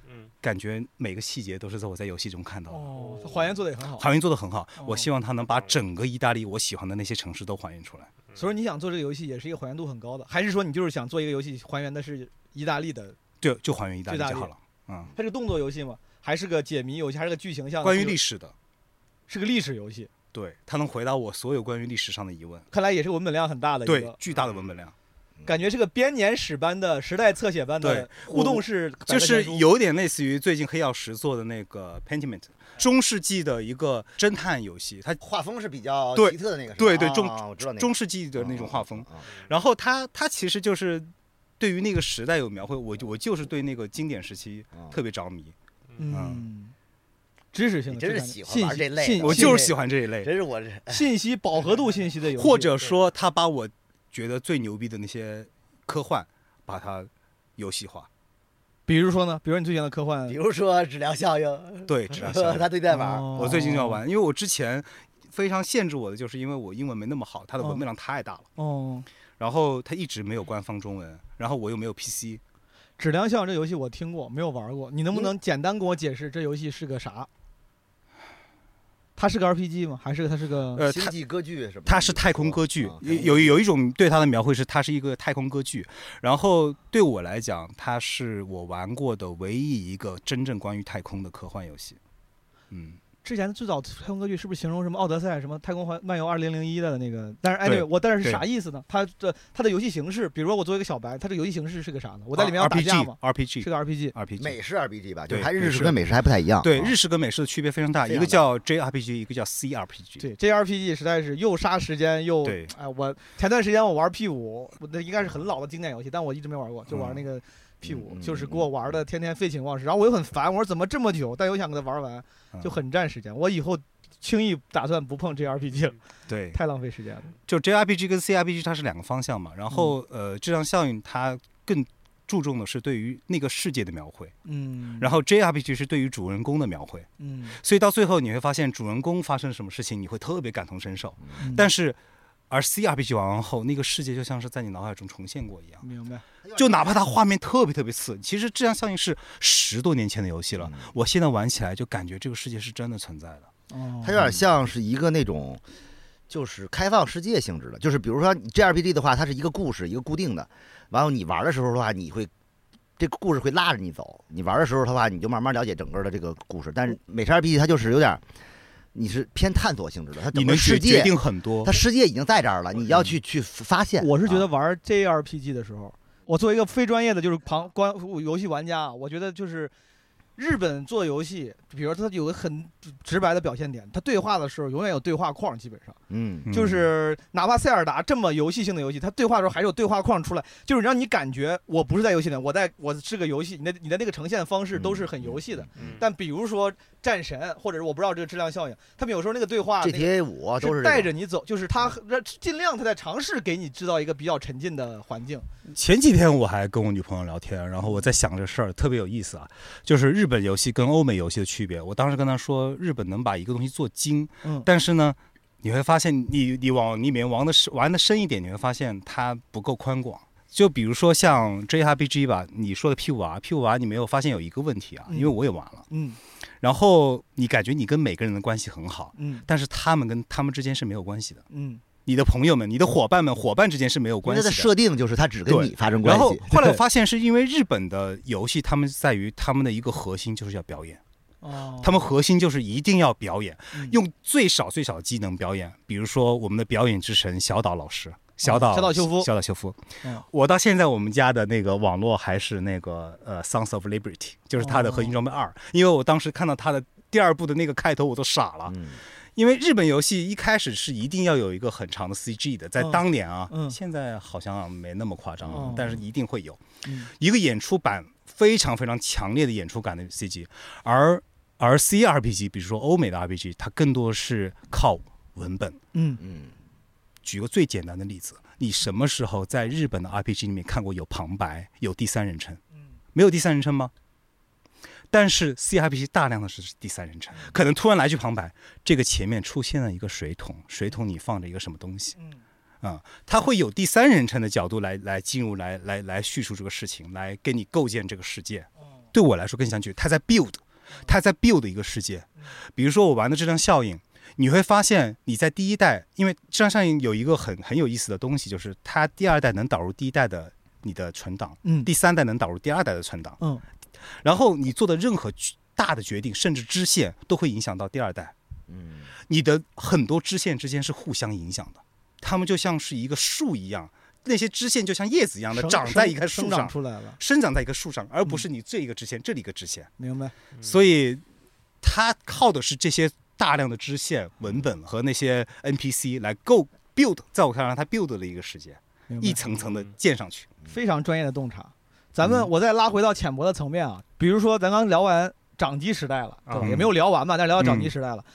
Speaker 4: 嗯，
Speaker 3: 感觉每个细节都是在我在游戏中看到的，
Speaker 1: 哦，它还原做的也很好。
Speaker 3: 还原做得很好。
Speaker 1: 哦
Speaker 3: 我希望它能把整个意大利我喜欢的那些城市都还原出来。
Speaker 1: 所以你想做这个游戏，也是一个还原度很高的，还是说你就是想做一个游戏，还原的是意大利的？
Speaker 3: 就就还原意大利
Speaker 1: 最大
Speaker 3: 就好
Speaker 1: 利
Speaker 3: 了。嗯，
Speaker 1: 它是个动作游戏吗？还是个解谜游戏？还是个剧情向的？
Speaker 3: 关于历
Speaker 1: 史，
Speaker 3: 史的，
Speaker 1: 是个历史游戏。
Speaker 3: 对，它能回答我所有关于历史上的疑问，
Speaker 1: 看来也是文本量很大的一
Speaker 3: 对
Speaker 1: 个，，嗯
Speaker 3: 巨大的文本量，
Speaker 1: 感觉是个编年史般的时代侧写般的
Speaker 3: 对
Speaker 1: 互动式百科
Speaker 3: 就
Speaker 1: 全
Speaker 3: 是
Speaker 1: 书
Speaker 3: 有点类似于最近黑曜石做的那个 Pentiment，中世纪的一个侦探游戏，它
Speaker 2: 画风是比较
Speaker 3: 对
Speaker 2: 奇特的那个是吧，
Speaker 3: 对对
Speaker 2: 啊
Speaker 3: 中
Speaker 2: 啊我知道那个
Speaker 3: 中世纪的那
Speaker 1: 哦
Speaker 3: 种画风，
Speaker 2: 啊啊啊
Speaker 3: 然后它它其实就是对于那个时代有描绘，我就我就是对那个经典时期
Speaker 2: 啊
Speaker 3: 特别着迷，
Speaker 1: 嗯，知识性的，
Speaker 2: 你真
Speaker 1: 质
Speaker 2: 是
Speaker 1: 感
Speaker 2: 喜欢
Speaker 1: 信
Speaker 2: 玩
Speaker 1: 息
Speaker 2: 这类
Speaker 1: 信
Speaker 2: 的
Speaker 3: 我
Speaker 1: 信
Speaker 3: 就是喜欢这一类，
Speaker 2: 真是我这
Speaker 1: 信息饱和度信息的游戏，
Speaker 3: 或者说他把我觉得最牛逼的那些科幻，把它游戏化，
Speaker 1: 嗯比如说呢，比如你最近的科幻
Speaker 2: 比，如说质量效
Speaker 1: [laughs]
Speaker 2: 应，
Speaker 3: 对，质量效
Speaker 2: [laughs]
Speaker 3: 应
Speaker 2: 他对待玩儿，
Speaker 1: 哦
Speaker 3: 我最近就要玩，因为我之前非常限制我的，就是因为我英文没那么好，它的文
Speaker 1: 嗯
Speaker 3: 本量太大了，
Speaker 1: 哦。
Speaker 3: 然后它一直没有官方中文，然后我又没有 PC，
Speaker 1: 质量效应这游戏我听过，没有玩过。你能不
Speaker 3: 嗯
Speaker 1: 能简单跟我解释这游戏是个啥？它是个 RPG 吗？还是它是个
Speaker 3: 呃，
Speaker 2: 星
Speaker 3: 它
Speaker 2: 际歌剧什么的？
Speaker 3: 它是太空歌剧
Speaker 1: 哦
Speaker 2: 啊，
Speaker 3: 有有有一种对它的描绘是它是一个太空歌剧，然后对我来讲，它是我玩过的唯一一个真正关于太空的科幻游戏，嗯。
Speaker 1: 之前最早太空歌剧是不是形容什么《奥德赛》什么《太空环漫游2001》的那个？但是哎，
Speaker 3: 对
Speaker 1: 我但是是
Speaker 3: 对
Speaker 1: 啥意思呢？它的它的游戏形式，比如说我作为一个小白，它这个游戏形式是个啥呢？我在里
Speaker 3: 啊
Speaker 1: 面要打架吗？是
Speaker 3: RPG，RPG，RPG，
Speaker 1: 个 RPG，
Speaker 2: 美式 RPG 吧，就是
Speaker 3: 对
Speaker 2: 还
Speaker 3: 美
Speaker 2: 日式
Speaker 3: 式
Speaker 2: 跟美式还不太一样。
Speaker 3: 对
Speaker 2: 啊
Speaker 3: 日式跟美式的区别非常大，
Speaker 2: 非
Speaker 3: 一
Speaker 2: 常
Speaker 3: 个叫 JRPG，一个叫 CRPG。
Speaker 1: 对，JRPG 实在是又杀时间又
Speaker 3: 对
Speaker 1: 哎，我前段时间我玩 P 五，我那应该是很老的经典游戏，但我一直没玩过，就玩那个屁股，
Speaker 2: 嗯嗯
Speaker 1: 就是给我玩的天天废寝忘食。然后我又很烦，我说怎么这么久，但又想给它玩完，
Speaker 3: 嗯
Speaker 1: 就很占时间。我以后轻易打算不碰 JRPG 了，
Speaker 3: 对，
Speaker 1: 太浪费时间了。
Speaker 3: 就 JRPG 跟 CRPG 它是两个方向嘛，然后呃，质量效应它更注重的是对于那个世界的描绘，
Speaker 1: 嗯，
Speaker 3: 然后 JRPG 是对于主人公的描绘，
Speaker 1: 嗯，
Speaker 3: 所以到最后你会发现主人公发生了什么事情，你会特别感同身受。
Speaker 1: 嗯
Speaker 3: 但是，而 CRPG 玩完后，那个世界就像是在你脑海中重现过一样，
Speaker 1: 明白，
Speaker 3: 就哪怕它画面特别特别次，其实质量效应是十多年前的游戏了
Speaker 2: 嗯，
Speaker 3: 我现在玩起来就感觉这个世界是真的存在的。
Speaker 1: 哦
Speaker 2: 它有点像是一个那种，就是开放世界性质的，就是比如说你 JRPG 的话，它是一个故事，一个固定的，完后你玩的时候的话，你会。这个故事会拉着你走，你玩的时候的话，你就慢慢了解整个的这个故事。但
Speaker 3: 嗯
Speaker 2: 是美式 RPG 它就是有点儿，你是偏探索性质的，它
Speaker 3: 你
Speaker 2: 整
Speaker 3: 能
Speaker 2: 个
Speaker 3: 决
Speaker 2: 世
Speaker 3: 决
Speaker 2: 界，
Speaker 3: 定很多
Speaker 2: 它，世界已经在这儿了，你
Speaker 3: 嗯
Speaker 2: 要去去发现。
Speaker 1: 我是觉得
Speaker 2: 啊，
Speaker 1: 玩 JRPG 的时候，我作为一个非专业的就是旁观游戏玩家，啊我觉得就是日本做游戏，比如说它有个很直白的表现点，它对话的时候永远有对话框，基本上
Speaker 2: 嗯，
Speaker 3: 嗯
Speaker 1: 就是哪怕塞尔达这么游戏性的游戏，它对话的时候还是有对话框出来，就是让你感觉我不是在游戏里，我在我是个游戏，你的你的那个呈现方式都是很游戏的。
Speaker 4: 嗯
Speaker 1: 但比如说战神，或者是我不知道这个质量效应，他们有时候那个对话那
Speaker 3: 嗯
Speaker 1: 个
Speaker 2: GTA 五啊
Speaker 3: 啊
Speaker 2: 都
Speaker 1: 是
Speaker 2: 是
Speaker 1: 带着你走，就是他让尽量他在尝试给你制造一个比较沉浸的环境。
Speaker 3: 前几天我还跟我女朋友聊天，然后我在想这事儿，特别有意思啊，就是日本游戏跟欧美游戏的区别。我当时跟她说，日本能把一个东西做精，
Speaker 1: 嗯
Speaker 3: 但是呢，你会发现你你往里面玩的深玩的深一点，你会发现它不够宽广。就比如说像 JRPG 吧，你说的 P 五 R P 五 R，你没有发现有一个问题啊，
Speaker 1: 嗯
Speaker 3: 因为我也玩了。
Speaker 1: 嗯
Speaker 3: 然后你感觉你跟每个人的关系很好，
Speaker 1: 嗯
Speaker 3: 但是他们跟他们之间是没有关系的。
Speaker 1: 嗯
Speaker 3: 你的朋友们、你的伙伴们、伙伴之间是没有
Speaker 2: 因
Speaker 3: 关
Speaker 2: 为
Speaker 3: 系
Speaker 2: 它
Speaker 3: 的
Speaker 2: 的。设定就是它只跟
Speaker 3: 对
Speaker 2: 你发生关
Speaker 3: 然后
Speaker 2: 系。
Speaker 1: [laughs]
Speaker 3: 后来我发现是因为日本的游戏，他们在于他们的一个核心就是要表演，
Speaker 1: 哦，
Speaker 3: 他们核心就是一定要表演，
Speaker 1: 嗯
Speaker 3: 用最少最少的技能表演。比如说我们的表演之神小岛老师，小岛、
Speaker 1: 哦小岛秀夫
Speaker 3: 小岛秀夫。
Speaker 1: 嗯
Speaker 3: 我到现在我们家的那个网络还是那个呃《Sons of Liberty》，就是他的核心装备二、
Speaker 1: 哦
Speaker 3: 因为我当时看到他的。第二部的那个开头我都傻了，
Speaker 2: 嗯，
Speaker 3: 因为日本游戏一开始是一定要有一个很长的 CG 的，在
Speaker 1: 嗯
Speaker 3: 当年啊，
Speaker 1: 嗯
Speaker 3: 现在好像没那么夸张了，
Speaker 1: 哦
Speaker 3: 但是一定会有。
Speaker 1: 嗯
Speaker 3: 一个演出版非常非常强烈的演出感的 CG，而而 CRPG，比如说欧美的 RPG，它更多是靠文本。
Speaker 1: 嗯
Speaker 2: 嗯
Speaker 3: 举个最简单的例子，你什么时候在日本的 RPG 里面看过有旁白、有第三人称？
Speaker 1: 嗯
Speaker 3: 没有第三人称吗？但是 CRPG 大量的是第三人称，可能突然来句旁白，这个前面出现了一个水桶，水桶里放着一个什么东西，
Speaker 1: 嗯
Speaker 3: 啊、他会有第三人称的角度来来进入来来来叙述这个事情，来给你构建这个世界。对我来说更相去，他在 build，他在 build 一个世界。比如说我玩的质量效应，你会发现你在第一代，因为质量效应有一个很很有意思的东西，就是它第二代能导入第一代的你的存档，
Speaker 1: 嗯
Speaker 3: 第三代能导入第二代的存档，
Speaker 1: 嗯
Speaker 3: 然后你做的任何决大的决定，甚至支线都会影响到第二代。
Speaker 2: 嗯，
Speaker 3: 你的很多支线之间是互相影响的，它们就像是一个树一样，那些支线就像叶子一样的
Speaker 1: 生
Speaker 3: 长嗯在一
Speaker 1: 生
Speaker 3: 棵树
Speaker 1: 生
Speaker 3: 上
Speaker 1: 长，出来了，
Speaker 3: 生长在一棵树上，而不是你这一个支线，这里一个支线。
Speaker 1: 明白？
Speaker 4: 嗯
Speaker 3: 所以，它靠的是这些大量的支线、文本和那些 NPC 来构 build，在我看来，它 build 了一个世界，
Speaker 1: 明白
Speaker 3: 一层层的建上去。
Speaker 1: 非常专业的洞察。咱们
Speaker 3: 嗯
Speaker 1: 我再拉回到浅薄的层面啊，比如说咱刚聊完掌机时代了，对
Speaker 3: 啊
Speaker 1: 吧
Speaker 4: 嗯
Speaker 1: 也没有聊完吧，但是聊到掌
Speaker 3: 嗯
Speaker 1: 机时代了。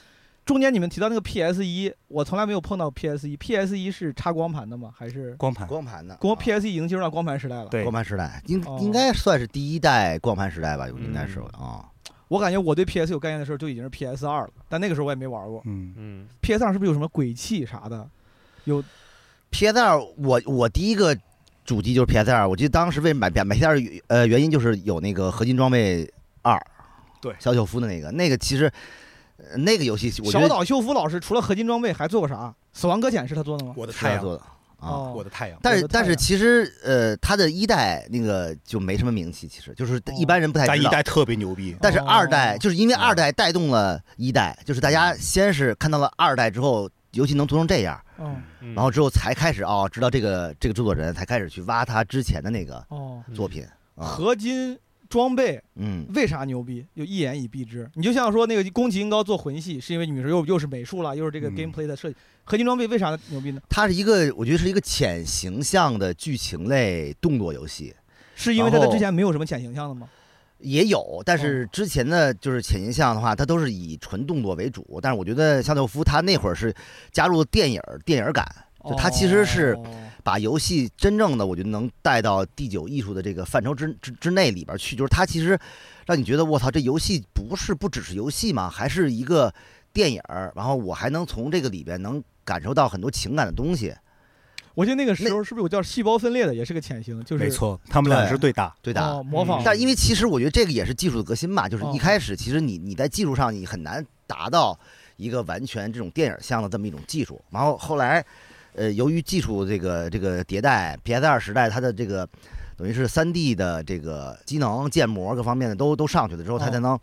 Speaker 1: 中间你们提到那个 PS 一，我从来没有碰到 PS 一。PS 一是插光盘的吗？还是
Speaker 3: 光盘，
Speaker 2: 光盘的，
Speaker 1: 光
Speaker 2: 啊
Speaker 1: PS 一已经进入到光盘时代了？
Speaker 4: 对
Speaker 2: 光盘时代应
Speaker 1: 哦
Speaker 2: 应该算是第一代光盘时代吧，应该是
Speaker 4: 嗯
Speaker 2: 啊。
Speaker 1: 我感觉我对 PS 有概念的时候就已经是 PS 二了，但那个时候我也没玩过。
Speaker 3: 嗯，
Speaker 4: 嗯
Speaker 1: PS 二是不是有什么鬼泣啥的？有
Speaker 2: PS 二，我我第一个主机就是 PS 二，我记得当时为什么买 PS 买 PS 二，呃，原因就是有那个合金装备二，
Speaker 3: 对
Speaker 2: 小九夫的那个，那个其实呃那个游戏我觉
Speaker 1: 小
Speaker 2: 得
Speaker 1: 岛秀夫老师除了合金装备还做过啥？死亡搁浅是他做的吗？
Speaker 3: 我的
Speaker 2: 是
Speaker 3: 太
Speaker 2: 他
Speaker 3: 阳，
Speaker 2: 做的啊。
Speaker 1: 哦，
Speaker 3: 我的太阳，
Speaker 2: 但
Speaker 1: 我
Speaker 2: 是
Speaker 1: 的太
Speaker 2: 但
Speaker 1: 阳
Speaker 2: 是其实呃，他的一代那个就没什么名气，其实就是一般人不太
Speaker 3: 在
Speaker 2: 知
Speaker 3: 一
Speaker 2: 道。
Speaker 3: 代特别牛逼。
Speaker 2: 但是二代
Speaker 1: 哦
Speaker 2: 就是因为
Speaker 3: 嗯
Speaker 2: 二代带动了一代，就是大家先是看到了二代之后，游戏能做成这样，
Speaker 1: 哦
Speaker 4: 嗯
Speaker 2: 然后之后才开始哦，知道这个这个制作人，才开始去挖他之前的那个
Speaker 1: 哦，
Speaker 4: 嗯
Speaker 2: 作品啊，
Speaker 1: 合金装备
Speaker 2: 嗯，
Speaker 1: 为啥牛逼？就一言以蔽之。你就像说那个宫崎英高做魂系，是因为你说又又是美术了，又是这个
Speaker 3: 嗯
Speaker 1: gameplay 的设计。合金装备为啥牛逼呢？
Speaker 2: 它是一个我觉得是一个浅形象的剧情类动作游戏，
Speaker 1: 是因为他在
Speaker 2: 然后
Speaker 1: 之前没有什么潜形象的吗？
Speaker 2: 也有，但是之前的就是潜形象的话，它都是以纯动作为主。但是我觉得夏洛夫他那会儿是加入电影儿电影儿感，就他其实是
Speaker 1: 哦
Speaker 2: 把游戏真正的我觉得能带到第九艺术的这个范畴之之之内里边儿去，就是它其实让你觉得我操，这游戏不是不只是游戏嘛，还是一个电影儿，然后我还能从这个里边能感受到很多情感的东西，
Speaker 1: 我记得那个时候是不是有叫细胞分裂的，也是个潜行，就是
Speaker 3: 没错，他们俩
Speaker 2: 对
Speaker 3: 是对打。
Speaker 2: 对的。
Speaker 1: 哦，模仿
Speaker 4: 嗯
Speaker 2: 但因为其实我觉得这个也是技术的革新嘛，就是
Speaker 1: 哦
Speaker 2: 一开始其实你你在技术上你很难达到一个完全这种电影像的这么一种技术，然后后来，呃，由于技术这个这个迭代，PS 二时代它的这个等于是三 D 的这个机能、建模各方面的都都上去了之后，它
Speaker 1: 哦
Speaker 2: 才能。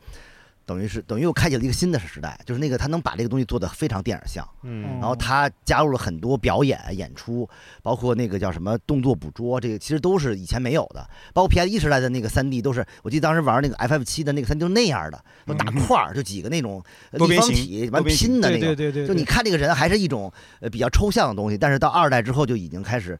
Speaker 2: 等于是等于又开启了一个新的时代，就是那个它能把这个东西做得非常电影像，
Speaker 4: 嗯
Speaker 2: 然后它加入了很多表演、演出，包括那个叫什么动作捕捉，这个其实都是以前没有的。包括 PS 一时代的那个3 D 都是，我记得当时玩那个 FF 七的那个3 D 就是那样的，都大块儿，就几个那种呃
Speaker 3: 嗯多
Speaker 2: 立
Speaker 3: 边
Speaker 2: 方
Speaker 3: 形
Speaker 2: 体完
Speaker 3: 多边形
Speaker 2: 拼的那
Speaker 1: 对
Speaker 2: 种
Speaker 1: 对。对对，
Speaker 2: 就你看这个人还是一种呃比较抽象的东西，但是到二代之后就已经开始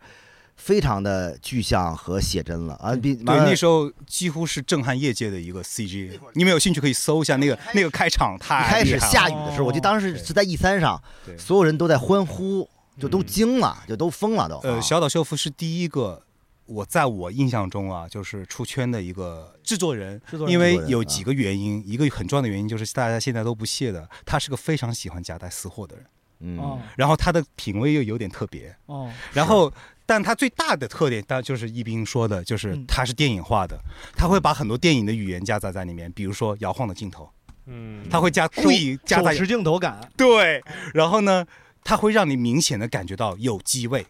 Speaker 2: 非常的具象和写真了啊，比
Speaker 3: 对
Speaker 2: 完，了
Speaker 3: 那时候几乎是震撼业界的一个 CG。你们有兴趣可以搜一下那个那个开场
Speaker 2: 一
Speaker 3: 太
Speaker 2: 开
Speaker 3: 厉
Speaker 2: 始
Speaker 3: 害了哦
Speaker 2: 下雨的时候，我记得当时
Speaker 3: 对
Speaker 2: 是在 E 三上，
Speaker 3: 对
Speaker 2: 所有人都在欢呼，就都
Speaker 4: 嗯
Speaker 2: 惊了，就都疯了都。
Speaker 3: 呃，
Speaker 2: 啊
Speaker 3: 小岛秀夫是第一个，我在我印象中啊，就是出圈的一个制作人。
Speaker 1: 制作人
Speaker 3: 因为
Speaker 2: 制作人
Speaker 3: 有
Speaker 2: 啊
Speaker 3: 几个原因，一个很重要的原因就是大家现在都不屑的，他是个非常喜欢夹带私货的人，
Speaker 1: 哦
Speaker 2: 嗯，
Speaker 3: 然后他的品味又有点特别，
Speaker 1: 哦，
Speaker 3: 然后，但他最大的特点，当然就是一冰说的，就是
Speaker 1: 嗯
Speaker 3: 他是电影化的，他会把很多电影的语言夹杂在里面，比如说摇晃的镜头，
Speaker 4: 嗯，
Speaker 3: 他会加故意夹
Speaker 1: 手
Speaker 3: 杂
Speaker 1: 持镜头感，
Speaker 3: 对，然后呢，他会让你明显的感觉到有机位，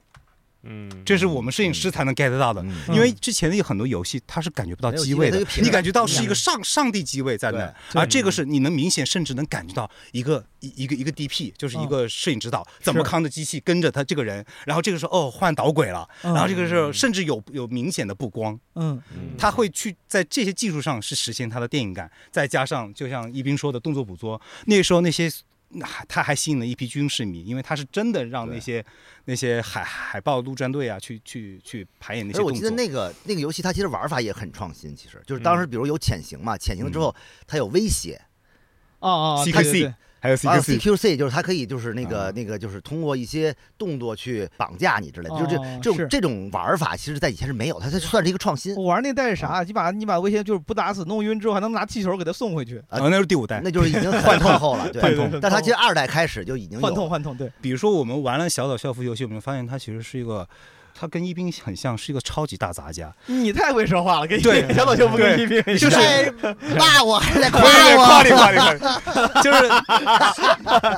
Speaker 4: 嗯，
Speaker 3: 这是我们摄影师才能 get 到的。
Speaker 2: 嗯
Speaker 1: 嗯
Speaker 3: 因为之前的有很多游戏，它是感觉不到
Speaker 2: 没有
Speaker 3: 机
Speaker 2: 机
Speaker 3: 位
Speaker 2: 位
Speaker 3: 的
Speaker 2: 它就，平
Speaker 3: 你
Speaker 2: 了
Speaker 3: 感觉到是一
Speaker 1: 嗯
Speaker 3: 个上上帝机位在那儿，
Speaker 1: 对
Speaker 3: 而这个是你能明显，甚至能感觉到一个一一个一个 DP，就是一
Speaker 1: 嗯
Speaker 3: 个摄影指导怎
Speaker 1: 是
Speaker 3: 么扛着机器跟着他这个人，然后这个时候哦换导轨了，
Speaker 1: 嗯
Speaker 3: 然后这个时候甚至有有明显的布光，
Speaker 1: 嗯
Speaker 2: 嗯
Speaker 3: 他会去在这些技术上是实现他的电影感，再加上就像一斌说的动作捕捉，那时候那些。那还他还吸引了一批军事迷，因为他是真的让那
Speaker 2: 对
Speaker 3: 些那些海海豹陆战队啊去去去排演那些
Speaker 2: 而哎我
Speaker 3: 动作。嗯
Speaker 2: 记得那个那个游戏，它其实玩法也很创新。其实就是当时，比如有潜行嘛，潜行了之后它有威胁，
Speaker 1: 哦哦
Speaker 3: CQC
Speaker 1: 对对对
Speaker 3: 还有
Speaker 2: 完了
Speaker 3: CQC，
Speaker 2: CQC 就是它可以就是那个
Speaker 3: 啊
Speaker 2: 那个就是通过一些动作去绑架你之类的，就这
Speaker 1: 哦
Speaker 2: 这
Speaker 1: 是
Speaker 2: 种这种玩法，其实在以前是没有，它它算是一个创新
Speaker 3: 哦
Speaker 1: 我玩那代是啥？你把你把威胁就是不打死弄晕之后，还能拿气球给他送回去，
Speaker 2: 啊
Speaker 3: 啊，那是第五代。
Speaker 2: 那就是已经很靠后了。
Speaker 3: 换
Speaker 2: 对，
Speaker 3: 痛
Speaker 1: 对对
Speaker 2: 但它其实二代开始就已经
Speaker 1: 换
Speaker 2: 有
Speaker 1: 痛换痛，对，
Speaker 3: 比如说我们玩了小岛校服游戏，我们发现它其实是一个，它跟一冰很像，是一个超级大杂家。
Speaker 1: 你太会说话了，跟
Speaker 3: 对
Speaker 1: 小岛秀夫跟
Speaker 3: 对
Speaker 1: 一比，
Speaker 3: 就是 [laughs]
Speaker 2: 在哎骂我还是在夸
Speaker 3: 夸
Speaker 2: 我？
Speaker 3: [laughs] 你夸你夸你，就是 [laughs]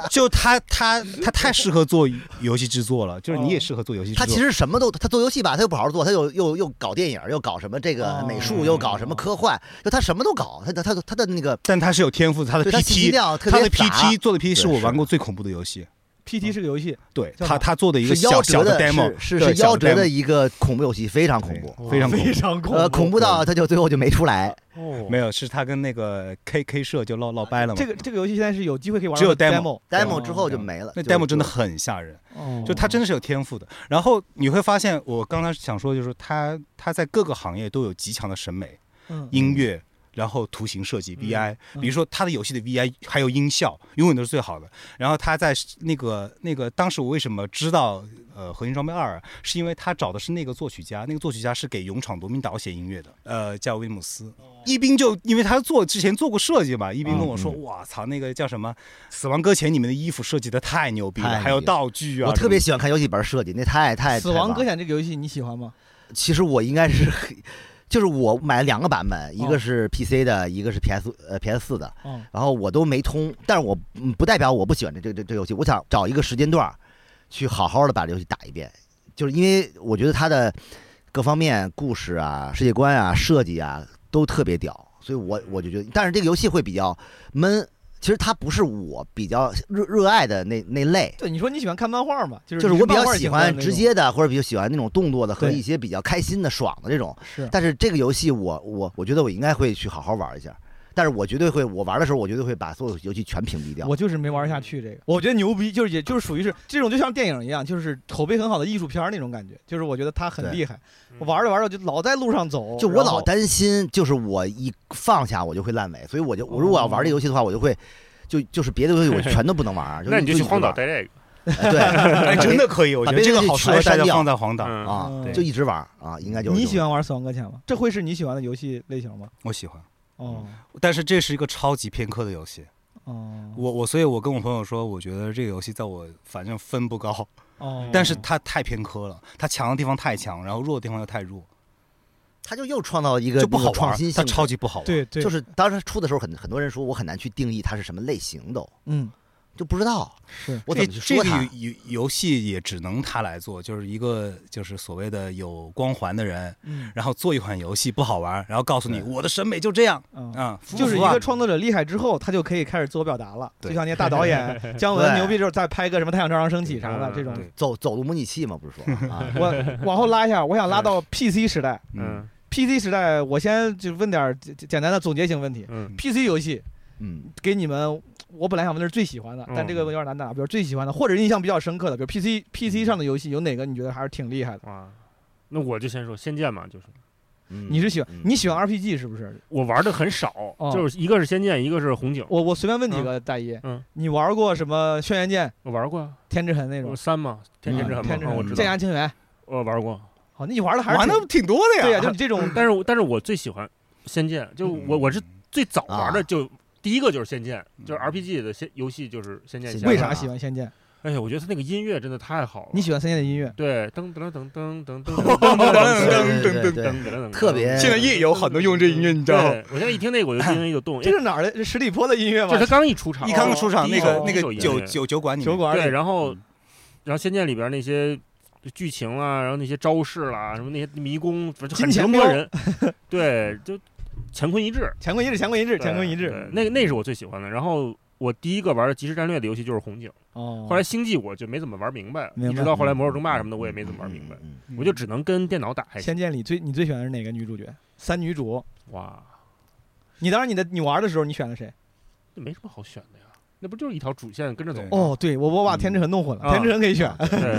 Speaker 3: 就他他他太适合做游戏制作了，就是你
Speaker 2: 哦
Speaker 3: 也适合做游戏制作。
Speaker 2: 他其实什么都，他做游戏吧，他又不好好做，他又又又搞电影，又搞什么这个美术，又搞
Speaker 3: 哦
Speaker 2: 什么科幻，就他什么都搞，他的他的他的那个
Speaker 3: 但他是有天赋的，他的
Speaker 2: 对他信息
Speaker 3: PT，
Speaker 2: 量特
Speaker 3: 他
Speaker 2: 别
Speaker 3: 的
Speaker 2: 杂
Speaker 3: PT 做的 PT 是我
Speaker 2: 是
Speaker 3: 玩过最恐怖的游戏。
Speaker 1: PT 是个游戏，
Speaker 3: 对
Speaker 1: 叫
Speaker 3: 他
Speaker 1: 啥
Speaker 3: 他做的一个
Speaker 2: 是
Speaker 3: 小
Speaker 2: 夭折
Speaker 3: 小的
Speaker 2: 的
Speaker 3: demo，
Speaker 2: 是
Speaker 3: 对
Speaker 2: 是
Speaker 3: 小
Speaker 2: 夭折
Speaker 3: demo
Speaker 2: 的一个恐怖游戏，非常恐怖，
Speaker 3: 对非常恐怖
Speaker 1: 非。常恐怖，
Speaker 2: 呃，恐怖到他就最后就没出来。
Speaker 4: 哦，
Speaker 3: 没有，是他跟那个 KK 社就闹闹掰了嘛。
Speaker 1: 这个这个游戏现在是有机会可以玩到
Speaker 3: 只有
Speaker 1: demo
Speaker 3: demo
Speaker 2: demo 之后就
Speaker 3: 对
Speaker 2: 没了，
Speaker 3: 那
Speaker 2: 就
Speaker 3: demo 真的
Speaker 2: 就
Speaker 3: 很吓人。
Speaker 1: 哦
Speaker 3: 就他真的是有天赋的。然后你会发现，我刚才想说，就是他他在各个行业都有极强的审美，
Speaker 1: 嗯
Speaker 3: 音乐，然后图形设计 VI，
Speaker 1: 嗯
Speaker 3: 比如说他的游戏的 VI 还有音效，永远都是最好的。然后他在那个那个当时我为什么知道呃《合金装备二》，是因为他找的是那个作曲家，那个作曲家是给《勇闯夺命岛》写音乐的，呃，叫威姆斯。一冰就因为他做之前做过设计嘛，一冰跟我说：“我操，那个叫什么《死亡搁浅》里面的衣服设计的太牛逼
Speaker 2: 太
Speaker 3: 了，
Speaker 2: 牛
Speaker 3: 还有
Speaker 2: 逼了
Speaker 3: 道具啊什么的。”
Speaker 2: 我特别喜欢看游戏本设计，那太太
Speaker 1: 死亡搁
Speaker 2: 浅。
Speaker 1: 浅这个游戏你喜欢吗？
Speaker 2: 其实我应该是， [laughs] 就是我买了两个版本，一
Speaker 1: 哦
Speaker 2: 个是 PC 的，一个是 PS 呃 PS 四的，
Speaker 1: 哦，
Speaker 2: 然后我都没通。但是我嗯不代表我不喜欢这这这这游戏，我想找一个时间段儿去好好的把这游戏打一遍，就是因为我觉得它的各方面故事啊、世界观啊、设计啊都特别屌，所以我我就觉得，但是这个游戏会比较闷。其实它不是我比较热热爱的那那类，
Speaker 1: 对，你说你喜欢看漫画嘛？就是
Speaker 2: 就是
Speaker 1: 你
Speaker 2: 我比
Speaker 1: 漫
Speaker 2: 较
Speaker 1: 画
Speaker 2: 喜
Speaker 1: 型的那
Speaker 2: 欢
Speaker 1: 种
Speaker 2: 直接的，或者比较喜欢那种动作的和
Speaker 1: 对
Speaker 2: 一些比较开心的、爽的这种。
Speaker 1: 是
Speaker 2: 但是这个游戏我，我我觉得我应该会去好好玩一下。但是我绝对会，我玩的时候我绝对会把所有游戏全屏蔽掉。
Speaker 1: 我就是没玩下去这个，我觉得牛逼，就是也就是属于是这种，就像电影一样，就是口碑很好的艺术片儿那种感觉，就是我觉得他很
Speaker 2: 对
Speaker 1: 厉害，我嗯玩着玩着就老在路上走，
Speaker 2: 就我
Speaker 1: 然
Speaker 2: 老
Speaker 1: 后
Speaker 2: 担心，就是我一放下我就会烂尾，所以我就我如果要玩这游戏的话，我就会就就是别的游戏我全都不能
Speaker 4: [laughs]
Speaker 2: 玩。
Speaker 4: 那你就去荒岛
Speaker 2: 待，
Speaker 4: 待这个，
Speaker 2: 哎对，
Speaker 3: [laughs] 哎，真的可以，我觉得这个好适合大家放在黄岛。
Speaker 4: 嗯
Speaker 2: 啊
Speaker 1: 嗯，
Speaker 2: 就一直玩啊，应该就是
Speaker 1: 你喜欢玩《死亡搁浅》吗？这会是你喜欢的游戏类型吗？
Speaker 3: 我喜欢，
Speaker 1: 哦
Speaker 3: 但是这是一个超级偏科的游戏。
Speaker 1: 哦
Speaker 3: 我我所以，我跟我朋友说，我觉得这个游戏在我反正分不高，
Speaker 4: 嗯
Speaker 1: 哦，
Speaker 3: 但是它太偏科了，它强的地方太强，然后弱的地方又太弱，
Speaker 2: 他就又创造一个
Speaker 3: 就不好
Speaker 2: 那个创
Speaker 3: 玩
Speaker 2: 新，
Speaker 3: 它
Speaker 2: 性，
Speaker 3: 超级不好玩。，
Speaker 1: 对对，
Speaker 2: 就是当时出的时候很很多人说我很难去定义它是什么类型的，
Speaker 1: 嗯
Speaker 2: 就不知道
Speaker 1: 是
Speaker 2: 我怎
Speaker 3: 这
Speaker 2: 么去
Speaker 3: 这
Speaker 2: 说
Speaker 3: 个
Speaker 2: 它。
Speaker 3: 游游游戏也只能它来做，就是一个就是所谓的有光环的人，
Speaker 1: 嗯
Speaker 3: 然后做一款游戏不好玩，然后告诉你
Speaker 2: 对
Speaker 3: 我的审美就这样
Speaker 1: 嗯。
Speaker 3: 啊，服不
Speaker 1: 就是一
Speaker 3: 服啊
Speaker 1: 个创作者厉害之后，他就可以开始自我表达了，
Speaker 3: 对
Speaker 1: 就像那些大导 [laughs] 演姜文
Speaker 2: 对
Speaker 1: 牛逼之后，再拍个什么《太阳照常升起》啥的这种。
Speaker 3: 对
Speaker 2: 走走路模拟器嘛，不是说啊，
Speaker 1: [laughs] 我往后拉一下，我想拉到 PC 时代。
Speaker 4: 嗯
Speaker 1: PC 时代，我先就问点儿简简单的总结性问题。
Speaker 4: 嗯
Speaker 1: PC 游戏
Speaker 2: 嗯，
Speaker 1: 给你们，我本来想问的是最喜欢的，但
Speaker 4: 嗯
Speaker 1: 这个有点难打。比如最喜欢的，或者印象比较深刻的，比如 PC
Speaker 4: 嗯
Speaker 1: PC 上的游戏，有哪个你觉得还是挺厉害的？
Speaker 4: 哇，那我就先说《仙剑》嘛，就是
Speaker 2: 嗯
Speaker 1: 你是喜欢
Speaker 2: 嗯
Speaker 1: 你喜欢 RPG 是不是？
Speaker 4: 我玩的很少，
Speaker 1: 哦
Speaker 4: 就是一个是《仙剑》，一个是《红警》，
Speaker 1: 我我随便问几个大一，
Speaker 4: 嗯，
Speaker 1: 你玩过什么《轩辕剑》《
Speaker 4: 我玩过啊，
Speaker 1: 天之痕》那
Speaker 4: 我
Speaker 1: 种？嗯
Speaker 4: 三嘛，天之痕嘛，
Speaker 1: 天之
Speaker 4: 啊我
Speaker 1: 痕
Speaker 4: 知》
Speaker 1: 《
Speaker 4: 道
Speaker 1: 剑，芽情缘》。
Speaker 4: 我玩过，
Speaker 1: 哦好，那你玩的还是
Speaker 3: 玩
Speaker 1: 挺
Speaker 3: 的挺多的呀。
Speaker 1: 对呀，就你这种
Speaker 4: 但是我但是我最喜欢《仙剑》，就我我是最早玩的
Speaker 2: 啊
Speaker 4: 就。第一个就是《仙剑》，就
Speaker 3: 嗯
Speaker 4: 是
Speaker 3: 嗯
Speaker 4: RPG 的仙游戏，就是《仙剑
Speaker 2: 仙》。
Speaker 1: [laughs]
Speaker 2: 剑
Speaker 1: 为啥喜欢《仙剑》？
Speaker 4: 哎呀，我觉得它那个音乐真的太好了。
Speaker 1: 你喜欢《仙剑》的音乐？
Speaker 4: 对，噔噔噔噔噔噔噔
Speaker 2: 对
Speaker 4: 噔
Speaker 2: 对对
Speaker 4: 噔噔
Speaker 2: 对
Speaker 4: 噔
Speaker 2: 对
Speaker 4: 噔噔，
Speaker 2: 特别
Speaker 3: 现在夜游很多用这音乐，你知道吗？
Speaker 4: 对，我现在一听那个，我就心里就
Speaker 1: [laughs]
Speaker 4: 动。
Speaker 1: 这是哪儿的？是十里坡的音乐吗
Speaker 4: 就？是他刚一出场，
Speaker 3: 一刚出场，
Speaker 4: 第
Speaker 3: 那
Speaker 4: 一
Speaker 3: 个
Speaker 4: 首
Speaker 3: 那
Speaker 4: 哦第一首嗯
Speaker 3: 个
Speaker 4: 音
Speaker 3: 酒
Speaker 4: 乐
Speaker 3: 酒酒馆里面
Speaker 1: 酒馆
Speaker 4: 对，
Speaker 1: 里，
Speaker 4: 然后然后《仙剑》里边那些剧情啦，然后那些招式啊啦，什么那些迷宫，反正就
Speaker 1: 金
Speaker 4: 很折
Speaker 1: 钱
Speaker 4: 磨
Speaker 1: 镖
Speaker 4: 人。 [laughs] 对，就乾坤一致，
Speaker 1: 乾坤一致，乾坤一致，
Speaker 4: 对
Speaker 1: 乾坤一
Speaker 4: 对
Speaker 1: 致。
Speaker 4: 那个那是我最喜欢的。然后我第一个玩的即时战略的游戏就是《红警》，
Speaker 1: 哦
Speaker 4: 后来《星际》我就没怎么玩明白，
Speaker 1: 明白
Speaker 4: 一直到后来《魔兽争霸》什么的我也没怎么玩明白，
Speaker 2: 嗯嗯
Speaker 4: 我就只能跟电脑打。还
Speaker 1: 《
Speaker 4: 行
Speaker 1: 仙剑》里最你最喜欢的是哪个女主角？三女主。
Speaker 4: 哇，
Speaker 1: 你当然你的你玩的时候你选了谁？
Speaker 4: 那没什么好选的呀，那不就是一条主线跟着走吗？
Speaker 3: 对
Speaker 1: 哦，对我我把天之痕弄混了，
Speaker 4: 嗯
Speaker 1: 天之痕可以选。
Speaker 2: 啊
Speaker 4: 对，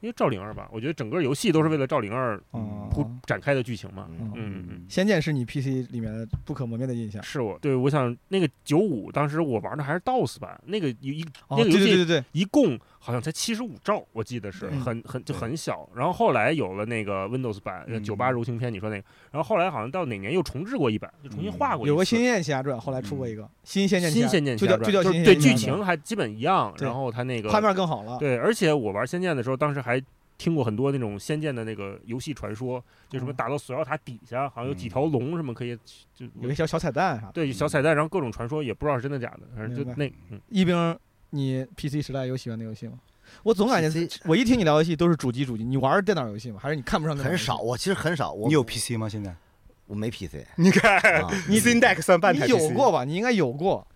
Speaker 4: 因为赵灵儿吧，我觉得整个游戏都是为了赵灵儿
Speaker 1: 哦
Speaker 4: 铺展开的剧情嘛。
Speaker 2: 嗯
Speaker 4: 嗯嗯，
Speaker 1: 仙剑是你 PC 里面的不可磨灭的印象。
Speaker 4: 是我对我想那个九五，当时我玩的还是 DOS 版，那个一一
Speaker 1: 哦，
Speaker 4: 那
Speaker 1: 对
Speaker 4: 个游
Speaker 1: 对对
Speaker 4: 戏
Speaker 1: 对
Speaker 4: 一共好像才七十五兆，我记得是
Speaker 1: 对
Speaker 4: 很很就
Speaker 3: 对
Speaker 4: 很小。然后后来有了那个 Windows 版呃
Speaker 3: 嗯
Speaker 4: 九八柔情篇，你说那个，然后后来好像到哪年又重置过一版，就重新
Speaker 3: 嗯
Speaker 1: 对，
Speaker 4: 画过一次。
Speaker 1: 有个《新仙剑奇侠传》，后来出过一个《新仙剑奇
Speaker 4: 新
Speaker 1: 侠
Speaker 4: 仙剑奇
Speaker 1: 就
Speaker 4: 侠
Speaker 1: 叫
Speaker 4: 传，
Speaker 1: 就叫《
Speaker 4: 是
Speaker 1: 新仙
Speaker 4: 对
Speaker 1: 剑
Speaker 4: 剧
Speaker 1: 奇侠传
Speaker 4: 情还基本一样，
Speaker 1: 对
Speaker 4: 然后它那个
Speaker 1: 画面更好了。
Speaker 4: 对，而且我玩仙剑的时候，当时还听过很多那种仙剑的那个游戏传说，就什么
Speaker 1: 嗯
Speaker 4: 打到索要塔底下，好像有几条龙什么可以就
Speaker 1: 有个小小彩蛋啥的。
Speaker 4: 对小彩蛋，然后各种传说也不知道是真的假的，反正就
Speaker 1: 嗯明
Speaker 4: 那嗯
Speaker 1: 一冰，你 PC 时代有喜欢的游戏吗？我总感觉
Speaker 2: PC
Speaker 1: 我一听你聊游戏都是主机主机，你玩电脑游戏吗？还是你看不上？
Speaker 2: 嗯很少，。我其实很少，我
Speaker 3: 你有 PC 吗？现在？
Speaker 2: 我没 PC，
Speaker 3: 你看
Speaker 2: 啊
Speaker 3: Steam Deck 算半
Speaker 1: 你
Speaker 3: 台 PC
Speaker 1: 有过吧？你应该有过。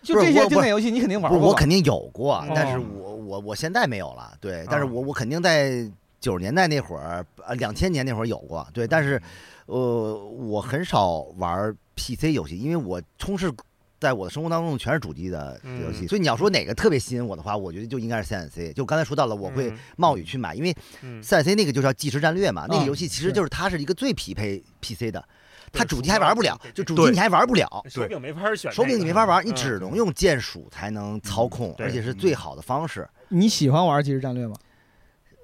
Speaker 1: 就
Speaker 2: 不是
Speaker 1: 这些
Speaker 2: 我我
Speaker 1: 经典游戏，你肯定玩
Speaker 2: 不是
Speaker 1: 过吧。
Speaker 2: 我肯定有过，但是
Speaker 1: 哦
Speaker 2: 我我我现在没有了，对，但是
Speaker 4: 啊
Speaker 2: 我我肯定在九十年代那会儿，呃，两千年那会儿有过，对，但是呃，我很少玩 PC 游戏，因为我充斥在我的生活当中全是主机的
Speaker 4: 嗯
Speaker 2: 游戏，所以你要说哪个特别吸引我的话，我觉得就应该是 CNC，就刚才说到了，我会
Speaker 4: 嗯
Speaker 2: 冒雨去买，因为
Speaker 4: 嗯
Speaker 2: CNC 那个就叫即时战略嘛，那
Speaker 1: 啊
Speaker 2: 个游戏其实
Speaker 1: 是
Speaker 2: 就是它是一个最匹配 PC 的，
Speaker 4: 对
Speaker 2: 它主机还玩不了
Speaker 4: 鼠标，
Speaker 2: 就主
Speaker 3: 对
Speaker 2: 机你还玩不了，
Speaker 4: 手柄没法选那个，
Speaker 2: 手柄你没法玩，你
Speaker 4: 嗯
Speaker 2: 只能用键鼠才能操控，
Speaker 4: 对嗯
Speaker 2: 而且是最好的方式。
Speaker 1: 你喜欢玩即时战略吗？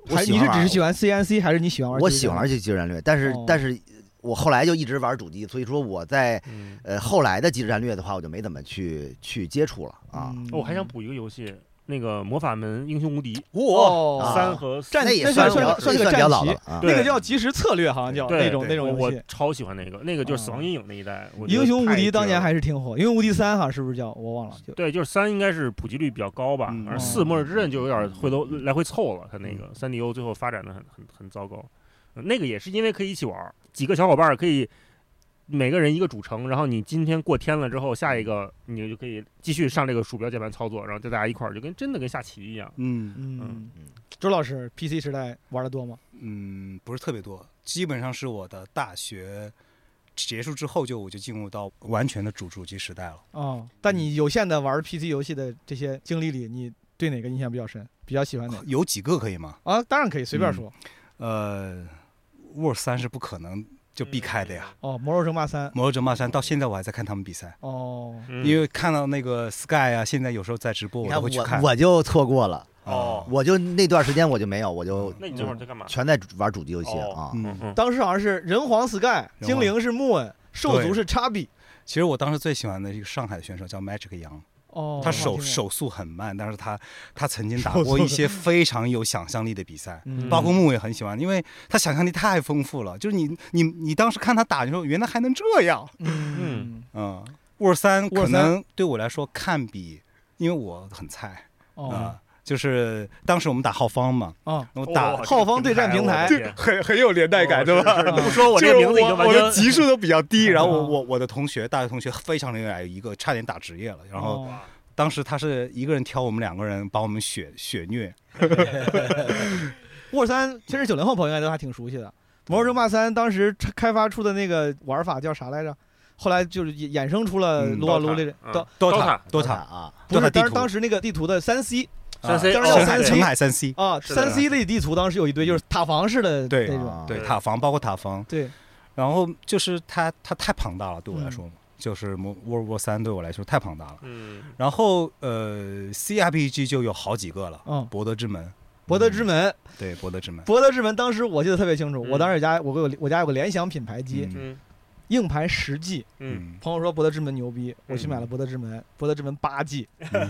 Speaker 2: 我
Speaker 1: 还
Speaker 2: 喜
Speaker 1: 你
Speaker 2: 欢
Speaker 1: 是
Speaker 2: 玩
Speaker 1: 只是喜欢 CNC，还是你喜欢玩？
Speaker 2: 我喜欢玩。这即时战略，但是
Speaker 1: 哦
Speaker 2: 但是我后来就一直玩主机，所以说我在
Speaker 4: 嗯。
Speaker 2: 呃后来的即时战略的话，我就没怎么去去接触了啊。
Speaker 1: 嗯
Speaker 4: 哦我还想补一个游戏，那个魔法门英雄无敌
Speaker 1: 哦
Speaker 2: 啊
Speaker 4: 三和四
Speaker 1: 战
Speaker 2: 那也
Speaker 1: 那
Speaker 2: 算
Speaker 1: 算
Speaker 2: 比较
Speaker 1: 算算
Speaker 2: 也
Speaker 1: 是个
Speaker 2: 算比较
Speaker 1: 战
Speaker 2: 老
Speaker 1: 棋
Speaker 2: 的啊。
Speaker 4: 对
Speaker 1: 那个叫即时策略，好像叫
Speaker 4: 对
Speaker 1: 那种那
Speaker 4: 对
Speaker 1: 种
Speaker 4: 我
Speaker 1: 游
Speaker 4: 我
Speaker 1: 戏。
Speaker 4: 超喜欢那个，那个就是死
Speaker 2: 哦
Speaker 1: 啊
Speaker 4: 亡阴影那一代，我觉得
Speaker 1: 英雄无
Speaker 4: 太
Speaker 1: 敌
Speaker 4: 绝
Speaker 1: 当年
Speaker 4: 了
Speaker 1: 还是挺火，英雄无敌三哈是不是叫我忘了？就
Speaker 4: 对，就是三应该是普及率比较高吧，
Speaker 3: 嗯
Speaker 4: 而
Speaker 1: 哦
Speaker 4: 四末日之刃就有点回头来回凑了，它那个三 D O 最后发展的很很很糟糕、呃那个也是因为可以一起玩儿，几个小伙伴儿可以每个人一个主城，然后你今天过天了之后，下一个你就可以继续上这个鼠标键盘操作，然后就大家一块儿就跟真的跟下棋一样。
Speaker 3: 嗯
Speaker 1: 嗯，周老师 PC 时代玩的多吗？
Speaker 3: 嗯，不是特别多，基本上是我的大学结束之后就我就进入到完全的主主机时代了。
Speaker 1: 哦，但你有限的玩 PC 游戏的这些经历里，你对哪个印象比较深？比较喜欢哪个？
Speaker 3: 有几个可以吗？
Speaker 1: 啊，当然可以随便说。
Speaker 3: 呃，Word 三是不可能就避开的呀。
Speaker 1: 哦，《魔兽争霸三》。
Speaker 3: 魔兽争霸三到现在我还在看他们比赛，
Speaker 1: 哦，
Speaker 4: 嗯
Speaker 3: 因为看到那个 Sky 啊，现在有时候在直播
Speaker 2: 你
Speaker 3: 我
Speaker 2: 看
Speaker 3: 都会去看。啊
Speaker 2: 我我就错过了，
Speaker 4: 哦
Speaker 2: 我就那段时间我就没有，我就
Speaker 4: 那你这会儿在干嘛？
Speaker 2: 全在玩主机游戏啊
Speaker 4: 哦。
Speaker 3: 嗯
Speaker 4: 嗯嗯，
Speaker 1: 当时好像是人皇 Sky，
Speaker 3: 皇
Speaker 1: 精灵是木恩，兽族
Speaker 3: 对
Speaker 1: 是叉 B。
Speaker 3: 其实我当时最喜欢的一个上海的选手叫 Magic 杨，
Speaker 1: 哦，
Speaker 3: 他
Speaker 1: 我
Speaker 3: 手
Speaker 1: 听过，
Speaker 3: 手速很慢，但是他他曾经打
Speaker 1: 手
Speaker 3: 过
Speaker 1: 速
Speaker 3: 一些非常有想象力的比赛。
Speaker 1: 嗯
Speaker 3: 包括木也很喜欢，因为他想象力太丰富了。就是你你你当时看他打，你说原来还能这样。
Speaker 1: 嗯，
Speaker 3: 嗯，沃三
Speaker 1: 沃
Speaker 3: 可
Speaker 1: 三
Speaker 3: 能对我来说看比，因为我很菜啊、
Speaker 1: 哦
Speaker 3: 就是当时我们打浩方嘛，
Speaker 1: 哦，
Speaker 3: 我
Speaker 4: 哦
Speaker 3: 嗯打
Speaker 4: 这个
Speaker 1: 浩方对战
Speaker 4: 平
Speaker 1: 平台
Speaker 4: 台，我的天
Speaker 3: 很很有年代感，对吧？
Speaker 1: 吧
Speaker 4: 哦是是不说我这
Speaker 3: 就是
Speaker 4: 个名字已经
Speaker 3: 我
Speaker 4: 完
Speaker 3: 我的
Speaker 4: 全
Speaker 3: 级数都比较低，
Speaker 4: 嗯
Speaker 3: 然后我
Speaker 1: 啊
Speaker 3: 我我的同学大学同学非常厉害，有一个差点打职业了，然后
Speaker 1: 哦
Speaker 3: 当时他是一个人挑我们两个人，把我们血血虐，
Speaker 1: 沃三，其实九零后朋友应该都还挺熟悉的。魔兽争霸三当时开发出的那个玩法叫啥来着？后来就是衍衍生出了
Speaker 3: 嗯
Speaker 1: 撸啊撸这个，
Speaker 4: 嗯
Speaker 1: 到
Speaker 3: 多
Speaker 4: 塔
Speaker 3: 塔多塔
Speaker 2: 啊，
Speaker 1: 不是
Speaker 3: Dota 地
Speaker 1: 当
Speaker 3: 图
Speaker 1: 时当时那个地图的三 C
Speaker 4: 三 C
Speaker 1: 当时有
Speaker 4: 哦
Speaker 3: 深
Speaker 4: 三
Speaker 3: 海
Speaker 4: C
Speaker 3: 深海三 C，
Speaker 1: 啊，
Speaker 4: 是的
Speaker 1: 三 C 类地图当时有一堆就是塔防式的
Speaker 3: 对
Speaker 1: 那种，
Speaker 3: 对
Speaker 4: 对
Speaker 3: 塔防包括塔防，
Speaker 1: 对，
Speaker 3: 然后就是它它太庞大了，对我来
Speaker 1: 嗯
Speaker 3: 说，就是魔 World War 三对我来说太庞大了。
Speaker 4: 嗯，
Speaker 3: 然后呃，CRPG 就有好几个了，
Speaker 1: 嗯
Speaker 3: 博德之门，
Speaker 1: 博德之门，
Speaker 3: 对，博德之门，
Speaker 1: 博德之门当时我记得特别清楚，
Speaker 4: 嗯
Speaker 1: 我当时有家我有我家有个联想品牌机，
Speaker 3: 嗯
Speaker 4: 嗯
Speaker 1: 硬盘十 G，
Speaker 4: 嗯，
Speaker 1: 朋友说博德之门牛逼，我去
Speaker 4: 嗯
Speaker 1: 买了博德之门，博德之门八 G，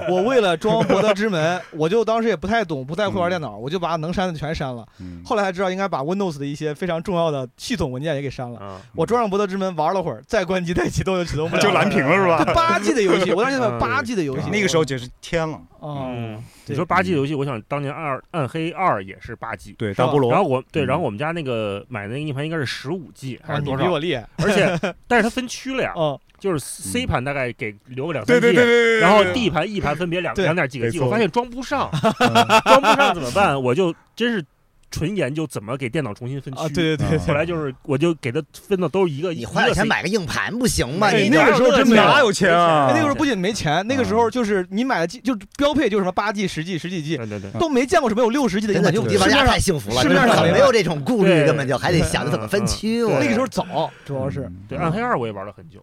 Speaker 1: 我 [laughs]
Speaker 3: 嗯 [laughs]
Speaker 1: 为了装博德之门，我就当时也不太懂，不太会玩电脑，我就把能删的全删了。
Speaker 3: 嗯
Speaker 1: 后来才知道应该把 Windows 的一些非常重要的系统文件也给删了。
Speaker 4: 啊，
Speaker 1: 我装上博德之门玩了会儿，再关机再启动就启动不 [laughs] 了，
Speaker 3: 就蓝屏了是吧？
Speaker 1: 八 G 的游戏，我当时买八 G 的游戏，
Speaker 3: 那个时候就是天了，
Speaker 1: 哦，
Speaker 4: 嗯，
Speaker 1: 对
Speaker 4: [laughs] 你说八 G 游戏，我想当年二暗黑二也是八 G，
Speaker 3: 对，
Speaker 1: 是吧
Speaker 3: 大菠
Speaker 4: 然
Speaker 3: 萝，
Speaker 4: 后我
Speaker 3: 嗯
Speaker 4: 对，然后我们家那个买的那个硬盘应该是十五 G 还
Speaker 1: 啊
Speaker 4: 是
Speaker 1: 你
Speaker 4: 多
Speaker 1: 比
Speaker 4: 少
Speaker 1: 我？厉害，
Speaker 4: 而且但是它分区了呀，
Speaker 1: 哦，
Speaker 4: 就是 C
Speaker 3: 嗯
Speaker 4: 盘大概给留个两三
Speaker 3: 对
Speaker 4: G，
Speaker 3: 对对对对，
Speaker 4: 然后 D 盘 E 盘分别两
Speaker 1: 对
Speaker 4: 两点几个
Speaker 3: 没
Speaker 4: G，
Speaker 3: 错
Speaker 4: 我发现装不上，
Speaker 3: [laughs]
Speaker 4: 装不上怎么办？我就真是纯研究怎么给电脑重新分区。
Speaker 1: 啊，对对对，
Speaker 3: 嗯
Speaker 4: 后来就是我就给它分的都是一个，哎
Speaker 2: 你花点钱
Speaker 4: 一个 C-
Speaker 2: 买个硬盘不行吗？
Speaker 4: 哎
Speaker 2: 你
Speaker 1: 那个时候真没有
Speaker 3: 哪有钱啊
Speaker 1: 哎那个时候不仅没钱，那个时候就是你买的机就是标配就是什么八 G、十 G、十几 G，
Speaker 4: 对对对，
Speaker 1: 都没见过什么有六十 G 的
Speaker 2: 真
Speaker 1: 硬
Speaker 2: 的
Speaker 1: 盘，就
Speaker 2: 主机玩
Speaker 1: 市
Speaker 2: 家
Speaker 1: 面上
Speaker 2: 太幸福了，
Speaker 1: 市
Speaker 2: 真
Speaker 1: 面上
Speaker 2: 的
Speaker 1: 可
Speaker 2: 没有这种顾虑，
Speaker 4: 对
Speaker 2: 根本就还得想着怎么分区。我
Speaker 1: 那个时候早，主要是
Speaker 3: 嗯
Speaker 4: 对暗黑二我也玩了很久，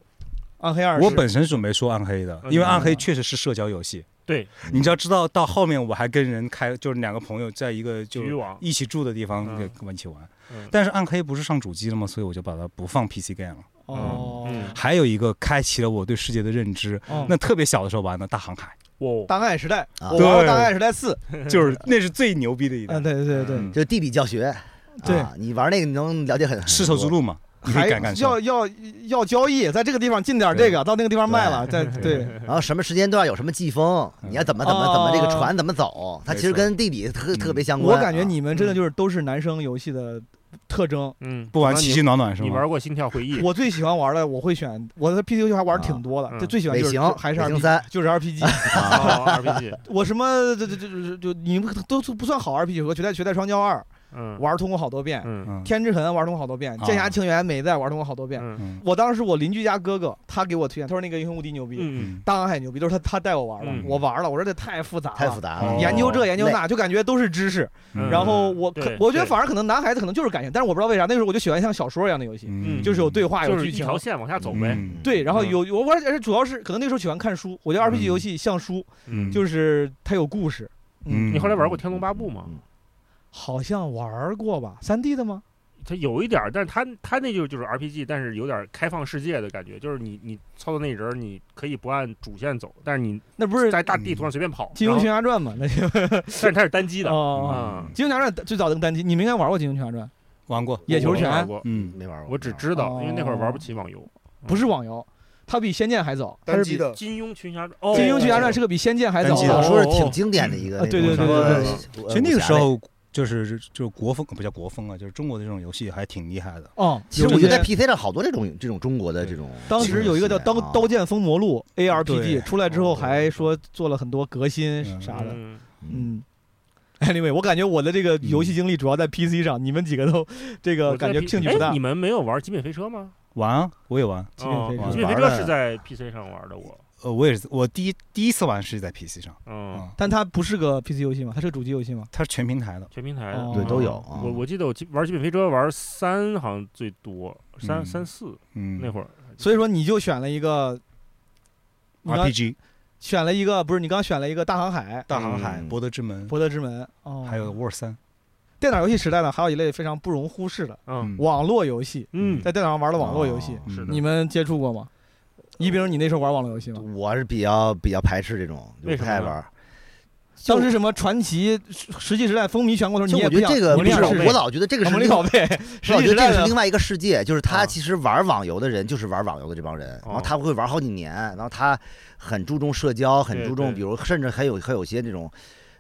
Speaker 1: 暗黑二
Speaker 3: 我
Speaker 1: 是
Speaker 3: 本身准备说暗黑的，
Speaker 4: 嗯
Speaker 3: 因为暗黑确实是社交游戏。
Speaker 4: 对，
Speaker 3: 你就要知道，到后面我还跟人开，就是两个朋友在一个就
Speaker 4: 局域网
Speaker 3: 一起住的地方
Speaker 4: 嗯
Speaker 3: 跟我一起玩
Speaker 4: 嗯。
Speaker 3: 但是暗黑不是上主机了吗？所以我就把它不放 PC game 了。
Speaker 1: 哦，
Speaker 4: 嗯
Speaker 3: 还有一个开启了我对世界的认知，
Speaker 1: 哦
Speaker 3: 那特别小的时候玩的《大航
Speaker 1: [laughs]
Speaker 3: 海
Speaker 4: 哇，
Speaker 1: 大航海时代，
Speaker 2: 啊
Speaker 1: 我玩过
Speaker 3: 对
Speaker 1: 大航海时代四，》，
Speaker 3: 就是那是最牛逼的一代
Speaker 1: 嗯，。对对对
Speaker 3: 嗯
Speaker 2: 就地理教学，
Speaker 1: 对
Speaker 2: 啊，你玩那个你能了解很
Speaker 3: 丝绸之。路嘛，你可
Speaker 1: 还
Speaker 3: 以感感受
Speaker 1: 要。要要交易，在这个地方进点这个，到那个地方卖了，再对
Speaker 2: 很多然后什么时间段有什么季风，
Speaker 3: 嗯
Speaker 2: 你要怎么怎么
Speaker 1: 哦
Speaker 2: 怎么这个船怎么走，它其实跟地理特
Speaker 3: 嗯
Speaker 2: 特别相关
Speaker 1: 我
Speaker 2: 啊。
Speaker 1: 感觉你们真的就是都是男生游戏的特征。
Speaker 4: 嗯，
Speaker 3: 不玩
Speaker 4: 然后
Speaker 3: 奇
Speaker 4: 你
Speaker 3: 迹暖暖是
Speaker 4: 你
Speaker 3: 吗？
Speaker 4: 玩过心跳回忆？
Speaker 1: 我最喜欢玩的，我会选我的 PC 游戏还玩挺多的，
Speaker 4: 嗯啊
Speaker 1: 就最喜欢
Speaker 2: 尾
Speaker 1: 就是
Speaker 2: 行
Speaker 1: 就还是啊
Speaker 2: 尾行
Speaker 1: RPG，
Speaker 2: 三，
Speaker 1: 就是
Speaker 2: [laughs]
Speaker 1: RPG。
Speaker 4: 哦二 RPG，
Speaker 1: 我什么这这这这就你们都都不算好 RPG，和《绝代绝代双骄二》
Speaker 4: 嗯，
Speaker 1: 玩通过好多遍，
Speaker 4: 嗯
Speaker 3: 嗯
Speaker 1: 天之痕》玩通过好多遍，
Speaker 3: 啊
Speaker 1: 《剑侠情缘》美在玩通过好多遍。
Speaker 4: 嗯
Speaker 3: 嗯
Speaker 1: 我当时我邻居家哥哥，他给我推荐，他说那个《英雄无敌》牛逼，
Speaker 4: 嗯，
Speaker 3: 嗯，
Speaker 1: 大航海牛逼，都是他他带我玩的，
Speaker 4: 嗯
Speaker 1: 我玩了，我说这太复杂了，
Speaker 2: 太复杂
Speaker 3: 哦
Speaker 2: 了。
Speaker 1: 研究这研究
Speaker 2: 累
Speaker 1: 那，就感觉都是知识。
Speaker 3: 嗯
Speaker 1: 然后我可
Speaker 4: 对
Speaker 1: 我觉得
Speaker 4: 对
Speaker 1: 反而可能男孩子可能就是感性，但是我不知道为啥那时候我就喜欢像小说一样的游戏，
Speaker 3: 嗯
Speaker 1: 就是有对话
Speaker 4: 就
Speaker 1: 有
Speaker 4: 是
Speaker 1: 剧
Speaker 4: 一
Speaker 1: 情。
Speaker 4: 条线往下走呗。
Speaker 3: 嗯
Speaker 1: 对，然后
Speaker 4: 嗯
Speaker 1: 有我玩，而且主要是可能那时候喜欢看书，我觉得 RPG
Speaker 3: 嗯
Speaker 1: 游戏像书，
Speaker 3: 嗯
Speaker 1: 就是它有故事。
Speaker 3: 嗯
Speaker 4: 你后来玩过《天龙八部》吗？
Speaker 2: 嗯
Speaker 1: 好像玩过吧？三 D 的吗？
Speaker 4: 它有一点儿，但是它它那就是就是 RPG，但是有点儿开放世界的感觉，就是你你操作那人儿，你可以不按主线走，但是你
Speaker 1: 那不是《嗯
Speaker 4: 在大地图上随便跑。
Speaker 1: 金庸群
Speaker 4: 然
Speaker 1: 侠
Speaker 4: 后
Speaker 1: 传》吗？那就
Speaker 4: 但是它是单机的。
Speaker 1: 哦，
Speaker 4: 啊
Speaker 1: 《金庸群侠传》最早的单机，你们应该玩过《金庸群侠传》，
Speaker 3: 玩过，
Speaker 1: 野球
Speaker 4: 我没
Speaker 1: 拳
Speaker 4: 玩过
Speaker 3: 嗯，
Speaker 2: 没玩过，
Speaker 4: 我只知道，因为那会儿玩不起网游。嗯
Speaker 1: 不是网游，它比《仙剑》还早，它
Speaker 6: 单
Speaker 1: 是
Speaker 6: 机
Speaker 1: 比
Speaker 6: 的，
Speaker 4: 金庸群侠传，
Speaker 1: 《
Speaker 4: 哦，
Speaker 1: 金庸群侠传》是个比《仙剑》还早
Speaker 3: 单机
Speaker 2: 小
Speaker 3: 的
Speaker 1: 的。
Speaker 2: 说是挺经典的一个
Speaker 1: 啊。对对对对对
Speaker 2: 对
Speaker 3: 其实那个时，候就是就是国风不叫国风啊，就是中国的这种游戏还挺厉害的。
Speaker 1: 哦，
Speaker 2: 其实我觉得在
Speaker 1: 有一些
Speaker 2: PC 上好多这种这种中国的这种，
Speaker 1: 当时有一个叫《刀
Speaker 2: 啊
Speaker 1: 刀剑风魔录》ARPG
Speaker 3: 对
Speaker 1: 出来之后，
Speaker 2: 哦
Speaker 1: 还说做了很多革新
Speaker 3: 嗯
Speaker 1: 啥的。
Speaker 4: 嗯
Speaker 1: 嗯。Anyway，我感觉我的这个
Speaker 3: 嗯
Speaker 1: 游戏经历主要在 PC 上，你们几个都这个
Speaker 4: 我在
Speaker 1: 感觉
Speaker 4: P-
Speaker 1: 兴趣不
Speaker 4: 哎
Speaker 1: 大
Speaker 4: 你。们没有玩《极品飞车》吗？
Speaker 3: 玩啊，我也玩。
Speaker 1: 极品飞车
Speaker 4: 哦极品飞车是在 PC 上玩的，我，
Speaker 3: 呃，我也是，我第一第一次玩是在 PC 上，
Speaker 4: 嗯，
Speaker 3: 啊，
Speaker 1: 但它不是个 PC 游戏嘛，它是个主机游戏嘛。
Speaker 3: 它是全平台的。
Speaker 4: 全平台的
Speaker 1: 哦
Speaker 2: 对，都有。啊
Speaker 4: 我我记得我玩极品飞车玩三好像最多，三
Speaker 3: 嗯
Speaker 4: 三四
Speaker 3: 嗯，
Speaker 4: 那会儿，
Speaker 1: 所以说你就选了一个，你刚
Speaker 3: RPG
Speaker 1: 选了一个，不是你刚选了一个大航海、
Speaker 3: 大航海、
Speaker 2: 嗯
Speaker 3: 博德之门，
Speaker 1: 博德之门，哦，
Speaker 3: 还有 War 三。
Speaker 1: 电脑游戏时代呢，还有一类非常不容忽视的
Speaker 4: 嗯
Speaker 1: 网络游戏，
Speaker 4: 嗯，
Speaker 1: 在电脑上玩的网络游戏，
Speaker 4: 是
Speaker 3: 嗯
Speaker 4: 的
Speaker 1: 你们接触过吗？一冰，你那时候玩网络游戏吗？
Speaker 2: 我是比较比较排斥这种，就
Speaker 4: 为
Speaker 2: 不
Speaker 4: 什么
Speaker 2: 太
Speaker 4: 呢
Speaker 2: 玩儿。就
Speaker 1: 当时什么传奇、石器时代风靡全国的时
Speaker 2: 就
Speaker 1: 候，你也
Speaker 2: 我
Speaker 1: 不想，
Speaker 2: 觉得这个
Speaker 1: 你
Speaker 2: 不
Speaker 1: 们
Speaker 2: 是
Speaker 1: 俩
Speaker 4: 拷贝
Speaker 2: 我老觉得这个是
Speaker 1: 蒙里
Speaker 2: 另
Speaker 1: 拷贝，
Speaker 2: [laughs] 是我
Speaker 1: 实
Speaker 2: 觉
Speaker 1: 际时
Speaker 2: 得这
Speaker 1: 代
Speaker 2: 个是
Speaker 1: 的
Speaker 2: 另外一个世界，就是他
Speaker 4: 啊
Speaker 2: 其实玩网游的人就是玩网游的这帮人，然后
Speaker 4: 哦
Speaker 2: 他会玩好几年，然后他很注重社交，很
Speaker 4: 对
Speaker 2: 注重，
Speaker 4: 对
Speaker 2: 比如甚至还有还有些这种，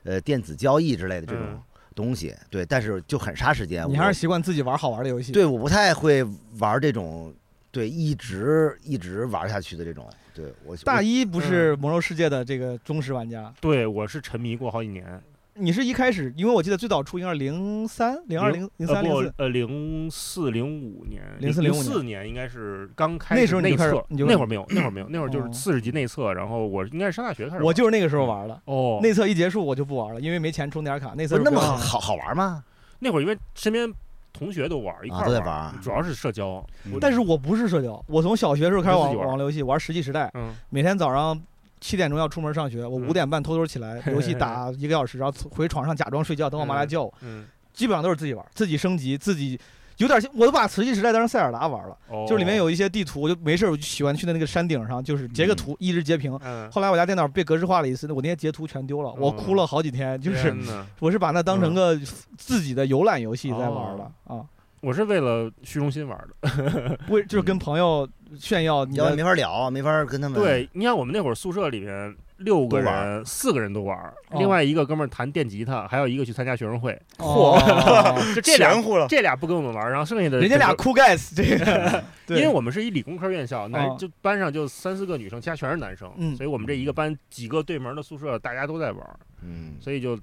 Speaker 2: 呃，电子交易之类的这种
Speaker 4: 嗯
Speaker 2: 东西，对，但是就很杀时间。
Speaker 1: 你
Speaker 2: 哎我
Speaker 1: 还是习惯自己玩好玩的游戏。
Speaker 2: 对，我不太会玩这种，对，一直一直玩下去的这种，对我
Speaker 1: 大一不是
Speaker 2: 嗯
Speaker 1: 魔兽世界的这个忠实玩家，
Speaker 4: 对我是沉迷过好几年，
Speaker 1: 你是一开始，因为我记得最早出应该是零三、零二、零零
Speaker 4: 呃
Speaker 1: 三、零
Speaker 4: 不
Speaker 1: 四，
Speaker 4: 呃零四零五年
Speaker 1: 04 05
Speaker 4: 四年应该是刚开
Speaker 1: 那
Speaker 4: 始
Speaker 1: 时候你
Speaker 4: 内
Speaker 1: 就开始
Speaker 4: 测，
Speaker 1: 你就
Speaker 4: 那会儿没有那会儿没有那会儿就
Speaker 1: 哦
Speaker 4: 是四十级内测，然后我应该是上大学开始玩，
Speaker 1: 我就是那个时候玩的。
Speaker 4: 哦
Speaker 1: 内测一结束我就不玩了，因为没钱充点卡。内测
Speaker 2: 不是那么
Speaker 1: 好。
Speaker 2: 好好玩吗？
Speaker 4: 那会儿因为身边同学都玩儿一块
Speaker 2: 啊，
Speaker 4: 儿
Speaker 2: 都在
Speaker 4: 玩儿，
Speaker 2: 玩
Speaker 4: 主要是社交
Speaker 3: 嗯，
Speaker 4: 我
Speaker 1: 但是我不是社交，我从小学时候开始
Speaker 4: 你就
Speaker 1: 玩
Speaker 4: 自己玩
Speaker 1: 网络游戏，玩《石器时代》，
Speaker 4: 嗯
Speaker 1: 每天早上七点钟要出门上学，我
Speaker 4: 嗯
Speaker 1: 五点半偷偷起
Speaker 2: [laughs]
Speaker 1: 来，游戏打一个小时，然后回床上假装睡觉，等我妈来叫我。
Speaker 4: 嗯，
Speaker 1: 基本上都是自己玩，自己升级，自己有点像，我都把《石器时代》当成塞尔达玩了，
Speaker 4: 哦
Speaker 1: 就是里面有一些地图，我就没事儿我就喜欢去的那个山顶上，就是截个图，一直截屏。
Speaker 4: 嗯，
Speaker 1: 后来我家电脑被格式化了一次，我那些截图全丢了，我哭了好几嗯天，嗯就是
Speaker 4: 天呐
Speaker 1: 我是把那当成个自己的游览游戏在玩了啊。
Speaker 4: 我是为了虚荣心玩儿的。
Speaker 1: 为就是跟朋友炫耀嗯你
Speaker 2: 要不然
Speaker 1: 的
Speaker 2: 没法聊，没法跟他们。
Speaker 4: 对，你看我们那会儿宿舍里面六个
Speaker 2: 都玩儿
Speaker 4: 人，四个人都玩儿，
Speaker 1: 哦
Speaker 4: 另外一个哥们儿弹电吉他，还有一个去参加学生会，
Speaker 1: [laughs] 嚯，
Speaker 4: 就这俩
Speaker 3: 玄乎了
Speaker 4: 这俩不跟我们玩儿，然后剩下的
Speaker 1: 哦人家俩
Speaker 4: 整个。
Speaker 1: 酷 guys 这个，
Speaker 4: 因为我们是一理工科院校，
Speaker 1: 哦
Speaker 4: 男就班上就三四个女生，其他全是男生，
Speaker 1: 嗯
Speaker 4: 所以我们这一个班几个对门的宿舍，大家都在玩儿，
Speaker 2: 嗯，
Speaker 4: 所以就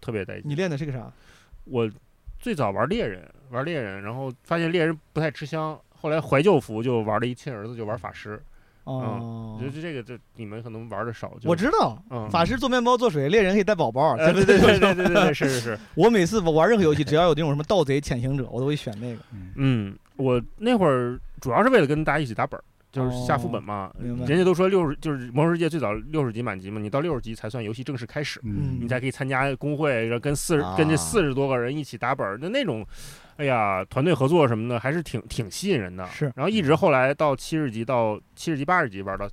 Speaker 4: 特别带劲。
Speaker 1: [laughs] 你练的是个啥？
Speaker 4: 我最早玩猎人，玩猎人，然后发现猎人不太吃香，后来怀旧服就玩了一亲儿子，就玩法师。
Speaker 1: 哦
Speaker 4: 我觉，得这个这你们可能玩的少，就
Speaker 1: 我知道，
Speaker 4: 嗯，
Speaker 1: 法师做面包做水，猎人可以带宝宝，
Speaker 4: 呃
Speaker 1: 对
Speaker 4: 对
Speaker 1: 不对？
Speaker 4: 对
Speaker 1: [laughs]
Speaker 4: 对对对对对，是是是，
Speaker 1: 我每次玩任何游戏，只要有那种什么盗贼、潜行者，我都会选那个。
Speaker 4: 嗯，我那会儿主要是为了跟大家一起打本儿。就是下副本嘛，
Speaker 1: 哦明白
Speaker 4: 人家都说六十就是《魔兽世界》最早六十级满级嘛，你到六十级才算游戏正式开始，
Speaker 1: 嗯
Speaker 4: 你才可以参加工会，然后跟四十、
Speaker 2: 啊
Speaker 4: 跟这四十多个人一起打本儿，那那种，哎呀，团队合作什么的，还是挺挺吸引人的。
Speaker 1: 是嗯
Speaker 4: 然后一直后来到七十级到七十级八十级玩到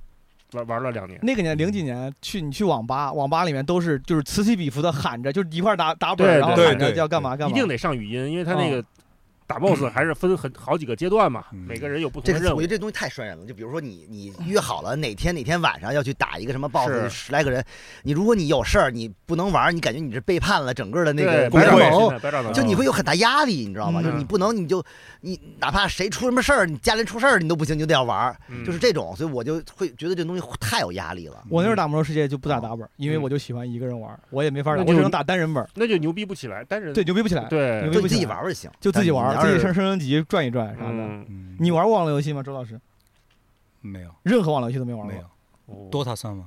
Speaker 4: 玩玩了两年。
Speaker 1: 那个年零几年去你去网吧，网吧里面都是就是此起彼伏的喊着，就是一块儿打打本儿，
Speaker 4: 对
Speaker 1: 然后
Speaker 4: 对
Speaker 1: 喊着
Speaker 3: 对
Speaker 1: 要干嘛干
Speaker 4: 一
Speaker 1: 嘛。
Speaker 4: 定得上语音，因为他那个打 BOSS 还是分很好几个阶段嘛，
Speaker 3: 嗯
Speaker 4: 每个人有不同
Speaker 2: 这
Speaker 4: 的
Speaker 2: 个
Speaker 4: 任
Speaker 2: 我
Speaker 4: 务
Speaker 2: 觉得。这东西太拴人了。就比如说你你约好了哪天哪天晚上要去打一个什么 BOSS，
Speaker 4: 是
Speaker 2: 十来个人，你如果你有事儿你不能玩儿，你感觉你是背叛了整个的那个
Speaker 4: 对白
Speaker 2: 联
Speaker 3: 工会
Speaker 4: 长毛
Speaker 2: 盟
Speaker 4: 现。在白长毛
Speaker 2: 就你会有很大压力，你知道吗？
Speaker 1: 嗯
Speaker 2: 就是你不能，你就你哪怕谁出什么事儿，你家人出事儿，你都不行，你就得要玩儿，
Speaker 4: 嗯
Speaker 2: 就是这种。所以我就会觉得这东西太有压力了。
Speaker 1: 我那时候打魔兽世界就不咋打本儿，因为我就喜欢一个人玩儿，我也没法打，
Speaker 4: 那
Speaker 1: 我
Speaker 4: 就
Speaker 1: 只能打单人本儿，
Speaker 4: 那就牛逼不起来，但是
Speaker 1: 对，牛逼不起来，
Speaker 4: 对
Speaker 1: 牛
Speaker 2: 就
Speaker 1: 逼
Speaker 2: 你
Speaker 1: 不
Speaker 2: 自
Speaker 1: 起
Speaker 2: 己
Speaker 1: 来，
Speaker 2: 玩儿就行。
Speaker 1: 就自己玩
Speaker 2: 你
Speaker 1: 儿，
Speaker 2: 要
Speaker 1: 自己
Speaker 2: 是
Speaker 1: 升升级转一转啥的。
Speaker 4: 嗯，
Speaker 3: 嗯
Speaker 1: 你玩过网络游戏吗，周老师？
Speaker 3: 没有
Speaker 1: 任何网络游戏都没玩
Speaker 3: 没
Speaker 1: 过，
Speaker 3: 有多塔算吗？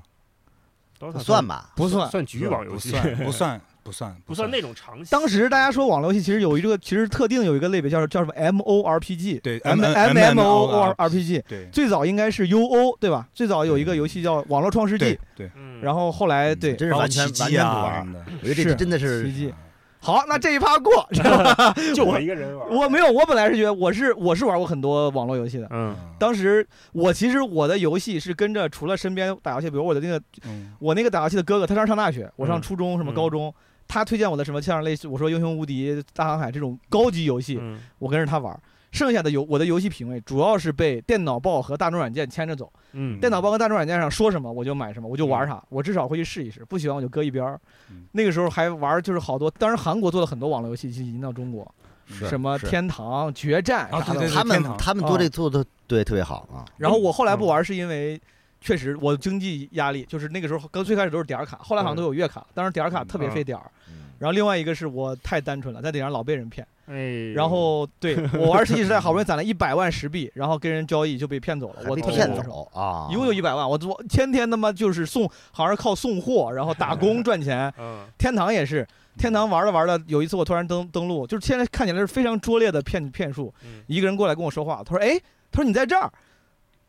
Speaker 4: 多
Speaker 2: 不算吧？
Speaker 1: 不算。
Speaker 4: 哦算局域网游戏
Speaker 3: 不，算不算不算
Speaker 4: 不算那种长期。
Speaker 1: 当时大家说网络游戏其实有一个，其实特定有一个类别叫叫什么 M O R P G，
Speaker 3: 对
Speaker 1: M
Speaker 3: M
Speaker 1: M
Speaker 3: M
Speaker 1: O
Speaker 3: O
Speaker 1: O R P G，
Speaker 3: 对
Speaker 1: 最早应该是 U O 对吧？最早有一个游戏叫《网络创世纪
Speaker 3: 对》，对，
Speaker 4: 嗯，
Speaker 1: 然后后来
Speaker 3: 嗯
Speaker 1: 哎对，
Speaker 2: 真是
Speaker 3: 包括
Speaker 2: 完全
Speaker 3: 奇迹
Speaker 2: 完全不
Speaker 3: 啊
Speaker 2: 玩儿
Speaker 3: 什么的
Speaker 2: 我觉得这
Speaker 1: 是
Speaker 2: 真的
Speaker 1: 奇
Speaker 2: 是
Speaker 1: 迹。好，那这一趴过，知道吧
Speaker 4: 就我一个人玩，
Speaker 1: 我没有，我本来是觉得我是我是玩过很多网络游戏的。
Speaker 4: 嗯
Speaker 3: 嗯
Speaker 1: 当时我其实我的游戏是跟着除了身边打游戏，比如我的那个
Speaker 3: 嗯
Speaker 1: 我那个打游戏的哥哥，他上上大学，我上
Speaker 4: 嗯
Speaker 1: 初中什么
Speaker 4: 嗯
Speaker 1: 高中，他推荐我的什么像类似我说《英雄无敌》《大航海》这种高级游戏，
Speaker 4: 嗯
Speaker 1: 我跟着他玩儿。剩下的游我的游戏品味主要是被电脑报和大众软件牵着走，
Speaker 4: 嗯，
Speaker 1: 电脑报跟大众软件上说什么我就买什么，我就玩啥，我至少会去试一试，不喜欢我就搁一边儿
Speaker 3: 嗯。
Speaker 1: 那个时候还玩就是好多，当时韩国做了很多网络游戏引进到中国，
Speaker 2: 是
Speaker 1: 什么
Speaker 2: 是
Speaker 1: 天堂、决战
Speaker 3: 啊
Speaker 1: 啥
Speaker 3: 对
Speaker 1: 的。
Speaker 3: 对对
Speaker 2: 他
Speaker 3: 天
Speaker 2: 们
Speaker 3: 堂
Speaker 2: 他们
Speaker 1: 啊
Speaker 2: 做这做的对特别好啊。
Speaker 1: 然后我后来不玩是因为。确实，我经济压力就是那个时候，刚最开始都是点儿卡，后来好像都有月卡。当时点儿卡特别费点儿，
Speaker 2: 嗯
Speaker 1: 然后另外一个是我太单纯了，在顶上老被人骗。
Speaker 4: 哎，
Speaker 1: 然后对我玩世纪时代好不容易攒了一百万石币，然后跟人交易就被骗走了，我
Speaker 2: 被
Speaker 1: 特别
Speaker 2: 骗
Speaker 1: 难受。
Speaker 2: 走啊！
Speaker 1: 一共就一百万，我我天天他妈就是送，好像是靠送货，然后打
Speaker 2: [laughs]
Speaker 1: 工赚钱。
Speaker 4: 嗯，
Speaker 1: 天堂也是，天堂玩着玩着，有一次我突然登登录，就是现在看起来是非常拙劣的骗骗术
Speaker 4: 嗯。
Speaker 1: 一个人过来跟我说话，他说：“哎，他说你在这儿。”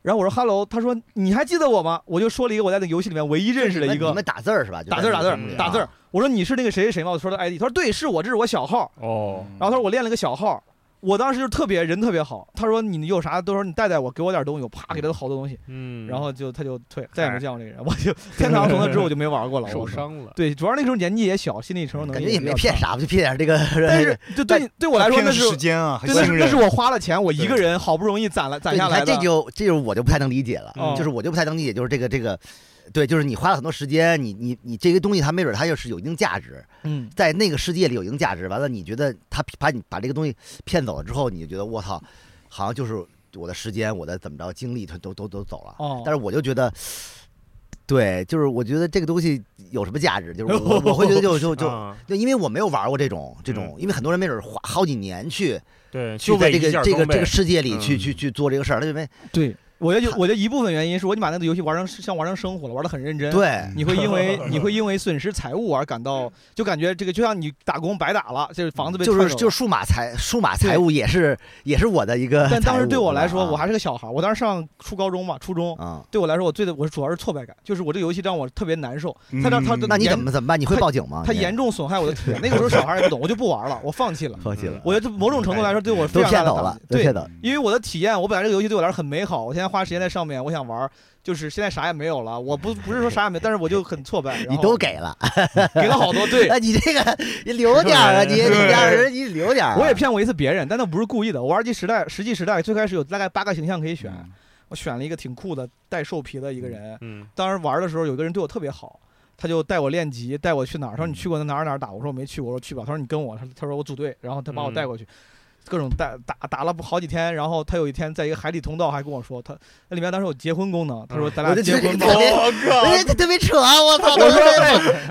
Speaker 1: 然后我说：“Hello。”他说：“你还记得我吗？”我就说了一个我在那个游戏里面唯一认识的一
Speaker 2: 你
Speaker 1: 个
Speaker 2: 们打字儿是吧？就
Speaker 1: 打字儿
Speaker 2: 在
Speaker 1: 打字儿
Speaker 2: 屏幕里
Speaker 1: 打字儿
Speaker 2: 啊。
Speaker 1: 我说：“你是那个谁谁谁吗？”我说的 ID。他说：“对，是我，这是我小号。”
Speaker 4: 哦，
Speaker 2: 嗯
Speaker 1: 然后他说我练了个小号，我当时就特别人特别好。他说你有啥都说你带带我，给我点东西，我啪给了他好多东西，
Speaker 4: 嗯，
Speaker 1: 然后就他就退，再也没见过这个人。我就 [laughs] 天堂从那之后我就没玩过了。
Speaker 4: 受
Speaker 1: 我
Speaker 4: 伤了，
Speaker 1: 对，主要是那时候年纪也小，心理承受能力
Speaker 2: 感觉也
Speaker 1: 比
Speaker 2: 没
Speaker 1: 较
Speaker 2: 骗
Speaker 1: 差。
Speaker 2: 啥，就骗点这个。
Speaker 1: [laughs] 但是就对你对我来说
Speaker 3: 骗
Speaker 1: 那
Speaker 3: 的
Speaker 1: 是
Speaker 3: 时间啊，还
Speaker 1: 对那是
Speaker 3: 信
Speaker 1: 那
Speaker 3: 任
Speaker 1: 是我花了钱，我一个人好不容易攒了攒
Speaker 2: 对，
Speaker 1: 下
Speaker 2: 你
Speaker 1: 来
Speaker 2: 看
Speaker 1: 的
Speaker 2: 这。就这就是我就不太能理解了，
Speaker 1: 嗯
Speaker 2: 就是我就不太能理解，就是这个这个，对，就是你花了很多时间，你你你这个东西它没准它就是有一定价值，
Speaker 1: 嗯，
Speaker 2: 在那个世界里有一定价值，完了你觉得他把你把这个东西骗走了之后，你就觉得我操，好像就是我的时间，我的怎么着精力都都都都走了，
Speaker 1: 哦
Speaker 2: 但是我就觉得。对，就是我觉得这个东西有什么价值？就是我我会觉得就就就
Speaker 4: 啊
Speaker 2: 就，因为我没有玩过这种这
Speaker 1: 嗯
Speaker 2: 种，因为很多人没准花好几年去
Speaker 4: 对，
Speaker 2: 去
Speaker 4: 就
Speaker 2: 在
Speaker 4: 为
Speaker 2: 这个
Speaker 4: 一件
Speaker 2: 这个
Speaker 4: 装备
Speaker 2: 这个世界里
Speaker 4: 嗯
Speaker 2: 去去去做这个事儿，他就没
Speaker 1: 对，我觉得就
Speaker 2: 他
Speaker 1: 我觉得一部分原因是我你把那个游戏玩成像玩成生活了，玩的很认真。，
Speaker 2: 对，
Speaker 1: 你会因
Speaker 2: [laughs]
Speaker 1: 为你会因为损失财物而感到就感觉这个就像你打工白打了，就是房子被
Speaker 2: 就
Speaker 1: 踹
Speaker 2: 是
Speaker 1: 走了
Speaker 2: 就是数码财数码
Speaker 1: 对
Speaker 2: 财务也是也是我的一个财务，啊
Speaker 1: 但当时对我来
Speaker 2: 是
Speaker 1: 说，
Speaker 2: 吧
Speaker 1: 我还是个小孩儿，我当时上初高中嘛，初中。
Speaker 2: 啊。
Speaker 1: 对我来说，我最的我主要是挫败感，就是我这游戏让我特别难受。他让他
Speaker 3: 嗯
Speaker 1: 就
Speaker 2: 那你
Speaker 1: 严
Speaker 2: 怎么怎么办？你会
Speaker 1: 他
Speaker 2: 报警吗？
Speaker 1: 它
Speaker 2: 你
Speaker 1: 严重损害我的体
Speaker 2: [laughs]
Speaker 1: 验。那个时候小孩儿也不懂，我就不玩了，我放弃了。
Speaker 2: 放弃了，
Speaker 1: 嗯我觉得这某种程度来说对我非
Speaker 2: 都
Speaker 1: 常大
Speaker 2: 骗
Speaker 1: 的
Speaker 2: 走
Speaker 1: 打
Speaker 2: 了
Speaker 1: 击，
Speaker 2: 都
Speaker 1: 对，
Speaker 2: 骗走了。
Speaker 3: 嗯
Speaker 1: 因为我的体验，我本来这个游戏对我来说很美好，我现在花时间在上面，我想玩儿，就是现在啥也没有了。我不不是说啥也没有，但是我就很挫
Speaker 2: [laughs]
Speaker 1: 败。然
Speaker 2: 你
Speaker 1: 后
Speaker 2: 都给哎了，
Speaker 1: 给了好多，对
Speaker 2: 那 [laughs] 你这个你留点儿啊，你
Speaker 4: 对
Speaker 2: 你这样人你留点儿啊。
Speaker 1: 我也骗过一次别人，但那不是故意的。我玩《机时代》《实际时代》最开始有大概八个形象可以选，
Speaker 2: 嗯
Speaker 3: 嗯
Speaker 1: 我选了一个挺酷的带兽皮的一个人，
Speaker 4: 嗯
Speaker 1: 当时玩的时候，有一个人对我特别好，他就带我练级，带我去哪儿？他说你去过那哪儿哪儿打？我说我没去过，我说去吧。他说你跟我，他他说我组队，然后他把我带过去，各种带打打了好几天，然后他有一天在一个海底通道还跟我说，他那里面当时有结婚功能，他说咱
Speaker 2: 我
Speaker 1: 俩
Speaker 2: 就觉
Speaker 1: 结
Speaker 2: 得
Speaker 1: 婚
Speaker 2: 你
Speaker 1: 吧。
Speaker 3: 嗯
Speaker 2: 特别，
Speaker 3: 哦
Speaker 2: 我觉得特别扯，啊我操！我说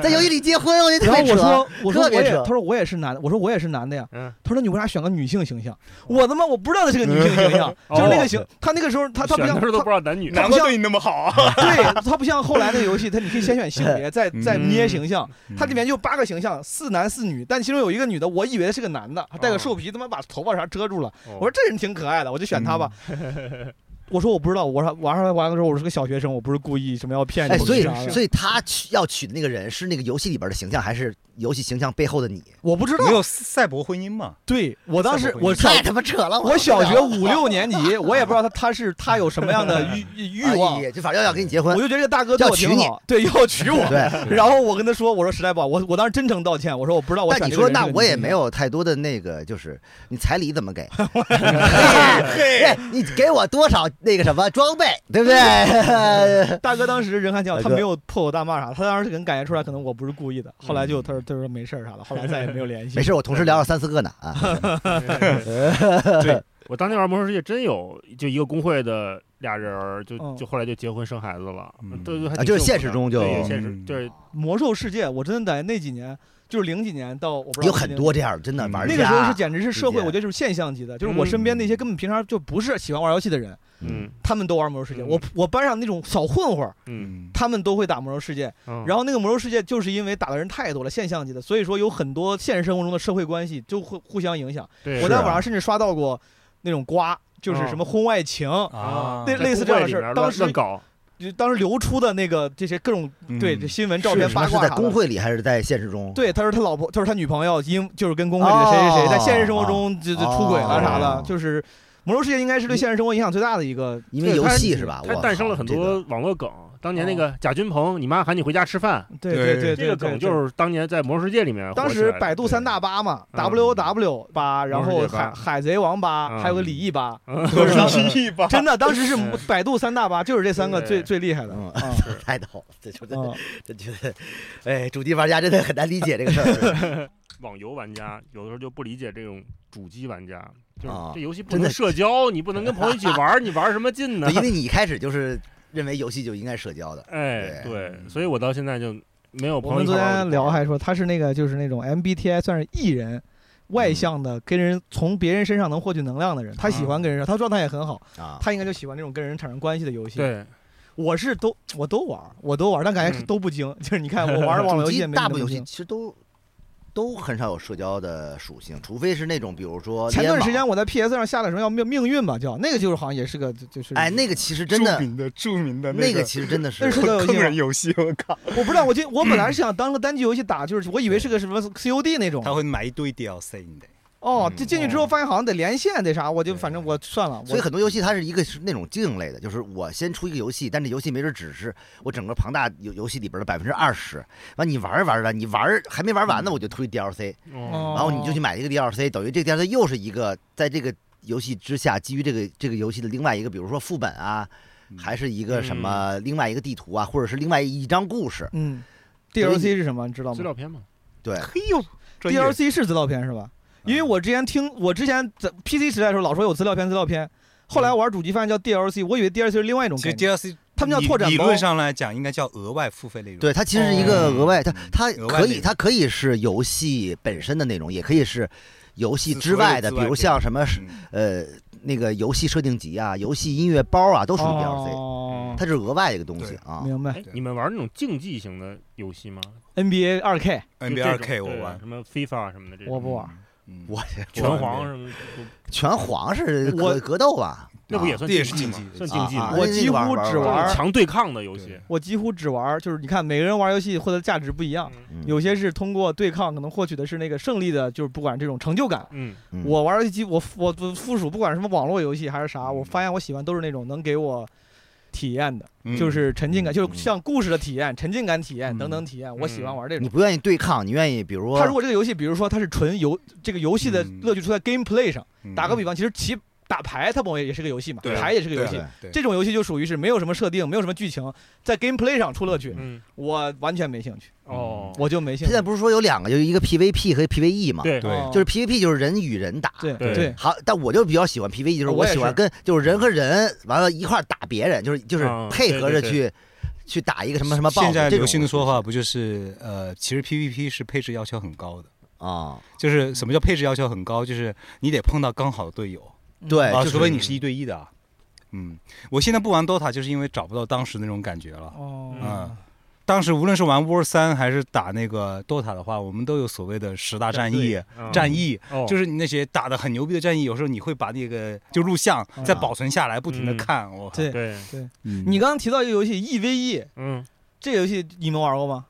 Speaker 2: 在游戏里结婚，我觉得
Speaker 1: [laughs]
Speaker 2: 特
Speaker 1: 哎然后
Speaker 2: 别
Speaker 1: 我
Speaker 2: 扯。
Speaker 1: 说我说
Speaker 2: 特
Speaker 1: 我
Speaker 2: 别
Speaker 1: 也，
Speaker 2: 扯
Speaker 1: 他说我也是男的，我说我也是男的呀。
Speaker 4: 嗯，
Speaker 1: 他说你为啥选个女性形象？我他妈我不知道他是个女性形 [laughs] 象，
Speaker 4: 哦
Speaker 1: 就是那个形，他那个时候他他不
Speaker 4: 选
Speaker 1: 像
Speaker 4: 的时候都
Speaker 1: 他
Speaker 4: 不知道男女，
Speaker 3: 难怪对你那么好啊，
Speaker 1: 对他不像后来那个游戏，他你可以先选性别，再再捏
Speaker 4: 嗯
Speaker 1: 形象。它里面就八个形象，四男四女，但其中有一个女的，我以为是个男的，还戴个
Speaker 4: 哦
Speaker 1: 兽皮，他妈把头发啥遮住了。
Speaker 4: 哦
Speaker 1: 我说这人挺可爱的，我就选他吧。
Speaker 2: 嗯
Speaker 1: 我说我不知道，我说玩上玩的时候我是个小学生，我不是故意什么要骗你。
Speaker 2: 哎，所以
Speaker 1: 啥的
Speaker 2: 所以他娶要娶的那个人是那个游戏里边的形象，还是游戏形象背后的你？
Speaker 1: 我不知
Speaker 3: 没
Speaker 1: 道。
Speaker 3: 有赛博婚姻嘛？
Speaker 1: 对我当时
Speaker 3: 这么回
Speaker 1: 我
Speaker 3: 事
Speaker 1: 小
Speaker 2: 太他妈扯了！
Speaker 1: 我小学
Speaker 2: 受不了
Speaker 1: 五六年级，我也不知道他他是他有什么样的欲欲欲望
Speaker 2: [laughs] 哎呀，就反正要跟你结
Speaker 1: 我
Speaker 2: 婚
Speaker 1: 就，觉得这个大哥对我挺好，对要娶我。
Speaker 2: [laughs] 对。
Speaker 1: 然后我跟他说，我说实在不好，我我当时真诚道歉，我说我不知道我选
Speaker 2: 但你
Speaker 1: 这个
Speaker 2: 说，
Speaker 1: 人是
Speaker 2: 那
Speaker 1: 个
Speaker 2: 我
Speaker 1: 女
Speaker 2: 也
Speaker 1: 性
Speaker 2: 没有太多的那个，就是你彩礼怎
Speaker 1: [laughs]
Speaker 2: 么给？
Speaker 3: 嘿，
Speaker 2: 哎，你给我多少那个什么装备，对不对？ [laughs]
Speaker 1: 大哥当时人还挺好，
Speaker 2: 大
Speaker 1: 他
Speaker 2: 哥
Speaker 1: 没有破口大骂啥，他当时可能感觉出来，可能我不是故意的。后来就他说他说没事儿啥的，
Speaker 2: [laughs]
Speaker 1: 后来再也没有联系。
Speaker 2: 嗯没事，我同时聊了三四个呢
Speaker 1: [laughs]
Speaker 2: 啊。
Speaker 4: 我当年玩魔兽世界真有，就一个工会的俩人儿，就
Speaker 1: 嗯
Speaker 4: 就后来就结婚生孩子了，
Speaker 3: 嗯
Speaker 4: 对对，还
Speaker 2: 啊
Speaker 4: 挺
Speaker 2: 就是
Speaker 4: 幸
Speaker 2: 现
Speaker 4: 福
Speaker 2: 实
Speaker 4: 的
Speaker 2: 中就
Speaker 4: 对现实
Speaker 3: 嗯
Speaker 4: 就是
Speaker 1: 魔兽世界，我真的在那几年，就是零几年到我不知道
Speaker 2: 有很多这样的真的
Speaker 3: 嗯
Speaker 2: 玩
Speaker 1: 那
Speaker 2: 家，嗯
Speaker 1: 个时候是简直是社会，
Speaker 2: 理解
Speaker 1: 我觉得是现象级的，就是我身边那些根本平常就不是喜欢玩游戏的人，
Speaker 4: 嗯
Speaker 1: 他们都玩魔兽世界。
Speaker 4: 嗯
Speaker 1: 我我班上那种小混混，
Speaker 4: 嗯，
Speaker 1: 他们都会打魔兽世界。
Speaker 2: 嗯
Speaker 1: 然
Speaker 4: 后
Speaker 1: 后那个魔兽世界就是因为打的人太多了，现象级的，所以说有很多现实生活中的社会关系就会互相影响。我在
Speaker 2: 啊嗯
Speaker 1: 网上甚至刷到过那种瓜，就是什么婚外情。
Speaker 3: 啊，
Speaker 1: 那类似这样的事儿当时
Speaker 4: 乱搞，
Speaker 1: 就当时流出的那个这些各种对
Speaker 3: 嗯
Speaker 1: 这新闻、照
Speaker 2: 是
Speaker 1: 片、
Speaker 2: 什么
Speaker 1: 八
Speaker 2: 是
Speaker 1: 卦
Speaker 2: 在
Speaker 1: 啥
Speaker 2: 工
Speaker 1: 的。
Speaker 2: 会里还是在现实中？
Speaker 1: 对，他说他老婆，他说他女朋友因就是跟工会里的谁谁谁
Speaker 2: 哦
Speaker 1: 在现实生活中就就出轨了啥的
Speaker 2: 哦，嗯
Speaker 1: 就是《魔兽世界》应该是对现实生活影响最大的一个。
Speaker 2: 因为
Speaker 4: 对
Speaker 2: 游
Speaker 4: 它
Speaker 2: 戏是吧？
Speaker 4: 它
Speaker 2: 我
Speaker 4: 诞生
Speaker 2: 靠
Speaker 4: 了很
Speaker 2: 这个
Speaker 4: 多网络梗。当年
Speaker 1: 哦
Speaker 4: 那个贾君鹏，你妈喊你回家吃饭，
Speaker 1: 对
Speaker 3: 对
Speaker 1: 对对，
Speaker 4: 这个
Speaker 1: 对对
Speaker 4: 梗就是当年在《魔兽世界》里面火起来
Speaker 1: 当
Speaker 4: 的。
Speaker 1: 时百度三大八嘛
Speaker 4: 嗯
Speaker 1: ，W W 八，然
Speaker 4: 魔
Speaker 1: 后
Speaker 4: 兽世界
Speaker 1: 海
Speaker 4: 八
Speaker 1: 海贼王八，
Speaker 4: 嗯
Speaker 1: 还有个李毅八，
Speaker 3: 都是记忆吧？
Speaker 1: 真的，当时是
Speaker 4: 嗯
Speaker 1: 百度三大八，就是这三个最
Speaker 4: 对
Speaker 1: 最厉害的。
Speaker 2: 嗯
Speaker 1: 啊
Speaker 2: 太逗了，这就真
Speaker 1: 嗯
Speaker 2: 的真觉得，哎，主机玩家真的很难理解这
Speaker 1: [laughs]
Speaker 2: 个事儿，
Speaker 4: 网游玩家有的时候就不理解这种主机玩家，就是
Speaker 2: 啊
Speaker 4: 这游戏不
Speaker 2: 真的
Speaker 4: 能社交，你不能跟朋友一起玩儿，你玩儿什么劲
Speaker 2: [laughs]
Speaker 4: 呢
Speaker 2: 对？因为你一开始就是认为游戏就应该社交的，
Speaker 4: 哎，
Speaker 2: 对
Speaker 4: 对，所以我到现在就没有
Speaker 1: 我
Speaker 4: 朋友
Speaker 1: 们
Speaker 4: 一
Speaker 1: 昨
Speaker 4: 块玩
Speaker 1: 天聊还
Speaker 4: 我就不
Speaker 1: 说
Speaker 4: 玩
Speaker 1: 他是那个就是那种 MBTI 算是 E 人，外
Speaker 2: 嗯
Speaker 1: 向的，跟人从别人身上能获取能量的人，他喜欢跟人上，他状态也很好，
Speaker 2: 啊，
Speaker 1: 他应该就喜欢这种跟人产生关系的游戏。，
Speaker 4: 对，
Speaker 1: 我是都我都玩，我都玩，但感觉
Speaker 4: 嗯
Speaker 1: 都不精。 [laughs] 就是你看我玩
Speaker 2: [laughs]
Speaker 1: 网络游戏也没
Speaker 2: 大
Speaker 1: 那
Speaker 2: 部
Speaker 1: 么
Speaker 2: 分游戏
Speaker 1: 精。
Speaker 2: 其实都都很少有社交的属性，除非是那种比如说
Speaker 1: 前段时
Speaker 2: 联
Speaker 1: 间
Speaker 2: 网
Speaker 1: 我在 PS 上下的什么叫命命运吧，叫那个就是好像也是个就是
Speaker 2: 哎，那个其实真
Speaker 3: 著
Speaker 2: 的
Speaker 3: 名的著名的
Speaker 2: 那
Speaker 3: 个
Speaker 2: 个其实真的
Speaker 1: 那是
Speaker 2: 是
Speaker 1: 个 [laughs] 游戏
Speaker 3: 坑
Speaker 1: 吗
Speaker 3: 人游戏，我靠！
Speaker 1: 我不知道，我今我本
Speaker 2: [clears throat]
Speaker 1: 来是想当个单机游戏打，就是我以为是个什么 COD 那种。
Speaker 3: 他会买一堆 DLC 你得。
Speaker 1: 哦，
Speaker 2: 嗯
Speaker 1: 这进去之后发现好像得连线得啥，我就反正我算了，
Speaker 2: 所以
Speaker 1: 我
Speaker 2: 很多游戏它是一个是那种竞类的，就是我先出一个游戏，但这游戏没准只是我整个庞大游游戏里边的百分之二十。完你玩儿着玩着，你玩儿还没玩
Speaker 1: 嗯
Speaker 2: 完呢，我就推 DLC，
Speaker 1: 哦
Speaker 2: 然后你就去买一个 DLC，等于这个 DLC 又是一个在这个游戏之下，基于这个这个游戏的另外一个，比如说副本啊，
Speaker 3: 嗯
Speaker 2: 还是一个什么另外一个地图啊，或者是另外一张故事。
Speaker 1: 嗯
Speaker 2: 所以
Speaker 1: ，DLC 是什么你知道
Speaker 4: 资
Speaker 1: 吗
Speaker 4: 料片嘛，
Speaker 2: 对，
Speaker 3: 嘿呦专业
Speaker 1: DLC 是资料片是吧？
Speaker 3: 嗯
Speaker 1: 因为我之前听我之前在 PC 时代的时候老说有资料片资料片，后来玩主机发现叫 DLC，我以为 DLC 是另外一种
Speaker 3: 其
Speaker 1: 概
Speaker 3: 实
Speaker 1: 念。
Speaker 3: DLC
Speaker 1: 他们叫
Speaker 3: 理
Speaker 1: 拓展包
Speaker 3: 理论上来讲应该叫额外付费内容。
Speaker 2: 对，它其实是一个额外，它
Speaker 3: 嗯
Speaker 2: 它
Speaker 3: 额外
Speaker 2: 可
Speaker 3: 内
Speaker 2: 以
Speaker 3: 容
Speaker 2: 它可以是游戏本身的内容，也可以是游戏
Speaker 3: 所
Speaker 2: 之
Speaker 3: 有
Speaker 2: 外
Speaker 3: 之
Speaker 2: 的，比
Speaker 3: 外
Speaker 2: 如
Speaker 3: 的
Speaker 2: 像什么
Speaker 3: 嗯，
Speaker 2: 呃那个游戏设定集啊、游戏音乐包啊，都属于 DLC，、
Speaker 1: 哦，
Speaker 2: 它是额外一个东西
Speaker 3: 对
Speaker 2: 啊。
Speaker 1: 明白
Speaker 4: 哎，你们玩那种竞技型的游戏吗
Speaker 1: ，NBA 二 K，
Speaker 4: 就
Speaker 3: NBA
Speaker 4: 这
Speaker 3: 二
Speaker 4: 种
Speaker 3: K 我
Speaker 4: 对
Speaker 3: 玩，
Speaker 4: 什么 FIFA 什么的这
Speaker 1: 我
Speaker 4: 种，
Speaker 1: 不玩，
Speaker 3: 嗯，
Speaker 2: 我
Speaker 4: 拳皇什么的，
Speaker 2: 拳皇是
Speaker 1: 我
Speaker 2: 格格斗吧？
Speaker 4: 那不也算
Speaker 3: 这也是
Speaker 4: 竞
Speaker 3: 竞技
Speaker 4: 吗？算竞技
Speaker 2: 啊
Speaker 4: 吗
Speaker 2: 啊？
Speaker 1: 我
Speaker 2: 那
Speaker 1: 几
Speaker 2: 个玩
Speaker 1: 乎
Speaker 2: 玩
Speaker 1: 只
Speaker 2: 玩
Speaker 4: 就是
Speaker 1: 玩，
Speaker 4: 强对抗的游戏
Speaker 3: 对。
Speaker 1: 我几乎只玩，就是你看每个人玩游戏获得的价值不一样，
Speaker 4: 嗯
Speaker 2: 嗯
Speaker 1: 有些是通过对抗可能获取的是那个胜利的，就是不管这种成就感。
Speaker 4: 嗯，
Speaker 2: 嗯
Speaker 1: 我玩游戏机，我我我附属不管是什么网络游戏还是啥，我发现我喜欢都是那种能给我体验的，
Speaker 3: 嗯
Speaker 1: 就是沉浸感，
Speaker 2: 嗯
Speaker 1: 就是像故事的体验、沉浸感体验
Speaker 3: 嗯
Speaker 1: 等等体验，我喜欢玩这
Speaker 2: 你
Speaker 1: 种。
Speaker 2: 不愿意对抗，你愿意比如说
Speaker 1: 它如果这个游戏，比如说它是纯游，这个游戏的
Speaker 3: 嗯
Speaker 1: 乐趣出在 gameplay 上。
Speaker 3: 嗯
Speaker 1: 打个比方，其实棋打牌它本也是个游戏嘛，
Speaker 3: 对
Speaker 1: 牌也是个游
Speaker 3: 对
Speaker 1: 戏。
Speaker 3: 啊对
Speaker 1: 这种游戏就属于是没有什么设定，没有什么剧情，在 gameplay 上出乐趣，
Speaker 4: 嗯，
Speaker 1: 我完全没兴趣，
Speaker 4: 哦，
Speaker 1: 嗯我就没兴
Speaker 2: 现
Speaker 1: 趣
Speaker 2: 在。不是说有两个，就是一个 PVP 和 PVE 嘛？，
Speaker 4: 对，
Speaker 3: 对
Speaker 1: 哦
Speaker 2: 就是 PVP 就是人与人打。
Speaker 1: 对
Speaker 4: 对
Speaker 1: 对，
Speaker 2: 好，但我就比较喜欢 PVE，就是
Speaker 1: 我也
Speaker 2: 喜欢
Speaker 1: 是
Speaker 2: 跟就是人和人完了一块儿打别人，就是就是
Speaker 4: 啊
Speaker 2: 配合着
Speaker 4: 对对
Speaker 2: 去去打一个什么什么 boss 这种。
Speaker 3: 现在流行的说法不就是呃，其实 PVP 是配置要求很高的，
Speaker 2: 啊，
Speaker 3: 就是
Speaker 1: 嗯
Speaker 3: 什么叫配置要求很高，就是你得碰到刚好的队友
Speaker 1: 哎嗯
Speaker 2: 对，
Speaker 3: 啊，
Speaker 2: 就是
Speaker 3: 除非你是一对一的啊。嗯，我现在不玩 DOTA 就是因为找不到当时那种感觉了。
Speaker 1: 哦
Speaker 2: 啊
Speaker 3: 嗯，当时无论是玩 War 三还是打那个 DOTA 的话，我们都有所谓的十大战役。
Speaker 4: 嗯
Speaker 3: 战役
Speaker 4: 哦
Speaker 3: 就是你那些打的很牛逼的战役，有时候你会把那个就录像
Speaker 1: 啊
Speaker 3: 再保存下来，不停的
Speaker 4: 嗯
Speaker 3: 看。我靠
Speaker 1: 对
Speaker 4: 对，
Speaker 1: 你
Speaker 3: 你
Speaker 1: 刚刚提到一个游戏 EVE，
Speaker 4: 嗯，
Speaker 1: 这个游戏你们玩过吗？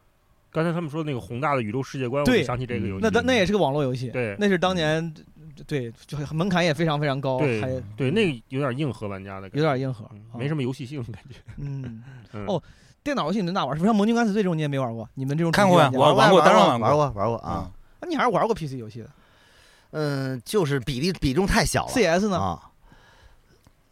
Speaker 4: 刚才他们说那个宏大的宇宙世界观，我
Speaker 1: 对
Speaker 4: 就想起这个游戏。
Speaker 1: 那
Speaker 3: 嗯
Speaker 1: 那也是个网络游戏，
Speaker 4: 对
Speaker 1: 那是当年对，就门槛也非常非常高，
Speaker 4: 对
Speaker 1: 还
Speaker 4: 对，那个有点硬核玩家的感觉，
Speaker 1: 有点硬核
Speaker 4: 嗯，没什
Speaker 1: 么。
Speaker 4: 么游戏性感觉。
Speaker 1: 嗯，
Speaker 4: 嗯
Speaker 1: 哦电脑游戏你们哪玩？是不是像《盟军敢死队》这种你也没玩过？你们这种
Speaker 3: 看过呀
Speaker 1: 主机玩
Speaker 3: 我
Speaker 1: 家
Speaker 3: 玩过当然玩过
Speaker 2: 玩过，玩过啊
Speaker 3: 啊。，
Speaker 1: 啊你还是玩过 PC 游戏的
Speaker 2: 嗯，就是比例比重太小了。
Speaker 1: ？CS 呢？
Speaker 2: 啊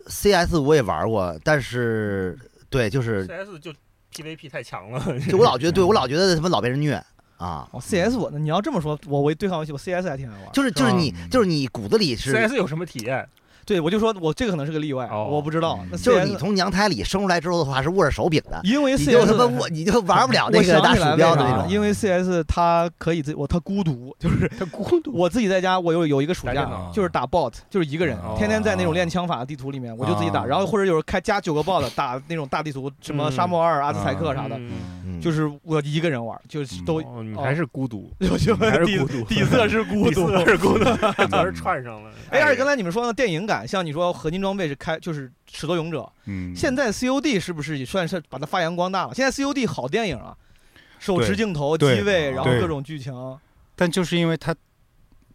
Speaker 2: ，CS 我也玩过，但是对，就是
Speaker 4: ，CS 就 PVP 太强 [laughs] 了，
Speaker 2: 就我老觉得，对我老觉得他妈老被人虐啊，
Speaker 1: 哦，CS 我你要这么说，我为对抗游戏，我 CS 还挺爱玩。
Speaker 2: 就是就是
Speaker 4: 吧
Speaker 2: 你
Speaker 1: 嗯
Speaker 2: 就是你骨子里是
Speaker 4: CS 有什么体验？
Speaker 1: 对我就说我这个可能是个例外，
Speaker 4: 哦
Speaker 1: 我不知道。那
Speaker 2: 就是你
Speaker 1: CS
Speaker 2: 从娘胎里生出来之后的话是握着手柄的，
Speaker 1: 因为
Speaker 2: 你就
Speaker 1: CS
Speaker 2: 他妈握你就玩不
Speaker 1: [laughs]
Speaker 2: 了
Speaker 1: 我
Speaker 2: 那个
Speaker 1: 想
Speaker 2: 打
Speaker 1: 起来啊
Speaker 2: 鼠标
Speaker 1: 为
Speaker 2: 的
Speaker 1: 啥
Speaker 2: 那
Speaker 1: 了
Speaker 2: 种，
Speaker 1: 因为 CS 它可以自我它孤独，就是
Speaker 4: 它孤独。
Speaker 1: 我自己在家，我有有一个暑
Speaker 4: 打电
Speaker 1: 假
Speaker 3: 脑
Speaker 1: 就是打 bot，就是一个人，
Speaker 3: 哦
Speaker 1: 天天在那种练枪法的地图里面，我就自己打，
Speaker 3: 哦
Speaker 1: 然后或者有人开加九个 bot 打那种大地图，什么
Speaker 4: 嗯
Speaker 1: 沙漠二、阿兹台克啥的，
Speaker 4: 嗯
Speaker 2: 嗯
Speaker 1: 就是我一个人玩，就是
Speaker 3: 嗯
Speaker 1: 都 [laughs]
Speaker 4: 哦，你还是孤 [laughs] 独，
Speaker 1: 有些
Speaker 4: 还是
Speaker 1: 底
Speaker 4: 孤独
Speaker 1: 底色是孤独，是孤独。
Speaker 4: [laughs] 嗯早是串上了。
Speaker 1: 哎，而且
Speaker 4: 呀
Speaker 1: 刚才你们说的电影感，像你说合金装备是开就是始作俑者，
Speaker 3: 嗯，
Speaker 1: 现在 COD 是不是也算是把它发扬光大了？现在 COD 好电影啊，手持
Speaker 3: 对
Speaker 1: 镜头、机
Speaker 3: 对
Speaker 1: 位，然后
Speaker 3: 对
Speaker 1: 各种剧情。哦
Speaker 3: 但就是因为它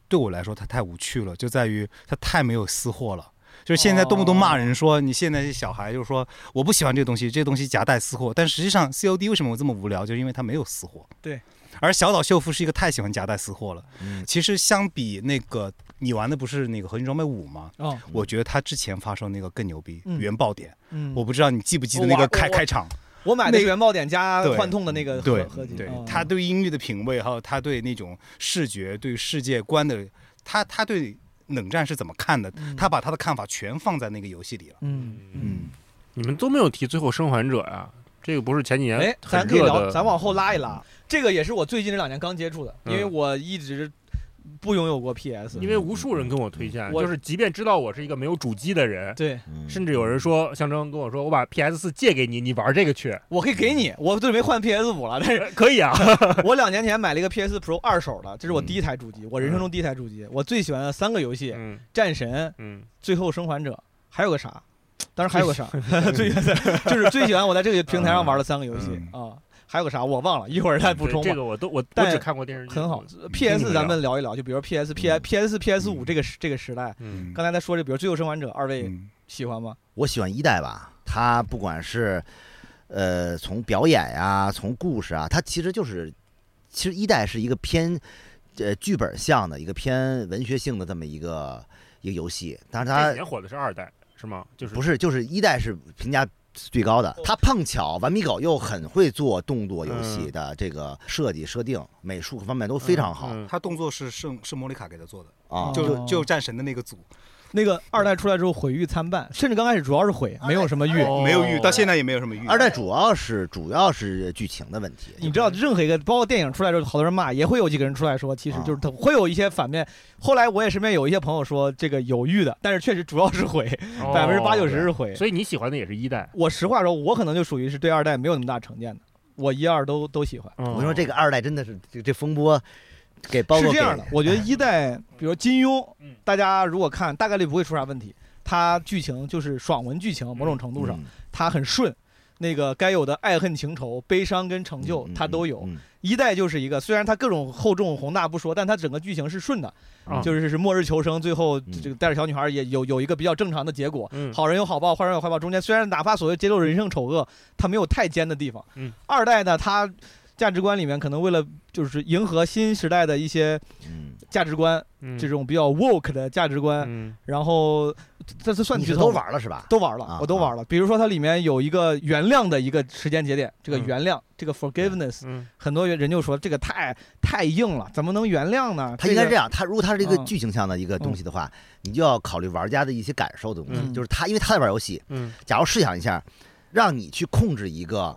Speaker 3: 对我来说它太无趣了，就在于它太没有私货了。就是现在动不动骂人说你现在这小孩，就是说我不喜欢这个东西，这东西夹带私货。但实际上 COD 为什么我这么无聊，就是因为它没有私货。
Speaker 1: 对。
Speaker 3: 而小岛秀夫是一个太喜欢夹带私货了。
Speaker 2: 嗯
Speaker 3: 其实相比那个你玩的不是那个合金装备五吗？
Speaker 1: 哦，
Speaker 3: 我觉得他之前发售那个更牛逼，
Speaker 1: 嗯
Speaker 3: 原爆点。
Speaker 1: 嗯，
Speaker 3: 我不知道你记不记得那
Speaker 1: 我
Speaker 3: 个
Speaker 1: 玩
Speaker 3: 开
Speaker 1: 我
Speaker 3: 开场，
Speaker 1: 我买的
Speaker 3: 那
Speaker 1: 是原爆点加
Speaker 3: 对
Speaker 1: 幻痛的那个合
Speaker 3: 对
Speaker 1: 合集，
Speaker 3: 对
Speaker 1: 嗯
Speaker 3: 他对音乐的品味，还有他对那种视觉、对世界观的，他他对冷战是怎么看的，
Speaker 1: 嗯
Speaker 3: 他把他的看法全放在那个游戏里了。
Speaker 1: 嗯嗯
Speaker 4: 你们都没有提最后生还者呀、这个不是前几年
Speaker 1: 哎，
Speaker 4: 很
Speaker 1: 咱可以
Speaker 4: 热
Speaker 1: 聊，
Speaker 4: 的，
Speaker 1: 咱往后拉一拉。这个也是我最近这两年刚接触的，因为
Speaker 4: 嗯
Speaker 1: 我一直不拥有过 PS。
Speaker 4: 因为无数人跟我推荐，
Speaker 1: 嗯我
Speaker 4: 就是即便知道我是一个没有主机的人，
Speaker 1: 对，
Speaker 2: 嗯
Speaker 4: 甚至有人说象征跟我说，我把 PS 四借给你，你玩这个去，
Speaker 1: 我可以给你，我准备换 PS 五了，但是
Speaker 4: 呃可 [laughs] 以啊。
Speaker 1: 我两年前买了一个 PS Pro 二手的，这是我
Speaker 2: 嗯
Speaker 1: 第一台主机，我人生中第一台主机。我最喜欢的三个游戏：
Speaker 4: 嗯
Speaker 1: 战神、
Speaker 4: 嗯，
Speaker 1: 最后生还者，还有个啥？当然还有个啥？ [laughs] 最就是最喜欢我在这个平台上玩的三个游戏啊，还有个啥我忘了，一会儿再补充
Speaker 4: 这
Speaker 1: 吧
Speaker 4: 个。我都我我
Speaker 1: 但
Speaker 4: 只看过电视剧，
Speaker 1: 很好
Speaker 3: 一定
Speaker 1: ，PS
Speaker 3: 会
Speaker 1: 咱们聊一聊，就比如 PS、P I、PS、PS 五
Speaker 3: 嗯
Speaker 1: 这个时这个时代，
Speaker 4: 嗯
Speaker 1: 刚才在说这，比如《最后生还者》，二位
Speaker 3: 嗯
Speaker 1: 喜欢吗？
Speaker 2: 我喜欢一代吧，它不管是呃从表演呀、从故事啊，它其实就是其实一代是一个偏呃剧本向的一个偏文学性的这么一个一个游戏，但是
Speaker 4: 这
Speaker 2: 它
Speaker 4: 几年火的是二代是吗？就是
Speaker 2: 不
Speaker 4: 是
Speaker 2: 是就是一代是评价。最高的，它碰巧顽皮狗又很会做动作游
Speaker 1: 嗯
Speaker 2: 戏的这个设计、设定、美术各方面
Speaker 4: 嗯
Speaker 2: 都非常好
Speaker 3: 他动作是圣圣莫里卡给他做的，
Speaker 2: 啊
Speaker 1: 哦。
Speaker 3: 就就战神的那个组，
Speaker 1: 那个二代出来之后毁誉参半，甚至刚开始主要是毁，没有什么誉。
Speaker 4: 哦
Speaker 3: 没有遇，到现在也没有什么遇。
Speaker 2: 二代主要是主要是剧情的问题，
Speaker 1: 你知道，任何一个包括电影出来之后，好多人骂，也会有几个人出来说，其实
Speaker 2: 啊
Speaker 1: 就是他会有一些反面。后来我也身边有一些朋友说这个有誉的，但是确实主要是毁，
Speaker 2: 哦
Speaker 1: 百分之八九十是毁。
Speaker 4: 哦所以你喜欢的也是一代。
Speaker 1: 我实话说，我可能就属于是对二代没有那么大成见的，我一二都都喜欢。
Speaker 2: 嗯
Speaker 4: 我
Speaker 2: 我跟你说，这个二代真的是这这风波给包
Speaker 1: 是
Speaker 2: 括
Speaker 1: 这
Speaker 2: 给哎
Speaker 1: 样的，我觉得一代，比如金庸
Speaker 4: 嗯，
Speaker 1: 大家如果看，大概率不会出啥问题。它剧情就是爽文剧情，某种程度上
Speaker 2: 嗯
Speaker 1: 它很顺，那个该有的爱恨情仇、悲伤跟成就
Speaker 2: 嗯
Speaker 1: 它都有。
Speaker 2: 嗯嗯
Speaker 1: 一代就是一个，虽然它各种厚重宏大不说，但它整个剧情是顺的，
Speaker 4: 啊
Speaker 1: 就是是末日求生，最后这个带着小女孩也有有一个比较正常的结果。
Speaker 4: 嗯
Speaker 1: 好人有好报，坏人有坏报。中间虽然哪怕所谓揭露人性丑恶，它没有太尖的地方。
Speaker 4: 嗯
Speaker 1: 二代呢，它价值观里面可能为了就是迎合新时代的一些
Speaker 2: 嗯
Speaker 1: 价值观，这种比较 woke 的价值观，
Speaker 4: 嗯
Speaker 1: 然后这这算
Speaker 2: 你
Speaker 1: 剧
Speaker 2: 是
Speaker 1: 透
Speaker 2: 都
Speaker 1: 吗
Speaker 2: 玩了是吧？
Speaker 1: 都玩了，
Speaker 2: 啊
Speaker 1: 我都玩了。比如说它里面有一个原谅的一个时间节点，这个
Speaker 4: 嗯
Speaker 1: 原谅，这个 forgiveness，
Speaker 4: 嗯
Speaker 1: 很多人就说这个太太硬了，怎么能原谅呢？
Speaker 2: 他应该
Speaker 1: 这
Speaker 2: 这
Speaker 1: 个
Speaker 2: 样，他如果他是一个
Speaker 1: 嗯
Speaker 2: 剧情向的一个东西的话，你就要考虑玩家的一些感受的东西。
Speaker 1: 嗯
Speaker 2: 就是他，因为他在玩游戏，
Speaker 4: 嗯
Speaker 2: 假如试想一下，让你去控制一个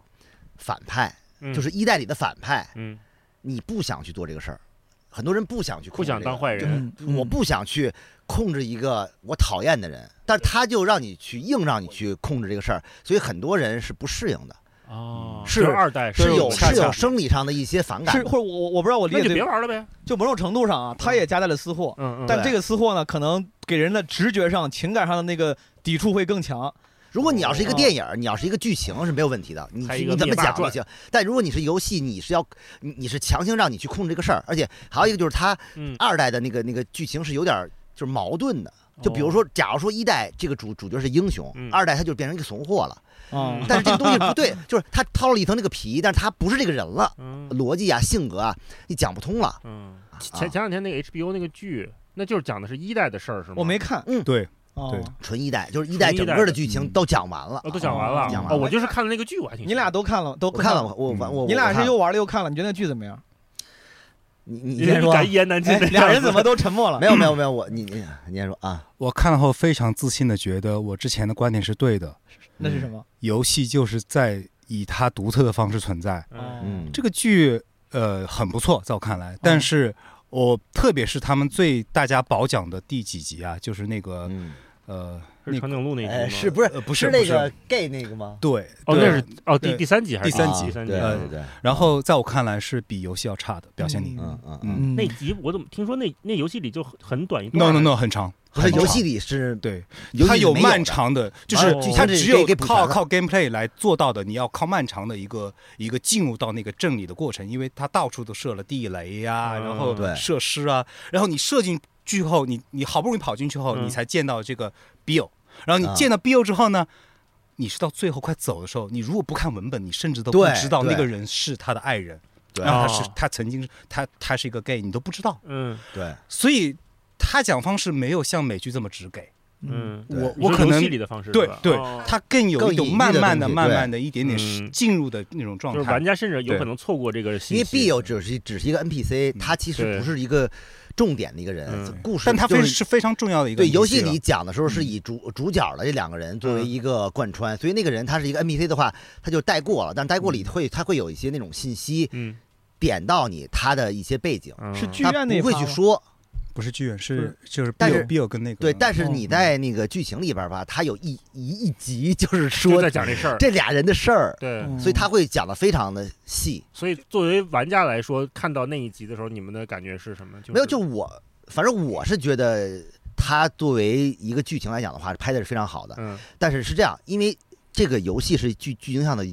Speaker 2: 反派，
Speaker 4: 嗯，
Speaker 2: 就是一代里的反派，
Speaker 4: 嗯
Speaker 2: 你不想去做这个事儿，很多人不想去控
Speaker 4: 不
Speaker 2: 制这个、
Speaker 4: 想当坏人，
Speaker 1: 嗯，
Speaker 2: 我不想去控制一个我讨厌的人，但是他就让你去硬让你去控制这个事儿，所以很多人是不适应的，
Speaker 4: 哦
Speaker 2: 嗯是
Speaker 4: 就是二代
Speaker 2: 是
Speaker 4: 这
Speaker 2: 有
Speaker 4: 种恰
Speaker 2: 是有
Speaker 4: 恰
Speaker 2: 生理上的一些反感
Speaker 1: 是
Speaker 2: 的。
Speaker 1: 或者我我我不知道我理
Speaker 4: 那
Speaker 1: 解
Speaker 4: 就
Speaker 1: 对
Speaker 4: 别
Speaker 1: 不，
Speaker 4: 玩了呗。
Speaker 1: 就某种程度上啊，它也夹带了私货，
Speaker 4: 嗯嗯，
Speaker 1: 但
Speaker 2: 对
Speaker 1: 这个私货呢，可能给人的直觉上、情感上的那个抵触会更强。
Speaker 2: 如果你要是一个电影，你要是一个剧情是没有问题的，你
Speaker 4: 拍
Speaker 2: 去
Speaker 4: 哦一个
Speaker 2: 你怎么
Speaker 4: 灭霸
Speaker 2: 讲都
Speaker 4: 传
Speaker 2: 行。但如果你是游戏，你是要你你是强行让你去控制这个事儿，而且还有一个就是它
Speaker 4: 嗯
Speaker 2: 二代的那个那个剧情是有点儿就是矛盾的。就比如
Speaker 4: 哦
Speaker 2: 说，假如说一代这个主主角是英雄
Speaker 4: 嗯，
Speaker 2: 二代他就变成一个怂货了。
Speaker 1: 嗯
Speaker 4: 嗯，
Speaker 2: 但是这个东西不对，就是他掏了一层那个皮，但是他不是这个人了，
Speaker 4: 嗯
Speaker 2: 逻辑啊、性格啊，你讲不通了。
Speaker 4: 嗯，
Speaker 2: 啊
Speaker 4: 前前两天那个 HBO 那个剧，那就是讲的是一代的事儿是吗？
Speaker 1: 我没看，
Speaker 2: 嗯
Speaker 3: 对，
Speaker 1: 哦
Speaker 3: 对，
Speaker 2: 纯一代就是一
Speaker 4: 纯
Speaker 2: 代
Speaker 4: 一
Speaker 2: 整
Speaker 4: 代
Speaker 2: 个
Speaker 4: 的
Speaker 2: 的剧情
Speaker 3: 嗯
Speaker 2: 都讲完了啊，
Speaker 4: 哦，都讲完了。
Speaker 2: 讲完
Speaker 4: 哦，
Speaker 2: 了
Speaker 4: 我就是看了那个剧，我还挺
Speaker 1: 你俩都看了，都
Speaker 2: 我看了，
Speaker 1: 吗？
Speaker 2: 我我我我
Speaker 1: 你俩
Speaker 2: 我
Speaker 1: 是
Speaker 2: 看了
Speaker 1: 又玩了又看了，你觉得那剧怎么
Speaker 4: [laughs]
Speaker 1: 样？
Speaker 2: 你你
Speaker 4: 你
Speaker 2: 先说，啊
Speaker 4: 敢一言难尽
Speaker 1: 哎，
Speaker 4: 的样子，
Speaker 1: 俩人怎么都沉默了？
Speaker 2: 没有没有没有，我你你你先说啊，
Speaker 3: 我看了后非常自信的觉得我之前的观点是对的，
Speaker 1: 那是什么？
Speaker 3: 游戏就是在以它独特的方式存在。
Speaker 4: [laughs] 嗯？
Speaker 1: 哦
Speaker 2: 嗯，
Speaker 3: 这个剧呃很不错，在我看来，但是我特别是他们最大家褒奖的第几集啊，就是那个
Speaker 2: 嗯，
Speaker 3: 呃
Speaker 4: 是长颈鹿那集
Speaker 2: 哎，
Speaker 4: 吗？
Speaker 2: 是不是
Speaker 3: 呃不
Speaker 2: 是
Speaker 3: 是
Speaker 2: 那
Speaker 3: 不是
Speaker 2: 个 gay 那个吗？
Speaker 3: 对
Speaker 4: 哦，
Speaker 3: 对
Speaker 4: 那是哦第
Speaker 3: 对
Speaker 4: 第三集还是
Speaker 3: 第三
Speaker 4: 啊
Speaker 3: 集
Speaker 4: 第
Speaker 2: 啊
Speaker 4: 三集
Speaker 2: 对
Speaker 3: 呃
Speaker 2: 对对，
Speaker 3: 然后在我看来是比游戏要差的表现力。
Speaker 2: 嗯嗯嗯，
Speaker 3: 嗯
Speaker 1: 嗯
Speaker 4: 那集我怎么听说那那游戏里就很很短一段
Speaker 3: No
Speaker 4: 儿
Speaker 3: No No，很长，
Speaker 2: 不是
Speaker 3: 很
Speaker 2: 游
Speaker 3: 长
Speaker 2: 戏里是，
Speaker 3: 对，
Speaker 2: 游
Speaker 3: 它
Speaker 2: 戏里没有
Speaker 3: 漫
Speaker 2: 的
Speaker 3: 长的，就
Speaker 2: 完
Speaker 3: 是
Speaker 2: 了剧情
Speaker 3: 它
Speaker 2: 这
Speaker 3: 只
Speaker 2: 给
Speaker 3: 有
Speaker 2: 给补
Speaker 3: 靠
Speaker 2: 全了
Speaker 3: 靠 gameplay 来做到的，你要靠漫长的一个一个进入到那个阵里的过程，因为它到处都设了地雷呀、
Speaker 4: 嗯
Speaker 3: 然后
Speaker 2: 对
Speaker 3: 设施啊，然后你射进去后，你你好不容易跑进去后，
Speaker 4: 嗯
Speaker 3: 你才见到这个 Bill，然后你
Speaker 2: 啊
Speaker 3: 见到 Bill 之后呢？你是到最后快走的时候，你如果不看文本，你甚至都不
Speaker 2: 对
Speaker 3: 知道那
Speaker 2: 对
Speaker 3: 个人是他的爱人，
Speaker 2: 对
Speaker 3: 然后他是
Speaker 4: 哦
Speaker 3: 他曾经是他他是一个 gay，你都不知道。
Speaker 4: 嗯
Speaker 2: 对
Speaker 3: 所以他讲方式没有像美剧这么直给，
Speaker 4: 嗯，
Speaker 2: 对
Speaker 3: 我
Speaker 4: 你说
Speaker 3: 我可能
Speaker 4: 游戏里的方式
Speaker 3: 对
Speaker 4: 是吧
Speaker 3: 对
Speaker 4: 哦
Speaker 3: 它更有一
Speaker 2: 更
Speaker 3: 种
Speaker 2: 隐
Speaker 3: 慢
Speaker 2: 秘的
Speaker 3: 慢的、
Speaker 2: 东西
Speaker 3: 慢
Speaker 2: 对
Speaker 3: 慢的一点点
Speaker 4: 嗯
Speaker 3: 进入的那种状
Speaker 4: 就是
Speaker 3: 态
Speaker 4: 玩。家甚至有
Speaker 3: 对
Speaker 4: 可能错过这个信息，
Speaker 2: 因为必有只是只是一个 NPC，
Speaker 3: 嗯
Speaker 2: 他其实
Speaker 4: 对
Speaker 2: 不是一个重点的一个人
Speaker 4: 嗯，
Speaker 2: 故事
Speaker 3: 但它
Speaker 2: 就
Speaker 3: 非
Speaker 2: 是
Speaker 3: 是非常重要的一个
Speaker 2: 对，
Speaker 3: 信息
Speaker 2: 游戏
Speaker 3: 了
Speaker 2: 里讲的时候是以主、主角的这两个人作为一个贯穿，所以那个人他是一个 NPC 的话，他就带过了，但带过里会他会有一些那种信息
Speaker 4: 嗯，
Speaker 2: 点到你他的一些背景，
Speaker 4: 嗯，
Speaker 1: 是剧
Speaker 2: 他
Speaker 1: 院那一
Speaker 2: 不会
Speaker 1: 趴
Speaker 2: 去
Speaker 1: 吗
Speaker 2: 说，
Speaker 3: 不是剧院，
Speaker 1: 不
Speaker 3: 是
Speaker 1: 是
Speaker 3: 就是必
Speaker 2: 但
Speaker 3: 有
Speaker 2: 是
Speaker 3: 必有跟那个
Speaker 2: 对，但是
Speaker 1: 哦
Speaker 2: 你在那个剧情里边吧，他有一一一集就是
Speaker 4: 就
Speaker 2: 说
Speaker 4: 在讲这事儿，
Speaker 2: 这俩人的事儿，
Speaker 4: 对，
Speaker 1: 嗯
Speaker 2: 所以他会讲的非常的细，
Speaker 4: 所以作为玩家来说，看到那一集的时候，你们的感觉是什么？就是、
Speaker 2: 没有，就我反正我是觉得他作为一个剧情来讲的话，拍的是非常好的，
Speaker 4: 嗯
Speaker 2: 但是是这样，因为这个游戏是剧剧情上的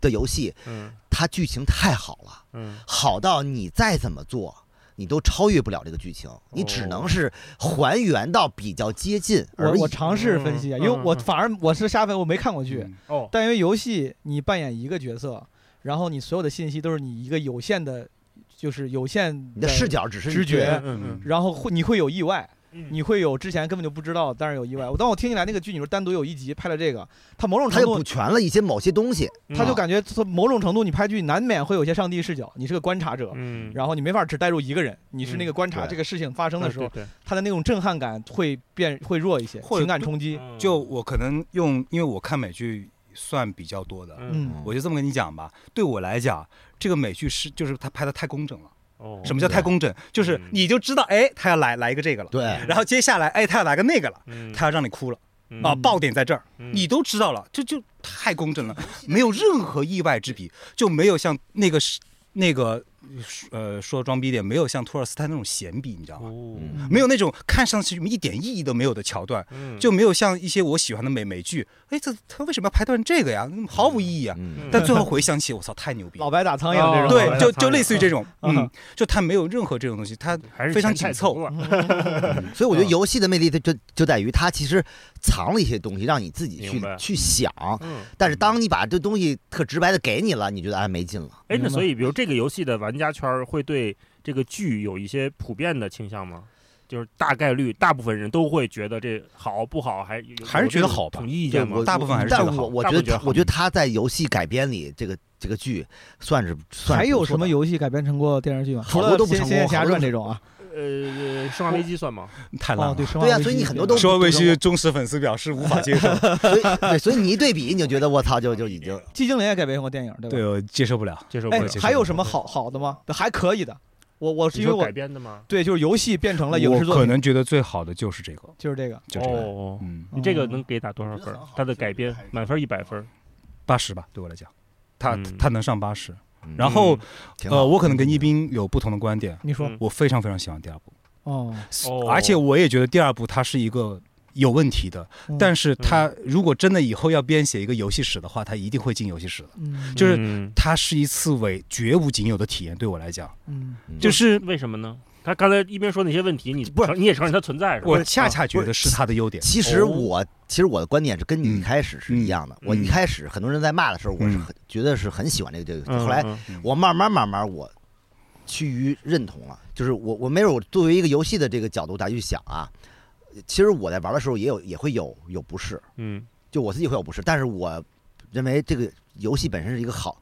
Speaker 2: 的游戏，
Speaker 4: 嗯
Speaker 2: 它剧情太好了，
Speaker 4: 嗯
Speaker 2: 好到你再怎么做，你都超越不了这个剧情，你只能是还原到比较接近
Speaker 1: 我
Speaker 2: 而已。
Speaker 1: 我尝试分析一下，啊因为我
Speaker 4: 嗯嗯嗯
Speaker 1: 反而我是瞎分，我没看过剧，
Speaker 3: 嗯
Speaker 4: 哦，
Speaker 1: 但因为游戏你扮演一个角色，然后你所有的信息都是你一个有限的，就是有限
Speaker 2: 你的视，角只是
Speaker 1: 直觉
Speaker 2: 对
Speaker 4: 嗯嗯
Speaker 1: 然后会你会有意外，
Speaker 4: 嗯，
Speaker 1: 你会有之前根本就不知道，但是有意外。我当我听起来那个剧，你说单独有一集拍了这个，它某种
Speaker 2: 它
Speaker 1: 程
Speaker 2: 就
Speaker 1: 度
Speaker 2: 补全了一些某些东西。
Speaker 4: 嗯
Speaker 1: 他就感觉从某种程度，你拍剧难免会有些上帝视角，你是个观察者，
Speaker 4: 嗯，
Speaker 1: 然后你没法只带入一个人，你是那个观察
Speaker 2: 对
Speaker 1: 这个事情发生的时候
Speaker 4: 啊，对
Speaker 1: 他的那种震撼感会变会弱一些，
Speaker 3: 或者
Speaker 1: 情感冲
Speaker 4: 对
Speaker 1: 击。
Speaker 4: 嗯
Speaker 3: 就我可能用，因为我看美剧算比较多的，
Speaker 4: 嗯
Speaker 1: 嗯
Speaker 3: 我就这么跟你讲吧。对我来讲，这个美剧是就是它拍的太工整了。
Speaker 4: 哦，嗯
Speaker 3: 什么叫太工整？就是你就知道，哎，他要来来一个这个了，
Speaker 2: 对，
Speaker 3: 然后接下来，哎，他要来个那个了，
Speaker 4: 嗯
Speaker 3: 他要让你哭了
Speaker 4: 嗯
Speaker 3: 啊，爆点在这儿，
Speaker 4: 嗯
Speaker 3: 你都知道了，这就太工整了，没有任何意外之笔，就没有像那个是那个呃说装逼点，没有像托尔斯泰那种闲笔，你知道吗？
Speaker 4: 哦
Speaker 2: 嗯
Speaker 3: 没有那种看上去一点意义都没有的桥段，
Speaker 4: 嗯
Speaker 3: 就没有像一些我喜欢的美美剧，哎，这他为什么要拍段这个呀？毫无意义啊！
Speaker 2: 嗯
Speaker 3: 但最后回想起，我操，太牛逼了
Speaker 1: 老！白打苍蝇这种，
Speaker 4: 哦
Speaker 3: 对，就
Speaker 4: 苍蝇
Speaker 3: 就类似于这种，
Speaker 1: 嗯
Speaker 3: 嗯，就它没有任何这种东西，它
Speaker 4: 还是
Speaker 3: 非常
Speaker 4: 钱太
Speaker 3: 紧凑
Speaker 4: 足了，
Speaker 2: 所以我觉得游戏的魅力就就就在于它其实藏了一些东西，让你自己去
Speaker 4: 明白
Speaker 2: 去想。
Speaker 4: 嗯，
Speaker 2: 但是当你把这东西特直白的给你了，你觉得哎没劲了。
Speaker 4: 哎，
Speaker 1: 明
Speaker 4: 那
Speaker 1: 白
Speaker 4: 所以比如这个游戏的玩家圈儿会对这个剧有一些普遍的倾向吗？就是大概率，大部分人都会觉得这好不好，还有
Speaker 3: 还是
Speaker 4: 有
Speaker 3: 觉得
Speaker 4: 这种
Speaker 3: 好吧
Speaker 4: 统一意见
Speaker 2: 对
Speaker 4: 吗
Speaker 2: 我？
Speaker 3: 大部嗯分还是
Speaker 2: 但
Speaker 3: 觉得好
Speaker 2: 我我
Speaker 4: 大
Speaker 2: 觉
Speaker 4: 部
Speaker 2: 得他
Speaker 4: 分觉得好
Speaker 2: 我觉得他在游戏改编里这个这个剧算是算是
Speaker 1: 还有
Speaker 2: 不错
Speaker 1: 什么
Speaker 2: 的
Speaker 1: 游戏改编成过电视剧吗？
Speaker 2: 好
Speaker 1: 除
Speaker 2: 多
Speaker 1: 了
Speaker 2: 都
Speaker 1: 《
Speaker 2: 不
Speaker 1: 仙
Speaker 2: 成
Speaker 1: 仙剑
Speaker 2: 功
Speaker 1: 奇侠
Speaker 2: 好多
Speaker 1: 传》
Speaker 2: 都
Speaker 1: 这种啊，
Speaker 4: 呃，生化危机算吗？
Speaker 3: 太烂
Speaker 1: 哦
Speaker 3: 了。
Speaker 1: 对，生化
Speaker 2: 对啊
Speaker 1: 危
Speaker 2: 所以
Speaker 1: 机
Speaker 2: 你
Speaker 1: 是
Speaker 2: 很
Speaker 1: 这样
Speaker 2: 多都
Speaker 3: 说微信忠实粉丝表示无法接受，
Speaker 2: 所以对所以你一对比，你就觉得我操，就就已经
Speaker 1: 寂静岭也改编过电影，对吧？
Speaker 3: [laughs] 对我接受不了。
Speaker 4: 接受不
Speaker 1: 哎
Speaker 4: 了。
Speaker 3: 接受，
Speaker 1: 还有什么好好的吗？还可以的，我我是
Speaker 4: 你
Speaker 1: 因为
Speaker 4: 说
Speaker 1: 我
Speaker 4: 改编的吗？
Speaker 1: 对，就是游戏变成了影
Speaker 3: 我
Speaker 1: 视作
Speaker 3: 可
Speaker 1: 品，
Speaker 3: 能觉得最好的就是这个，
Speaker 1: 就是这个。
Speaker 3: 就这个，
Speaker 4: 哦，
Speaker 3: 嗯，
Speaker 4: 你这个能给打多少分儿？它的改编满分一百分儿，
Speaker 3: 八十吧，对我来讲，他
Speaker 4: 嗯
Speaker 3: 他能上八十。
Speaker 2: 嗯
Speaker 3: 然后
Speaker 2: 挺好
Speaker 3: 呃，我可能跟一冰有不同的观点，
Speaker 1: 你说
Speaker 4: 嗯
Speaker 3: 我非常非常喜欢第二部，
Speaker 1: 哦，
Speaker 4: 哦
Speaker 3: 而且我也觉得第二部它是一个。有问题的，
Speaker 1: 嗯
Speaker 3: 但是它如果真的以后要编写一个游戏史的话，它一定会进游戏史的。
Speaker 1: 嗯
Speaker 3: 就是
Speaker 4: 嗯
Speaker 3: 它是一次伟绝无仅有的体验，对我来讲，
Speaker 1: 嗯
Speaker 3: 就是
Speaker 4: 为什么呢？他刚才一边说那些问题，你
Speaker 2: 不是
Speaker 4: 承你也承认它存在是吧？
Speaker 3: 我恰恰觉得是它的优点。
Speaker 2: 其实我其实我的观点是跟你一开始是一样的。
Speaker 4: 嗯
Speaker 2: 我一开始很多人在骂的时候，我是
Speaker 3: 嗯
Speaker 2: 很觉得是很喜欢这个这个，
Speaker 4: 嗯
Speaker 2: 后来
Speaker 4: 嗯
Speaker 2: 我慢慢慢慢我趋于认同了，就是我我没有作为一个游戏的这个角度来去想啊，其实我在玩的时候也有也会有有不适，
Speaker 4: 嗯
Speaker 2: 就我自己会有不适，但是我认为这个游戏本身是一个好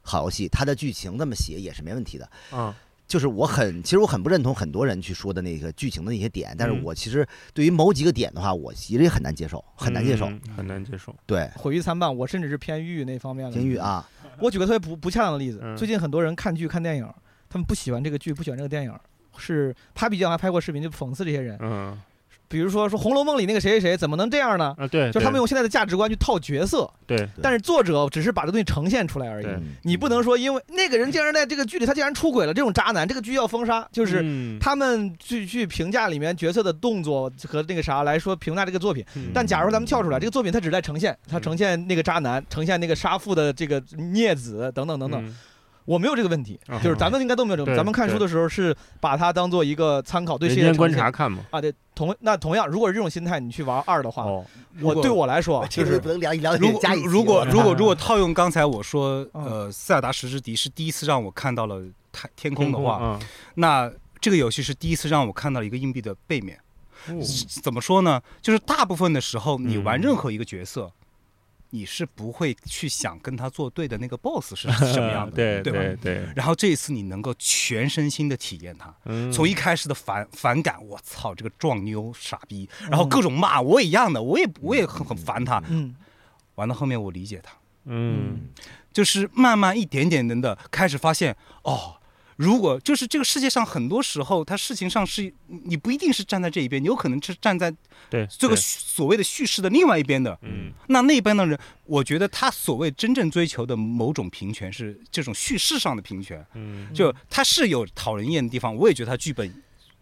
Speaker 2: 好游戏，它的剧情这么写也是没问题的。
Speaker 4: 啊
Speaker 2: 就是我很，其实我很不认同很多人去说的那个剧情的那些点，但是
Speaker 4: 嗯
Speaker 2: 我其实对于某几个点的话，我其实也很难接受，很难接受。
Speaker 4: 嗯很难接受。
Speaker 2: 对，
Speaker 1: 毁誉参半，我甚至是偏抑郁那方面的。
Speaker 2: 监狱，啊，
Speaker 1: 我举个特别不不恰当的例子，
Speaker 4: 嗯
Speaker 1: 最近很多人看剧看电影，他们不喜欢这个剧，不喜欢这个电影。是他比较还拍过视频，就讽刺这些人，
Speaker 4: 嗯
Speaker 1: 比如说说《红楼梦》里那个谁谁谁怎么能这样呢？
Speaker 4: 啊，对，
Speaker 1: 就是他们
Speaker 4: 有
Speaker 1: 用现在的价值观去套角色，
Speaker 4: 对
Speaker 2: 对
Speaker 1: 但是作者只是把这东西呈现出来而已
Speaker 4: 对。
Speaker 2: 嗯
Speaker 1: 你不能说因为那个人竟然在这个剧里他竟然出轨了，这种渣男，这个剧要封杀，就。
Speaker 4: 就是
Speaker 1: 他们去去评价里面角色的动作和那个啥来说评价这个作品。但假如咱们跳出来，这个作品它只是在呈现，它
Speaker 4: 嗯
Speaker 1: 呈现那个渣男，呈现那个杀父的这个孽子等等等等。
Speaker 4: 嗯
Speaker 1: 我没有这个问题
Speaker 4: 啊，
Speaker 1: 就是咱们应该都没有这个。
Speaker 4: 对
Speaker 1: 咱们看书的时候是把它当做一个参考，对世
Speaker 4: 人
Speaker 1: 界的
Speaker 4: 间观
Speaker 1: 呈现
Speaker 4: 察看嘛。
Speaker 1: 啊。对，同那同样，如果是这种心态，你去玩二的话，
Speaker 4: 哦，
Speaker 1: 我对我来说啊
Speaker 4: [laughs]
Speaker 2: 我
Speaker 1: 就
Speaker 2: 这
Speaker 1: 是
Speaker 2: 哦个不能聊一聊，
Speaker 3: 如
Speaker 2: 得
Speaker 3: 果
Speaker 2: 加一期啊
Speaker 3: 如果
Speaker 2: 我
Speaker 3: 如果
Speaker 1: 嗯
Speaker 3: 如果套用刚才我说，呃，塞尔达十之敌是第一次让我看到了太天空的话，
Speaker 4: 啊，
Speaker 3: 那这个游戏是第一次让我看到一个硬币的背面。怎么说呢？就是大部分的时候，你
Speaker 4: 嗯
Speaker 3: 玩任何一个角色，你是不会去想跟他作对的那个 BOSS 是什么样的，
Speaker 4: [laughs] 对
Speaker 3: 啊对吧
Speaker 4: 对对，
Speaker 3: 然后这一次你能够全身心的体验它，
Speaker 4: 嗯
Speaker 3: 从一开始的反反感，我操这个壮妞傻逼，然
Speaker 4: 嗯
Speaker 3: 后各种骂我也一样的，我也我也很很烦他。
Speaker 1: 嗯
Speaker 3: 玩到后面我理解他，
Speaker 4: 嗯
Speaker 3: 就是慢慢一点点的开始发现，哦，如果就是这个世界上很多时候，它事情上是你不一定是站在这一边，你有可能是站在
Speaker 4: 对
Speaker 3: 这个
Speaker 4: 对
Speaker 3: 叙所谓的叙事的另外一边的。
Speaker 4: 嗯
Speaker 3: 那那边的人，我觉得他所谓真正追求的某种平权是这种叙事上的平权，
Speaker 4: 嗯
Speaker 3: 就他是有讨人厌的地方，我也觉得他剧本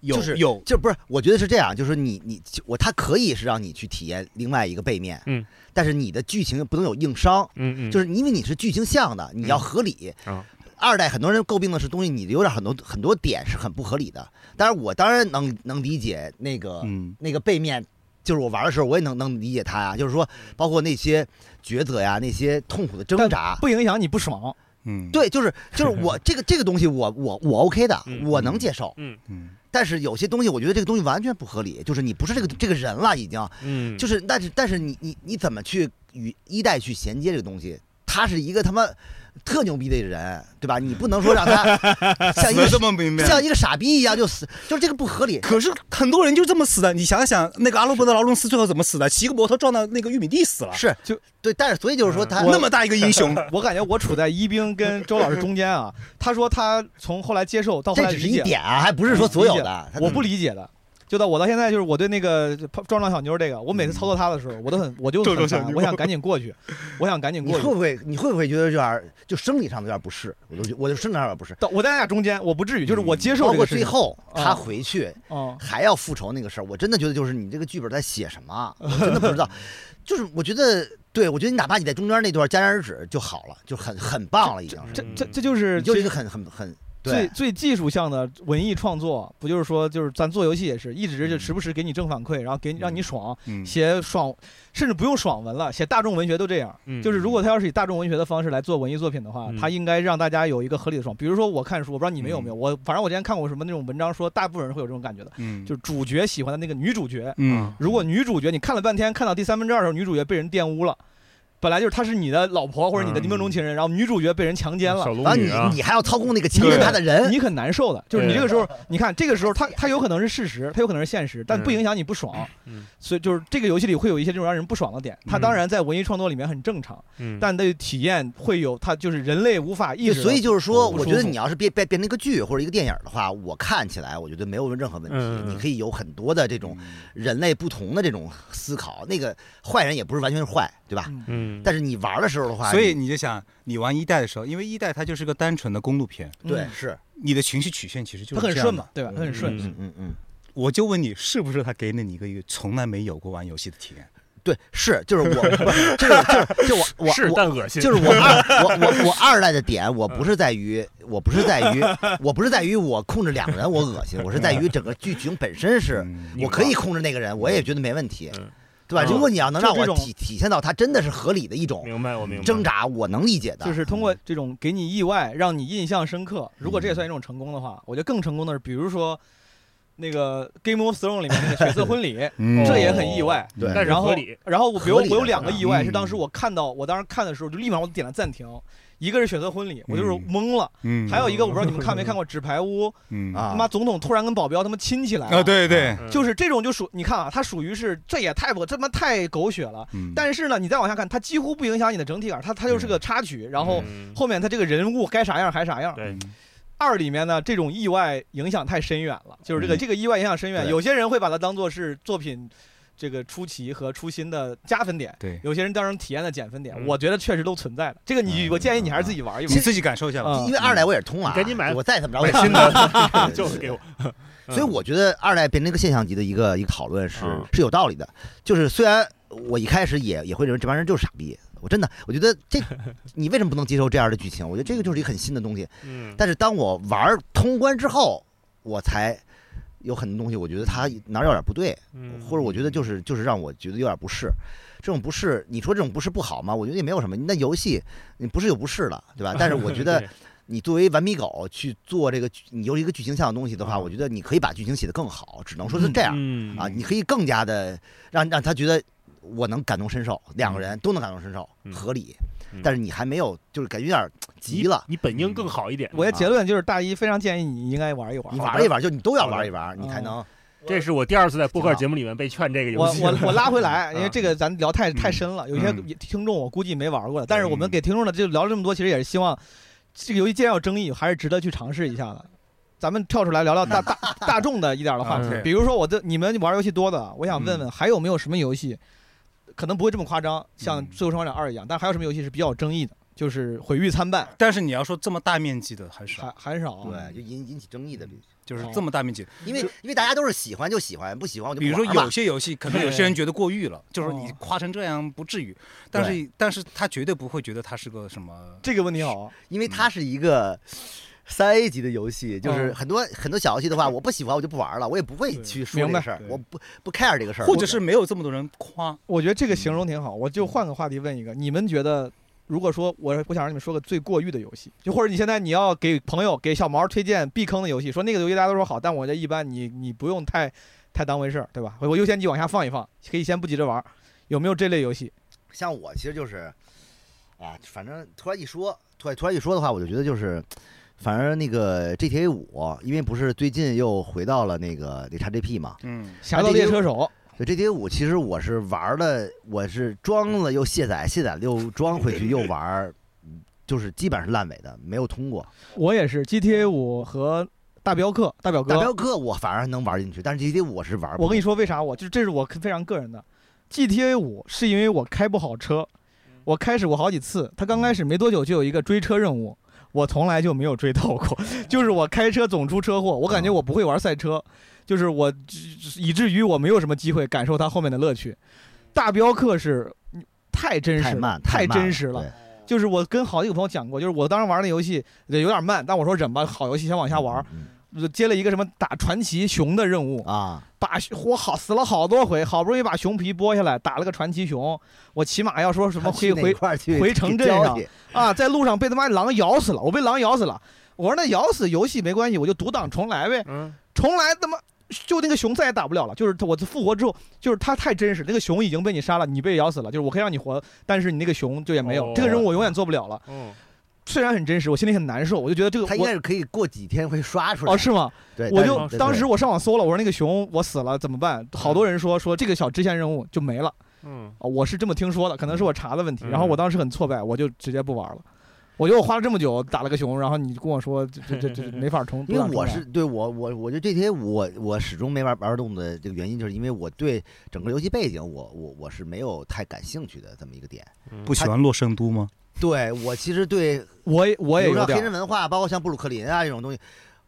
Speaker 3: 有、
Speaker 2: 就是
Speaker 3: 有
Speaker 2: 就不是，我觉得是这样，就是你你我，它可以是让你去体验另外一个背面，
Speaker 4: 嗯，
Speaker 2: 但是你的剧情不能有硬伤，
Speaker 4: 嗯嗯，
Speaker 2: 就是是因为你是剧情向的，你要
Speaker 4: 嗯
Speaker 2: 合理。
Speaker 4: 啊
Speaker 2: 二代很多人诟病的是东西，你有点很多很多点是很不合理的。当然，我当然能能理解那个、
Speaker 3: 嗯
Speaker 2: 那个背面，就是我玩的时候我也能能理解他呀，就是说包括那些抉择呀，那些痛苦的挣扎。
Speaker 1: 不影响你不爽，
Speaker 3: 嗯
Speaker 2: 对，就是就是我这个这个东西我，我我 OK 的，
Speaker 4: 嗯
Speaker 2: 我能接受。
Speaker 4: 嗯
Speaker 3: 嗯
Speaker 2: 但是有些东西，我觉得这个东西完全不合理，就是你不是这个这个人了，已经
Speaker 4: 嗯
Speaker 2: 就是是，但是但是你你你怎么去与一代去衔接这个东西？他是一个他妈特牛逼的人，对
Speaker 1: [laughs]
Speaker 2: 吧？你不能说让他像一
Speaker 3: 死得
Speaker 2: 个
Speaker 3: 这么明白。
Speaker 2: 像一个傻逼一样就死，就是这个不合理。
Speaker 3: 可是很多人就这么死的，你想想那个阿罗伯特劳伦斯最后怎么死的？骑个摩托撞到那个玉米地死了。
Speaker 2: 是
Speaker 1: 就
Speaker 2: 对，但是所以就是
Speaker 1: 嗯
Speaker 2: 说他
Speaker 3: 那么大一个英雄，
Speaker 1: 我感觉我处在一冰跟周老师中间啊。他说他从后来接受到后
Speaker 2: 这
Speaker 1: 来
Speaker 2: 只是
Speaker 1: 理
Speaker 2: 一
Speaker 1: 解，
Speaker 2: 点啊，还不是说所有的。他
Speaker 1: 我不理解的。就到我到现在，就是我对那个撞撞小妞这个，我每次操作她的时候，我都很我就
Speaker 3: 撞
Speaker 1: 很
Speaker 3: 撞小
Speaker 1: 烦，
Speaker 3: 妞
Speaker 1: 我想赶紧过去，我想赶紧
Speaker 2: 你
Speaker 1: 过
Speaker 2: 会
Speaker 1: 去。
Speaker 2: 不会你会不会觉得有点儿就生理上的有点不适？我就觉我就生理上有点不适。
Speaker 1: 到我在咱俩中间，我不至于，就是我接受
Speaker 2: 包
Speaker 1: 这
Speaker 2: 括
Speaker 1: 个事
Speaker 2: 最
Speaker 1: 情。
Speaker 2: 后他
Speaker 1: 啊
Speaker 2: 回去
Speaker 1: 嗯，
Speaker 2: 还要复仇那个事儿，我真的觉得就是你这个剧本在写什么，我真的不知道。 [laughs] 就是我觉得，对我觉得你哪怕你在中间那段戛然而止就好了，就很很棒了，已经是。
Speaker 1: 这这这就是
Speaker 2: 你就是
Speaker 1: 最
Speaker 2: 一个很很很
Speaker 1: 最
Speaker 2: 对，
Speaker 1: 最技术向的文艺创作，不就是说，就是咱做游戏也是一直就时不时给你正反馈，然后给你让你爽，
Speaker 3: 嗯
Speaker 1: 写爽，甚至不用爽文了，写大众文学都这样。
Speaker 3: 嗯
Speaker 1: 就是如果他要是以大众文学的方式来做文艺作品的话
Speaker 4: 嗯，
Speaker 1: 他应该让大家有一个合理的爽。比如说我看书，我不知道你们有没有，我反正我之前看过什么那种文章说，大部分人会有这种感觉的，
Speaker 3: 嗯
Speaker 1: 就是主角喜欢的那个女主角，
Speaker 3: 嗯
Speaker 1: 如果女主角你看了半天，看到第三分之二的时候，女主角被人玷污了。本来就是她是你的老婆或者你的
Speaker 4: 嗯
Speaker 1: 梦中情人，然后女主角被人强奸了
Speaker 4: 小，龙
Speaker 2: 然后
Speaker 4: 女
Speaker 2: 你
Speaker 4: 啊，
Speaker 2: 你还要操控那个侵略他的人，
Speaker 1: 你很难受的。就是你
Speaker 4: 对
Speaker 1: 这个时候，你看这个时候他他有可能是事实，他有可能是现实，但不
Speaker 4: 嗯
Speaker 1: 影响你不爽。
Speaker 4: 嗯
Speaker 1: [laughs] 所以就是这个游戏里会有一些这种让人不爽的点，它当然在文艺创作里面很正常，
Speaker 4: 嗯，
Speaker 1: 但对体验会有它就是人类无法意
Speaker 2: 就
Speaker 1: 识到。
Speaker 2: 所以就是说，
Speaker 1: 不
Speaker 2: 我
Speaker 1: 舒
Speaker 2: 觉得
Speaker 1: 服
Speaker 2: 你要是变变变成一个剧或者一个电影的话，我看起来我觉得没有任何问
Speaker 4: 嗯嗯
Speaker 2: 题。
Speaker 4: 嗯
Speaker 2: 你可以有很多的这种人类不同的这种思考，那个坏人也不是完全是坏，对吧？
Speaker 1: 嗯，
Speaker 4: 嗯，
Speaker 2: 但是你玩的时候的话，
Speaker 3: 所以你就想，你玩一代的时候，因为一代它就是个单纯的公路片，
Speaker 2: 你
Speaker 1: 嗯
Speaker 2: 对是，
Speaker 3: 你的情绪曲线其实就
Speaker 1: 它
Speaker 3: 是
Speaker 1: 很
Speaker 3: 这样
Speaker 1: 顺
Speaker 3: 的
Speaker 1: 嘛，。对吧？它很顺。
Speaker 2: 嗯嗯嗯。
Speaker 3: 我就问你，是不是他给了你一个从来没有过玩游戏的体验？
Speaker 2: 对，是就是
Speaker 4: [laughs]
Speaker 2: 我，不是就是就是就我我
Speaker 4: 是
Speaker 2: 我
Speaker 4: 但恶心，嗯
Speaker 2: 就是我
Speaker 4: [laughs]
Speaker 2: 二我我我二代的点，我不是在于我不是在
Speaker 4: [laughs]
Speaker 2: 于我不是在于我控制两个人我恶心，我是在于整个剧情本身是
Speaker 3: 嗯
Speaker 2: 我可以控制那个人，我也觉得没问题
Speaker 4: 嗯，
Speaker 2: 对吧？
Speaker 4: 嗯
Speaker 2: 如果你要能让
Speaker 1: 就
Speaker 2: 我
Speaker 1: 这种
Speaker 2: 体体现到它真的是合理的一种
Speaker 4: 明白我明白
Speaker 2: 挣扎，我能理解的，
Speaker 1: 就是通过这种给你意外，让你印象深刻。如果这也算一种成功的话，我觉得更成功的是，比如说那个《Game of Thrones》里面那个血色婚礼，
Speaker 3: 嗯
Speaker 1: 这也很意外。
Speaker 2: 对
Speaker 4: 但是
Speaker 1: 然后
Speaker 4: 合理，
Speaker 1: 然后我比如
Speaker 2: 合
Speaker 1: 我
Speaker 2: 理的
Speaker 1: 有两个意外
Speaker 3: 嗯
Speaker 1: 是当时我看到，我当时看的时候就立马我点了暂停，一个是血色婚礼，我就是懵了，
Speaker 3: 嗯
Speaker 1: 还有一个我不知道你们看没看过《纸牌屋》，
Speaker 3: 嗯
Speaker 2: 啊
Speaker 1: 他妈总统突然跟保镖他妈亲起来了
Speaker 3: 啊，对对，
Speaker 4: 嗯
Speaker 1: 就是这种就属你看啊，它属于是这也太不这他妈太狗血了。
Speaker 3: 嗯
Speaker 1: 但是呢，你再往下看，它几乎不影响你的整体感，它它就是个插曲，然后
Speaker 4: 嗯
Speaker 1: 后面它这个人物该啥样还啥样。
Speaker 4: 对
Speaker 1: 二里面呢，这种意外影响太深远了，就是这个、
Speaker 3: 嗯
Speaker 1: 这个意外影响深远，
Speaker 2: 对
Speaker 1: 有些人会把它当做是作品这个出奇和出新的加分点，
Speaker 3: 对，
Speaker 1: 有些人当成体验的减分点，
Speaker 4: 嗯
Speaker 1: 我觉得确实都存在的。这个你，
Speaker 3: 嗯
Speaker 1: 我建议你还是自己玩一玩
Speaker 3: 你。自己感受一下吧。
Speaker 1: 嗯
Speaker 2: 因为二代我也是通了啊，
Speaker 4: 你赶紧买
Speaker 2: 我再怎么着我
Speaker 4: 买
Speaker 2: 也
Speaker 4: 新的，就是给我，
Speaker 2: 所以我觉得二代变成一个现象级的一个一个讨论是、
Speaker 4: 嗯
Speaker 2: 是有道理的。就是虽然我一开始也也会认为这帮人就是傻逼，我真的我觉得
Speaker 4: [laughs]
Speaker 2: 这你为什么不能接受这样的剧情？我觉得这个就是一个很新的东西。
Speaker 4: 嗯，
Speaker 2: 但是当我玩儿通关之后，我才有很多东西，我觉得它哪儿有点不对，
Speaker 4: 嗯
Speaker 2: 或者我觉得就是就是让我觉得有点不适。这种不适，你说这种不适不好吗？我觉得也没有什么。那游戏你不是有不适了，对吧？但是我觉得
Speaker 4: 对
Speaker 2: 你作为完美狗去做这个剧，你有一个剧情向的东西的话，
Speaker 4: 嗯
Speaker 2: 我觉得你可以把剧情写得更好，只能说是这样
Speaker 4: 嗯
Speaker 2: 啊，你可以更加的让让他觉得我能感同身受，两个人都能感同身受，
Speaker 4: 嗯
Speaker 2: 合理
Speaker 4: 嗯。
Speaker 2: 但是你还没有，就是感觉有点儿急了，
Speaker 4: 你本应更好一点。
Speaker 1: 我的结论就是，大一非常建议你应该玩一玩。
Speaker 2: 你
Speaker 1: 好吧
Speaker 2: 玩一玩，就你都要
Speaker 4: 好的
Speaker 2: 玩一玩，你才
Speaker 1: 嗯
Speaker 2: 能
Speaker 4: 这是我第二次在播客节目里面被劝这个游
Speaker 1: 我
Speaker 4: 戏。
Speaker 1: 我我拉回来，因为
Speaker 4: 嗯
Speaker 1: 这个咱聊太太深了，有些
Speaker 3: 嗯
Speaker 1: 听众我估计没玩过的。但是我们给听众的就聊了这么多，其实也是希望这个游戏既然有争议，还是值得去尝试一下的。咱们跳出来聊聊大大大众的一点的话题
Speaker 4: 嗯，
Speaker 1: 比如说我的你们玩游戏多的，我想问问还有没有什么游戏，可能不会这么夸张，像
Speaker 3: 嗯
Speaker 1: 《最后生还者二》一样，但还有什么游戏是比较有争议的，就是毁誉参半，
Speaker 3: 但是你要说这么大面积的还是
Speaker 1: 还很少。啊
Speaker 2: 对，就引引起争议的，
Speaker 3: 就是这么大面积，
Speaker 2: 因为因为大家都是喜欢就喜欢，不喜欢我就
Speaker 3: 比
Speaker 2: 不
Speaker 3: 如说
Speaker 2: 玩哎吧
Speaker 3: 有些游戏可能有些人觉得过誉了，就是你
Speaker 1: 哦
Speaker 3: 夸成这样不至于，但是但是他绝对不会觉得他是个什么。
Speaker 1: 这个问题好，
Speaker 2: 因为它是一个三 A 级的游戏，就是
Speaker 1: 嗯
Speaker 2: 很多很多小游戏的话，我不喜欢我就不玩了，我也不会去说这
Speaker 1: 明白
Speaker 2: 个事儿
Speaker 3: 对，
Speaker 2: 我不不 care 这个事儿，
Speaker 3: 或者是没有这么多人夸，
Speaker 1: 我觉得这个形容挺好。我就换个话题问一个，你们觉得，如果说我我想让你们说个最过誉的游戏，就或者你现在你要给朋友给小毛推荐避坑的游戏，说那个游戏大家都说好，但我觉得一般你，你不用太太当回事儿，对吧？我优先级往下放一放，可以先不急着玩儿。有没有这类游戏？
Speaker 2: 像我其实就是，啊，反正突然一说，突然突然一说的话，我就觉得就是，反正那个 GTA 五，因为不是最近又回到了那个那 XGP 嘛，
Speaker 3: 嗯，
Speaker 1: 《侠盗猎车手》
Speaker 2: 对 GTA 五，其实我是玩了，我是装了又卸载，卸载了又装回去又玩儿，嗯就是基本上是烂尾的，没有通过。
Speaker 1: 我也是 GTA 五和大镖客、大表哥。
Speaker 2: 大镖客我反而能玩进去，但是 GTA 五我是玩不
Speaker 1: 我跟你
Speaker 2: 动
Speaker 1: 说为啥我就是这是我非常个人的 GTA 五，是因为我开不好车，
Speaker 2: 嗯
Speaker 1: 我开始过好几次，它刚开始没多久就有一个追车任务。我从来就没有追到过，
Speaker 2: 嗯
Speaker 1: 就是我开车总出车祸，我感觉我不会玩赛车，就是我以至于我没有什么机会感受它后面的乐趣。大镖客是嗯太真
Speaker 2: 太
Speaker 1: 实了
Speaker 2: 慢，，
Speaker 1: 太
Speaker 2: 慢
Speaker 1: 真实了，。就是我跟好几个朋友讲过，就是我当时玩那游戏呃也有点慢，但我说忍吧，好游戏先往
Speaker 2: 往
Speaker 1: 下玩。接了一个什么打传奇熊的任务，
Speaker 2: 嗯啊，
Speaker 1: 把我好死了好多回，好不容易把熊皮剥下来，打了个传奇熊，我骑马要说什么
Speaker 2: 他去
Speaker 1: 回
Speaker 2: 哪
Speaker 1: 回
Speaker 2: 块儿去
Speaker 1: 回城镇
Speaker 2: 交
Speaker 1: 上
Speaker 2: 去
Speaker 1: 啊，在路上被他妈狼咬死了，我被狼咬死了。我说那咬死游戏没关系，我就独挡重来呗，
Speaker 4: 嗯，
Speaker 1: 重来他妈就那个熊再也打不了了。就是我复活之后，就是它太真实，那个熊已经被你杀了，你被咬死了，就是我可以让你活，但是你那个熊就也没有。
Speaker 4: 哦
Speaker 1: 这个任务我永远做不了了，
Speaker 4: 哦，
Speaker 1: 虽然很真实，我心里很难受，我就觉得这个
Speaker 2: 他应
Speaker 1: 我
Speaker 2: 该是可以过几天会刷出来。
Speaker 1: 哦是吗？
Speaker 2: 对，
Speaker 1: 我
Speaker 2: 但是
Speaker 1: 就
Speaker 2: 对
Speaker 1: 当
Speaker 2: 对
Speaker 1: 时我上网搜了，我说那个熊我死了怎么办？好多人说说这个小支线任务就没了。
Speaker 4: 嗯，
Speaker 1: 啊，我是这么听说的，可能是我查的问题。
Speaker 4: 嗯
Speaker 1: 然后我当时很挫败，我就直接不玩了。我觉得我花了这么久打了个熊，然后你跟我说这这这这没法重，
Speaker 2: 因为
Speaker 1: 不
Speaker 2: 我
Speaker 1: 想重
Speaker 2: 是对我我我觉得这些我我始终没玩玩动的这个原因，就是因为我对整个游戏背景我我我是没有太感兴趣的这么一个点。
Speaker 3: 不喜欢洛圣都吗？
Speaker 2: 对我其实对
Speaker 1: 玩我也我也
Speaker 2: 比如
Speaker 1: 有
Speaker 2: 说黑
Speaker 1: 点
Speaker 2: 人
Speaker 1: 儿
Speaker 2: 文化，包括像布鲁克林啊这种东西，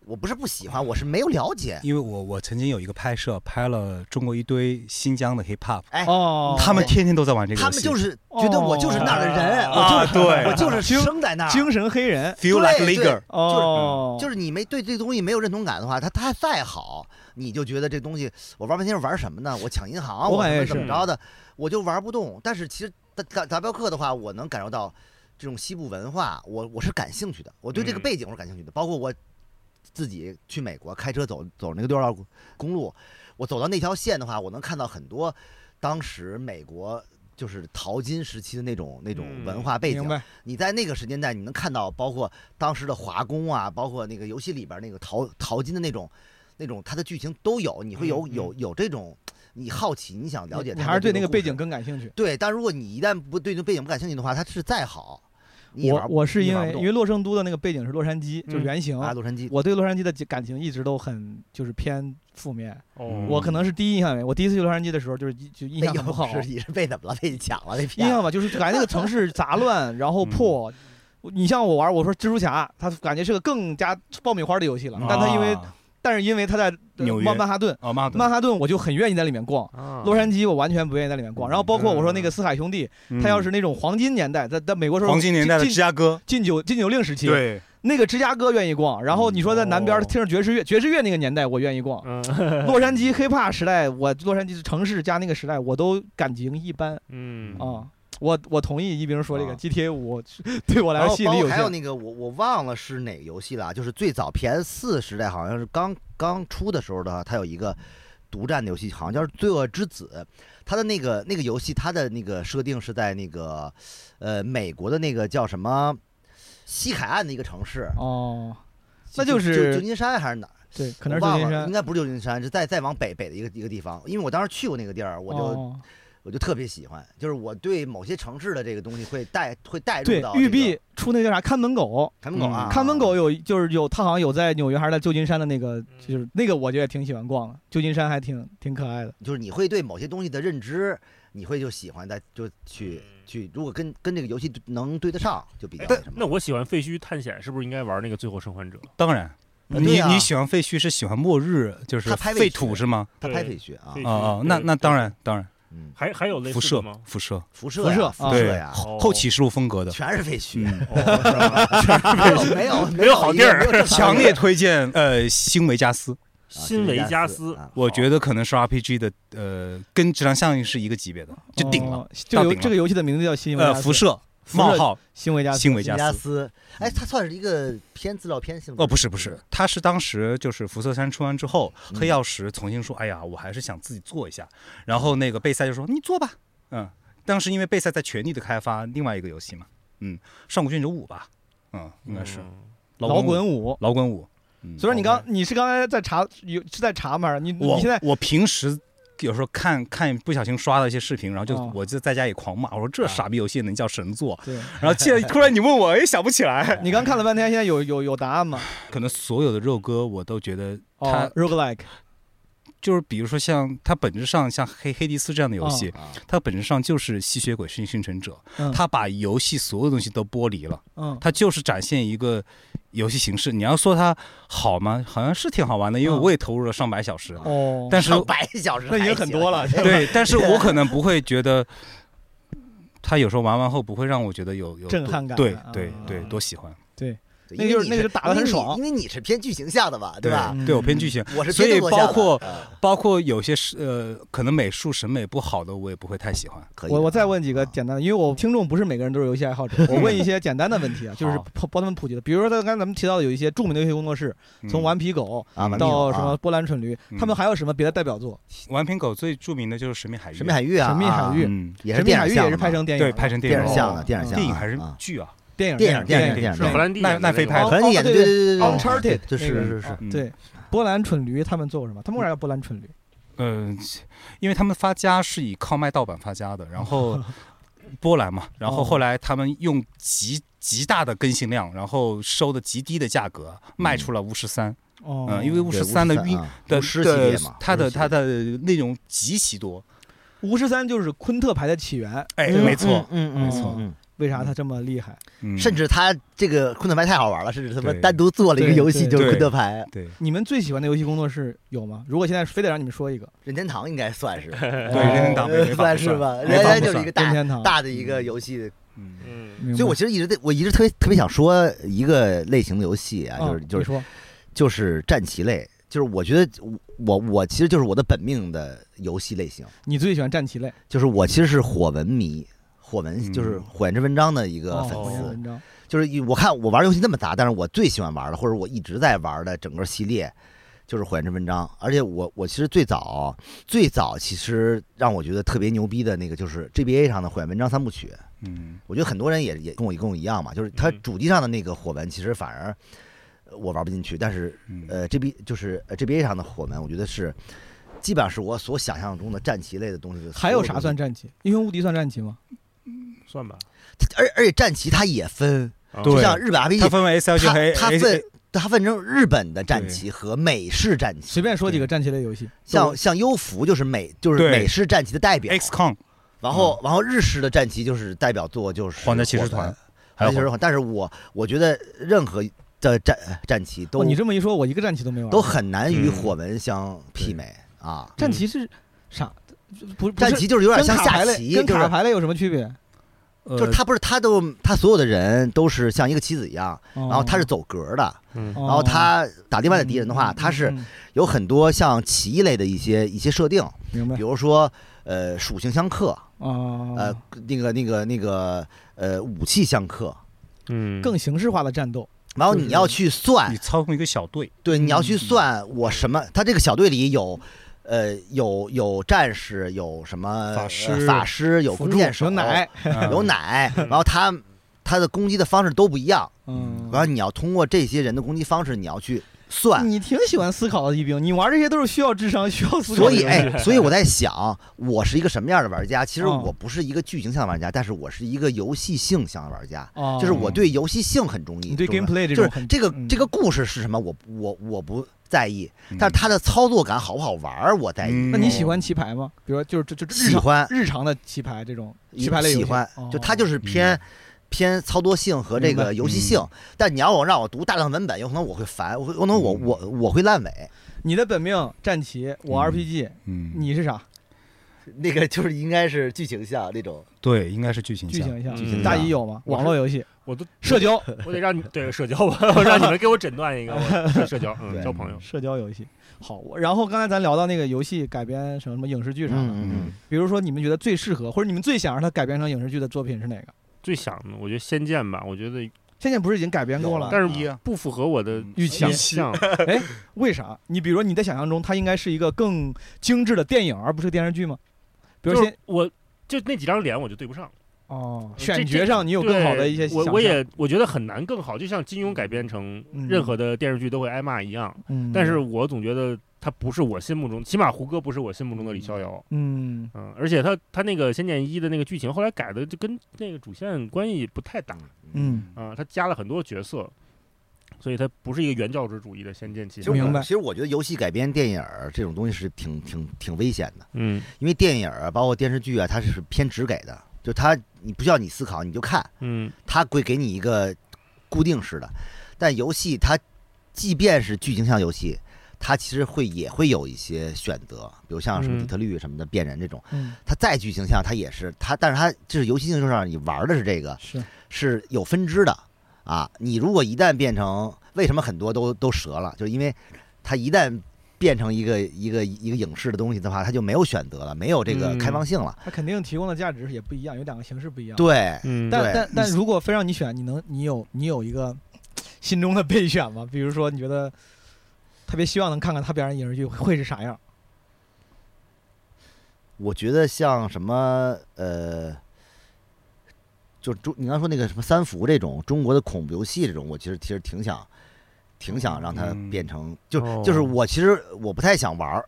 Speaker 2: 我不是不喜欢，我是没有了解。
Speaker 3: 因为我我曾经有一个拍摄，拍了中国一堆新疆的 hip hop，
Speaker 2: 哎
Speaker 4: 嗯
Speaker 1: 哦，
Speaker 3: 他们天天都在玩这个游
Speaker 2: 他
Speaker 3: 戏，
Speaker 2: 们就是觉得我就是那儿的人，
Speaker 4: 哦
Speaker 2: 我
Speaker 3: 啊，
Speaker 2: 就是、我
Speaker 3: 对
Speaker 2: 就是生在那儿，
Speaker 1: 精神黑人
Speaker 3: ，feel like
Speaker 2: 对
Speaker 3: nigger，
Speaker 1: 哦，
Speaker 2: 就是是你没对这东西没有认同感的话，它它再好，你就觉得这东西我玩半天是玩什么呢？我抢银行，
Speaker 1: 我
Speaker 2: 我
Speaker 1: 感觉也
Speaker 2: 怎么
Speaker 1: 是
Speaker 2: 怎么着的，我就玩不动。但是其实达达达标克的话，我能感受到这种西部文化，我我是感兴趣的，我对这个
Speaker 4: 嗯
Speaker 2: 背景我是感兴趣的，包括我自己去美国开车走走那个六号公路，我走到那条线的话，我能看到很多当时美国。就是淘金时期的那种那种
Speaker 4: 嗯
Speaker 2: 文化背景
Speaker 1: 明，白，
Speaker 2: 你在那个时间段，你能看到包括当时的华工啊，包括那个游戏里边那个淘淘金的那种，那种它的剧情都有，你会有
Speaker 4: 嗯嗯
Speaker 2: 有有这种你好奇，你想了解
Speaker 1: 你
Speaker 2: 它，
Speaker 1: 还是对那个背景更感兴趣。
Speaker 2: 对。但如果你一旦不对那背景不感兴趣的话，它是再好，你也
Speaker 1: 我
Speaker 2: 玩
Speaker 1: 我是
Speaker 2: 你也
Speaker 1: 因
Speaker 2: 玩
Speaker 1: 为
Speaker 2: 不
Speaker 1: 因
Speaker 2: 动
Speaker 1: 为洛圣都的那个背景是洛杉矶，就是
Speaker 4: 嗯
Speaker 1: 原型。
Speaker 2: 啊，洛杉矶
Speaker 1: 我对洛杉矶的感情一直都很就是偏负面，
Speaker 4: 哦，
Speaker 1: 我可能是第一印象，我第一次去洛杉矶的时候就是就印
Speaker 2: 被
Speaker 1: 象很不好，
Speaker 2: 哎是也是被怎么了？被你抢了，被
Speaker 1: 印
Speaker 2: 骗
Speaker 1: 象
Speaker 2: 了。
Speaker 1: 吧，啊就是感觉那个城市杂
Speaker 3: [laughs]
Speaker 1: 乱，然后破。
Speaker 3: 嗯
Speaker 1: 你像我玩，我说蜘蛛侠，它感觉是个更加爆米花的游戏了，但它因为，但是因为它在呃
Speaker 3: 啊纽约
Speaker 1: 曼曼哈顿，
Speaker 3: 哦妈的，
Speaker 1: 曼哈顿我就很愿意在里面逛。
Speaker 4: 啊
Speaker 1: 洛杉矶我完全不愿意在里面逛，然后包括我说那个四海兄弟，他要
Speaker 3: 嗯
Speaker 1: 是那种黄金年代，在在美国时候
Speaker 3: 黄金年代的芝
Speaker 1: 禁
Speaker 3: 加哥，
Speaker 1: 禁酒禁酒令时期，
Speaker 3: 对，嗯
Speaker 1: 那个芝加哥愿意逛，然后你说在南边
Speaker 4: 哦
Speaker 1: 听着爵士乐，爵士乐那个年代我愿意
Speaker 3: [laughs]
Speaker 1: 逛，
Speaker 4: 嗯 [laughs]
Speaker 1: 洛杉矶 hiphop 时代，我洛杉矶城市加那个时代我都感情一般
Speaker 4: 嗯
Speaker 1: 啊，我我同意一冰说这个
Speaker 2: 啊
Speaker 1: GTA 五 [laughs] 对我来
Speaker 2: 然
Speaker 1: 说
Speaker 2: 后
Speaker 1: 吸
Speaker 2: 包
Speaker 1: 引力
Speaker 2: 括
Speaker 1: 有
Speaker 2: 还有
Speaker 1: 限。
Speaker 2: 那个我我忘了是哪个游戏了啊，就是最早 PS 四时代好像是刚刚出的时候的话，它有一个独占的游戏，好像叫《罪恶之子》，它的那个那个游戏它的那个设定是在那个呃美国的那个叫什么西海岸的一个城市，
Speaker 1: 哦，那
Speaker 2: 就
Speaker 1: 就是
Speaker 2: 旧金山还是哪儿？
Speaker 1: 对，可能
Speaker 2: 我
Speaker 1: 是旧
Speaker 2: 忘
Speaker 1: 金
Speaker 2: 了，
Speaker 1: 山
Speaker 2: 应。该不是旧金山，是再再往北北的一个一个地方。因为我当时去过那个地儿，我就、
Speaker 1: 哦
Speaker 2: 我就特别喜欢，就是我对某些城市的这个东西会带会带入
Speaker 1: 对
Speaker 2: 到、这个。
Speaker 1: 育碧出那个叫啥看门狗，嗯
Speaker 2: 看门狗啊，
Speaker 1: 看门狗有就是有，他好像有在纽约还是在旧金山的那个，就是
Speaker 2: 嗯
Speaker 1: 那个我觉得也挺喜欢逛的，旧金山还挺挺可爱的。
Speaker 2: 就是你会对某些东西的认知，你会就喜欢的，就去
Speaker 4: 嗯
Speaker 2: 去，如果跟跟这个游戏能对得上，就比较那什么。
Speaker 4: 哎那我喜欢废墟探险，是不是应该玩那个《最后生还者》？
Speaker 3: 当然，
Speaker 2: 呃
Speaker 3: 你、
Speaker 2: 对啊
Speaker 3: 你喜欢废墟是喜欢末日，就是
Speaker 2: 他拍
Speaker 3: 废
Speaker 2: 废墟
Speaker 3: 土是吗？
Speaker 2: 他拍废墟啊
Speaker 4: 对，
Speaker 3: 啊啊，那那当然当然，
Speaker 2: 嗯，
Speaker 4: 还还有类
Speaker 3: 辐
Speaker 4: 似的
Speaker 3: 射
Speaker 1: 啊
Speaker 4: 吗？
Speaker 3: 辐射
Speaker 2: 辐射
Speaker 1: 辐
Speaker 2: 呀
Speaker 1: 射
Speaker 2: 辐
Speaker 1: 啊
Speaker 2: 射呀，
Speaker 4: 哦
Speaker 3: 后后启示录风格的，
Speaker 2: 全是废墟，
Speaker 3: 嗯，
Speaker 4: 哦是
Speaker 2: [laughs]
Speaker 4: 吧
Speaker 2: 没有没有
Speaker 4: 没有好地儿
Speaker 2: 没有正常
Speaker 3: 强烈
Speaker 2: 地
Speaker 3: 推荐呃新维加斯，
Speaker 4: 新维加斯
Speaker 2: 啊，
Speaker 3: 我
Speaker 1: 哦
Speaker 3: 觉得可能是 RPG 的呃跟质量效应是一个级别的，就顶了。
Speaker 1: 哦，就
Speaker 3: 到
Speaker 1: 有
Speaker 3: 顶了
Speaker 1: 这个游戏的名字叫新维
Speaker 3: 呃
Speaker 1: 加，斯
Speaker 3: 辐射
Speaker 1: 辐
Speaker 3: 冒
Speaker 1: 射
Speaker 3: 号
Speaker 1: 新维加斯
Speaker 3: 新维
Speaker 2: 维
Speaker 3: 加
Speaker 2: 加
Speaker 3: 斯。
Speaker 2: 斯，哎，它算是一个偏资料偏性质
Speaker 3: 哦，不是不是，，他是当时就是辐射三出完之后，
Speaker 2: 嗯
Speaker 3: 黑曜石重新说，哎呀，我还是想自己做一下。然后那个贝塞就说，你做吧，嗯。当时因为贝塞在全力的开发另外一个游戏嘛，嗯，上古卷轴五吧，嗯，应该是
Speaker 4: 嗯
Speaker 1: 老
Speaker 3: 滚
Speaker 1: 滚五。
Speaker 3: 老滚五。嗯
Speaker 1: 所以说你刚
Speaker 4: 好
Speaker 1: 你是刚才在查有是在查吗？你
Speaker 3: 我
Speaker 1: 你现在
Speaker 3: 我平时有时候看看不小心刷到一些视频，然后就
Speaker 1: 哦啊
Speaker 3: 我就在家里狂骂，我说这傻逼游戏能叫神作？
Speaker 1: 对，
Speaker 3: 然后现在突然你问我，也哎想不起来。
Speaker 1: 你刚看了半天，现在有有有答案吗？
Speaker 3: 可能所有的肉鸽我都觉得它
Speaker 1: 哦，roguelike
Speaker 3: 就是比如说像它本质上像黑黑迪斯这样的游戏，
Speaker 2: 啊
Speaker 3: 它本质上就是吸血鬼生生成者，
Speaker 1: 哦嗯
Speaker 3: 它把游戏所有东西都剥离了，
Speaker 1: 嗯
Speaker 3: 它就是展现一个游戏形式。你要说它好吗？好像是挺好玩的，因为
Speaker 1: 嗯
Speaker 3: 我也投入了上百小时，
Speaker 1: 哦，
Speaker 3: 但是
Speaker 2: 上百小时
Speaker 1: 那已经
Speaker 2: 还
Speaker 1: 很
Speaker 2: 行
Speaker 1: 多了，
Speaker 3: [laughs] 对，但是我可能不会觉得。它有时候玩完后不会让我觉得有有
Speaker 1: 震
Speaker 3: 多
Speaker 1: 撼感
Speaker 3: 对
Speaker 1: 啊
Speaker 3: 对对，多喜欢，
Speaker 2: 对
Speaker 1: 那
Speaker 2: 因为
Speaker 1: 就是
Speaker 2: 你
Speaker 1: 那个就打得很
Speaker 2: 因为你
Speaker 1: 爽
Speaker 2: 因为你是偏剧情向的吧，吧？
Speaker 1: 嗯
Speaker 3: 对我偏剧情，
Speaker 2: 我是
Speaker 3: 所
Speaker 2: 偏
Speaker 3: 以
Speaker 2: 动作
Speaker 3: 包
Speaker 2: 向的
Speaker 3: 括
Speaker 2: 呃
Speaker 3: 包括有些是呃，可能美术审美不好的，我也不会太喜欢。
Speaker 2: 可以
Speaker 1: 我
Speaker 2: 的
Speaker 1: 我再
Speaker 2: 啊
Speaker 1: 问几个
Speaker 2: 啊
Speaker 1: 简单的，因为我听众不是每个人都是游戏爱好
Speaker 2: [laughs]
Speaker 1: 者，我问一些简单的问题啊，就是
Speaker 3: 好
Speaker 1: 帮帮他们普及的。比如说刚才咱们提到的有一些著名的游戏工作室，
Speaker 3: 嗯
Speaker 1: 从顽皮狗
Speaker 2: 啊，完美
Speaker 1: 到
Speaker 2: 了
Speaker 1: 什
Speaker 2: 啊
Speaker 1: 么波兰蠢驴，他们还有什么别的代表作？
Speaker 3: 顽皮狗最著名的就是《神秘海域》，
Speaker 2: 神秘海域啊，
Speaker 1: 神秘海域
Speaker 2: 啊
Speaker 3: 嗯，
Speaker 2: 也是
Speaker 1: 神秘
Speaker 2: 电
Speaker 1: 海
Speaker 2: 影
Speaker 1: 域
Speaker 2: 像
Speaker 1: 也是
Speaker 2: 的
Speaker 1: 拍
Speaker 2: 嘛
Speaker 1: 成电影
Speaker 3: 对，
Speaker 1: 了，
Speaker 3: 拍成
Speaker 2: 电
Speaker 3: 影
Speaker 2: 影
Speaker 3: 了
Speaker 2: 像的电影像
Speaker 3: 电影
Speaker 2: 啊
Speaker 3: 还是
Speaker 2: 啊
Speaker 3: 剧啊？
Speaker 1: 电影
Speaker 2: 电影
Speaker 1: 电
Speaker 2: 电影
Speaker 1: 是
Speaker 4: 是
Speaker 1: 吧
Speaker 4: 荷兰弟
Speaker 3: 奈奈飞拍的
Speaker 2: 反正演的
Speaker 1: 哦对
Speaker 2: 对对对对
Speaker 1: Uncharted 那
Speaker 2: 对，
Speaker 1: 个
Speaker 2: 是是是
Speaker 1: 啊
Speaker 3: 嗯
Speaker 1: 对，波兰蠢驴他们做过什么？他们为啥叫波兰蠢驴？
Speaker 3: 嗯，因为他们发家是以靠卖盗版发家的，然后波兰嘛，然
Speaker 2: 哦
Speaker 3: 后后来他们用极极大的更新量，然后收的极低的价格卖出了巫师三，
Speaker 1: 哦
Speaker 3: 嗯，因为巫
Speaker 2: 巫
Speaker 3: 师三的啊运的
Speaker 2: 师系
Speaker 3: 的
Speaker 2: 列嘛，
Speaker 3: 它的它
Speaker 2: 的
Speaker 3: 的内容极其多，
Speaker 1: 巫师三就是昆特牌的起源，
Speaker 3: 哎，没错，，
Speaker 2: 嗯
Speaker 1: 没
Speaker 2: 嗯
Speaker 1: 错
Speaker 2: 嗯
Speaker 1: 为啥他这么厉害？
Speaker 3: 嗯
Speaker 2: 嗯，甚至他这个昆特牌太好玩了，甚至他妈
Speaker 3: 对
Speaker 2: 单独做了一个
Speaker 1: 对
Speaker 2: 游戏，
Speaker 1: 对
Speaker 2: 就是
Speaker 3: 对
Speaker 2: 昆特牌，
Speaker 3: 对
Speaker 1: 你们最喜欢的游戏工作室有吗？如果现在非得让你们说一个，
Speaker 2: 任天堂应该算是，
Speaker 3: 对，
Speaker 1: 哦
Speaker 3: 任天堂没没
Speaker 2: 算
Speaker 3: 法不
Speaker 2: 是吧？
Speaker 3: 没
Speaker 2: 人家
Speaker 3: 法不
Speaker 2: 就是
Speaker 3: 算
Speaker 2: 一个
Speaker 1: 任
Speaker 2: 大
Speaker 1: 天堂。
Speaker 2: 大的一个游戏，
Speaker 3: 嗯
Speaker 4: 嗯，
Speaker 1: 明白，
Speaker 2: 所以我其实一直在，我一直特别特别想说一个类型的游戏啊，就是
Speaker 1: 嗯
Speaker 2: 就
Speaker 1: 你
Speaker 2: 是
Speaker 1: 说
Speaker 2: 就是战棋类，就是我觉得我我其实就是我的本命的游戏类型。
Speaker 1: 你最喜欢战棋类
Speaker 2: 就是我其实是火纹迷，火纹
Speaker 3: 嗯
Speaker 2: 就是《火焰之纹章》的一个
Speaker 1: 哦
Speaker 2: 粉
Speaker 1: 火
Speaker 2: 丝。
Speaker 1: 焰文章
Speaker 2: 就是一我看我玩游戏那么杂，但是我最喜欢玩的，或者我一直在玩的整个系列，就是《火焰之纹章》。而且我我其实最早最早其实让我觉得特别牛逼的那个就是 GBA 上的《火焰纹章》三部曲。
Speaker 3: 嗯
Speaker 2: 我觉得很多人也也跟我跟我一样嘛，就是它
Speaker 4: 嗯
Speaker 2: 主机上的那个火纹，其实反而呃我玩不进去，但是
Speaker 3: 嗯
Speaker 2: 呃，GB 就是呃 GBA 上的火纹，我觉得是基本上是我所想象中的战棋类的东西。
Speaker 1: 还有啥算？战棋？英雄无敌算战棋吗？
Speaker 4: 嗯算吧。
Speaker 2: 而而且战棋它也分，
Speaker 4: 啊
Speaker 3: 对
Speaker 2: 就像日本
Speaker 3: 它
Speaker 2: RPG，
Speaker 3: 分为 S L G 和
Speaker 2: 它
Speaker 3: A
Speaker 2: 它
Speaker 3: A-
Speaker 2: 分它分成日本的战棋和美式战棋。
Speaker 1: 随便说几个战棋类游戏，
Speaker 2: 像像优服就是美就是
Speaker 3: 对
Speaker 2: 美式战棋的代表，
Speaker 3: XCOM
Speaker 2: 然后然后日式的战棋就是代表作就是
Speaker 3: 皇家骑士团
Speaker 2: 火纹，
Speaker 3: 还
Speaker 2: 皇家
Speaker 3: 有
Speaker 2: 骑士团。但是我我觉得任何的战战棋
Speaker 1: 哦
Speaker 2: 都
Speaker 1: 你这么一说，我一个战棋都没玩。
Speaker 2: 都很难与
Speaker 4: 嗯
Speaker 2: 火纹相媲美啊。
Speaker 1: 战棋是啥？不不是
Speaker 2: 战棋就是有点
Speaker 1: 跟
Speaker 2: 像
Speaker 1: 卡牌
Speaker 2: 下
Speaker 1: 类
Speaker 2: 棋，
Speaker 1: 跟
Speaker 2: 就
Speaker 1: 卡
Speaker 2: 是
Speaker 1: 牌类有什么区别？
Speaker 2: 就是他不是他都他所有的人都是像一个棋子一样，
Speaker 1: 然
Speaker 2: 然后他是，走格的，
Speaker 4: 嗯
Speaker 1: 然
Speaker 2: 然
Speaker 1: 嗯
Speaker 2: 后他打另外的敌人的话，他是有很多像棋类的一些一些设定，
Speaker 1: 明白
Speaker 2: 比如说呃属性相克，呃
Speaker 1: 啊，
Speaker 2: 那个那个那个呃武器相克，
Speaker 4: 嗯，
Speaker 1: 更形式化的战斗，
Speaker 2: 然后
Speaker 1: 就是
Speaker 2: 你要去算
Speaker 3: 呃你，操控一个小队，
Speaker 2: 对，你要
Speaker 1: 嗯
Speaker 2: 去算我什么，他这个小队里有。呃，有有战士，有什么
Speaker 3: 法
Speaker 2: 呃
Speaker 3: 师
Speaker 2: 法师有
Speaker 1: 辅
Speaker 2: 弓
Speaker 1: 助
Speaker 2: 箭手，
Speaker 1: 有奶，
Speaker 2: [laughs]
Speaker 1: 嗯
Speaker 2: 有
Speaker 1: [laughs]
Speaker 2: 奶，然后他他的攻击的方式都不一样，
Speaker 1: 嗯，
Speaker 2: 然后你要通过这些人的攻击方式，你要去算。
Speaker 1: 你挺喜欢思考的一兵，你玩这些都是需要智商、需要思考
Speaker 2: 所
Speaker 1: 的游
Speaker 2: 以，
Speaker 1: 戏。
Speaker 2: 哎，所以我在想，我是一个什么样的玩家？其实
Speaker 1: 哦
Speaker 2: 我不是一个剧情向的玩家，但是我是一个游戏性向的玩家，
Speaker 1: 哦
Speaker 2: 就是我对游戏性很中意。
Speaker 1: 你对
Speaker 2: 中意
Speaker 1: gameplay 这
Speaker 2: 就
Speaker 1: 种
Speaker 2: 是
Speaker 1: 很
Speaker 2: 这个
Speaker 1: 嗯
Speaker 2: 这个故事是什么，我我我不在意，
Speaker 3: 嗯
Speaker 2: 但是它的操作感好不好玩儿，我在意。
Speaker 1: 那你喜欢棋牌吗？比如说就是这这这日
Speaker 2: 喜
Speaker 1: 常
Speaker 2: 欢
Speaker 1: 日常的棋牌这种棋牌类游戏
Speaker 2: 喜欢
Speaker 1: 哦，
Speaker 2: 就它就是偏、偏操作性和这
Speaker 1: 明白嗯
Speaker 2: 个游戏性。但你要我让我读大量文本，有可能我会烦，我会有可能我
Speaker 1: 嗯
Speaker 2: 我我会烂尾。
Speaker 1: 你的本命战棋，我
Speaker 3: 嗯
Speaker 1: RPG，
Speaker 3: 嗯，
Speaker 1: 你是啥？
Speaker 2: 那个就是应该是剧情向那种，
Speaker 3: 对，应该是剧情
Speaker 1: 剧
Speaker 3: 向
Speaker 1: 情一下
Speaker 4: 剧情，
Speaker 1: 大
Speaker 2: 向
Speaker 1: 姨有吗？
Speaker 4: 我是
Speaker 1: 网络游
Speaker 4: [laughs]
Speaker 1: 戏、[laughs]
Speaker 4: 我都
Speaker 1: 社，交、
Speaker 4: 我得让你对社交吧，我让你们给我诊断一个我是社交，嗯，
Speaker 2: 对
Speaker 4: 交朋友，
Speaker 1: 社交游戏。好，我然后刚才咱聊到那个游戏改编成什么影视剧啥的，
Speaker 2: 嗯嗯
Speaker 1: 比如说你们觉得最适合，或者你们最想让它改编成影视剧的作品是哪个？
Speaker 4: 最想的我觉得《仙剑》吧，我觉得
Speaker 1: 现在不是已经改编过了？
Speaker 4: 但
Speaker 3: 一
Speaker 4: 是
Speaker 3: 啊
Speaker 4: 不符合我的
Speaker 1: 嗯预期
Speaker 4: 想象，
Speaker 1: 为啥？你比如说你在想象中，它应该是一个更精致的电影，而不是电视剧吗？比如
Speaker 4: 就
Speaker 1: 先
Speaker 4: 是我就那几张脸我就对不上。
Speaker 1: 哦，
Speaker 4: 这
Speaker 1: 选
Speaker 4: 这
Speaker 1: 角上你有更好的一些
Speaker 4: 对我
Speaker 1: 想
Speaker 4: 我
Speaker 1: 象
Speaker 4: 也我觉得很难更好，就像金庸改编成
Speaker 1: 嗯
Speaker 4: 任何的电视剧都会挨骂一样。
Speaker 1: 嗯
Speaker 4: 但是我总觉得他不是我心目中，起码胡歌不是我心目中的李逍遥。
Speaker 1: 嗯，
Speaker 4: 嗯，而且他他那个《仙剑一》的那个剧情后来改的就跟那个主线关系不太大
Speaker 1: 嗯
Speaker 4: 啊，他加了很多角色，所以他不是一个原教旨主义的《仙剑》。其
Speaker 2: 其
Speaker 4: 实
Speaker 2: 实，
Speaker 1: 明白
Speaker 2: 我其实我觉得游戏改编电影儿这种东西是挺挺挺危险的，
Speaker 4: 嗯
Speaker 2: 因为电影儿啊包括电视剧啊，它是偏直给的，就它你不需要你思考，你就看，
Speaker 4: 嗯，
Speaker 2: 它会给你一个固定式的。但游戏它即便是剧情向游戏，它其实会也会有一些选择，比如像什么
Speaker 4: 嗯
Speaker 2: 底特律什么的变人这种，
Speaker 1: 嗯，
Speaker 2: 它再剧情向它也是它，但是它就是游戏性上你玩的是这个，
Speaker 1: 是
Speaker 2: 是有分支的啊。你如果一旦变成，为什么很多都都折了，就是因为它一旦变成一个一个一个影视的东西的话，它就没有选择了，没有这个
Speaker 4: 嗯
Speaker 2: 开放性了。
Speaker 1: 它肯定提供的价值也不一样，有两个形式不一样。，
Speaker 2: 对，
Speaker 4: 嗯，
Speaker 1: 但
Speaker 2: 对
Speaker 1: 但但如果非让你选，你能你有你有一个心中的备选吗？比如说你觉得特别希望能看看他表演影视剧会是啥样？
Speaker 2: 我觉得像什么呃。就中，你刚说那个什么三伏这种中国的恐怖游戏这种，我其实其实挺想，挺想让它
Speaker 3: 嗯
Speaker 2: 变成，就
Speaker 4: 哦
Speaker 2: 就是我其实我不太想玩儿，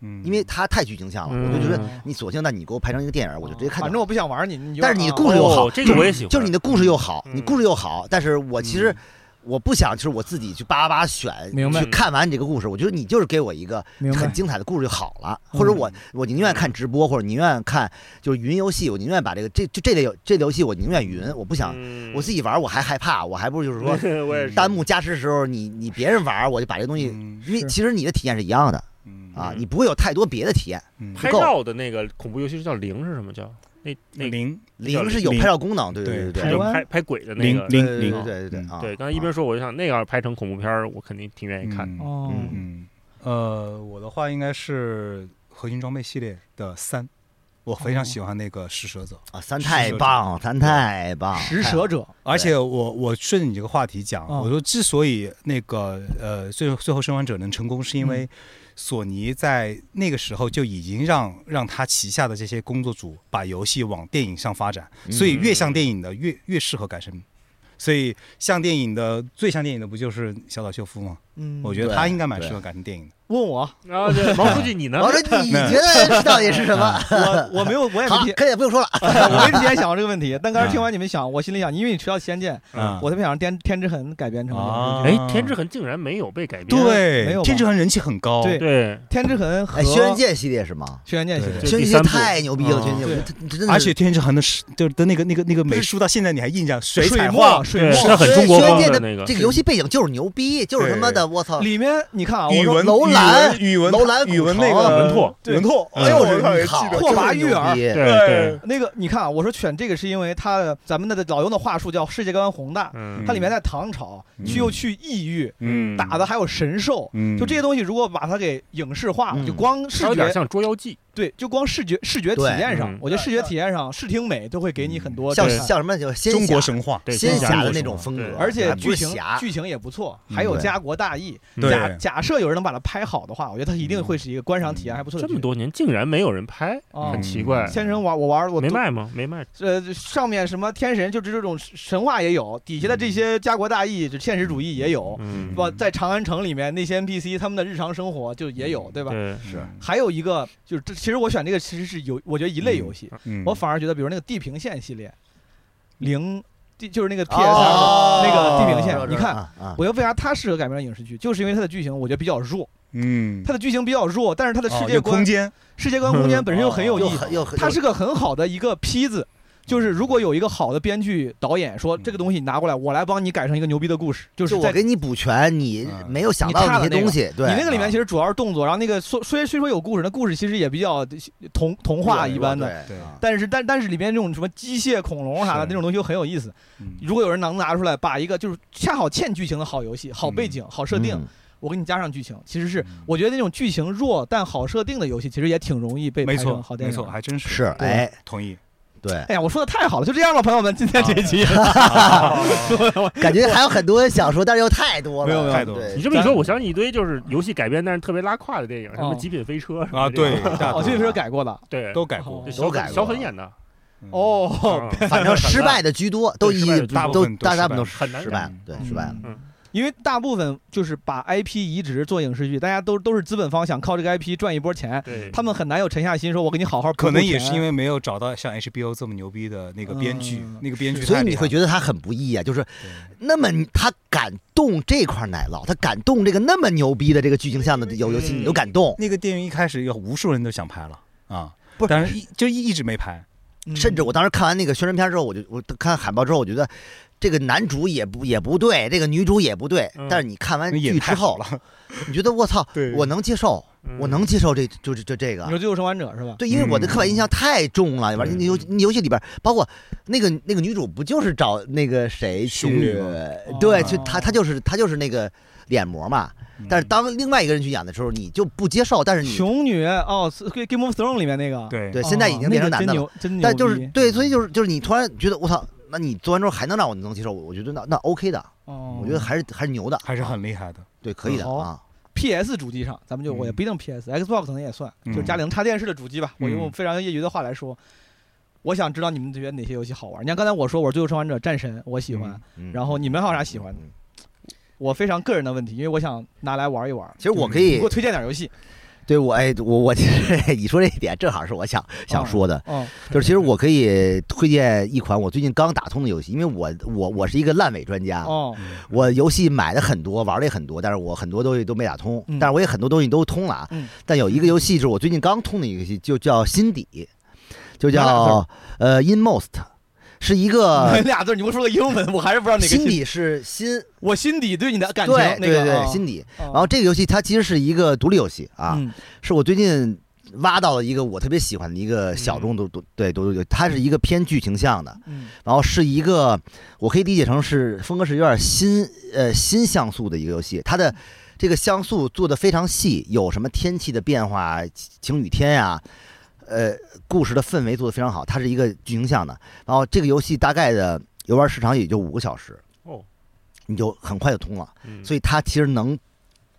Speaker 3: 嗯，
Speaker 2: 因为它太剧情向了，我就觉得
Speaker 1: 嗯哦
Speaker 2: 你索性那你给我拍成一个电影儿，我就直接看就
Speaker 1: 啊
Speaker 2: 好了。
Speaker 1: 反正我不想玩你，你就
Speaker 2: 但是你的故
Speaker 1: 啊
Speaker 2: 事又好，
Speaker 4: 哦这个我也喜欢
Speaker 2: 就是你的故事又好，
Speaker 4: 嗯
Speaker 2: 你故事又好，但是我其实
Speaker 4: 嗯
Speaker 2: 我不想就是我自己去叭叭叭选，
Speaker 1: 明白
Speaker 2: 去看完你这个故事，我觉得你就是给我一个
Speaker 1: 明
Speaker 2: 很
Speaker 1: 白
Speaker 2: 精彩的故事就好了，
Speaker 1: 嗯
Speaker 2: 或者我我宁愿看直播，或者宁愿看就是云游戏，我宁愿把这个这就这类游这类游戏我宁愿云，我不想
Speaker 4: 嗯
Speaker 2: 我
Speaker 4: [laughs]
Speaker 2: 自己玩我还害怕，我还不如就是说
Speaker 4: 我也是
Speaker 2: 弹幕加持的时候你你别人玩我就把这东西，
Speaker 3: 嗯
Speaker 2: 因为
Speaker 1: 是
Speaker 2: 其实你的体验是一样的
Speaker 3: 嗯
Speaker 2: 啊，
Speaker 4: 嗯
Speaker 2: 你不会有太多别的体验，
Speaker 3: 嗯
Speaker 4: 拍
Speaker 2: 够
Speaker 4: 照的那个恐怖游戏是叫零是什么叫？那那个
Speaker 3: 零
Speaker 2: 零是有
Speaker 3: 零
Speaker 2: 拍照功能，对
Speaker 3: 对
Speaker 2: 对对
Speaker 1: 台
Speaker 4: 就
Speaker 2: 对
Speaker 1: 湾。
Speaker 4: 拍拍鬼的那
Speaker 3: 零
Speaker 4: 个
Speaker 3: 零
Speaker 2: 对
Speaker 3: 零
Speaker 2: 对对对对啊！
Speaker 4: 对，刚才一边说，我就想那个要是拍成恐怖片儿，我肯定挺愿意看。
Speaker 3: 嗯
Speaker 1: 哦，
Speaker 2: 嗯
Speaker 3: 嗯，呃，我的话应该是核心装备系列的三，我非常喜欢那个食蛇者，
Speaker 2: 啊，三
Speaker 3: 是
Speaker 2: 太
Speaker 3: 是
Speaker 2: 棒，三太棒，
Speaker 1: 食
Speaker 2: 啊太
Speaker 1: 蛇
Speaker 2: 好
Speaker 1: 者
Speaker 3: 而且我我顺着你这个话题讲，
Speaker 1: 哦
Speaker 3: 我说之所以那个呃最后最后生还者能成功，是因
Speaker 1: 嗯
Speaker 3: 为索尼在那个时候就已经让让他旗下的这些工作组把游戏往电影上发展，
Speaker 2: 嗯
Speaker 3: 所以越像电影的越越适合改成。所以像电影的最像电影的不就是小岛秀夫吗？
Speaker 1: 嗯，
Speaker 3: 我觉得
Speaker 2: 对
Speaker 3: 他应该蛮
Speaker 2: 对
Speaker 3: 适合改成电影的。
Speaker 1: 问我，
Speaker 2: 嗯
Speaker 4: 然
Speaker 2: [laughs]
Speaker 4: 后这啊毛书记你呢
Speaker 1: [laughs]
Speaker 2: 我？说你觉得到底是什
Speaker 1: 啊
Speaker 2: 么？
Speaker 1: 我我没有，我也没
Speaker 2: [laughs] 呃好嗯
Speaker 1: 提，， [laughs]
Speaker 2: 可以不用说了。
Speaker 1: 我没提前想过这个问
Speaker 2: [laughs]
Speaker 1: 题。但刚才听完你们想，我心里想，因为你提到《仙剑》，
Speaker 3: 嗯，
Speaker 1: 我特别想让天天之痕改编成影视剧
Speaker 3: 啊
Speaker 4: 哎，天之痕竟然没有被改编。
Speaker 1: 没有
Speaker 3: 对，
Speaker 1: 吧
Speaker 3: 天之痕人气很高。
Speaker 1: 对
Speaker 4: 对，
Speaker 1: 天之痕和
Speaker 2: 哎，轩辕剑系列是吗？
Speaker 1: 轩辕剑系列
Speaker 4: 就
Speaker 2: 轩
Speaker 4: 第
Speaker 2: 辕
Speaker 4: 三
Speaker 2: 剑
Speaker 4: 部
Speaker 2: 太牛逼了，
Speaker 3: 嗯
Speaker 2: 轩辕剑我觉得它，真的
Speaker 3: 而
Speaker 2: 是
Speaker 3: 且天之痕的是就是的那个那个那个美术到现在你还印象，水彩画
Speaker 1: 墨，水
Speaker 4: 对，
Speaker 1: 墨
Speaker 4: 是很
Speaker 2: 所以
Speaker 4: 中国
Speaker 2: 轩
Speaker 4: 风
Speaker 2: 辕剑
Speaker 4: 的
Speaker 2: 的
Speaker 4: 那个
Speaker 2: 这个游戏背景就是牛逼，就是他妈的，我操！
Speaker 1: 里面你看啊，我
Speaker 3: 语
Speaker 1: 说
Speaker 3: 文、
Speaker 2: 楼兰
Speaker 3: 语文、
Speaker 2: 楼兰古
Speaker 3: 语文
Speaker 2: 城
Speaker 3: 那个
Speaker 4: 文拓
Speaker 1: 对
Speaker 3: 文拓，
Speaker 2: 就是
Speaker 3: 哎呦，我靠，也嗯
Speaker 2: 好，
Speaker 3: 记得
Speaker 1: 拓跋
Speaker 2: 就是
Speaker 1: 玉儿
Speaker 2: 牛逼
Speaker 4: 对对，
Speaker 1: 那个，你看啊，我说选这个是因为它的咱们的老用的话术叫世界观宏大，
Speaker 4: 嗯
Speaker 1: 它里面在唐朝去又去异域，
Speaker 3: 嗯
Speaker 1: 打的还有神兽，
Speaker 3: 嗯
Speaker 1: 就这些东西如果把它给影视化，
Speaker 2: 嗯
Speaker 1: 就光视
Speaker 4: 它有点
Speaker 1: 觉
Speaker 4: 像《捉妖记》
Speaker 1: 对，就光视觉视觉体
Speaker 2: 对
Speaker 1: 验上
Speaker 4: 嗯，
Speaker 1: 我觉得视觉体验上，视听美都会给你很多
Speaker 2: 像
Speaker 1: 震撼
Speaker 2: 像什么就仙
Speaker 3: 中
Speaker 2: 侠
Speaker 3: 国神话，
Speaker 4: 对
Speaker 2: 仙
Speaker 4: 仙
Speaker 2: 侠
Speaker 4: 侠
Speaker 2: 的
Speaker 4: 是
Speaker 2: 那
Speaker 4: 什
Speaker 2: 种
Speaker 4: 么
Speaker 2: 风
Speaker 4: 对
Speaker 2: 格，
Speaker 1: 而且
Speaker 2: 还不
Speaker 1: 剧
Speaker 2: 是
Speaker 1: 情
Speaker 2: 侠
Speaker 1: 剧情也不错，
Speaker 5: 嗯
Speaker 1: 还有
Speaker 2: 对
Speaker 1: 家国大义。
Speaker 3: 对
Speaker 1: 假假设有人能把它拍好的话，我觉得它一定会是一个观赏体验还不错的
Speaker 4: 嗯这
Speaker 1: 剧。
Speaker 4: 么多年竟然没有人拍，
Speaker 1: 哦
Speaker 4: 很奇怪。
Speaker 1: 天神玩我玩我
Speaker 4: 没
Speaker 1: 都
Speaker 4: 卖吗？没卖，
Speaker 1: 呃上面什么天神就是这种神话也有，底下的
Speaker 3: 嗯
Speaker 1: 这些家国大义就现实主义也有。
Speaker 4: 嗯，
Speaker 1: 不，在长安城里面那些 NPC 他们的日常生活就也
Speaker 3: 嗯
Speaker 1: 有，对吧？
Speaker 4: 对，
Speaker 3: 是，
Speaker 1: 还有一个就是这，其实我选这个其实是有，我觉得一类游戏，
Speaker 3: 嗯，
Speaker 1: 我反而觉得比如那个地平线系列，零地就是那个 PS
Speaker 2: 哦
Speaker 1: 二那个地平
Speaker 2: 是吧
Speaker 1: 线，你看。
Speaker 2: 啊啊
Speaker 1: 我觉得为啥它适合改编成影视剧，就是因为它的剧情我觉得比较弱，
Speaker 3: 嗯，
Speaker 1: 它的剧情比较弱，但是它的世
Speaker 3: 哦
Speaker 1: 界
Speaker 3: 有
Speaker 1: 观
Speaker 3: 空、间，嗯哦
Speaker 1: 世界观空间本身又很有意
Speaker 2: 又
Speaker 1: 义，
Speaker 2: 很哦又很
Speaker 1: 它是个很好的一个坯子。就是如果有一个好的编剧导演说
Speaker 3: 嗯
Speaker 1: 这个东西你拿过来，我来帮你改成一个牛逼的故事，就
Speaker 2: 就是我
Speaker 1: 在
Speaker 2: 给你补全，你
Speaker 3: 嗯
Speaker 2: 没有想
Speaker 1: 你
Speaker 2: 到
Speaker 1: 差
Speaker 2: 那
Speaker 1: 了
Speaker 2: 些
Speaker 1: 那个
Speaker 2: 东西，对啊
Speaker 1: 你那个里面其实主要是动作，然后那个说虽虽说有故事，那故事其实也比较童童话一般的，，
Speaker 2: 对
Speaker 3: 对
Speaker 2: 啊
Speaker 1: 但是但但是里面那种什么机械恐龙啥的
Speaker 3: 是
Speaker 1: 那种东西就很有意思。
Speaker 3: 嗯
Speaker 1: 如果有人能拿出来，把一个就是恰好欠剧情的好游戏、好背景、好设定，
Speaker 2: 嗯
Speaker 1: 我给你加上剧情，其实是
Speaker 3: 嗯
Speaker 1: 我觉得那种剧情弱但好设定的游戏，其实也挺容易被
Speaker 3: 没
Speaker 1: 拍成
Speaker 3: 错
Speaker 1: 好，电
Speaker 3: 没
Speaker 1: 影
Speaker 3: 错，
Speaker 1: 的。
Speaker 3: 还真
Speaker 2: 是
Speaker 3: 是， [laughs]
Speaker 2: 哎，
Speaker 3: 同意。
Speaker 2: 对，
Speaker 1: 哎呀，我说的太好了，就这样吧，朋友们，今天这一期
Speaker 2: 感觉还有很多想说，但是又太多了，
Speaker 3: 没有没有太多
Speaker 2: 对
Speaker 4: 你这么一
Speaker 1: 咱
Speaker 4: 说，我想起一堆就是游戏改编，但是特别拉胯的电影，什么
Speaker 1: 哦
Speaker 4: 《极品飞车》什么
Speaker 3: 啊，
Speaker 4: 这种 [laughs]
Speaker 3: 对，大
Speaker 1: 哦，
Speaker 3: 多
Speaker 1: 这是改过的
Speaker 4: 对，
Speaker 3: 都改过
Speaker 1: 哦，
Speaker 4: 小
Speaker 2: 都改过
Speaker 4: 小粉演的，
Speaker 3: 嗯，
Speaker 1: 哦。
Speaker 4: 啊
Speaker 2: 反正失败的居多，都一
Speaker 4: 失败的居多
Speaker 3: 大部
Speaker 2: 都
Speaker 3: 分都
Speaker 2: 大
Speaker 3: 失
Speaker 2: 大部分都
Speaker 3: 败
Speaker 4: 很难
Speaker 2: 失败了
Speaker 3: 改，
Speaker 2: 对，
Speaker 1: 嗯
Speaker 2: 失败了。
Speaker 1: 因为大部分就是把 IP 移植做影视剧，大家都都是资本方想靠这个 IP 赚一波钱，[laughs]
Speaker 4: 对，
Speaker 1: 他们很难有沉下心说，我给你好好补
Speaker 3: 可
Speaker 1: 补
Speaker 3: 能也
Speaker 1: 钱
Speaker 3: 是因为没有找到像 HBO 这么牛逼的那个编剧
Speaker 1: 嗯，
Speaker 3: 那个编剧
Speaker 2: 所以
Speaker 3: 太厉
Speaker 2: 你
Speaker 3: 害
Speaker 2: 会
Speaker 3: 了。
Speaker 2: 觉得他很不易啊，就是那么你他敢动这块奶酪，他敢动这个那么牛逼的这个剧情向的游游戏，你都敢动，
Speaker 3: 那个电影一开始有无数人都想拍了啊，
Speaker 2: 不是
Speaker 3: 但是一就一一直没拍。
Speaker 1: 嗯
Speaker 2: 甚至我当时看完那个宣传片之后，我就我看海报之后，我觉得这个男主也不也不对，这个女主也不对。
Speaker 4: 嗯
Speaker 2: 但是你看完
Speaker 3: 也
Speaker 2: 剧之
Speaker 3: 太好
Speaker 2: 后，你觉得我操
Speaker 3: [laughs] 对，嗯
Speaker 2: 我能接受，
Speaker 4: 嗯
Speaker 2: 我能接受这就就就这
Speaker 1: 你说
Speaker 2: 个。
Speaker 1: 《最后生还者》是吧？
Speaker 2: 对，因为我的
Speaker 1: 嗯
Speaker 2: 刻板印象太重了，完了那游那游戏里边，包括那个那个女主不就是找那个谁
Speaker 3: 熊女
Speaker 2: 去
Speaker 3: 吗？
Speaker 2: 对，
Speaker 1: 哦
Speaker 2: 就她她就是她就是那个脸模嘛。
Speaker 3: 嗯
Speaker 2: 但是当另外一个人去演的时候，你就不接受，但是你
Speaker 1: 熊女哦，是《Game of Thrones》里面那个，
Speaker 3: 对
Speaker 2: 对现在已经变成男的了
Speaker 1: 哦，那个真牛，真牛
Speaker 2: 但就是
Speaker 1: 逼
Speaker 2: 对，所以就是就是你突然觉得我操，那你做完之后还能让我能接受，我我觉得那那 OK 的。
Speaker 1: 哦，嗯
Speaker 2: 我觉得还是还是牛的，
Speaker 3: 还是很厉害的。
Speaker 2: 对，可以的
Speaker 1: 好
Speaker 2: 啊。
Speaker 1: PS 主机上，咱们就我也
Speaker 3: 嗯
Speaker 1: 不一定 PS，Xbox 可能也算，
Speaker 3: 嗯
Speaker 1: 就是家里能插电视的主机吧。我
Speaker 3: 嗯
Speaker 1: 用非常业余的话来说，我想知道你们觉得哪些游戏好玩。你看刚才我说我是《最后生还者》战神，我喜欢
Speaker 3: 嗯。
Speaker 2: 嗯
Speaker 1: 然后你们还有啥喜欢的？我非常个人的问题，因为我想拿来玩一玩。
Speaker 2: 其实我
Speaker 3: 嗯
Speaker 2: 可
Speaker 1: 你
Speaker 2: 以
Speaker 1: 给我推荐点游戏。
Speaker 2: 对我哎，我我其实你 [laughs] 说这一点正好是我想想说的，
Speaker 1: 嗯，
Speaker 2: 就是其实我可以推荐一款我最近刚打通的游戏，因为我我我是一个烂尾专家，
Speaker 1: 哦，
Speaker 2: 我游戏买的很多，玩的也很多，但是我很多东西都没打通，
Speaker 1: 嗯
Speaker 2: 但是我也很多东西都通了啊。
Speaker 1: 嗯
Speaker 2: 但有一个游戏是我最近刚通的一个游戏，就叫心底，
Speaker 1: 哪俩字
Speaker 2: 就叫呃 Inmost，是
Speaker 1: [laughs]
Speaker 2: 一个
Speaker 1: 俩字儿你给我说个英文，我还是不知道哪个
Speaker 2: 呃心，底是心，
Speaker 1: 我心底对你的感情
Speaker 2: 对
Speaker 1: 那个
Speaker 2: 对对
Speaker 1: 啊
Speaker 2: 心底。
Speaker 1: 然
Speaker 2: 然后这个游戏它其实是一个独立游戏啊，
Speaker 1: 嗯
Speaker 2: 是我最近挖到了一个我特别喜欢的一个小众的读、对读读，它是一个偏剧情向的，
Speaker 1: 嗯
Speaker 2: 然后是一个我可以理解成是风格是有点新呃新像素的一个游戏，它的这个像素做的非常细，有什么天气的变化、晴雨天呀、呃，故事的氛围做的非常好，它是一个剧情向的。然后这个游戏大概的游玩时长也就五个小时，
Speaker 4: 哦，
Speaker 2: 你就很快就通了，
Speaker 4: 嗯
Speaker 2: 所以它其实能。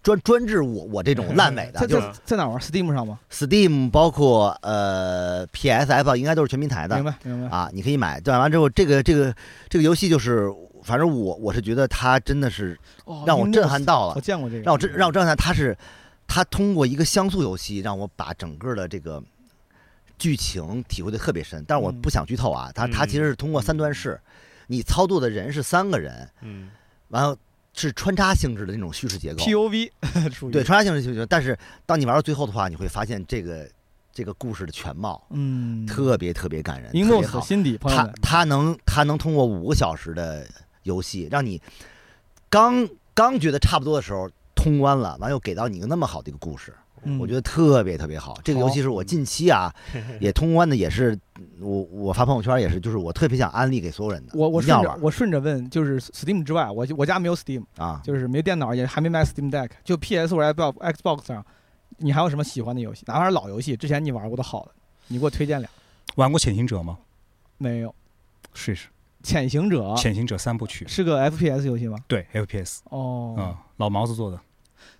Speaker 2: 专专治我我这种烂尾的，
Speaker 4: [laughs]
Speaker 1: 在
Speaker 2: 就是
Speaker 1: 在在哪玩？Steam 上吗？
Speaker 2: Steam 包括呃 PSF 应该都是全平台
Speaker 1: 明
Speaker 2: 的
Speaker 1: 白明 [laughs] 白。
Speaker 2: 啊，你可以买。买完之后，这个这个这个游戏就是，反正我我是觉得它真的是
Speaker 1: 哦
Speaker 2: 让我震撼，到
Speaker 1: Windows，
Speaker 2: 了
Speaker 1: 我，见过这个，
Speaker 2: 让我震让我震撼。它是它通过一个像素游戏，让我把整个的这个剧情体会的特别深。但是我
Speaker 1: 嗯
Speaker 2: 不想剧透啊，它它
Speaker 4: 嗯
Speaker 2: 其实是通过三段式，你操作的人是三个人，
Speaker 4: 嗯，
Speaker 2: 完后是穿插性质的那种叙事结构。
Speaker 1: POV 属于
Speaker 2: 对，穿插性质叙事结构，但是当你玩到最后的话，你会发现这个这个故事的全貌。
Speaker 1: 嗯，
Speaker 2: 特别特别感人，
Speaker 1: 英
Speaker 2: 特
Speaker 1: 诺
Speaker 2: 别
Speaker 1: 斯
Speaker 2: 好。
Speaker 1: 心底朋友
Speaker 2: 他
Speaker 1: 们，
Speaker 2: 他能他能通过五个小时的游戏，让你刚刚觉得差不多的时候通关了，完又给到你一个那么好的一个故事，
Speaker 1: 嗯
Speaker 2: 我觉得特别特别好。这个游戏是我近期啊也通关的，也是我我发朋友圈也是，就是我特别想安利给所有人的。
Speaker 1: 我我
Speaker 2: 一定要
Speaker 1: 顺着
Speaker 2: 玩
Speaker 1: 我顺着问，就是 Steam 之外，我我家没有 Steam，
Speaker 2: 啊，
Speaker 1: 就是没电脑，也还没买 Steam Deck，就 PS 或者 Xbox 上，你还有什么喜欢的游戏？哪怕是老游戏，之前你玩过的好的，你给我推荐俩。
Speaker 3: 玩过《潜行者》吗？
Speaker 1: 没有，
Speaker 3: 试一试，
Speaker 1: 《潜行者
Speaker 3: 《潜行者》三部曲，
Speaker 1: 是个 FPS 游戏吗？
Speaker 3: 对 FPS，
Speaker 1: 啊哦，
Speaker 3: 嗯，老毛子做的。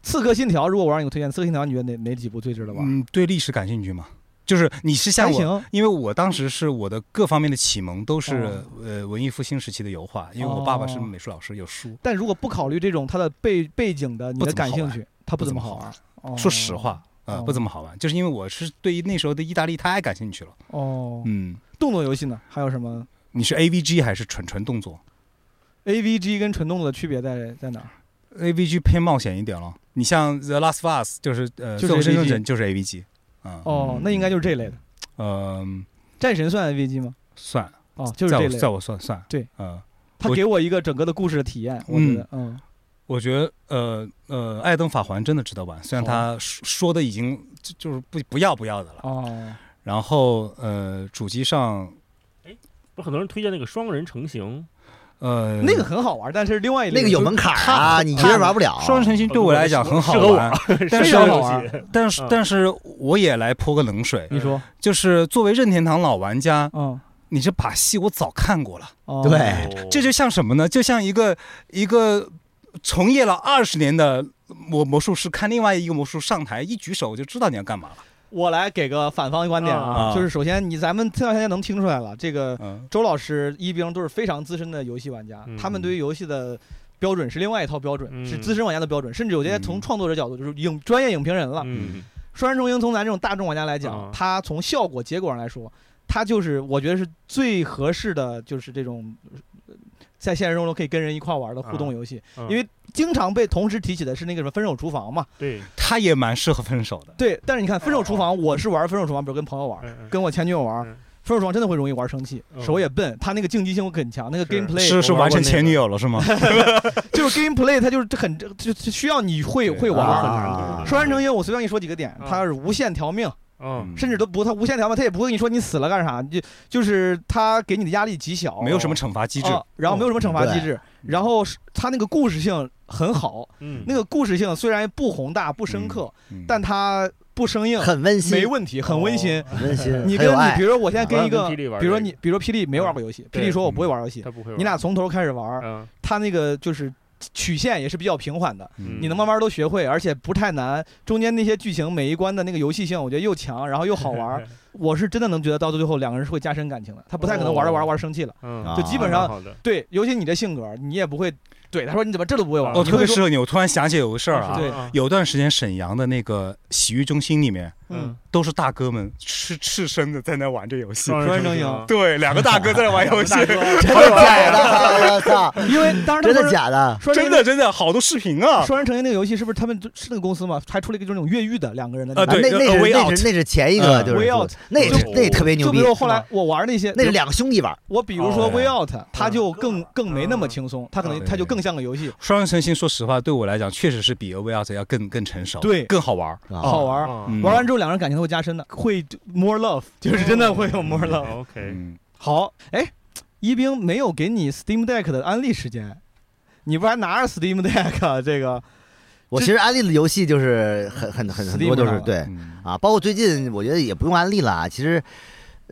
Speaker 1: 刺客信条》如果我让你推荐，《刺客信条》你觉得哪哪几部最值得玩？
Speaker 3: 嗯，对历史感兴趣吗？就是你是像
Speaker 1: 还
Speaker 3: 我，
Speaker 1: 行，
Speaker 3: 因为我当时是我的各方面的启蒙都是、
Speaker 1: 哦
Speaker 3: 呃文艺复兴时期的油画，因为我爸爸是
Speaker 1: 哦
Speaker 3: 美术老师，有书。
Speaker 1: 但如果不考虑这种它的背背景的，你
Speaker 3: 不
Speaker 1: 的
Speaker 3: 怎么
Speaker 1: 感
Speaker 3: 好
Speaker 1: 兴
Speaker 3: 玩
Speaker 1: 趣，它不
Speaker 3: 不
Speaker 1: 怎
Speaker 3: 怎
Speaker 1: 么
Speaker 3: 么
Speaker 1: 好
Speaker 3: 好
Speaker 1: 玩。哦
Speaker 3: 说实话，呃，
Speaker 1: 哦
Speaker 3: 不怎么好玩，就是因为我是对于那时候的意大利太感兴趣了。
Speaker 1: 哦，
Speaker 3: 嗯，
Speaker 1: 动作游戏呢？还有什么
Speaker 3: 你是 A V G 还是纯纯动作
Speaker 1: AVG 跟纯动作的区别在在哪儿？
Speaker 3: ？A V G 偏冒险一点咯。你像 The Last of Us 就是呃，
Speaker 1: 就是
Speaker 3: 最后生生
Speaker 1: AVG
Speaker 3: 者就是 A V G，嗯，
Speaker 1: 哦，那应该就是这类的。
Speaker 3: 嗯、
Speaker 1: 战神算 AVG 吗？
Speaker 3: 算，
Speaker 1: 哦，就是
Speaker 3: 在
Speaker 1: 这
Speaker 3: 我
Speaker 1: 类
Speaker 3: 在
Speaker 1: 的。
Speaker 3: 我算算，
Speaker 1: 对，
Speaker 3: 嗯、
Speaker 1: 它
Speaker 3: 我
Speaker 1: 给我一个整个的故事的体验，我觉得，嗯，
Speaker 3: 我觉得呃呃，艾登法环真的值得玩，虽然他说说的已经就就是不不要不要的了。
Speaker 1: 哦，
Speaker 2: 嗯
Speaker 3: 然后呃，主机上
Speaker 4: 不是很多人推荐那个双人成型，
Speaker 3: 呃
Speaker 1: 那个很好玩，但是另外一类
Speaker 2: 那个有门槛啊，你一个人玩不了。
Speaker 3: 双人成行对我来讲很好
Speaker 4: 适合我 [laughs]
Speaker 3: 玩，但
Speaker 4: 非
Speaker 3: 是
Speaker 4: 常
Speaker 1: 好
Speaker 4: 好
Speaker 1: 玩
Speaker 4: 玩。
Speaker 3: 但是
Speaker 4: 嗯
Speaker 3: 但是我也来泼个冷水，
Speaker 1: 你说，
Speaker 3: 就是作为任天堂老玩家，
Speaker 1: 嗯，
Speaker 3: 你这把戏我早看过了，
Speaker 1: 哦，
Speaker 2: 对
Speaker 3: 这就像什么呢？就像一个一个从业了二十年的魔魔术师看另外一个魔术上台，一举手我就知道你要干嘛了。
Speaker 1: 我来给个反方观点啊，
Speaker 3: 啊
Speaker 1: 就是首先你咱们听到现在能听出来了，这个
Speaker 3: 嗯，
Speaker 1: 周老师、一冰都是非常资深的游戏玩家，
Speaker 4: 嗯
Speaker 1: 他们对于游戏的标准是另外一套标准，
Speaker 4: 嗯
Speaker 1: 是资深玩家的标准，甚至有些从
Speaker 3: 嗯
Speaker 1: 创作者角度就是影专业影评人了。
Speaker 4: 嗯，
Speaker 1: 双人成行从咱这种大众玩家来讲，
Speaker 4: 啊
Speaker 1: 它从效果结果上来说，它就是我觉得是最合适的，就是这种呃在现实生活中可以跟人一块玩的互动游戏，
Speaker 4: 啊
Speaker 1: 因为经常被同时提起的是那个什么分手厨房嘛，
Speaker 4: 对，
Speaker 3: 他也蛮适合分手的。
Speaker 1: 对。但是你看分手厨房，我是玩分手厨房，比如跟朋友玩，
Speaker 4: 哦嗯
Speaker 1: 跟我前女友玩。
Speaker 4: 嗯
Speaker 1: 分手厨房真的会容易玩生气，
Speaker 4: 嗯
Speaker 1: 手也笨，它那个竞技性很强，那个
Speaker 4: 是
Speaker 1: gameplay
Speaker 3: 是是
Speaker 4: 我
Speaker 3: 完
Speaker 4: 玩过
Speaker 3: 成
Speaker 4: 那
Speaker 3: 前
Speaker 4: 个嗯
Speaker 3: 女友了是吗？
Speaker 1: 就是 gameplay，它就是很就就就需要你会
Speaker 3: 对
Speaker 1: 会
Speaker 4: 我
Speaker 1: 玩
Speaker 2: 啊。
Speaker 4: 很难的。
Speaker 1: 双人成行，我随便跟你说几个点，
Speaker 4: 啊
Speaker 1: 它是无限条命，
Speaker 4: 嗯，
Speaker 1: 甚至都不它无限条命，它也不会跟你说你死了干啥，就就是它给你的压力极小，
Speaker 3: 没有什么惩罚机制。嗯
Speaker 1: 啊然后没有什么惩罚
Speaker 2: 对
Speaker 1: 机制，然后是它那个故事性很好，
Speaker 4: 嗯，
Speaker 1: 那个故事性虽然不宏大不深刻，
Speaker 3: 嗯
Speaker 1: 但它不生硬，
Speaker 2: 很温馨
Speaker 1: 没，问题，很温馨。
Speaker 2: 很温馨，
Speaker 1: 你跟
Speaker 2: 很有
Speaker 1: 你，
Speaker 2: 爱
Speaker 1: 比。如说我现在跟一
Speaker 4: 我
Speaker 1: 个，
Speaker 4: 要跟霹雳嗯玩
Speaker 1: 比如说
Speaker 4: 这
Speaker 1: 你
Speaker 4: 个，
Speaker 1: 比如说霹雳没玩过游戏，霹
Speaker 4: 对
Speaker 1: 雳说我不会玩游戏，
Speaker 4: 他不会玩，
Speaker 1: 你俩从头开始玩，
Speaker 4: 嗯
Speaker 1: 它那个就是曲线也是比较平缓的，
Speaker 3: 嗯
Speaker 1: 你能慢慢都学会，而且不太难。中间那些剧情每一关的那个游戏性，我觉得又强，然后又好玩
Speaker 3: [laughs]
Speaker 1: 儿。我是真的能觉得到最后两个人是会加深感情的，他不太可能玩着玩着玩生气了。
Speaker 2: 啊
Speaker 4: 嗯，
Speaker 1: 就基本上
Speaker 4: 好的，
Speaker 1: 对，尤其你这性格，你也不会对他说你怎么这都不会玩。
Speaker 4: 啊
Speaker 3: 哦，
Speaker 1: 你
Speaker 3: 特别
Speaker 1: 会说
Speaker 3: 适合你。我突然想起有个事儿啊，
Speaker 1: 对
Speaker 4: 啊
Speaker 3: 有段时间沈阳的那个洗浴中心里面
Speaker 1: 嗯，
Speaker 3: 都是大哥们赤 [laughs] 赤身的在那玩这游戏。
Speaker 4: 双
Speaker 1: 人
Speaker 4: 人
Speaker 1: 成
Speaker 4: 成
Speaker 1: 行
Speaker 4: 行，
Speaker 3: 对，两个大哥在那玩游戏，
Speaker 1: 哦
Speaker 2: 真的假的？我操！
Speaker 1: 因为当时他
Speaker 2: 真
Speaker 1: 们
Speaker 2: 的假的？
Speaker 1: 说
Speaker 3: [laughs] 嗯真的真的好多视频啊。
Speaker 1: 双人成行那个游戏是不是他们是那个公司嘛？还出了一个就是那种越狱的两个人的
Speaker 3: 啊
Speaker 1: 个
Speaker 3: 对
Speaker 2: 那
Speaker 3: 呃
Speaker 2: 那是
Speaker 3: way
Speaker 2: 那
Speaker 3: out
Speaker 2: 是那是前一个，
Speaker 3: 嗯
Speaker 2: 就是
Speaker 1: way
Speaker 2: 说
Speaker 1: out
Speaker 2: 那
Speaker 1: 就
Speaker 2: 那那特别牛
Speaker 1: 就比
Speaker 2: 逼。
Speaker 1: 如后来
Speaker 4: 是
Speaker 1: 我玩那些，
Speaker 2: [laughs] 那是两个兄弟玩，
Speaker 1: 我比如说
Speaker 3: 哦
Speaker 1: Way Out，它
Speaker 4: 嗯
Speaker 1: 就更更没那么
Speaker 4: 嗯
Speaker 1: 轻松，它可能
Speaker 3: 嗯
Speaker 1: 它就更像个游戏，
Speaker 3: 双人成行，说实话，对我来讲确实是比 A V R 要更更成熟，
Speaker 1: 对
Speaker 3: 更好玩儿。
Speaker 2: 啊
Speaker 1: 好玩儿。
Speaker 3: 嗯
Speaker 1: 玩完之后，两个人感情都会加深的，会 more love，就是真的会有 more love。
Speaker 4: 哦 OK，
Speaker 3: 嗯，
Speaker 1: 好，哎，一冰没有给你 Steam Deck 的安利时间，你不然拿着 Steam Deck 啊这个
Speaker 2: 我其实安利的游戏就是很很很很
Speaker 1: Steam
Speaker 2: 多都
Speaker 1: 上
Speaker 2: 是
Speaker 1: 了
Speaker 2: 对
Speaker 3: 嗯
Speaker 2: 啊，包括最近我觉得也不用安利了啊，其实。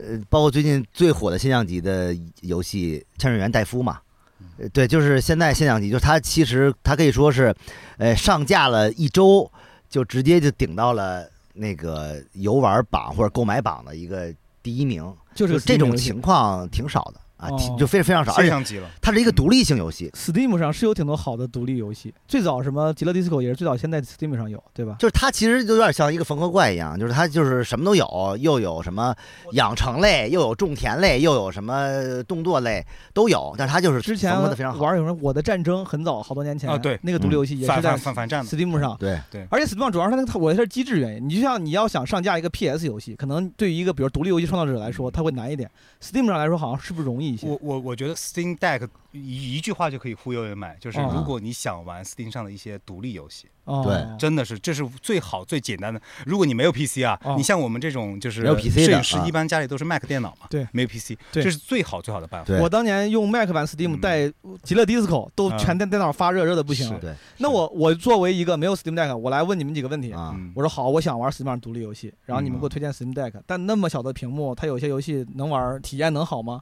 Speaker 2: 呃，包括最近最火的现象级的游戏《潜水员戴夫》嘛，
Speaker 1: 嗯
Speaker 2: 呃对，就是现在现象级，就是它其实它可以说是，呃，上架了一周就直接就顶到了那个游玩榜或者购买榜的一个第一名，
Speaker 1: 就是
Speaker 2: 就
Speaker 1: 个
Speaker 2: 这
Speaker 1: Steam
Speaker 2: 种
Speaker 1: 游戏
Speaker 2: 情况挺少的啊，
Speaker 1: 哦嗯
Speaker 2: 挺就非非常少，而
Speaker 3: 现
Speaker 2: 且
Speaker 3: 象级了。
Speaker 2: 它是一个独立性游戏，
Speaker 1: Steam 上是有挺多好的独立游戏，最早什么《极乐 DISCO》也是最早先在 Steam 上有，对吧？
Speaker 2: 就是它其实就有点像一个缝合怪一样，就是它就是什么都有，又有什么养成类，又有种田类，又有什么动作类都有，但是它就是
Speaker 1: 之前
Speaker 2: 缝合的非常好。
Speaker 1: 玩有什么《我的战争》，很早好多年前
Speaker 3: 啊对
Speaker 1: 那个独立游戏也是
Speaker 3: 反
Speaker 1: 在
Speaker 3: 反反反战的，
Speaker 1: Steam 上。
Speaker 2: 对，
Speaker 1: 而且 Steam 上主要是它那个，我觉得是机制原因。你就像你要想上架一个 PS 游戏，可能对于一个比如独立游戏创造者来说，它会难一点。Steam 上来说好像是不是容易
Speaker 5: 议一些。
Speaker 3: 我我我觉得 Steam Deck 一一句话就可以忽悠人买，就是
Speaker 1: 哦
Speaker 3: 如果你想玩 Steam 上的一些独立游戏，
Speaker 1: 哦
Speaker 2: 对
Speaker 3: 真的是这是最好最简单的。如果你没有 PC 啊，
Speaker 1: 哦
Speaker 3: 你像我们这种就是
Speaker 2: 没有 PC 的
Speaker 3: 摄影师
Speaker 2: 啊
Speaker 3: 一般家里都是 Mac 电脑嘛，
Speaker 1: 嗯对
Speaker 3: 没有 PC，
Speaker 1: 对
Speaker 3: 这是最好最好的办法。
Speaker 2: 对
Speaker 1: 我当年用 Mac 版 Steam
Speaker 3: 嗯
Speaker 1: 带极乐 Disco，都
Speaker 3: 啊
Speaker 1: 全电电脑发热，热的不行
Speaker 3: 是
Speaker 1: 了。
Speaker 2: 对
Speaker 1: 那我我作为一个没有 Steam Deck，我来问你们几个问题。
Speaker 2: 啊，嗯
Speaker 3: 嗯
Speaker 1: 我说好，我想玩 Steam 上独立游戏，然后你们给我推荐 Steam Deck，但那么小的屏幕，它有些游戏能玩，体验能好吗？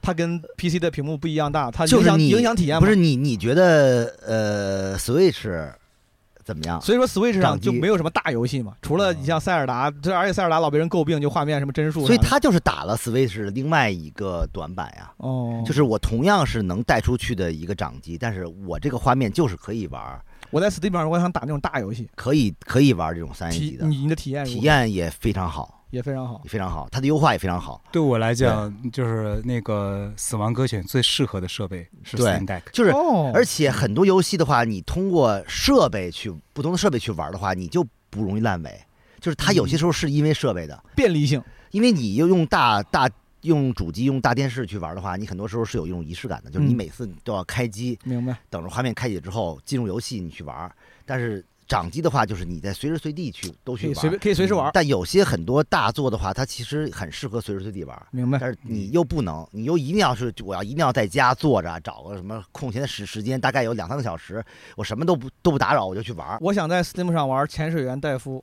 Speaker 1: 它跟 PC 的屏幕不一样大，它
Speaker 2: 就
Speaker 1: 影
Speaker 2: 是
Speaker 1: 响
Speaker 2: 你
Speaker 1: 影响体验吗
Speaker 2: 不是。你你觉得呃 Switch 怎么样？
Speaker 1: 所以说 Switch 上
Speaker 2: 啊掌机啊
Speaker 1: 就没有什么大游戏嘛，除了你像塞尔达，这而且塞尔达老被人诟病，就画面什么帧数啊啥的。
Speaker 2: 所以它就是打了 Switch 的另外一个短板呀。
Speaker 1: 哦，
Speaker 2: 就是我同样是能带出去的一个掌机，但是我这个画面就是可以玩儿，
Speaker 1: 我在 Steam 上，我想打那种大游戏，
Speaker 2: 可以可以玩儿这种三 A 级
Speaker 1: 体
Speaker 2: 的，
Speaker 1: 你你的体验如何
Speaker 2: 体验也非常好，
Speaker 1: 也非常好。
Speaker 2: 也非常好，它的优化也非常好。
Speaker 3: 对我来讲，就是那个死亡搁浅最适合的设备是
Speaker 2: 对
Speaker 3: Steam Deck。
Speaker 2: 就是
Speaker 1: 哦，
Speaker 2: 而且很多游戏的话，你通过设备去不同的设备去玩儿的话，你就不容易烂尾。就是它有些时候是因为设备的，
Speaker 1: 便利性，
Speaker 2: 因为你又用大大用主机用大电视去玩儿的话，你很多时候是有一种仪式感的，就是你
Speaker 1: 嗯
Speaker 2: 每次都要开机，
Speaker 1: 明白？
Speaker 2: 等着画面开启之后进入游戏你去玩儿。但是掌机的话，就是你在随时随地去都
Speaker 1: 可
Speaker 2: 去
Speaker 1: 以
Speaker 2: 玩儿，嗯
Speaker 1: 随便可以随时玩，
Speaker 2: 但有些很多大作的话，它其实很适合随时随地玩儿，
Speaker 1: 明白？
Speaker 2: 但是
Speaker 3: 嗯
Speaker 2: 你又不能，你又一定要是我要一定要在家坐着，找个什么空闲的时时间，大概有两三个小时，我什么都不都不打扰，我就去玩儿。
Speaker 1: 我想在 Steam 上玩《潜水员戴夫》，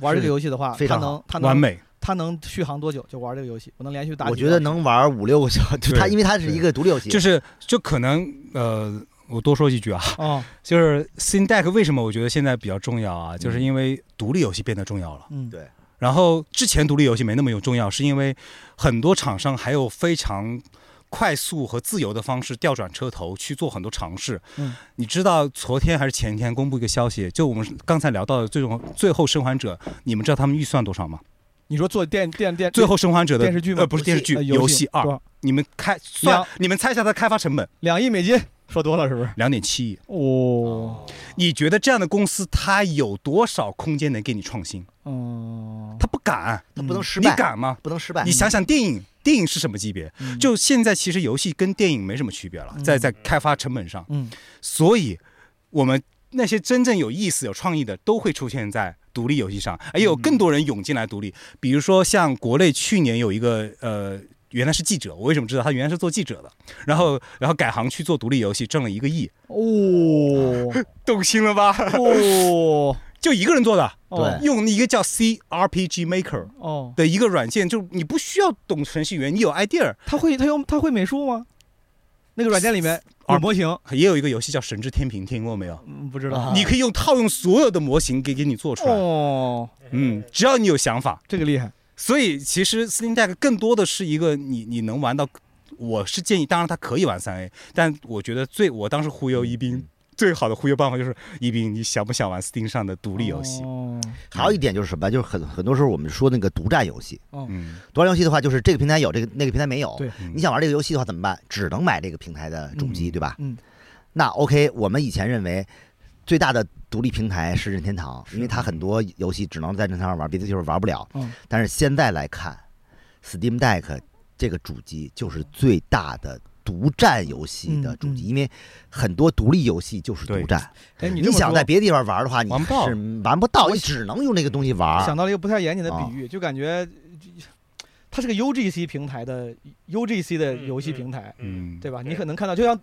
Speaker 1: 玩这个游戏的话，
Speaker 2: 非
Speaker 1: 它
Speaker 2: 常
Speaker 1: 能它能
Speaker 3: 完美，
Speaker 1: 它能续航多久？就玩这个游戏，我能连续打几
Speaker 2: 我
Speaker 1: 个小时。
Speaker 2: 觉得能玩儿五六个小时，就
Speaker 3: 对
Speaker 2: 它因为它是一个独立游戏，
Speaker 3: 就是就可能呃，我多说几句啊，
Speaker 1: 哦，
Speaker 3: [laughs] 就是 Steam Deck 为什么我觉得现在比较重要啊，就是因为独立游戏变得重要了。
Speaker 1: 嗯，
Speaker 2: 对
Speaker 3: 然后之前独立游戏没那么有重要，是因为很多厂商还有非常快速和自由的方式调转车头去做很多尝试。
Speaker 1: 嗯，
Speaker 3: 你知道昨天还是前天公布一个消息，就我们刚才聊到的最终最后生还者，你们知道他们预算多少吗？
Speaker 1: 你说做电电电
Speaker 3: 最后生还者的
Speaker 1: 呃电视剧吗
Speaker 3: 呃不是电视剧，
Speaker 1: 呃
Speaker 3: 游
Speaker 1: 戏
Speaker 3: 二
Speaker 1: 多，少
Speaker 3: 你们开算你们猜一下它的开发成本
Speaker 1: 两亿美金，说多了是不是？
Speaker 3: 两点七亿，
Speaker 1: 哦，
Speaker 3: 你觉得这样的公司它有多少空间能给你创新？
Speaker 1: 嗯，
Speaker 3: 它不敢，
Speaker 2: 它不能失
Speaker 3: 你
Speaker 2: 败，
Speaker 3: 敢吗？
Speaker 2: 不能失败
Speaker 3: 你。想想电影，电影是什么级别？
Speaker 1: 嗯
Speaker 3: 就现在，其实游戏跟电影没什么区别了，
Speaker 1: 嗯
Speaker 3: 在在开发成本上，
Speaker 1: 嗯
Speaker 3: 所以我们那些真正有意思、有创意的，都会出现在独立游戏上，哎而有更多人涌进来独立。比如说，像国内去年有一个呃，原来是记者，我为什么知道他原来是做记者的？然后然后改行去做独立游戏，挣了一个亿，
Speaker 1: 哦
Speaker 3: 动心了吧？
Speaker 1: 哦
Speaker 3: 就一个人做的，
Speaker 1: 哦
Speaker 3: 用一个叫 CRPG Maker
Speaker 1: 哦，
Speaker 3: 的一个软件，就你不需要懂程序员，你有 idea，
Speaker 1: 他会他用他会美术吗？那个软件里面有模型，
Speaker 3: 也有一个游戏叫《神之天平》，听过没有？
Speaker 1: 嗯，不知道
Speaker 2: 啊
Speaker 3: 你可以用套用所有的模型给给你做出来，
Speaker 1: 哦，
Speaker 3: 嗯，只要你有想法。
Speaker 1: 这个厉害，
Speaker 3: 所以其实 Steam Deck 更多的是一个你你能玩到，我是建议，当然它可以玩三 A，但我觉得最我当时忽悠一
Speaker 2: 嗯
Speaker 3: 斌最好的忽悠办法就是一斌，你想不想玩 Steam 上的独立游戏？
Speaker 1: 哦
Speaker 2: 还有一点就是什么，就是很很多时候我们说那个独占游戏，
Speaker 3: 嗯，
Speaker 2: 独占游戏的话，就是这个平台有，这个那个平台没有。
Speaker 1: 对
Speaker 2: 你想玩这个游戏的话怎么办？只能买这个平台的主机，
Speaker 3: 嗯
Speaker 2: 对吧？
Speaker 1: 嗯。
Speaker 2: 那 OK，我们以前认为最大的独立平台是任天堂，因为它很多游戏只能在任天堂上玩，别的地方玩不了。
Speaker 1: 嗯
Speaker 2: 但是现在来看，Steam Deck 这个主机就是最大的独占游戏的主机，
Speaker 1: 嗯嗯
Speaker 2: 因为很多独立游戏就是独
Speaker 3: 对
Speaker 2: 占。
Speaker 1: 哎，你
Speaker 2: 你
Speaker 1: 这么
Speaker 2: 想
Speaker 1: 说
Speaker 2: 在别的地方玩的话，你
Speaker 3: 玩不到
Speaker 2: 是玩不到，你只能用这个东西玩。
Speaker 1: 想到了一个不太严谨的
Speaker 2: 啊
Speaker 1: 比喻，就感觉就它是个 UGC 平台的 UGC 的游戏平台，
Speaker 3: 嗯，
Speaker 1: 对吧？
Speaker 4: 对
Speaker 1: 你可能看到，就像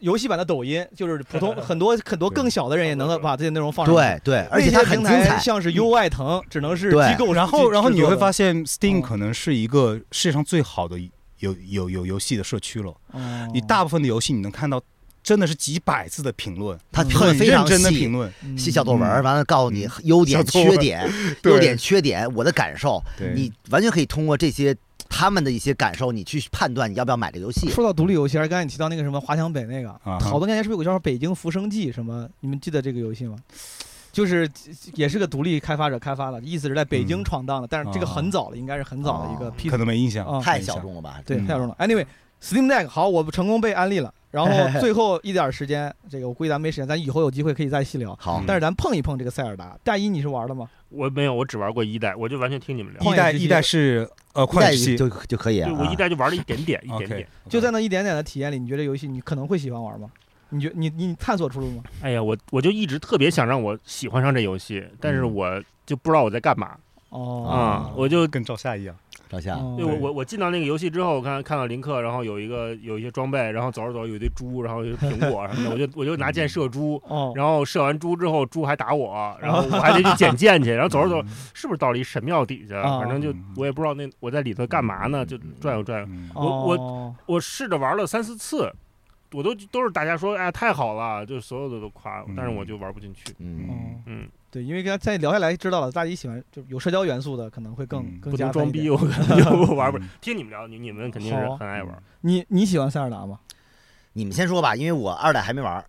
Speaker 1: 游戏版的抖音，就是普通很多很多更小的人也能把这些内容放上去。
Speaker 2: 对对，而且
Speaker 1: 那
Speaker 2: 它
Speaker 1: 些
Speaker 2: 很
Speaker 1: 平
Speaker 2: 精
Speaker 1: 台
Speaker 2: 彩。
Speaker 1: 像是优爱腾，只能是
Speaker 2: 对
Speaker 1: [laughs] 机构。
Speaker 3: 然后然后你会发
Speaker 1: 现，
Speaker 3: 现 Steam
Speaker 1: 哦
Speaker 3: 可能是一个世界上最好的有有有游戏的社区了。
Speaker 1: 哦
Speaker 3: 你大部分的游戏你能看到真的是几百字的评论，
Speaker 2: 它评论
Speaker 3: 很
Speaker 2: 非
Speaker 3: 认
Speaker 2: 常
Speaker 3: 真的
Speaker 2: 细，
Speaker 3: 评论。
Speaker 1: 嗯
Speaker 2: 写小作文儿，
Speaker 3: 嗯
Speaker 2: 完了告诉你优点、
Speaker 3: 小作文
Speaker 2: 缺点、
Speaker 3: 对
Speaker 2: 优点、缺点，我的感受，
Speaker 3: 对
Speaker 2: 你完全可以通过这些他们的一些感受，你去判断你要不要买这个游戏。
Speaker 1: 说到独立游戏，还是刚才你提到那个什么华强北那个，
Speaker 3: 啊哈
Speaker 1: 好多年前是不是有个叫《北京浮生记》什么？你们记得这个游戏吗？就是也是个独立开发者开发的，意思是在北京
Speaker 3: 嗯
Speaker 1: 闯荡的，但是这个很早了，应该是很早的一个
Speaker 2: 哦
Speaker 1: P
Speaker 3: 可能没印象
Speaker 1: 啊，
Speaker 2: 太小众了吧？
Speaker 1: 对，
Speaker 3: 嗯
Speaker 1: 太有用了。Anyway，Steam Deck 好，我成功被安利了。然后最后一点时间，这个我估计咱没时间，咱以后有机会可以再细聊。
Speaker 2: 好
Speaker 3: 嗯，
Speaker 1: 但是咱碰一碰这个塞尔达，大一你是玩了吗？
Speaker 4: 我没有，我只玩过一代，我就完全听你们聊。
Speaker 1: 旷
Speaker 3: 一
Speaker 1: 野
Speaker 3: 代
Speaker 1: 之
Speaker 3: 一
Speaker 1: 息
Speaker 3: 代是呃旷野之
Speaker 2: 一
Speaker 3: 息，
Speaker 2: 就就可以啊
Speaker 4: 对，。我一代就玩了一点点，一
Speaker 3: OK，
Speaker 4: 点点。
Speaker 1: [laughs] 就在那一点点的体验里，你觉得游戏你可能会喜欢玩吗？你觉你你探索出路吗？
Speaker 4: 哎呀，我我就一直特别想让我喜欢上这游戏，但是
Speaker 2: 嗯
Speaker 4: 我就不知道我在干嘛
Speaker 1: 哦
Speaker 4: 啊、我就
Speaker 3: 嗯跟赵夏一样，
Speaker 2: 照相
Speaker 1: 哦
Speaker 4: 对我我我进到那个游戏之后，我看看到林克，然后有一个有一些装备，然后走着走着有一堆猪，然后有苹果什么的，我就我就拿箭射猪，
Speaker 1: 哦，
Speaker 4: 然后射完猪之后猪还打我，然后我还得去捡箭去，然后走着走着是不是到了一神庙底下？
Speaker 1: 啊
Speaker 4: 反正就
Speaker 3: 嗯
Speaker 4: 我也不知道那我在里头干嘛呢，就转悠转悠。
Speaker 3: 嗯
Speaker 1: 哦
Speaker 4: 我
Speaker 1: 我
Speaker 4: 我试着玩了三四次，我都都是大家说哎太好了，就所有的都夸我，但是我就玩不进去。
Speaker 2: 嗯，
Speaker 1: 嗯
Speaker 4: 嗯，
Speaker 1: 对，因为刚才聊下来知道了，大一喜欢就有社交元素的，可能会更、
Speaker 3: 嗯
Speaker 1: 更
Speaker 4: 不
Speaker 1: 加
Speaker 4: 能
Speaker 1: 分
Speaker 4: 装
Speaker 1: 一点
Speaker 4: 逼，。哦我可能就玩不了
Speaker 3: 嗯。
Speaker 4: 听你们聊，你你们肯定是
Speaker 1: 好啊
Speaker 4: 很爱玩。
Speaker 1: 你你喜欢塞尔达吗？
Speaker 2: 你们先说吧，因为我二代还没玩儿，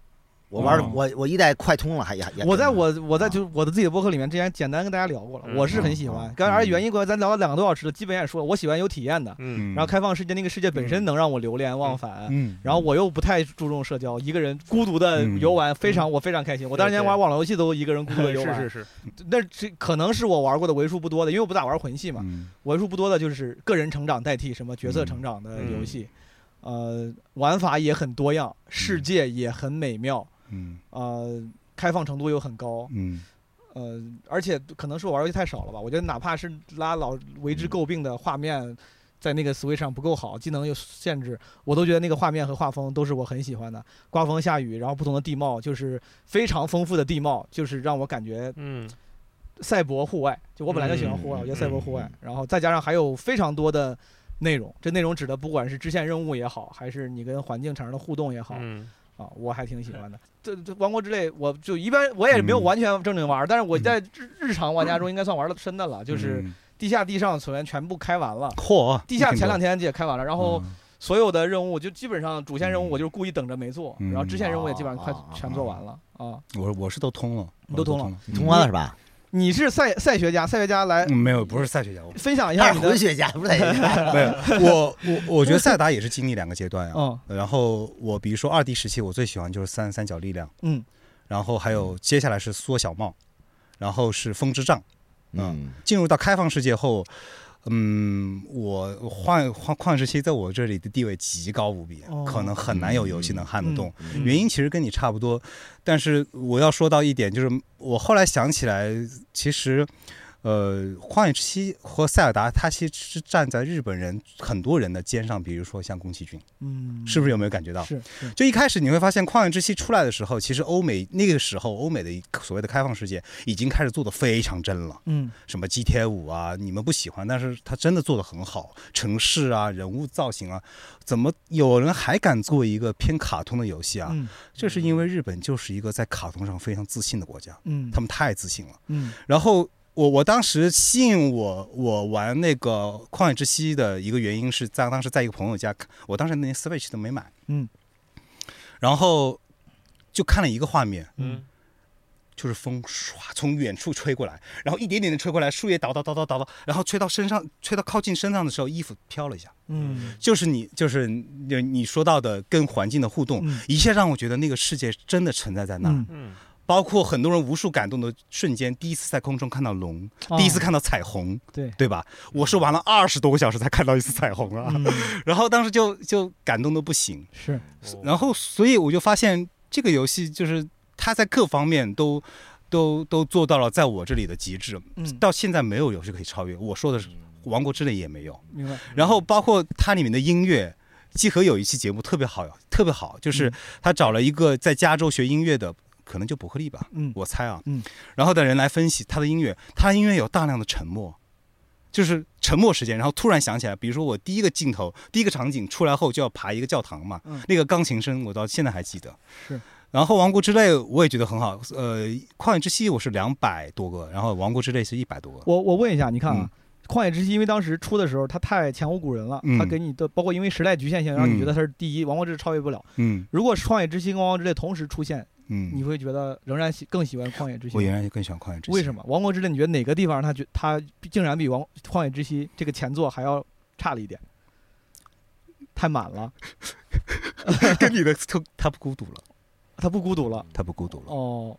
Speaker 2: 我玩儿
Speaker 3: 哦
Speaker 2: 我我一代快通了，还也也
Speaker 1: 我在我我在
Speaker 2: 啊
Speaker 1: 就是我的自己的博客里面之前简单跟大家聊过了，
Speaker 4: 嗯
Speaker 1: 我是很喜欢
Speaker 3: 嗯。
Speaker 1: 刚才而且原因，咱聊了两个多小时了，基本也说了，我喜欢有体验的，
Speaker 4: 嗯，
Speaker 1: 然后开放世界那个世界本身
Speaker 4: 嗯
Speaker 1: 能让我流连忘返。
Speaker 3: 嗯，
Speaker 1: 然后我又不太注重社交，一个人孤独的
Speaker 3: 嗯
Speaker 1: 游玩非常我非常开心。我当年玩网络游戏都一个人孤独
Speaker 3: [laughs]
Speaker 1: 的游玩，
Speaker 4: 是是是，
Speaker 1: 那这可能是我玩过的为数不多的，因为我不咋玩魂系嘛，
Speaker 3: 嗯
Speaker 1: 为数不多的就是个人成长代替什么角色成长的
Speaker 3: 嗯
Speaker 1: 游戏，呃，玩法也很多样，世界也很美妙，
Speaker 3: 嗯
Speaker 1: 呃，开放程度又很高，
Speaker 3: 嗯
Speaker 1: 呃，而且可能是我玩游戏太少了吧，我觉得哪怕是拉老为
Speaker 3: 嗯
Speaker 1: 之诟病的画面。在那个 Switch 上不够好，技能有限制，我都觉得那个画面和画风都是我很喜欢的。刮风下雨，然后不同的地貌，就是非常丰富的地貌，就是让我感觉
Speaker 4: 嗯
Speaker 1: 赛博户外，就我本来就喜欢户外，
Speaker 3: 嗯
Speaker 1: 我觉得赛博户外
Speaker 3: 嗯，
Speaker 1: 然后再加上还有非常多的内容，这内容指的不管是支线任务也好，还是你跟环境产生的互动也好
Speaker 4: 嗯，
Speaker 1: 啊，我还挺喜欢的。这这王国之泪，我就一般我也没有
Speaker 3: 嗯
Speaker 1: 完全正经玩儿，但是我在日日常玩家中应该算玩的深的了，就是
Speaker 3: 嗯
Speaker 1: 地下地上存全部开完了。
Speaker 3: 嚯，
Speaker 1: 地下
Speaker 3: 挺
Speaker 1: 前
Speaker 3: 多
Speaker 1: 两天也开完了，然后
Speaker 3: 嗯
Speaker 1: 所有的任务就基本上主线任务
Speaker 3: 嗯
Speaker 1: 我就是故意等着没做，
Speaker 3: 嗯
Speaker 1: 然后支线任务也基本上快
Speaker 2: 哦
Speaker 1: 全做完了啊。
Speaker 3: 我我是都通了，
Speaker 1: 你
Speaker 3: 我
Speaker 1: 都
Speaker 3: 都
Speaker 1: 通了
Speaker 3: 了，嗯
Speaker 2: 通关了是吧？
Speaker 1: 你是赛赛学家，赛学家来
Speaker 3: 嗯没有不是赛学家，我
Speaker 1: 分享一
Speaker 2: 他
Speaker 1: 下
Speaker 2: 是
Speaker 1: 你
Speaker 2: 混
Speaker 1: 的
Speaker 2: 血家，不是太
Speaker 3: 没有我我我觉得塞达也是经历两个阶段呀。
Speaker 1: 嗯
Speaker 3: 然后我比如说二 D 时期，我最喜欢就是三三角力量，
Speaker 1: 嗯。
Speaker 3: 然后还有接下来是缩小帽，然后是风之杖。
Speaker 2: 嗯
Speaker 3: 进入到开放世界后，嗯，我换换旷野时期在我这里的地位极高无比，
Speaker 1: 哦
Speaker 3: 可能很难有游戏能撼得动。
Speaker 4: 嗯
Speaker 3: 原因其实跟你差不多，但是我要说到一点，就是我后来想起来，其实。呃，旷野之息和塞尔达，它其实是站在日本人很多人的肩上，比如说像宫崎骏，
Speaker 1: 嗯，
Speaker 3: 是不是有没有感觉到？
Speaker 1: 是是
Speaker 3: 就一开始你会发现，《旷野之息》出来的时候，其实欧美那个时候，欧美的一所谓的开放世界已经开始做的非常真了。
Speaker 1: 嗯
Speaker 3: 什么 GTA 五啊，你们不喜欢，但是它真的做的很好，城市啊、人物造型啊，怎么有人还敢做一个偏卡通的游戏啊？
Speaker 1: 嗯
Speaker 3: 这是因为日本就是一个在卡通上非常自信的国家，
Speaker 1: 嗯，
Speaker 3: 他们太自信了。
Speaker 1: 嗯
Speaker 3: 然后我我当时吸引我我玩那个《旷野之息》的一个原因是在当时在一个朋友家，我当时那 Switch 都没买，
Speaker 1: 嗯，
Speaker 3: 然后就看了一个画面，
Speaker 4: 嗯
Speaker 3: 就是风唰从远处吹过来，然后一点点的吹过来，树叶倒倒倒倒倒倒，然后吹到身上，吹到靠近身上的时候，衣服飘了一下，
Speaker 1: 嗯
Speaker 3: 就是你就是你你说到的跟环境的互动， [laughs]
Speaker 1: 嗯
Speaker 3: 一切让我觉得那个世界真的存在在那儿。
Speaker 1: 嗯，
Speaker 4: 嗯
Speaker 3: 包括很多人无数感动的瞬间，第一次在空中看到龙，
Speaker 1: 啊
Speaker 3: 第一次看到彩虹，
Speaker 1: 对
Speaker 3: [laughs] 对吧？我是玩了二十多个小时才看到一次彩虹啊，
Speaker 1: 嗯
Speaker 3: 然后当时就就感动的不行，
Speaker 1: 是
Speaker 3: 然后所以我就发现这个游戏就是它在各方面都都都做到了在我这里的极致，
Speaker 1: 嗯
Speaker 3: 到现在没有游戏可以超越。我说的是《王国之泪》也没有，
Speaker 1: 明白
Speaker 3: 然后包括它里面的音乐。季和有一期节目特别好，特别好，就是
Speaker 1: 嗯
Speaker 3: 他找了一个在加州学音乐的，可能就伯克利吧，
Speaker 1: 嗯
Speaker 3: 我猜啊，
Speaker 1: 嗯，
Speaker 3: 然后的人来分析他的音乐，他的音乐有大量的沉默，就是沉默时间，然后突然想起来，比如说我第一个镜头、第一个场景出来后就要爬一个教堂嘛，
Speaker 1: 嗯
Speaker 3: 那个钢琴声我到现在还记得。
Speaker 1: 是。
Speaker 3: 然后《王国之泪》我也觉得很好，呃，《旷野之息》我是两百多个，然后《王国之泪》是一百多个。
Speaker 1: 我我问一下，你看
Speaker 3: 嗯
Speaker 1: 啊。旷野之息，因为当时出的时候，它太前无古人了，
Speaker 3: 嗯
Speaker 1: 它给你的包括因为时代局限性，让你
Speaker 3: 嗯
Speaker 1: 觉得它是第一，王国之泪超越不了。
Speaker 3: 嗯
Speaker 1: 如果是旷野之息跟王国之泪同时出现，你
Speaker 3: 嗯，
Speaker 1: 会觉得仍然喜更喜欢旷野之息
Speaker 3: 我
Speaker 1: 吗。
Speaker 3: 原来就更喜欢《旷野之息》。
Speaker 1: 为什？么王国之泪？你觉得哪个地方它觉它竟然比王旷野之息这个前作还要差了一点？太满了，
Speaker 3: [laughs] 跟你的他他不孤独了，
Speaker 1: 他不孤独了。
Speaker 3: 他不孤独了， [laughs]
Speaker 1: 哦，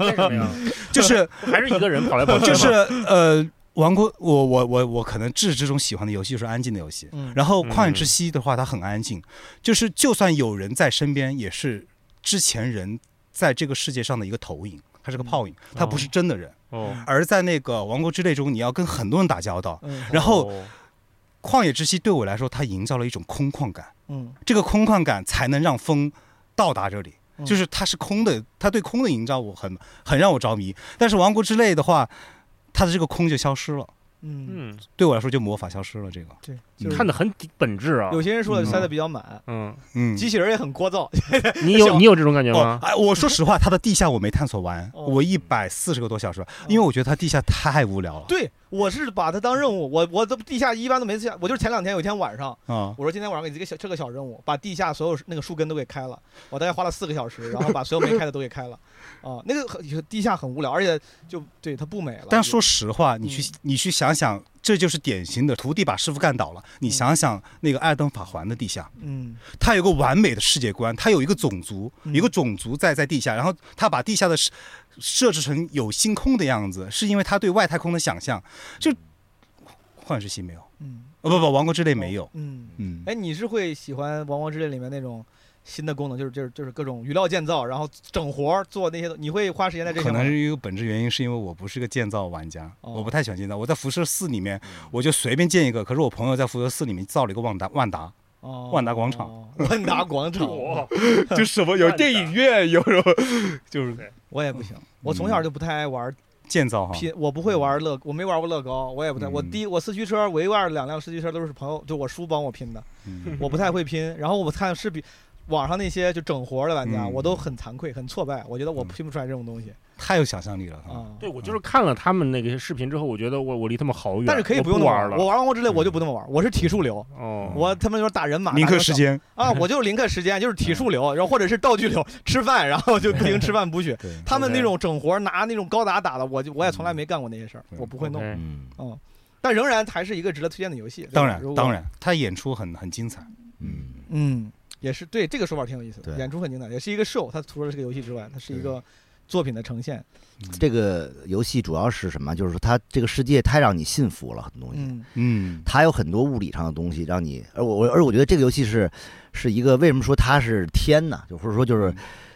Speaker 4: 为什么呀？
Speaker 3: 就是
Speaker 4: 还是一个人跑
Speaker 3: [laughs]
Speaker 4: 来跑去吗，
Speaker 3: 就是呃，玩过我我我我可能至始至终喜欢的游戏就是安静的游戏。
Speaker 1: 嗯，
Speaker 3: 然后《旷野之息》的话，它很安静，就是就算有人在身边，也是之前人在这个世界上的一个投影，它是个泡影，它不是真的人。
Speaker 4: 哦，
Speaker 3: 而在那个《王国之泪》中，你要跟很多人打交道。
Speaker 1: 嗯，
Speaker 3: [laughs] 然后
Speaker 4: 哦
Speaker 3: 《旷野之息》对我来说，它营造了一种空旷感，
Speaker 1: 嗯，
Speaker 3: 这个空旷感才能让风到达这里。
Speaker 1: 嗯
Speaker 3: 就是它是空的，它对空的营造我很很让我着迷。但是《王国之泪》的话，它的这个空就消失了，
Speaker 1: 嗯，
Speaker 4: 嗯，
Speaker 3: 对我来说就魔法消失了。这个，
Speaker 1: 对，就是
Speaker 4: 看的很本质啊。
Speaker 1: 有些人说的
Speaker 3: 嗯
Speaker 1: 塞的比较满，
Speaker 4: 嗯，
Speaker 3: 嗯，
Speaker 1: 机器人也很聒噪。
Speaker 4: 你有
Speaker 1: 小
Speaker 4: 你有这种感觉
Speaker 3: 哦 [laughs]
Speaker 4: 吗，？
Speaker 3: 哎，我说实话，它的地下我没探索完，
Speaker 1: [laughs] 哦
Speaker 3: 我一百四十个多小时吧， [laughs] 因为我觉得它地下太无聊了。
Speaker 1: 对，我是把它当任务，我我都地下一般都没下，我就是前两天有一天晚上，
Speaker 3: 啊，
Speaker 1: 我说今天晚上给这个小这个小任务，把地下所有那个树根都给开了，我大概花了四个小时，然后把所有没开的都给开了，啊，那个很地下很无聊，而且就对它不美了。
Speaker 3: 但说实话，你去
Speaker 1: 嗯
Speaker 3: 你去想想，这就是典型的徒弟把师傅干倒了。你
Speaker 1: 嗯
Speaker 3: 想想那个艾登法环的地下，
Speaker 1: 嗯，
Speaker 3: 它有个完美的世界观，它有一个种族，
Speaker 1: 嗯
Speaker 3: 一个种族在在地下，然后他把地下的设设置成有星空的样子，是因为他对外太空的想象。就幻视系没有，
Speaker 1: 嗯
Speaker 3: 哦不不，王国之泪没有，
Speaker 1: 嗯，
Speaker 3: 嗯，
Speaker 1: 哎，你是会喜欢《王国之泪》里面那种新的功能，就是就是就是各种语料建造，然后整活儿做那些，你会花时间在这
Speaker 3: 可
Speaker 1: 些
Speaker 3: 能
Speaker 1: 吗？
Speaker 3: 是一个本质原因，是因为我不是个建造玩家，
Speaker 1: 哦嗯
Speaker 3: 我不太喜欢建造。我在辐射四里面，我就随便建一个，可是我朋友在辐射四里面造了一个万达，万达
Speaker 1: 哦
Speaker 3: 万达广场
Speaker 1: 哦万达广
Speaker 4: [laughs]
Speaker 1: 场，
Speaker 4: 哦
Speaker 3: [laughs] 就是什么有电影院，有什么就是
Speaker 1: 我也不
Speaker 3: 嗯
Speaker 1: 行，我从小就不太爱玩
Speaker 3: 建造哈。
Speaker 1: 拼，我不会玩乐，我没玩过乐高，我也不太，我
Speaker 3: 嗯
Speaker 1: 第一我四驱车唯一二两辆四驱车都是朋友，就我叔帮我拼的，
Speaker 3: 嗯
Speaker 1: 我不太会拼。然后我看视频，网上那些就整活儿的玩家，
Speaker 3: 嗯
Speaker 1: 我都很惭愧，很挫败，我觉得我拼不出来这种东西
Speaker 3: 太有想象力了哈。
Speaker 1: 啊。
Speaker 4: 对，我就是看了他们那个视频之后，我觉得我我离他们好远，
Speaker 1: 但是可以
Speaker 4: 我
Speaker 1: 用那么
Speaker 4: 玩
Speaker 1: 我玩王国之泪我就不那么玩，我是体术流，
Speaker 4: 哦，
Speaker 1: 我他们说打人马，
Speaker 3: 宁
Speaker 1: 打
Speaker 3: 嗯克
Speaker 1: 人
Speaker 3: 时
Speaker 1: 手
Speaker 3: 间，嗯
Speaker 1: 啊，我就是临刻时间，就是体术流，然后或者是道具流，吃饭，然后就不停吃饭不
Speaker 3: [laughs]
Speaker 1: 许。
Speaker 3: 对，
Speaker 1: 他们那
Speaker 4: OK
Speaker 1: 种整活儿拿那种高达打的，我就我也从来
Speaker 3: 嗯
Speaker 1: 没干过那些事儿，
Speaker 3: 对
Speaker 1: 我不会弄。
Speaker 4: OK
Speaker 2: 嗯
Speaker 1: 嗯，但仍然还是一个值得推荐的游戏。对吧
Speaker 3: 当然
Speaker 1: 如果
Speaker 3: 当然，他演出很很精彩。
Speaker 2: 嗯，
Speaker 1: 嗯，也是对这个说法挺有意思的，
Speaker 2: 对
Speaker 1: 演出很精彩，也是一个 show。它除了是个游戏之外，它是一个作品的呈现。
Speaker 2: 这个游戏主要是什么？就是说它这个世界太让你信服了，很多东西。
Speaker 1: 嗯
Speaker 3: 嗯，
Speaker 2: 它有很多物理上的东西让你，而我我而我觉得这个游戏是是一个为什么说它是天呢？就或者说就是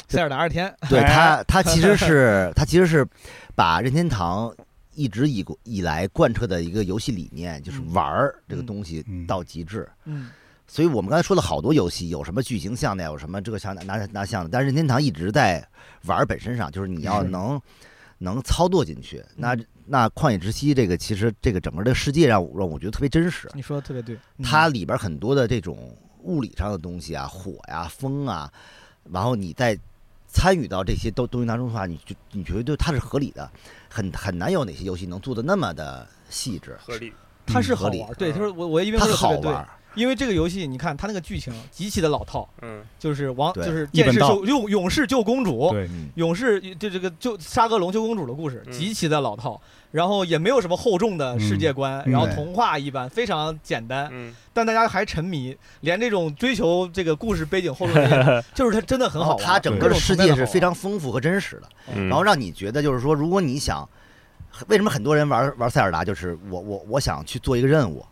Speaker 1: 塞尔达二天，
Speaker 2: [laughs] 对
Speaker 3: 哎
Speaker 2: 它它其实是它其实是把任天堂一直以过以来贯彻的一个游戏理念，就是
Speaker 1: 嗯
Speaker 2: 玩儿这个
Speaker 1: 嗯
Speaker 2: 东西
Speaker 3: 嗯
Speaker 2: 到极致。
Speaker 1: 嗯
Speaker 2: 所以我们刚才说了好多游戏，有什么剧情向的，有什么这个向拿拿向的，但是任天堂一直在玩儿本身上，就是你要
Speaker 1: 是嗯
Speaker 2: 能能操作进去。那那《旷野之息》这个其实这个整个这个世界让我让我觉得特别真实，
Speaker 1: 你说的特别对。嗯
Speaker 2: 它里边很多的这种物理上的东西啊，火呀、风啊，然后你在参与到这些东东西当中的话，你就你觉得它是合理的，很很难有哪些游戏能做的那么的细致，
Speaker 4: 合理，
Speaker 1: 它是
Speaker 2: 嗯
Speaker 1: 好
Speaker 2: 合理
Speaker 1: 玩儿，对，就是我我因为
Speaker 2: 它
Speaker 1: 说的特
Speaker 2: 好
Speaker 1: 别
Speaker 2: 玩
Speaker 1: 对，
Speaker 2: 儿。
Speaker 1: 因为这个游戏你看它那个剧情极其的老套，
Speaker 4: 嗯，
Speaker 1: 就是王就
Speaker 2: 对
Speaker 1: 是
Speaker 3: 一
Speaker 1: 剑
Speaker 3: 本
Speaker 1: 士
Speaker 3: 道
Speaker 1: 救勇勇士救公主，
Speaker 3: 对，
Speaker 2: 嗯
Speaker 1: 勇士这这个就沙俄龙救公主的故事，
Speaker 4: 嗯
Speaker 1: 极其的老套，然后也没有什么厚重的世界观，
Speaker 3: 嗯
Speaker 1: 然后
Speaker 2: 对
Speaker 1: 童话一般，非常简单，
Speaker 4: 嗯，
Speaker 1: 但大家还沉迷，连这种追求这个故事背景厚重的这
Speaker 3: [laughs]
Speaker 1: 些，就是它真的很
Speaker 2: 然
Speaker 1: 好
Speaker 2: 后
Speaker 1: 玩。
Speaker 2: 它哦整
Speaker 1: 各
Speaker 2: 个
Speaker 1: 种
Speaker 2: 世
Speaker 1: 层面
Speaker 2: 界
Speaker 1: 的
Speaker 2: 是
Speaker 1: 好
Speaker 2: 非
Speaker 1: 玩
Speaker 2: 常丰富和真实的，
Speaker 1: 哎
Speaker 4: 嗯
Speaker 2: 然后让你觉得就是说，如果你想，为什么很多人玩玩塞尔达，就是我我我想去做一个任务，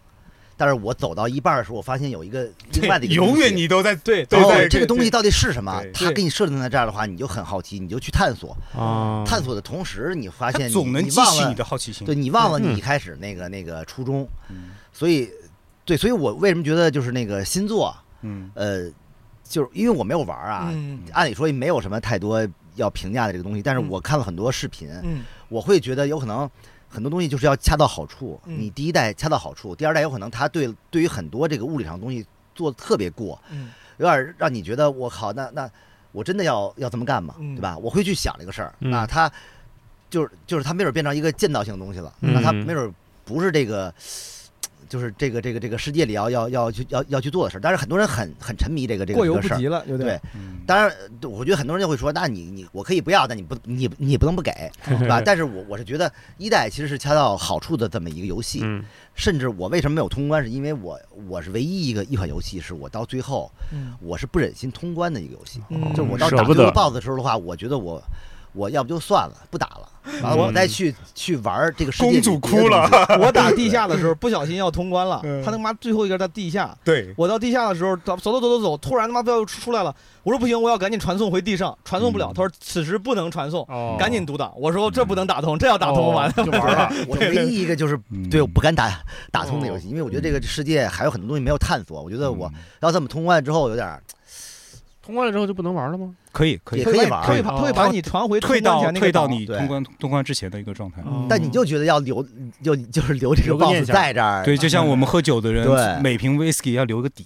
Speaker 2: 但是我走到一半儿的时候，我发现有一个另外的一个
Speaker 1: [laughs]
Speaker 3: 永
Speaker 2: 东
Speaker 3: 远
Speaker 2: 西
Speaker 3: 你都在
Speaker 1: 对
Speaker 3: 对
Speaker 1: 对
Speaker 2: 然后
Speaker 3: 对
Speaker 2: 哦这个东西到底是什么
Speaker 3: 对？
Speaker 2: 它给你设定在这儿的话，你就很好奇，你就去探索。
Speaker 4: 啊，
Speaker 2: 探索的同时，你发
Speaker 3: 嗯它
Speaker 2: 现你
Speaker 3: 总能
Speaker 2: 你
Speaker 3: 激
Speaker 2: 忘
Speaker 3: 起
Speaker 2: 了
Speaker 3: 你的好奇心。
Speaker 2: 对你忘了
Speaker 4: 嗯
Speaker 2: 你一开始那个那个初衷。
Speaker 3: 嗯
Speaker 2: 所以，对，所以我为什么觉得就是那个新作，
Speaker 3: 嗯，
Speaker 2: 呃，就是因为我没有玩儿啊，
Speaker 1: 嗯
Speaker 2: 按理说也没有什么太多要评价的这个东西，但是
Speaker 1: 嗯
Speaker 2: 我看了很多视频，
Speaker 1: 嗯
Speaker 2: 我会觉得有可能很多东西就是要恰到好处。
Speaker 1: 嗯
Speaker 2: 你第一代恰到好处，第二代有可能它对对于很多这个物理上的东西做的特别过，
Speaker 1: 嗯
Speaker 2: 有点让你觉得我靠，那那我真的要要这么干吗？
Speaker 1: 嗯
Speaker 2: 对吧？我会去想这个事儿。
Speaker 4: 嗯
Speaker 2: 那它就是就是它没准变成一个建造性的东西了，
Speaker 4: 嗯
Speaker 2: 那它没准不是这个。就是这个这个这个世界里要要要去要要去做的事儿，但是很多人很很沉迷这个这个
Speaker 1: 过
Speaker 2: 这
Speaker 1: 犹
Speaker 2: 个
Speaker 1: 不
Speaker 2: 事儿
Speaker 1: 及，了，有点
Speaker 2: 对
Speaker 3: 嗯
Speaker 2: 当然，呃我觉得很多人就会说，那你你我可以不要，但你不你你不能
Speaker 4: [laughs]
Speaker 2: 不给，对吧？但是我我是觉得一代其实是恰到好处的这么一个游戏，
Speaker 4: 嗯
Speaker 2: 甚至我为什么没有通关，是因为我我是唯一一个一款游戏是我到最后
Speaker 1: 嗯
Speaker 2: 我是不忍心通关的一个游戏，
Speaker 1: 嗯
Speaker 2: 就是我到打
Speaker 4: 舍不
Speaker 2: 最
Speaker 4: 得
Speaker 2: 后 BOSS 的时候的话，我觉得我我要不就算了，不打了，完了我再去去玩这个世界里
Speaker 3: 公主
Speaker 2: 别的
Speaker 3: 哭了
Speaker 2: 东西
Speaker 1: 我
Speaker 2: [laughs]
Speaker 1: 打地下的时候不小心要通关了，
Speaker 3: 嗯
Speaker 1: 他他妈最后一个在地下，
Speaker 3: 对，
Speaker 1: 我到地下的时候，走走走走走，突然他妈不要出出来了，我说不行，我要赶紧传送回地上，传送不了。
Speaker 3: 嗯
Speaker 1: 他说此时不能传送，
Speaker 4: 哦，
Speaker 1: 赶紧读档。我说这不能打通，这要打通完
Speaker 4: 哦。就玩了，
Speaker 1: [laughs]
Speaker 2: 我是唯一一个就是
Speaker 3: 嗯
Speaker 2: 对我不敢打打通的游戏，因为我觉得这个世界还有很多东西没有探索，我觉得
Speaker 3: 嗯
Speaker 2: 我要这么通关之后有点儿
Speaker 4: 通关了之后就不能玩了吗？
Speaker 3: 可以可以
Speaker 2: 也
Speaker 1: 他
Speaker 2: 可以
Speaker 1: 会
Speaker 2: 玩
Speaker 1: 他会把他会把你传回
Speaker 3: 退
Speaker 1: 通关
Speaker 3: 到
Speaker 1: 前那个
Speaker 3: 哦退到
Speaker 1: 档
Speaker 3: 你
Speaker 2: 对
Speaker 3: 通关通关之前的一个状态。
Speaker 1: 嗯
Speaker 2: 但你就觉得要留，就就是留这个
Speaker 4: 留个念
Speaker 2: boss
Speaker 4: 想
Speaker 2: 在这儿，
Speaker 3: 对，就像我们喝酒的人，
Speaker 2: 对
Speaker 3: 每瓶 whisky 要留个底，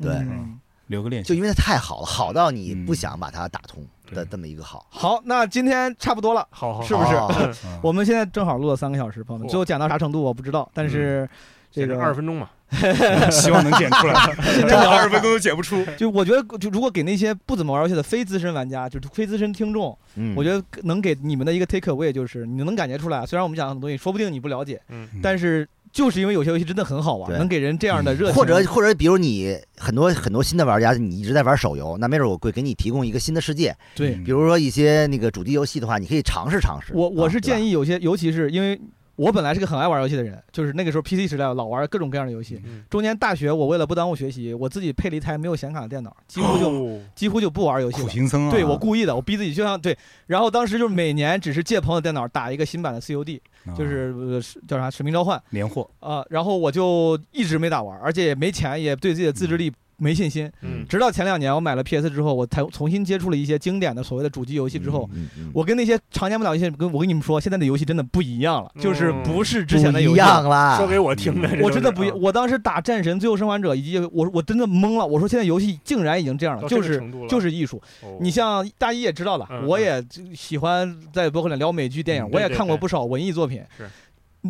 Speaker 2: 对
Speaker 1: 嗯
Speaker 3: 留个练
Speaker 2: 就
Speaker 3: 习。
Speaker 2: 因为它太好了，好到你不
Speaker 3: 嗯
Speaker 2: 想把它打通的
Speaker 4: 对
Speaker 2: 这么一个好，
Speaker 1: 好，那今天差不多了。
Speaker 4: 好好
Speaker 1: 是不是
Speaker 2: 哦
Speaker 4: 嗯
Speaker 3: 嗯
Speaker 1: 我们现在正好录了三个小时，朋友们，
Speaker 4: 嚯
Speaker 1: 最后讲到啥程度我不知道，但
Speaker 2: 嗯
Speaker 1: 是这个
Speaker 4: 二十分钟嘛，
Speaker 3: [laughs] 希望能剪出
Speaker 2: [laughs]
Speaker 3: 来，
Speaker 1: 现
Speaker 3: [laughs] 这
Speaker 1: 在
Speaker 3: 二十分钟都剪不出。
Speaker 1: 就我觉得，就如果给那些不怎么玩游戏的非资深玩家，就是非资深听众，
Speaker 2: 嗯
Speaker 1: 我觉得能给你们的一个 take away 就是，你能感觉出来，虽然我们讲很多东西，说不定你不了解，
Speaker 4: 嗯
Speaker 1: 但是就是因为有些游戏真的很好玩，
Speaker 2: 对嗯
Speaker 1: 能给人这样的热情，
Speaker 2: 或者或者比如你很多很多新的玩家，你一直在玩手游，那没准我会给你提供一个新的世界，
Speaker 1: 对
Speaker 2: 比如说一些那个主机游戏的话，你可以尝试尝
Speaker 1: 嗯
Speaker 2: 试。啊
Speaker 1: 我我是
Speaker 2: 议
Speaker 1: 建议有些，尤其是因为我本来是个很爱玩游戏的人，就是那个时候 PC 时代老玩各种各样的游戏。
Speaker 4: 嗯
Speaker 1: 中间大学我为了不耽误学习，我自己配了一台没有显卡的电脑，几乎就、
Speaker 4: 哦
Speaker 1: 几乎就不玩游戏
Speaker 3: 苦
Speaker 1: 了。
Speaker 3: 行僧啊，
Speaker 1: 对我故意的，我逼自己就像对，然后当时就是每年只是借朋友的电脑打一个新版的 COD，
Speaker 3: 啊
Speaker 1: 就是、呃是叫啥《使命召唤》
Speaker 3: 年货，
Speaker 1: 啊、然后我就一直没打玩，而且也没钱，也对自己的自制力没信心。
Speaker 4: 嗯
Speaker 1: 直到前两年我买了 PS 之后，我才重新接触了一些经典的所谓的主机游戏之后，，
Speaker 2: 嗯嗯嗯
Speaker 1: 我跟那些常年不打游戏，跟我跟你们说，现在的游戏真的不一样了，就是
Speaker 4: 嗯
Speaker 1: 不是之前的游
Speaker 2: 不
Speaker 1: 戏
Speaker 2: 一。样啊啦
Speaker 4: 说。给我听的，
Speaker 1: 我真的不一，
Speaker 4: 一，
Speaker 1: 我当时打《战神》《最后生还者》，以及我我真的懵了，我说现在游戏竟然已经这样了，
Speaker 4: 到
Speaker 1: 就
Speaker 4: 这个
Speaker 1: 是
Speaker 4: 程度了
Speaker 1: 就是艺术。
Speaker 4: 哦
Speaker 1: 你像大一也知道了，
Speaker 4: 嗯
Speaker 1: 我也喜欢在博客里聊美剧、电影，
Speaker 3: 嗯
Speaker 1: 我也
Speaker 4: 对对
Speaker 1: 看过
Speaker 4: 对
Speaker 1: 不少文艺作品。
Speaker 4: 是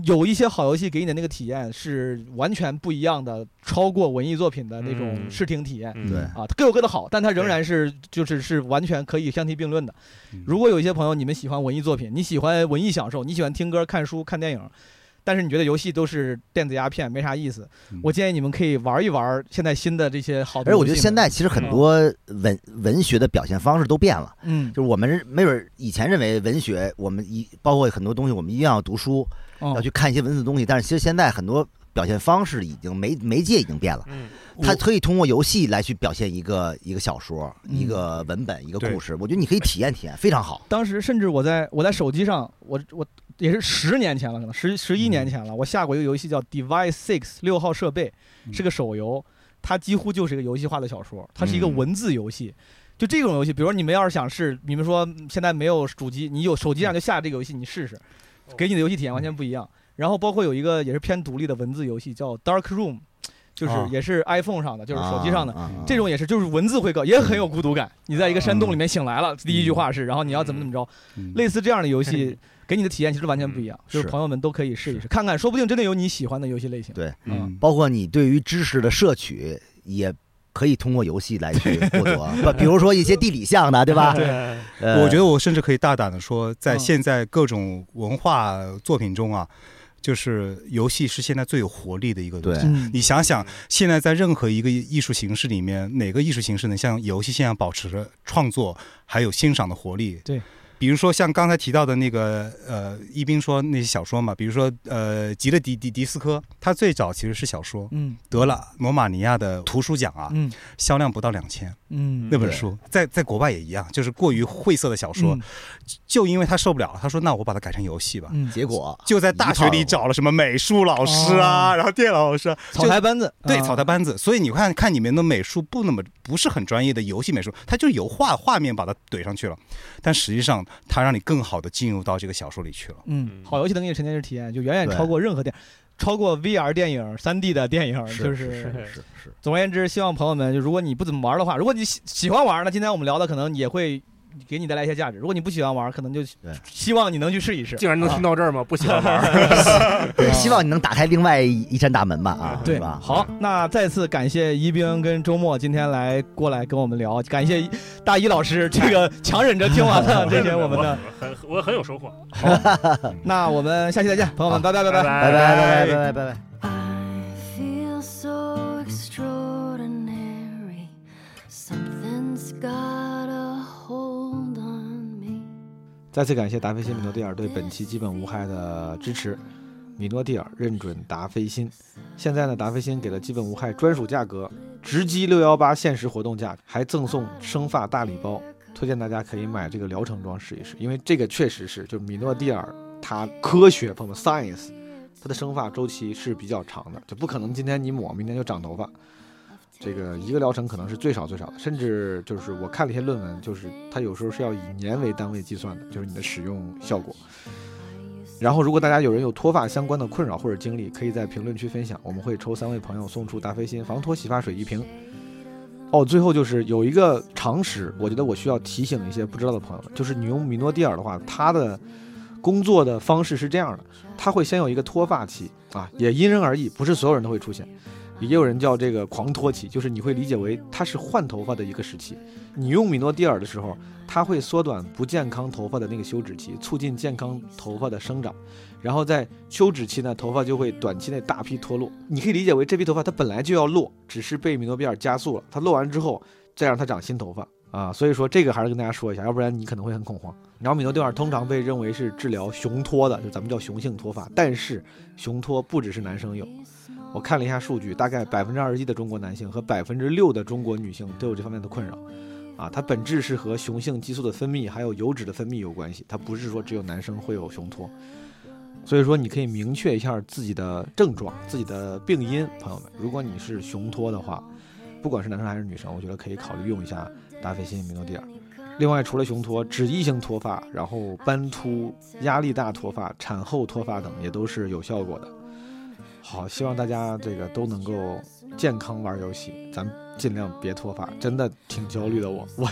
Speaker 1: 有一些好游戏给你的那个体验是完全不一样的，超过文艺作品的那种
Speaker 4: 嗯
Speaker 1: 视听体验。[laughs]
Speaker 4: 嗯
Speaker 2: 对
Speaker 1: 啊，各有各的好，但它仍然是就是是完全可以相提并论的。
Speaker 3: 嗯
Speaker 1: 如果有一些朋友你们喜欢文艺作品，你喜欢文艺享受，你喜欢听歌、看书、看电影，但是你觉得游戏都是电子鸦片，没啥意思
Speaker 3: 嗯，
Speaker 1: 我建议你们可以玩一玩现在新的这些好的嗯
Speaker 2: 而
Speaker 1: 游戏们。
Speaker 2: 我觉得现在其实很多文文学的表现方式都变了，
Speaker 1: 嗯，
Speaker 2: 就是我们没准以前认为文学，我们一包括很多东西，我们一定要读书，
Speaker 1: 哦
Speaker 2: 要去看一些文字的东西，但是其实现在很多表现方式已经媒媒介已经变了。
Speaker 4: 嗯
Speaker 2: 他可以通过游戏来去表现一个一个小说、
Speaker 1: 嗯
Speaker 2: 一个文本、一个
Speaker 3: 对
Speaker 2: 故事。我觉得你可以体验体验，非常好。
Speaker 1: 当时甚至我在我在手机上，我我也是十年前了，可能十十
Speaker 3: 嗯
Speaker 1: 一年前了，我下过一个游戏叫《Device Six》六号设备，
Speaker 3: 嗯
Speaker 1: 是个手游，它几乎就是一个游戏化的小说，它是一个
Speaker 2: 嗯
Speaker 1: 文字游戏。就这种游戏，比如说你们要是想试，你们说现在没有主机，你有手机上就下这个游戏，你试试，
Speaker 3: 哦
Speaker 1: 给你的游戏体验完
Speaker 3: 嗯
Speaker 1: 全不一样。然后包括有一个也是偏独立的文字游戏叫《Dark Room》，就是
Speaker 3: 啊
Speaker 1: 也是 iPhone 上的，就是手机上的。
Speaker 2: 啊，啊啊
Speaker 1: 这种也是，就是文字会告，也很有孤独感。你在一个山洞里面醒来了，第一句话是，然后你要怎么怎么着，
Speaker 3: 嗯
Speaker 1: 类似这样的游戏，给你的体验其实完全不一样。
Speaker 2: 是
Speaker 1: 就是朋友们都可以试一试，看看，说不定真的有你喜欢的游戏类型。
Speaker 2: 对，
Speaker 3: 嗯，
Speaker 2: 包括你对于知识的摄取，也可以通过游戏来
Speaker 1: [laughs]
Speaker 2: 去获得。不，比如说一些地理项的，对吧？
Speaker 4: 对，
Speaker 2: 呃
Speaker 3: 我觉得我甚至可以大胆的说，在
Speaker 1: 嗯
Speaker 3: 现在各种文化作品中啊，就是游戏是现在最有活力的一个东西。
Speaker 2: 对
Speaker 1: 嗯
Speaker 3: 你想想，现在在任何一个艺术形式里面，哪个艺术形式能像游戏现在保持着创作还有欣赏的活力？
Speaker 1: 对。
Speaker 3: 比如说像刚才提到的那个呃，一斌说那些小说嘛，比如说呃，吉勒迪迪迪斯科，他最早其实是小说，
Speaker 1: 嗯
Speaker 3: 得了罗马尼亚的图书奖啊，
Speaker 1: 嗯
Speaker 3: 销量不到两千，
Speaker 1: 嗯，
Speaker 3: 那本
Speaker 2: 对
Speaker 3: 书在在国外也一样，就是过于晦涩的小说，就因为他受不了了，他说那我把它改成游戏吧。
Speaker 1: 嗯，嗯
Speaker 2: 结果
Speaker 3: 就在大学里找了什么美术老师啊，
Speaker 1: 哦
Speaker 3: 然后电脑老师、啊，
Speaker 1: 草台班子，
Speaker 3: 对
Speaker 1: 啊
Speaker 3: 草台班子。所以你看看里面的美术不那么不是很专业的游戏美术，它就是由画画面把它怼上去了，但实际上它让你更好的进入到这个小说里去了。
Speaker 1: 嗯，
Speaker 4: 嗯
Speaker 1: 好游戏能给你沉浸式体验，就远远
Speaker 2: 对
Speaker 1: 超过任何电，超过 VR 电影、三 D 的电影，
Speaker 2: 是
Speaker 1: 就是
Speaker 4: 是
Speaker 2: 是是，
Speaker 1: 总而言之，希望朋友们，就如果你不怎么玩的话，如果你喜喜欢玩呢，今天我们聊的可能也会给你带来一些价值。如果你不喜欢玩，可能就
Speaker 2: 对
Speaker 1: 希望你能去试一试。
Speaker 4: 竟然能听到这儿吗？不喜欢玩儿，
Speaker 1: [laughs] 啊
Speaker 2: 希望你能打开另外一一扇大门吧啊，
Speaker 1: 对
Speaker 2: 是吧？
Speaker 1: 好，那再次感谢一冰跟周末今天来过来跟我们聊，感谢大一老师这个强忍着听完了这些我们的。
Speaker 4: 很我很有收获。
Speaker 1: 那我们下期再见，朋友们，拜拜拜
Speaker 4: 拜
Speaker 1: 拜。
Speaker 2: 拜拜
Speaker 4: 拜
Speaker 2: 拜拜拜拜拜。
Speaker 6: I feel so extraordinary. Something's got a hold on me.
Speaker 5: 再次感谢达菲欣米诺地尔对本期基本无害的支持。米诺地尔认准达菲欣，现在呢，达菲欣给了基本无害专属价格，直击六幺八限时活动价，还赠送生发大礼包。推荐大家可以买这个疗程装试一试，因为这个确实是，就米诺地尔它科学，朋友们，science，它的生发周期是比较长的，就不可能今天你抹，明天就长头发。这个一个疗程可能是最少最少的，甚至就是我看了一些论文，就是它有时候是要以年为单位计算的，就是你的使用效果。然后，如果大家有人有脱发相关的困扰或者经历，可以在评论区分享，我们会抽三位朋友送出达霏欣防脱洗发水一瓶。哦，最后就是有一个常识，我觉得我需要提醒一些不知道的朋友们，就是你用米诺地尔的话，它的工作的方式是这样的，它会先有一个脱发期啊，也因人而异，不是所有人都会出现。也有人叫这个狂脱期，就是你会理解为它是换头发的一个时期。你用米诺地尔的时候，它会缩短不健康头发的那个休止期，促进健康头发的生长。然后在休止期呢，头发就会短期内大批脱落。你可以理解为这批头发它本来就要落，只是被米诺地尔加速了。它落完之后，再让它长新头发啊。所以说这个还是跟大家说一下，要不然你可能会很恐慌。然后米诺地尔通常被认为是治疗雄脱的，就咱们叫雄性脱发，但是雄脱不只是男生有。我看了一下数据，大概百分之二十一的中国男性和百分之六的中国女性都有这方面的困扰，啊，它本质是和雄性激素的分泌还有油脂的分泌有关系，它不是说只有男生会有雄脱，所以说你可以明确一下自己的症状、自己的病因，朋友们，如果你是雄脱的话，不管是男生还是女生，我觉得可以考虑用一下达霏欣米诺地尔。另外，除了雄脱，脂溢性脱发，然后斑秃、压力大脱发、产后脱发等也都是有效果的。好，希望大家这个都能够健康玩游戏，咱们尽量别脱发，真的挺焦虑的我。我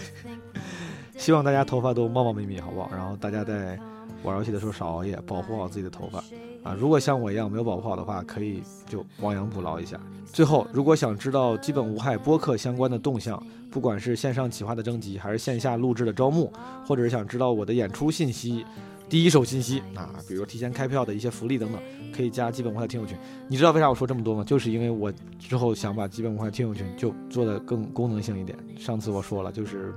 Speaker 5: 希望大家头发都茂茂密密，好不好？然后大家在玩游戏的时候少熬夜，保护好自己的头发啊。如果像我一样没有保护好的话，可以就亡羊补牢一下。最后，如果想知道基本无害播客相关的动向，不管是线上企划的征集，还是线下录制的招募，或者是想知道我的演出信息。第一手信息啊，比如提前开票的一些福利等等，可以加基本无害的听友群。你知道为啥我说这么多吗？就是因为我之后想把基本文化听友群就做的更功能性一点。上次我说了，就是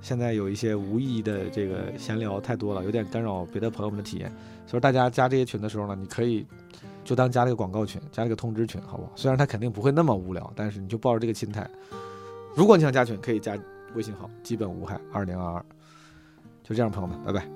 Speaker 5: 现在有一些无意义的这个闲聊太多了，有点干扰别的朋友们的体验。所以大家加这些群的时候呢，你可以就当加了个广告群，加了个通知群，好不好？虽然它肯定不会那么无聊，但是你就抱着这个心态，如果你想加群，可以加微信号“基本无害二零二二”。就这样，朋友们，拜拜。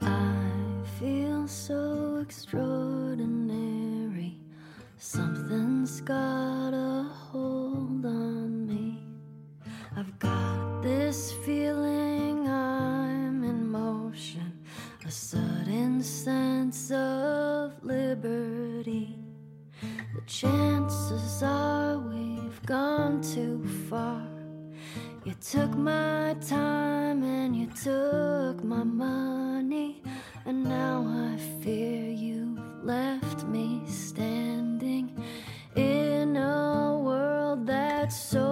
Speaker 6: I feel so extraordinary. Something's got a hold on me. I've got this feeling I'm in motion, a sudden sense of liberty. The chances are we've gone too far. You took my time and you took my money, and now I fear you've left me standing in a world that's so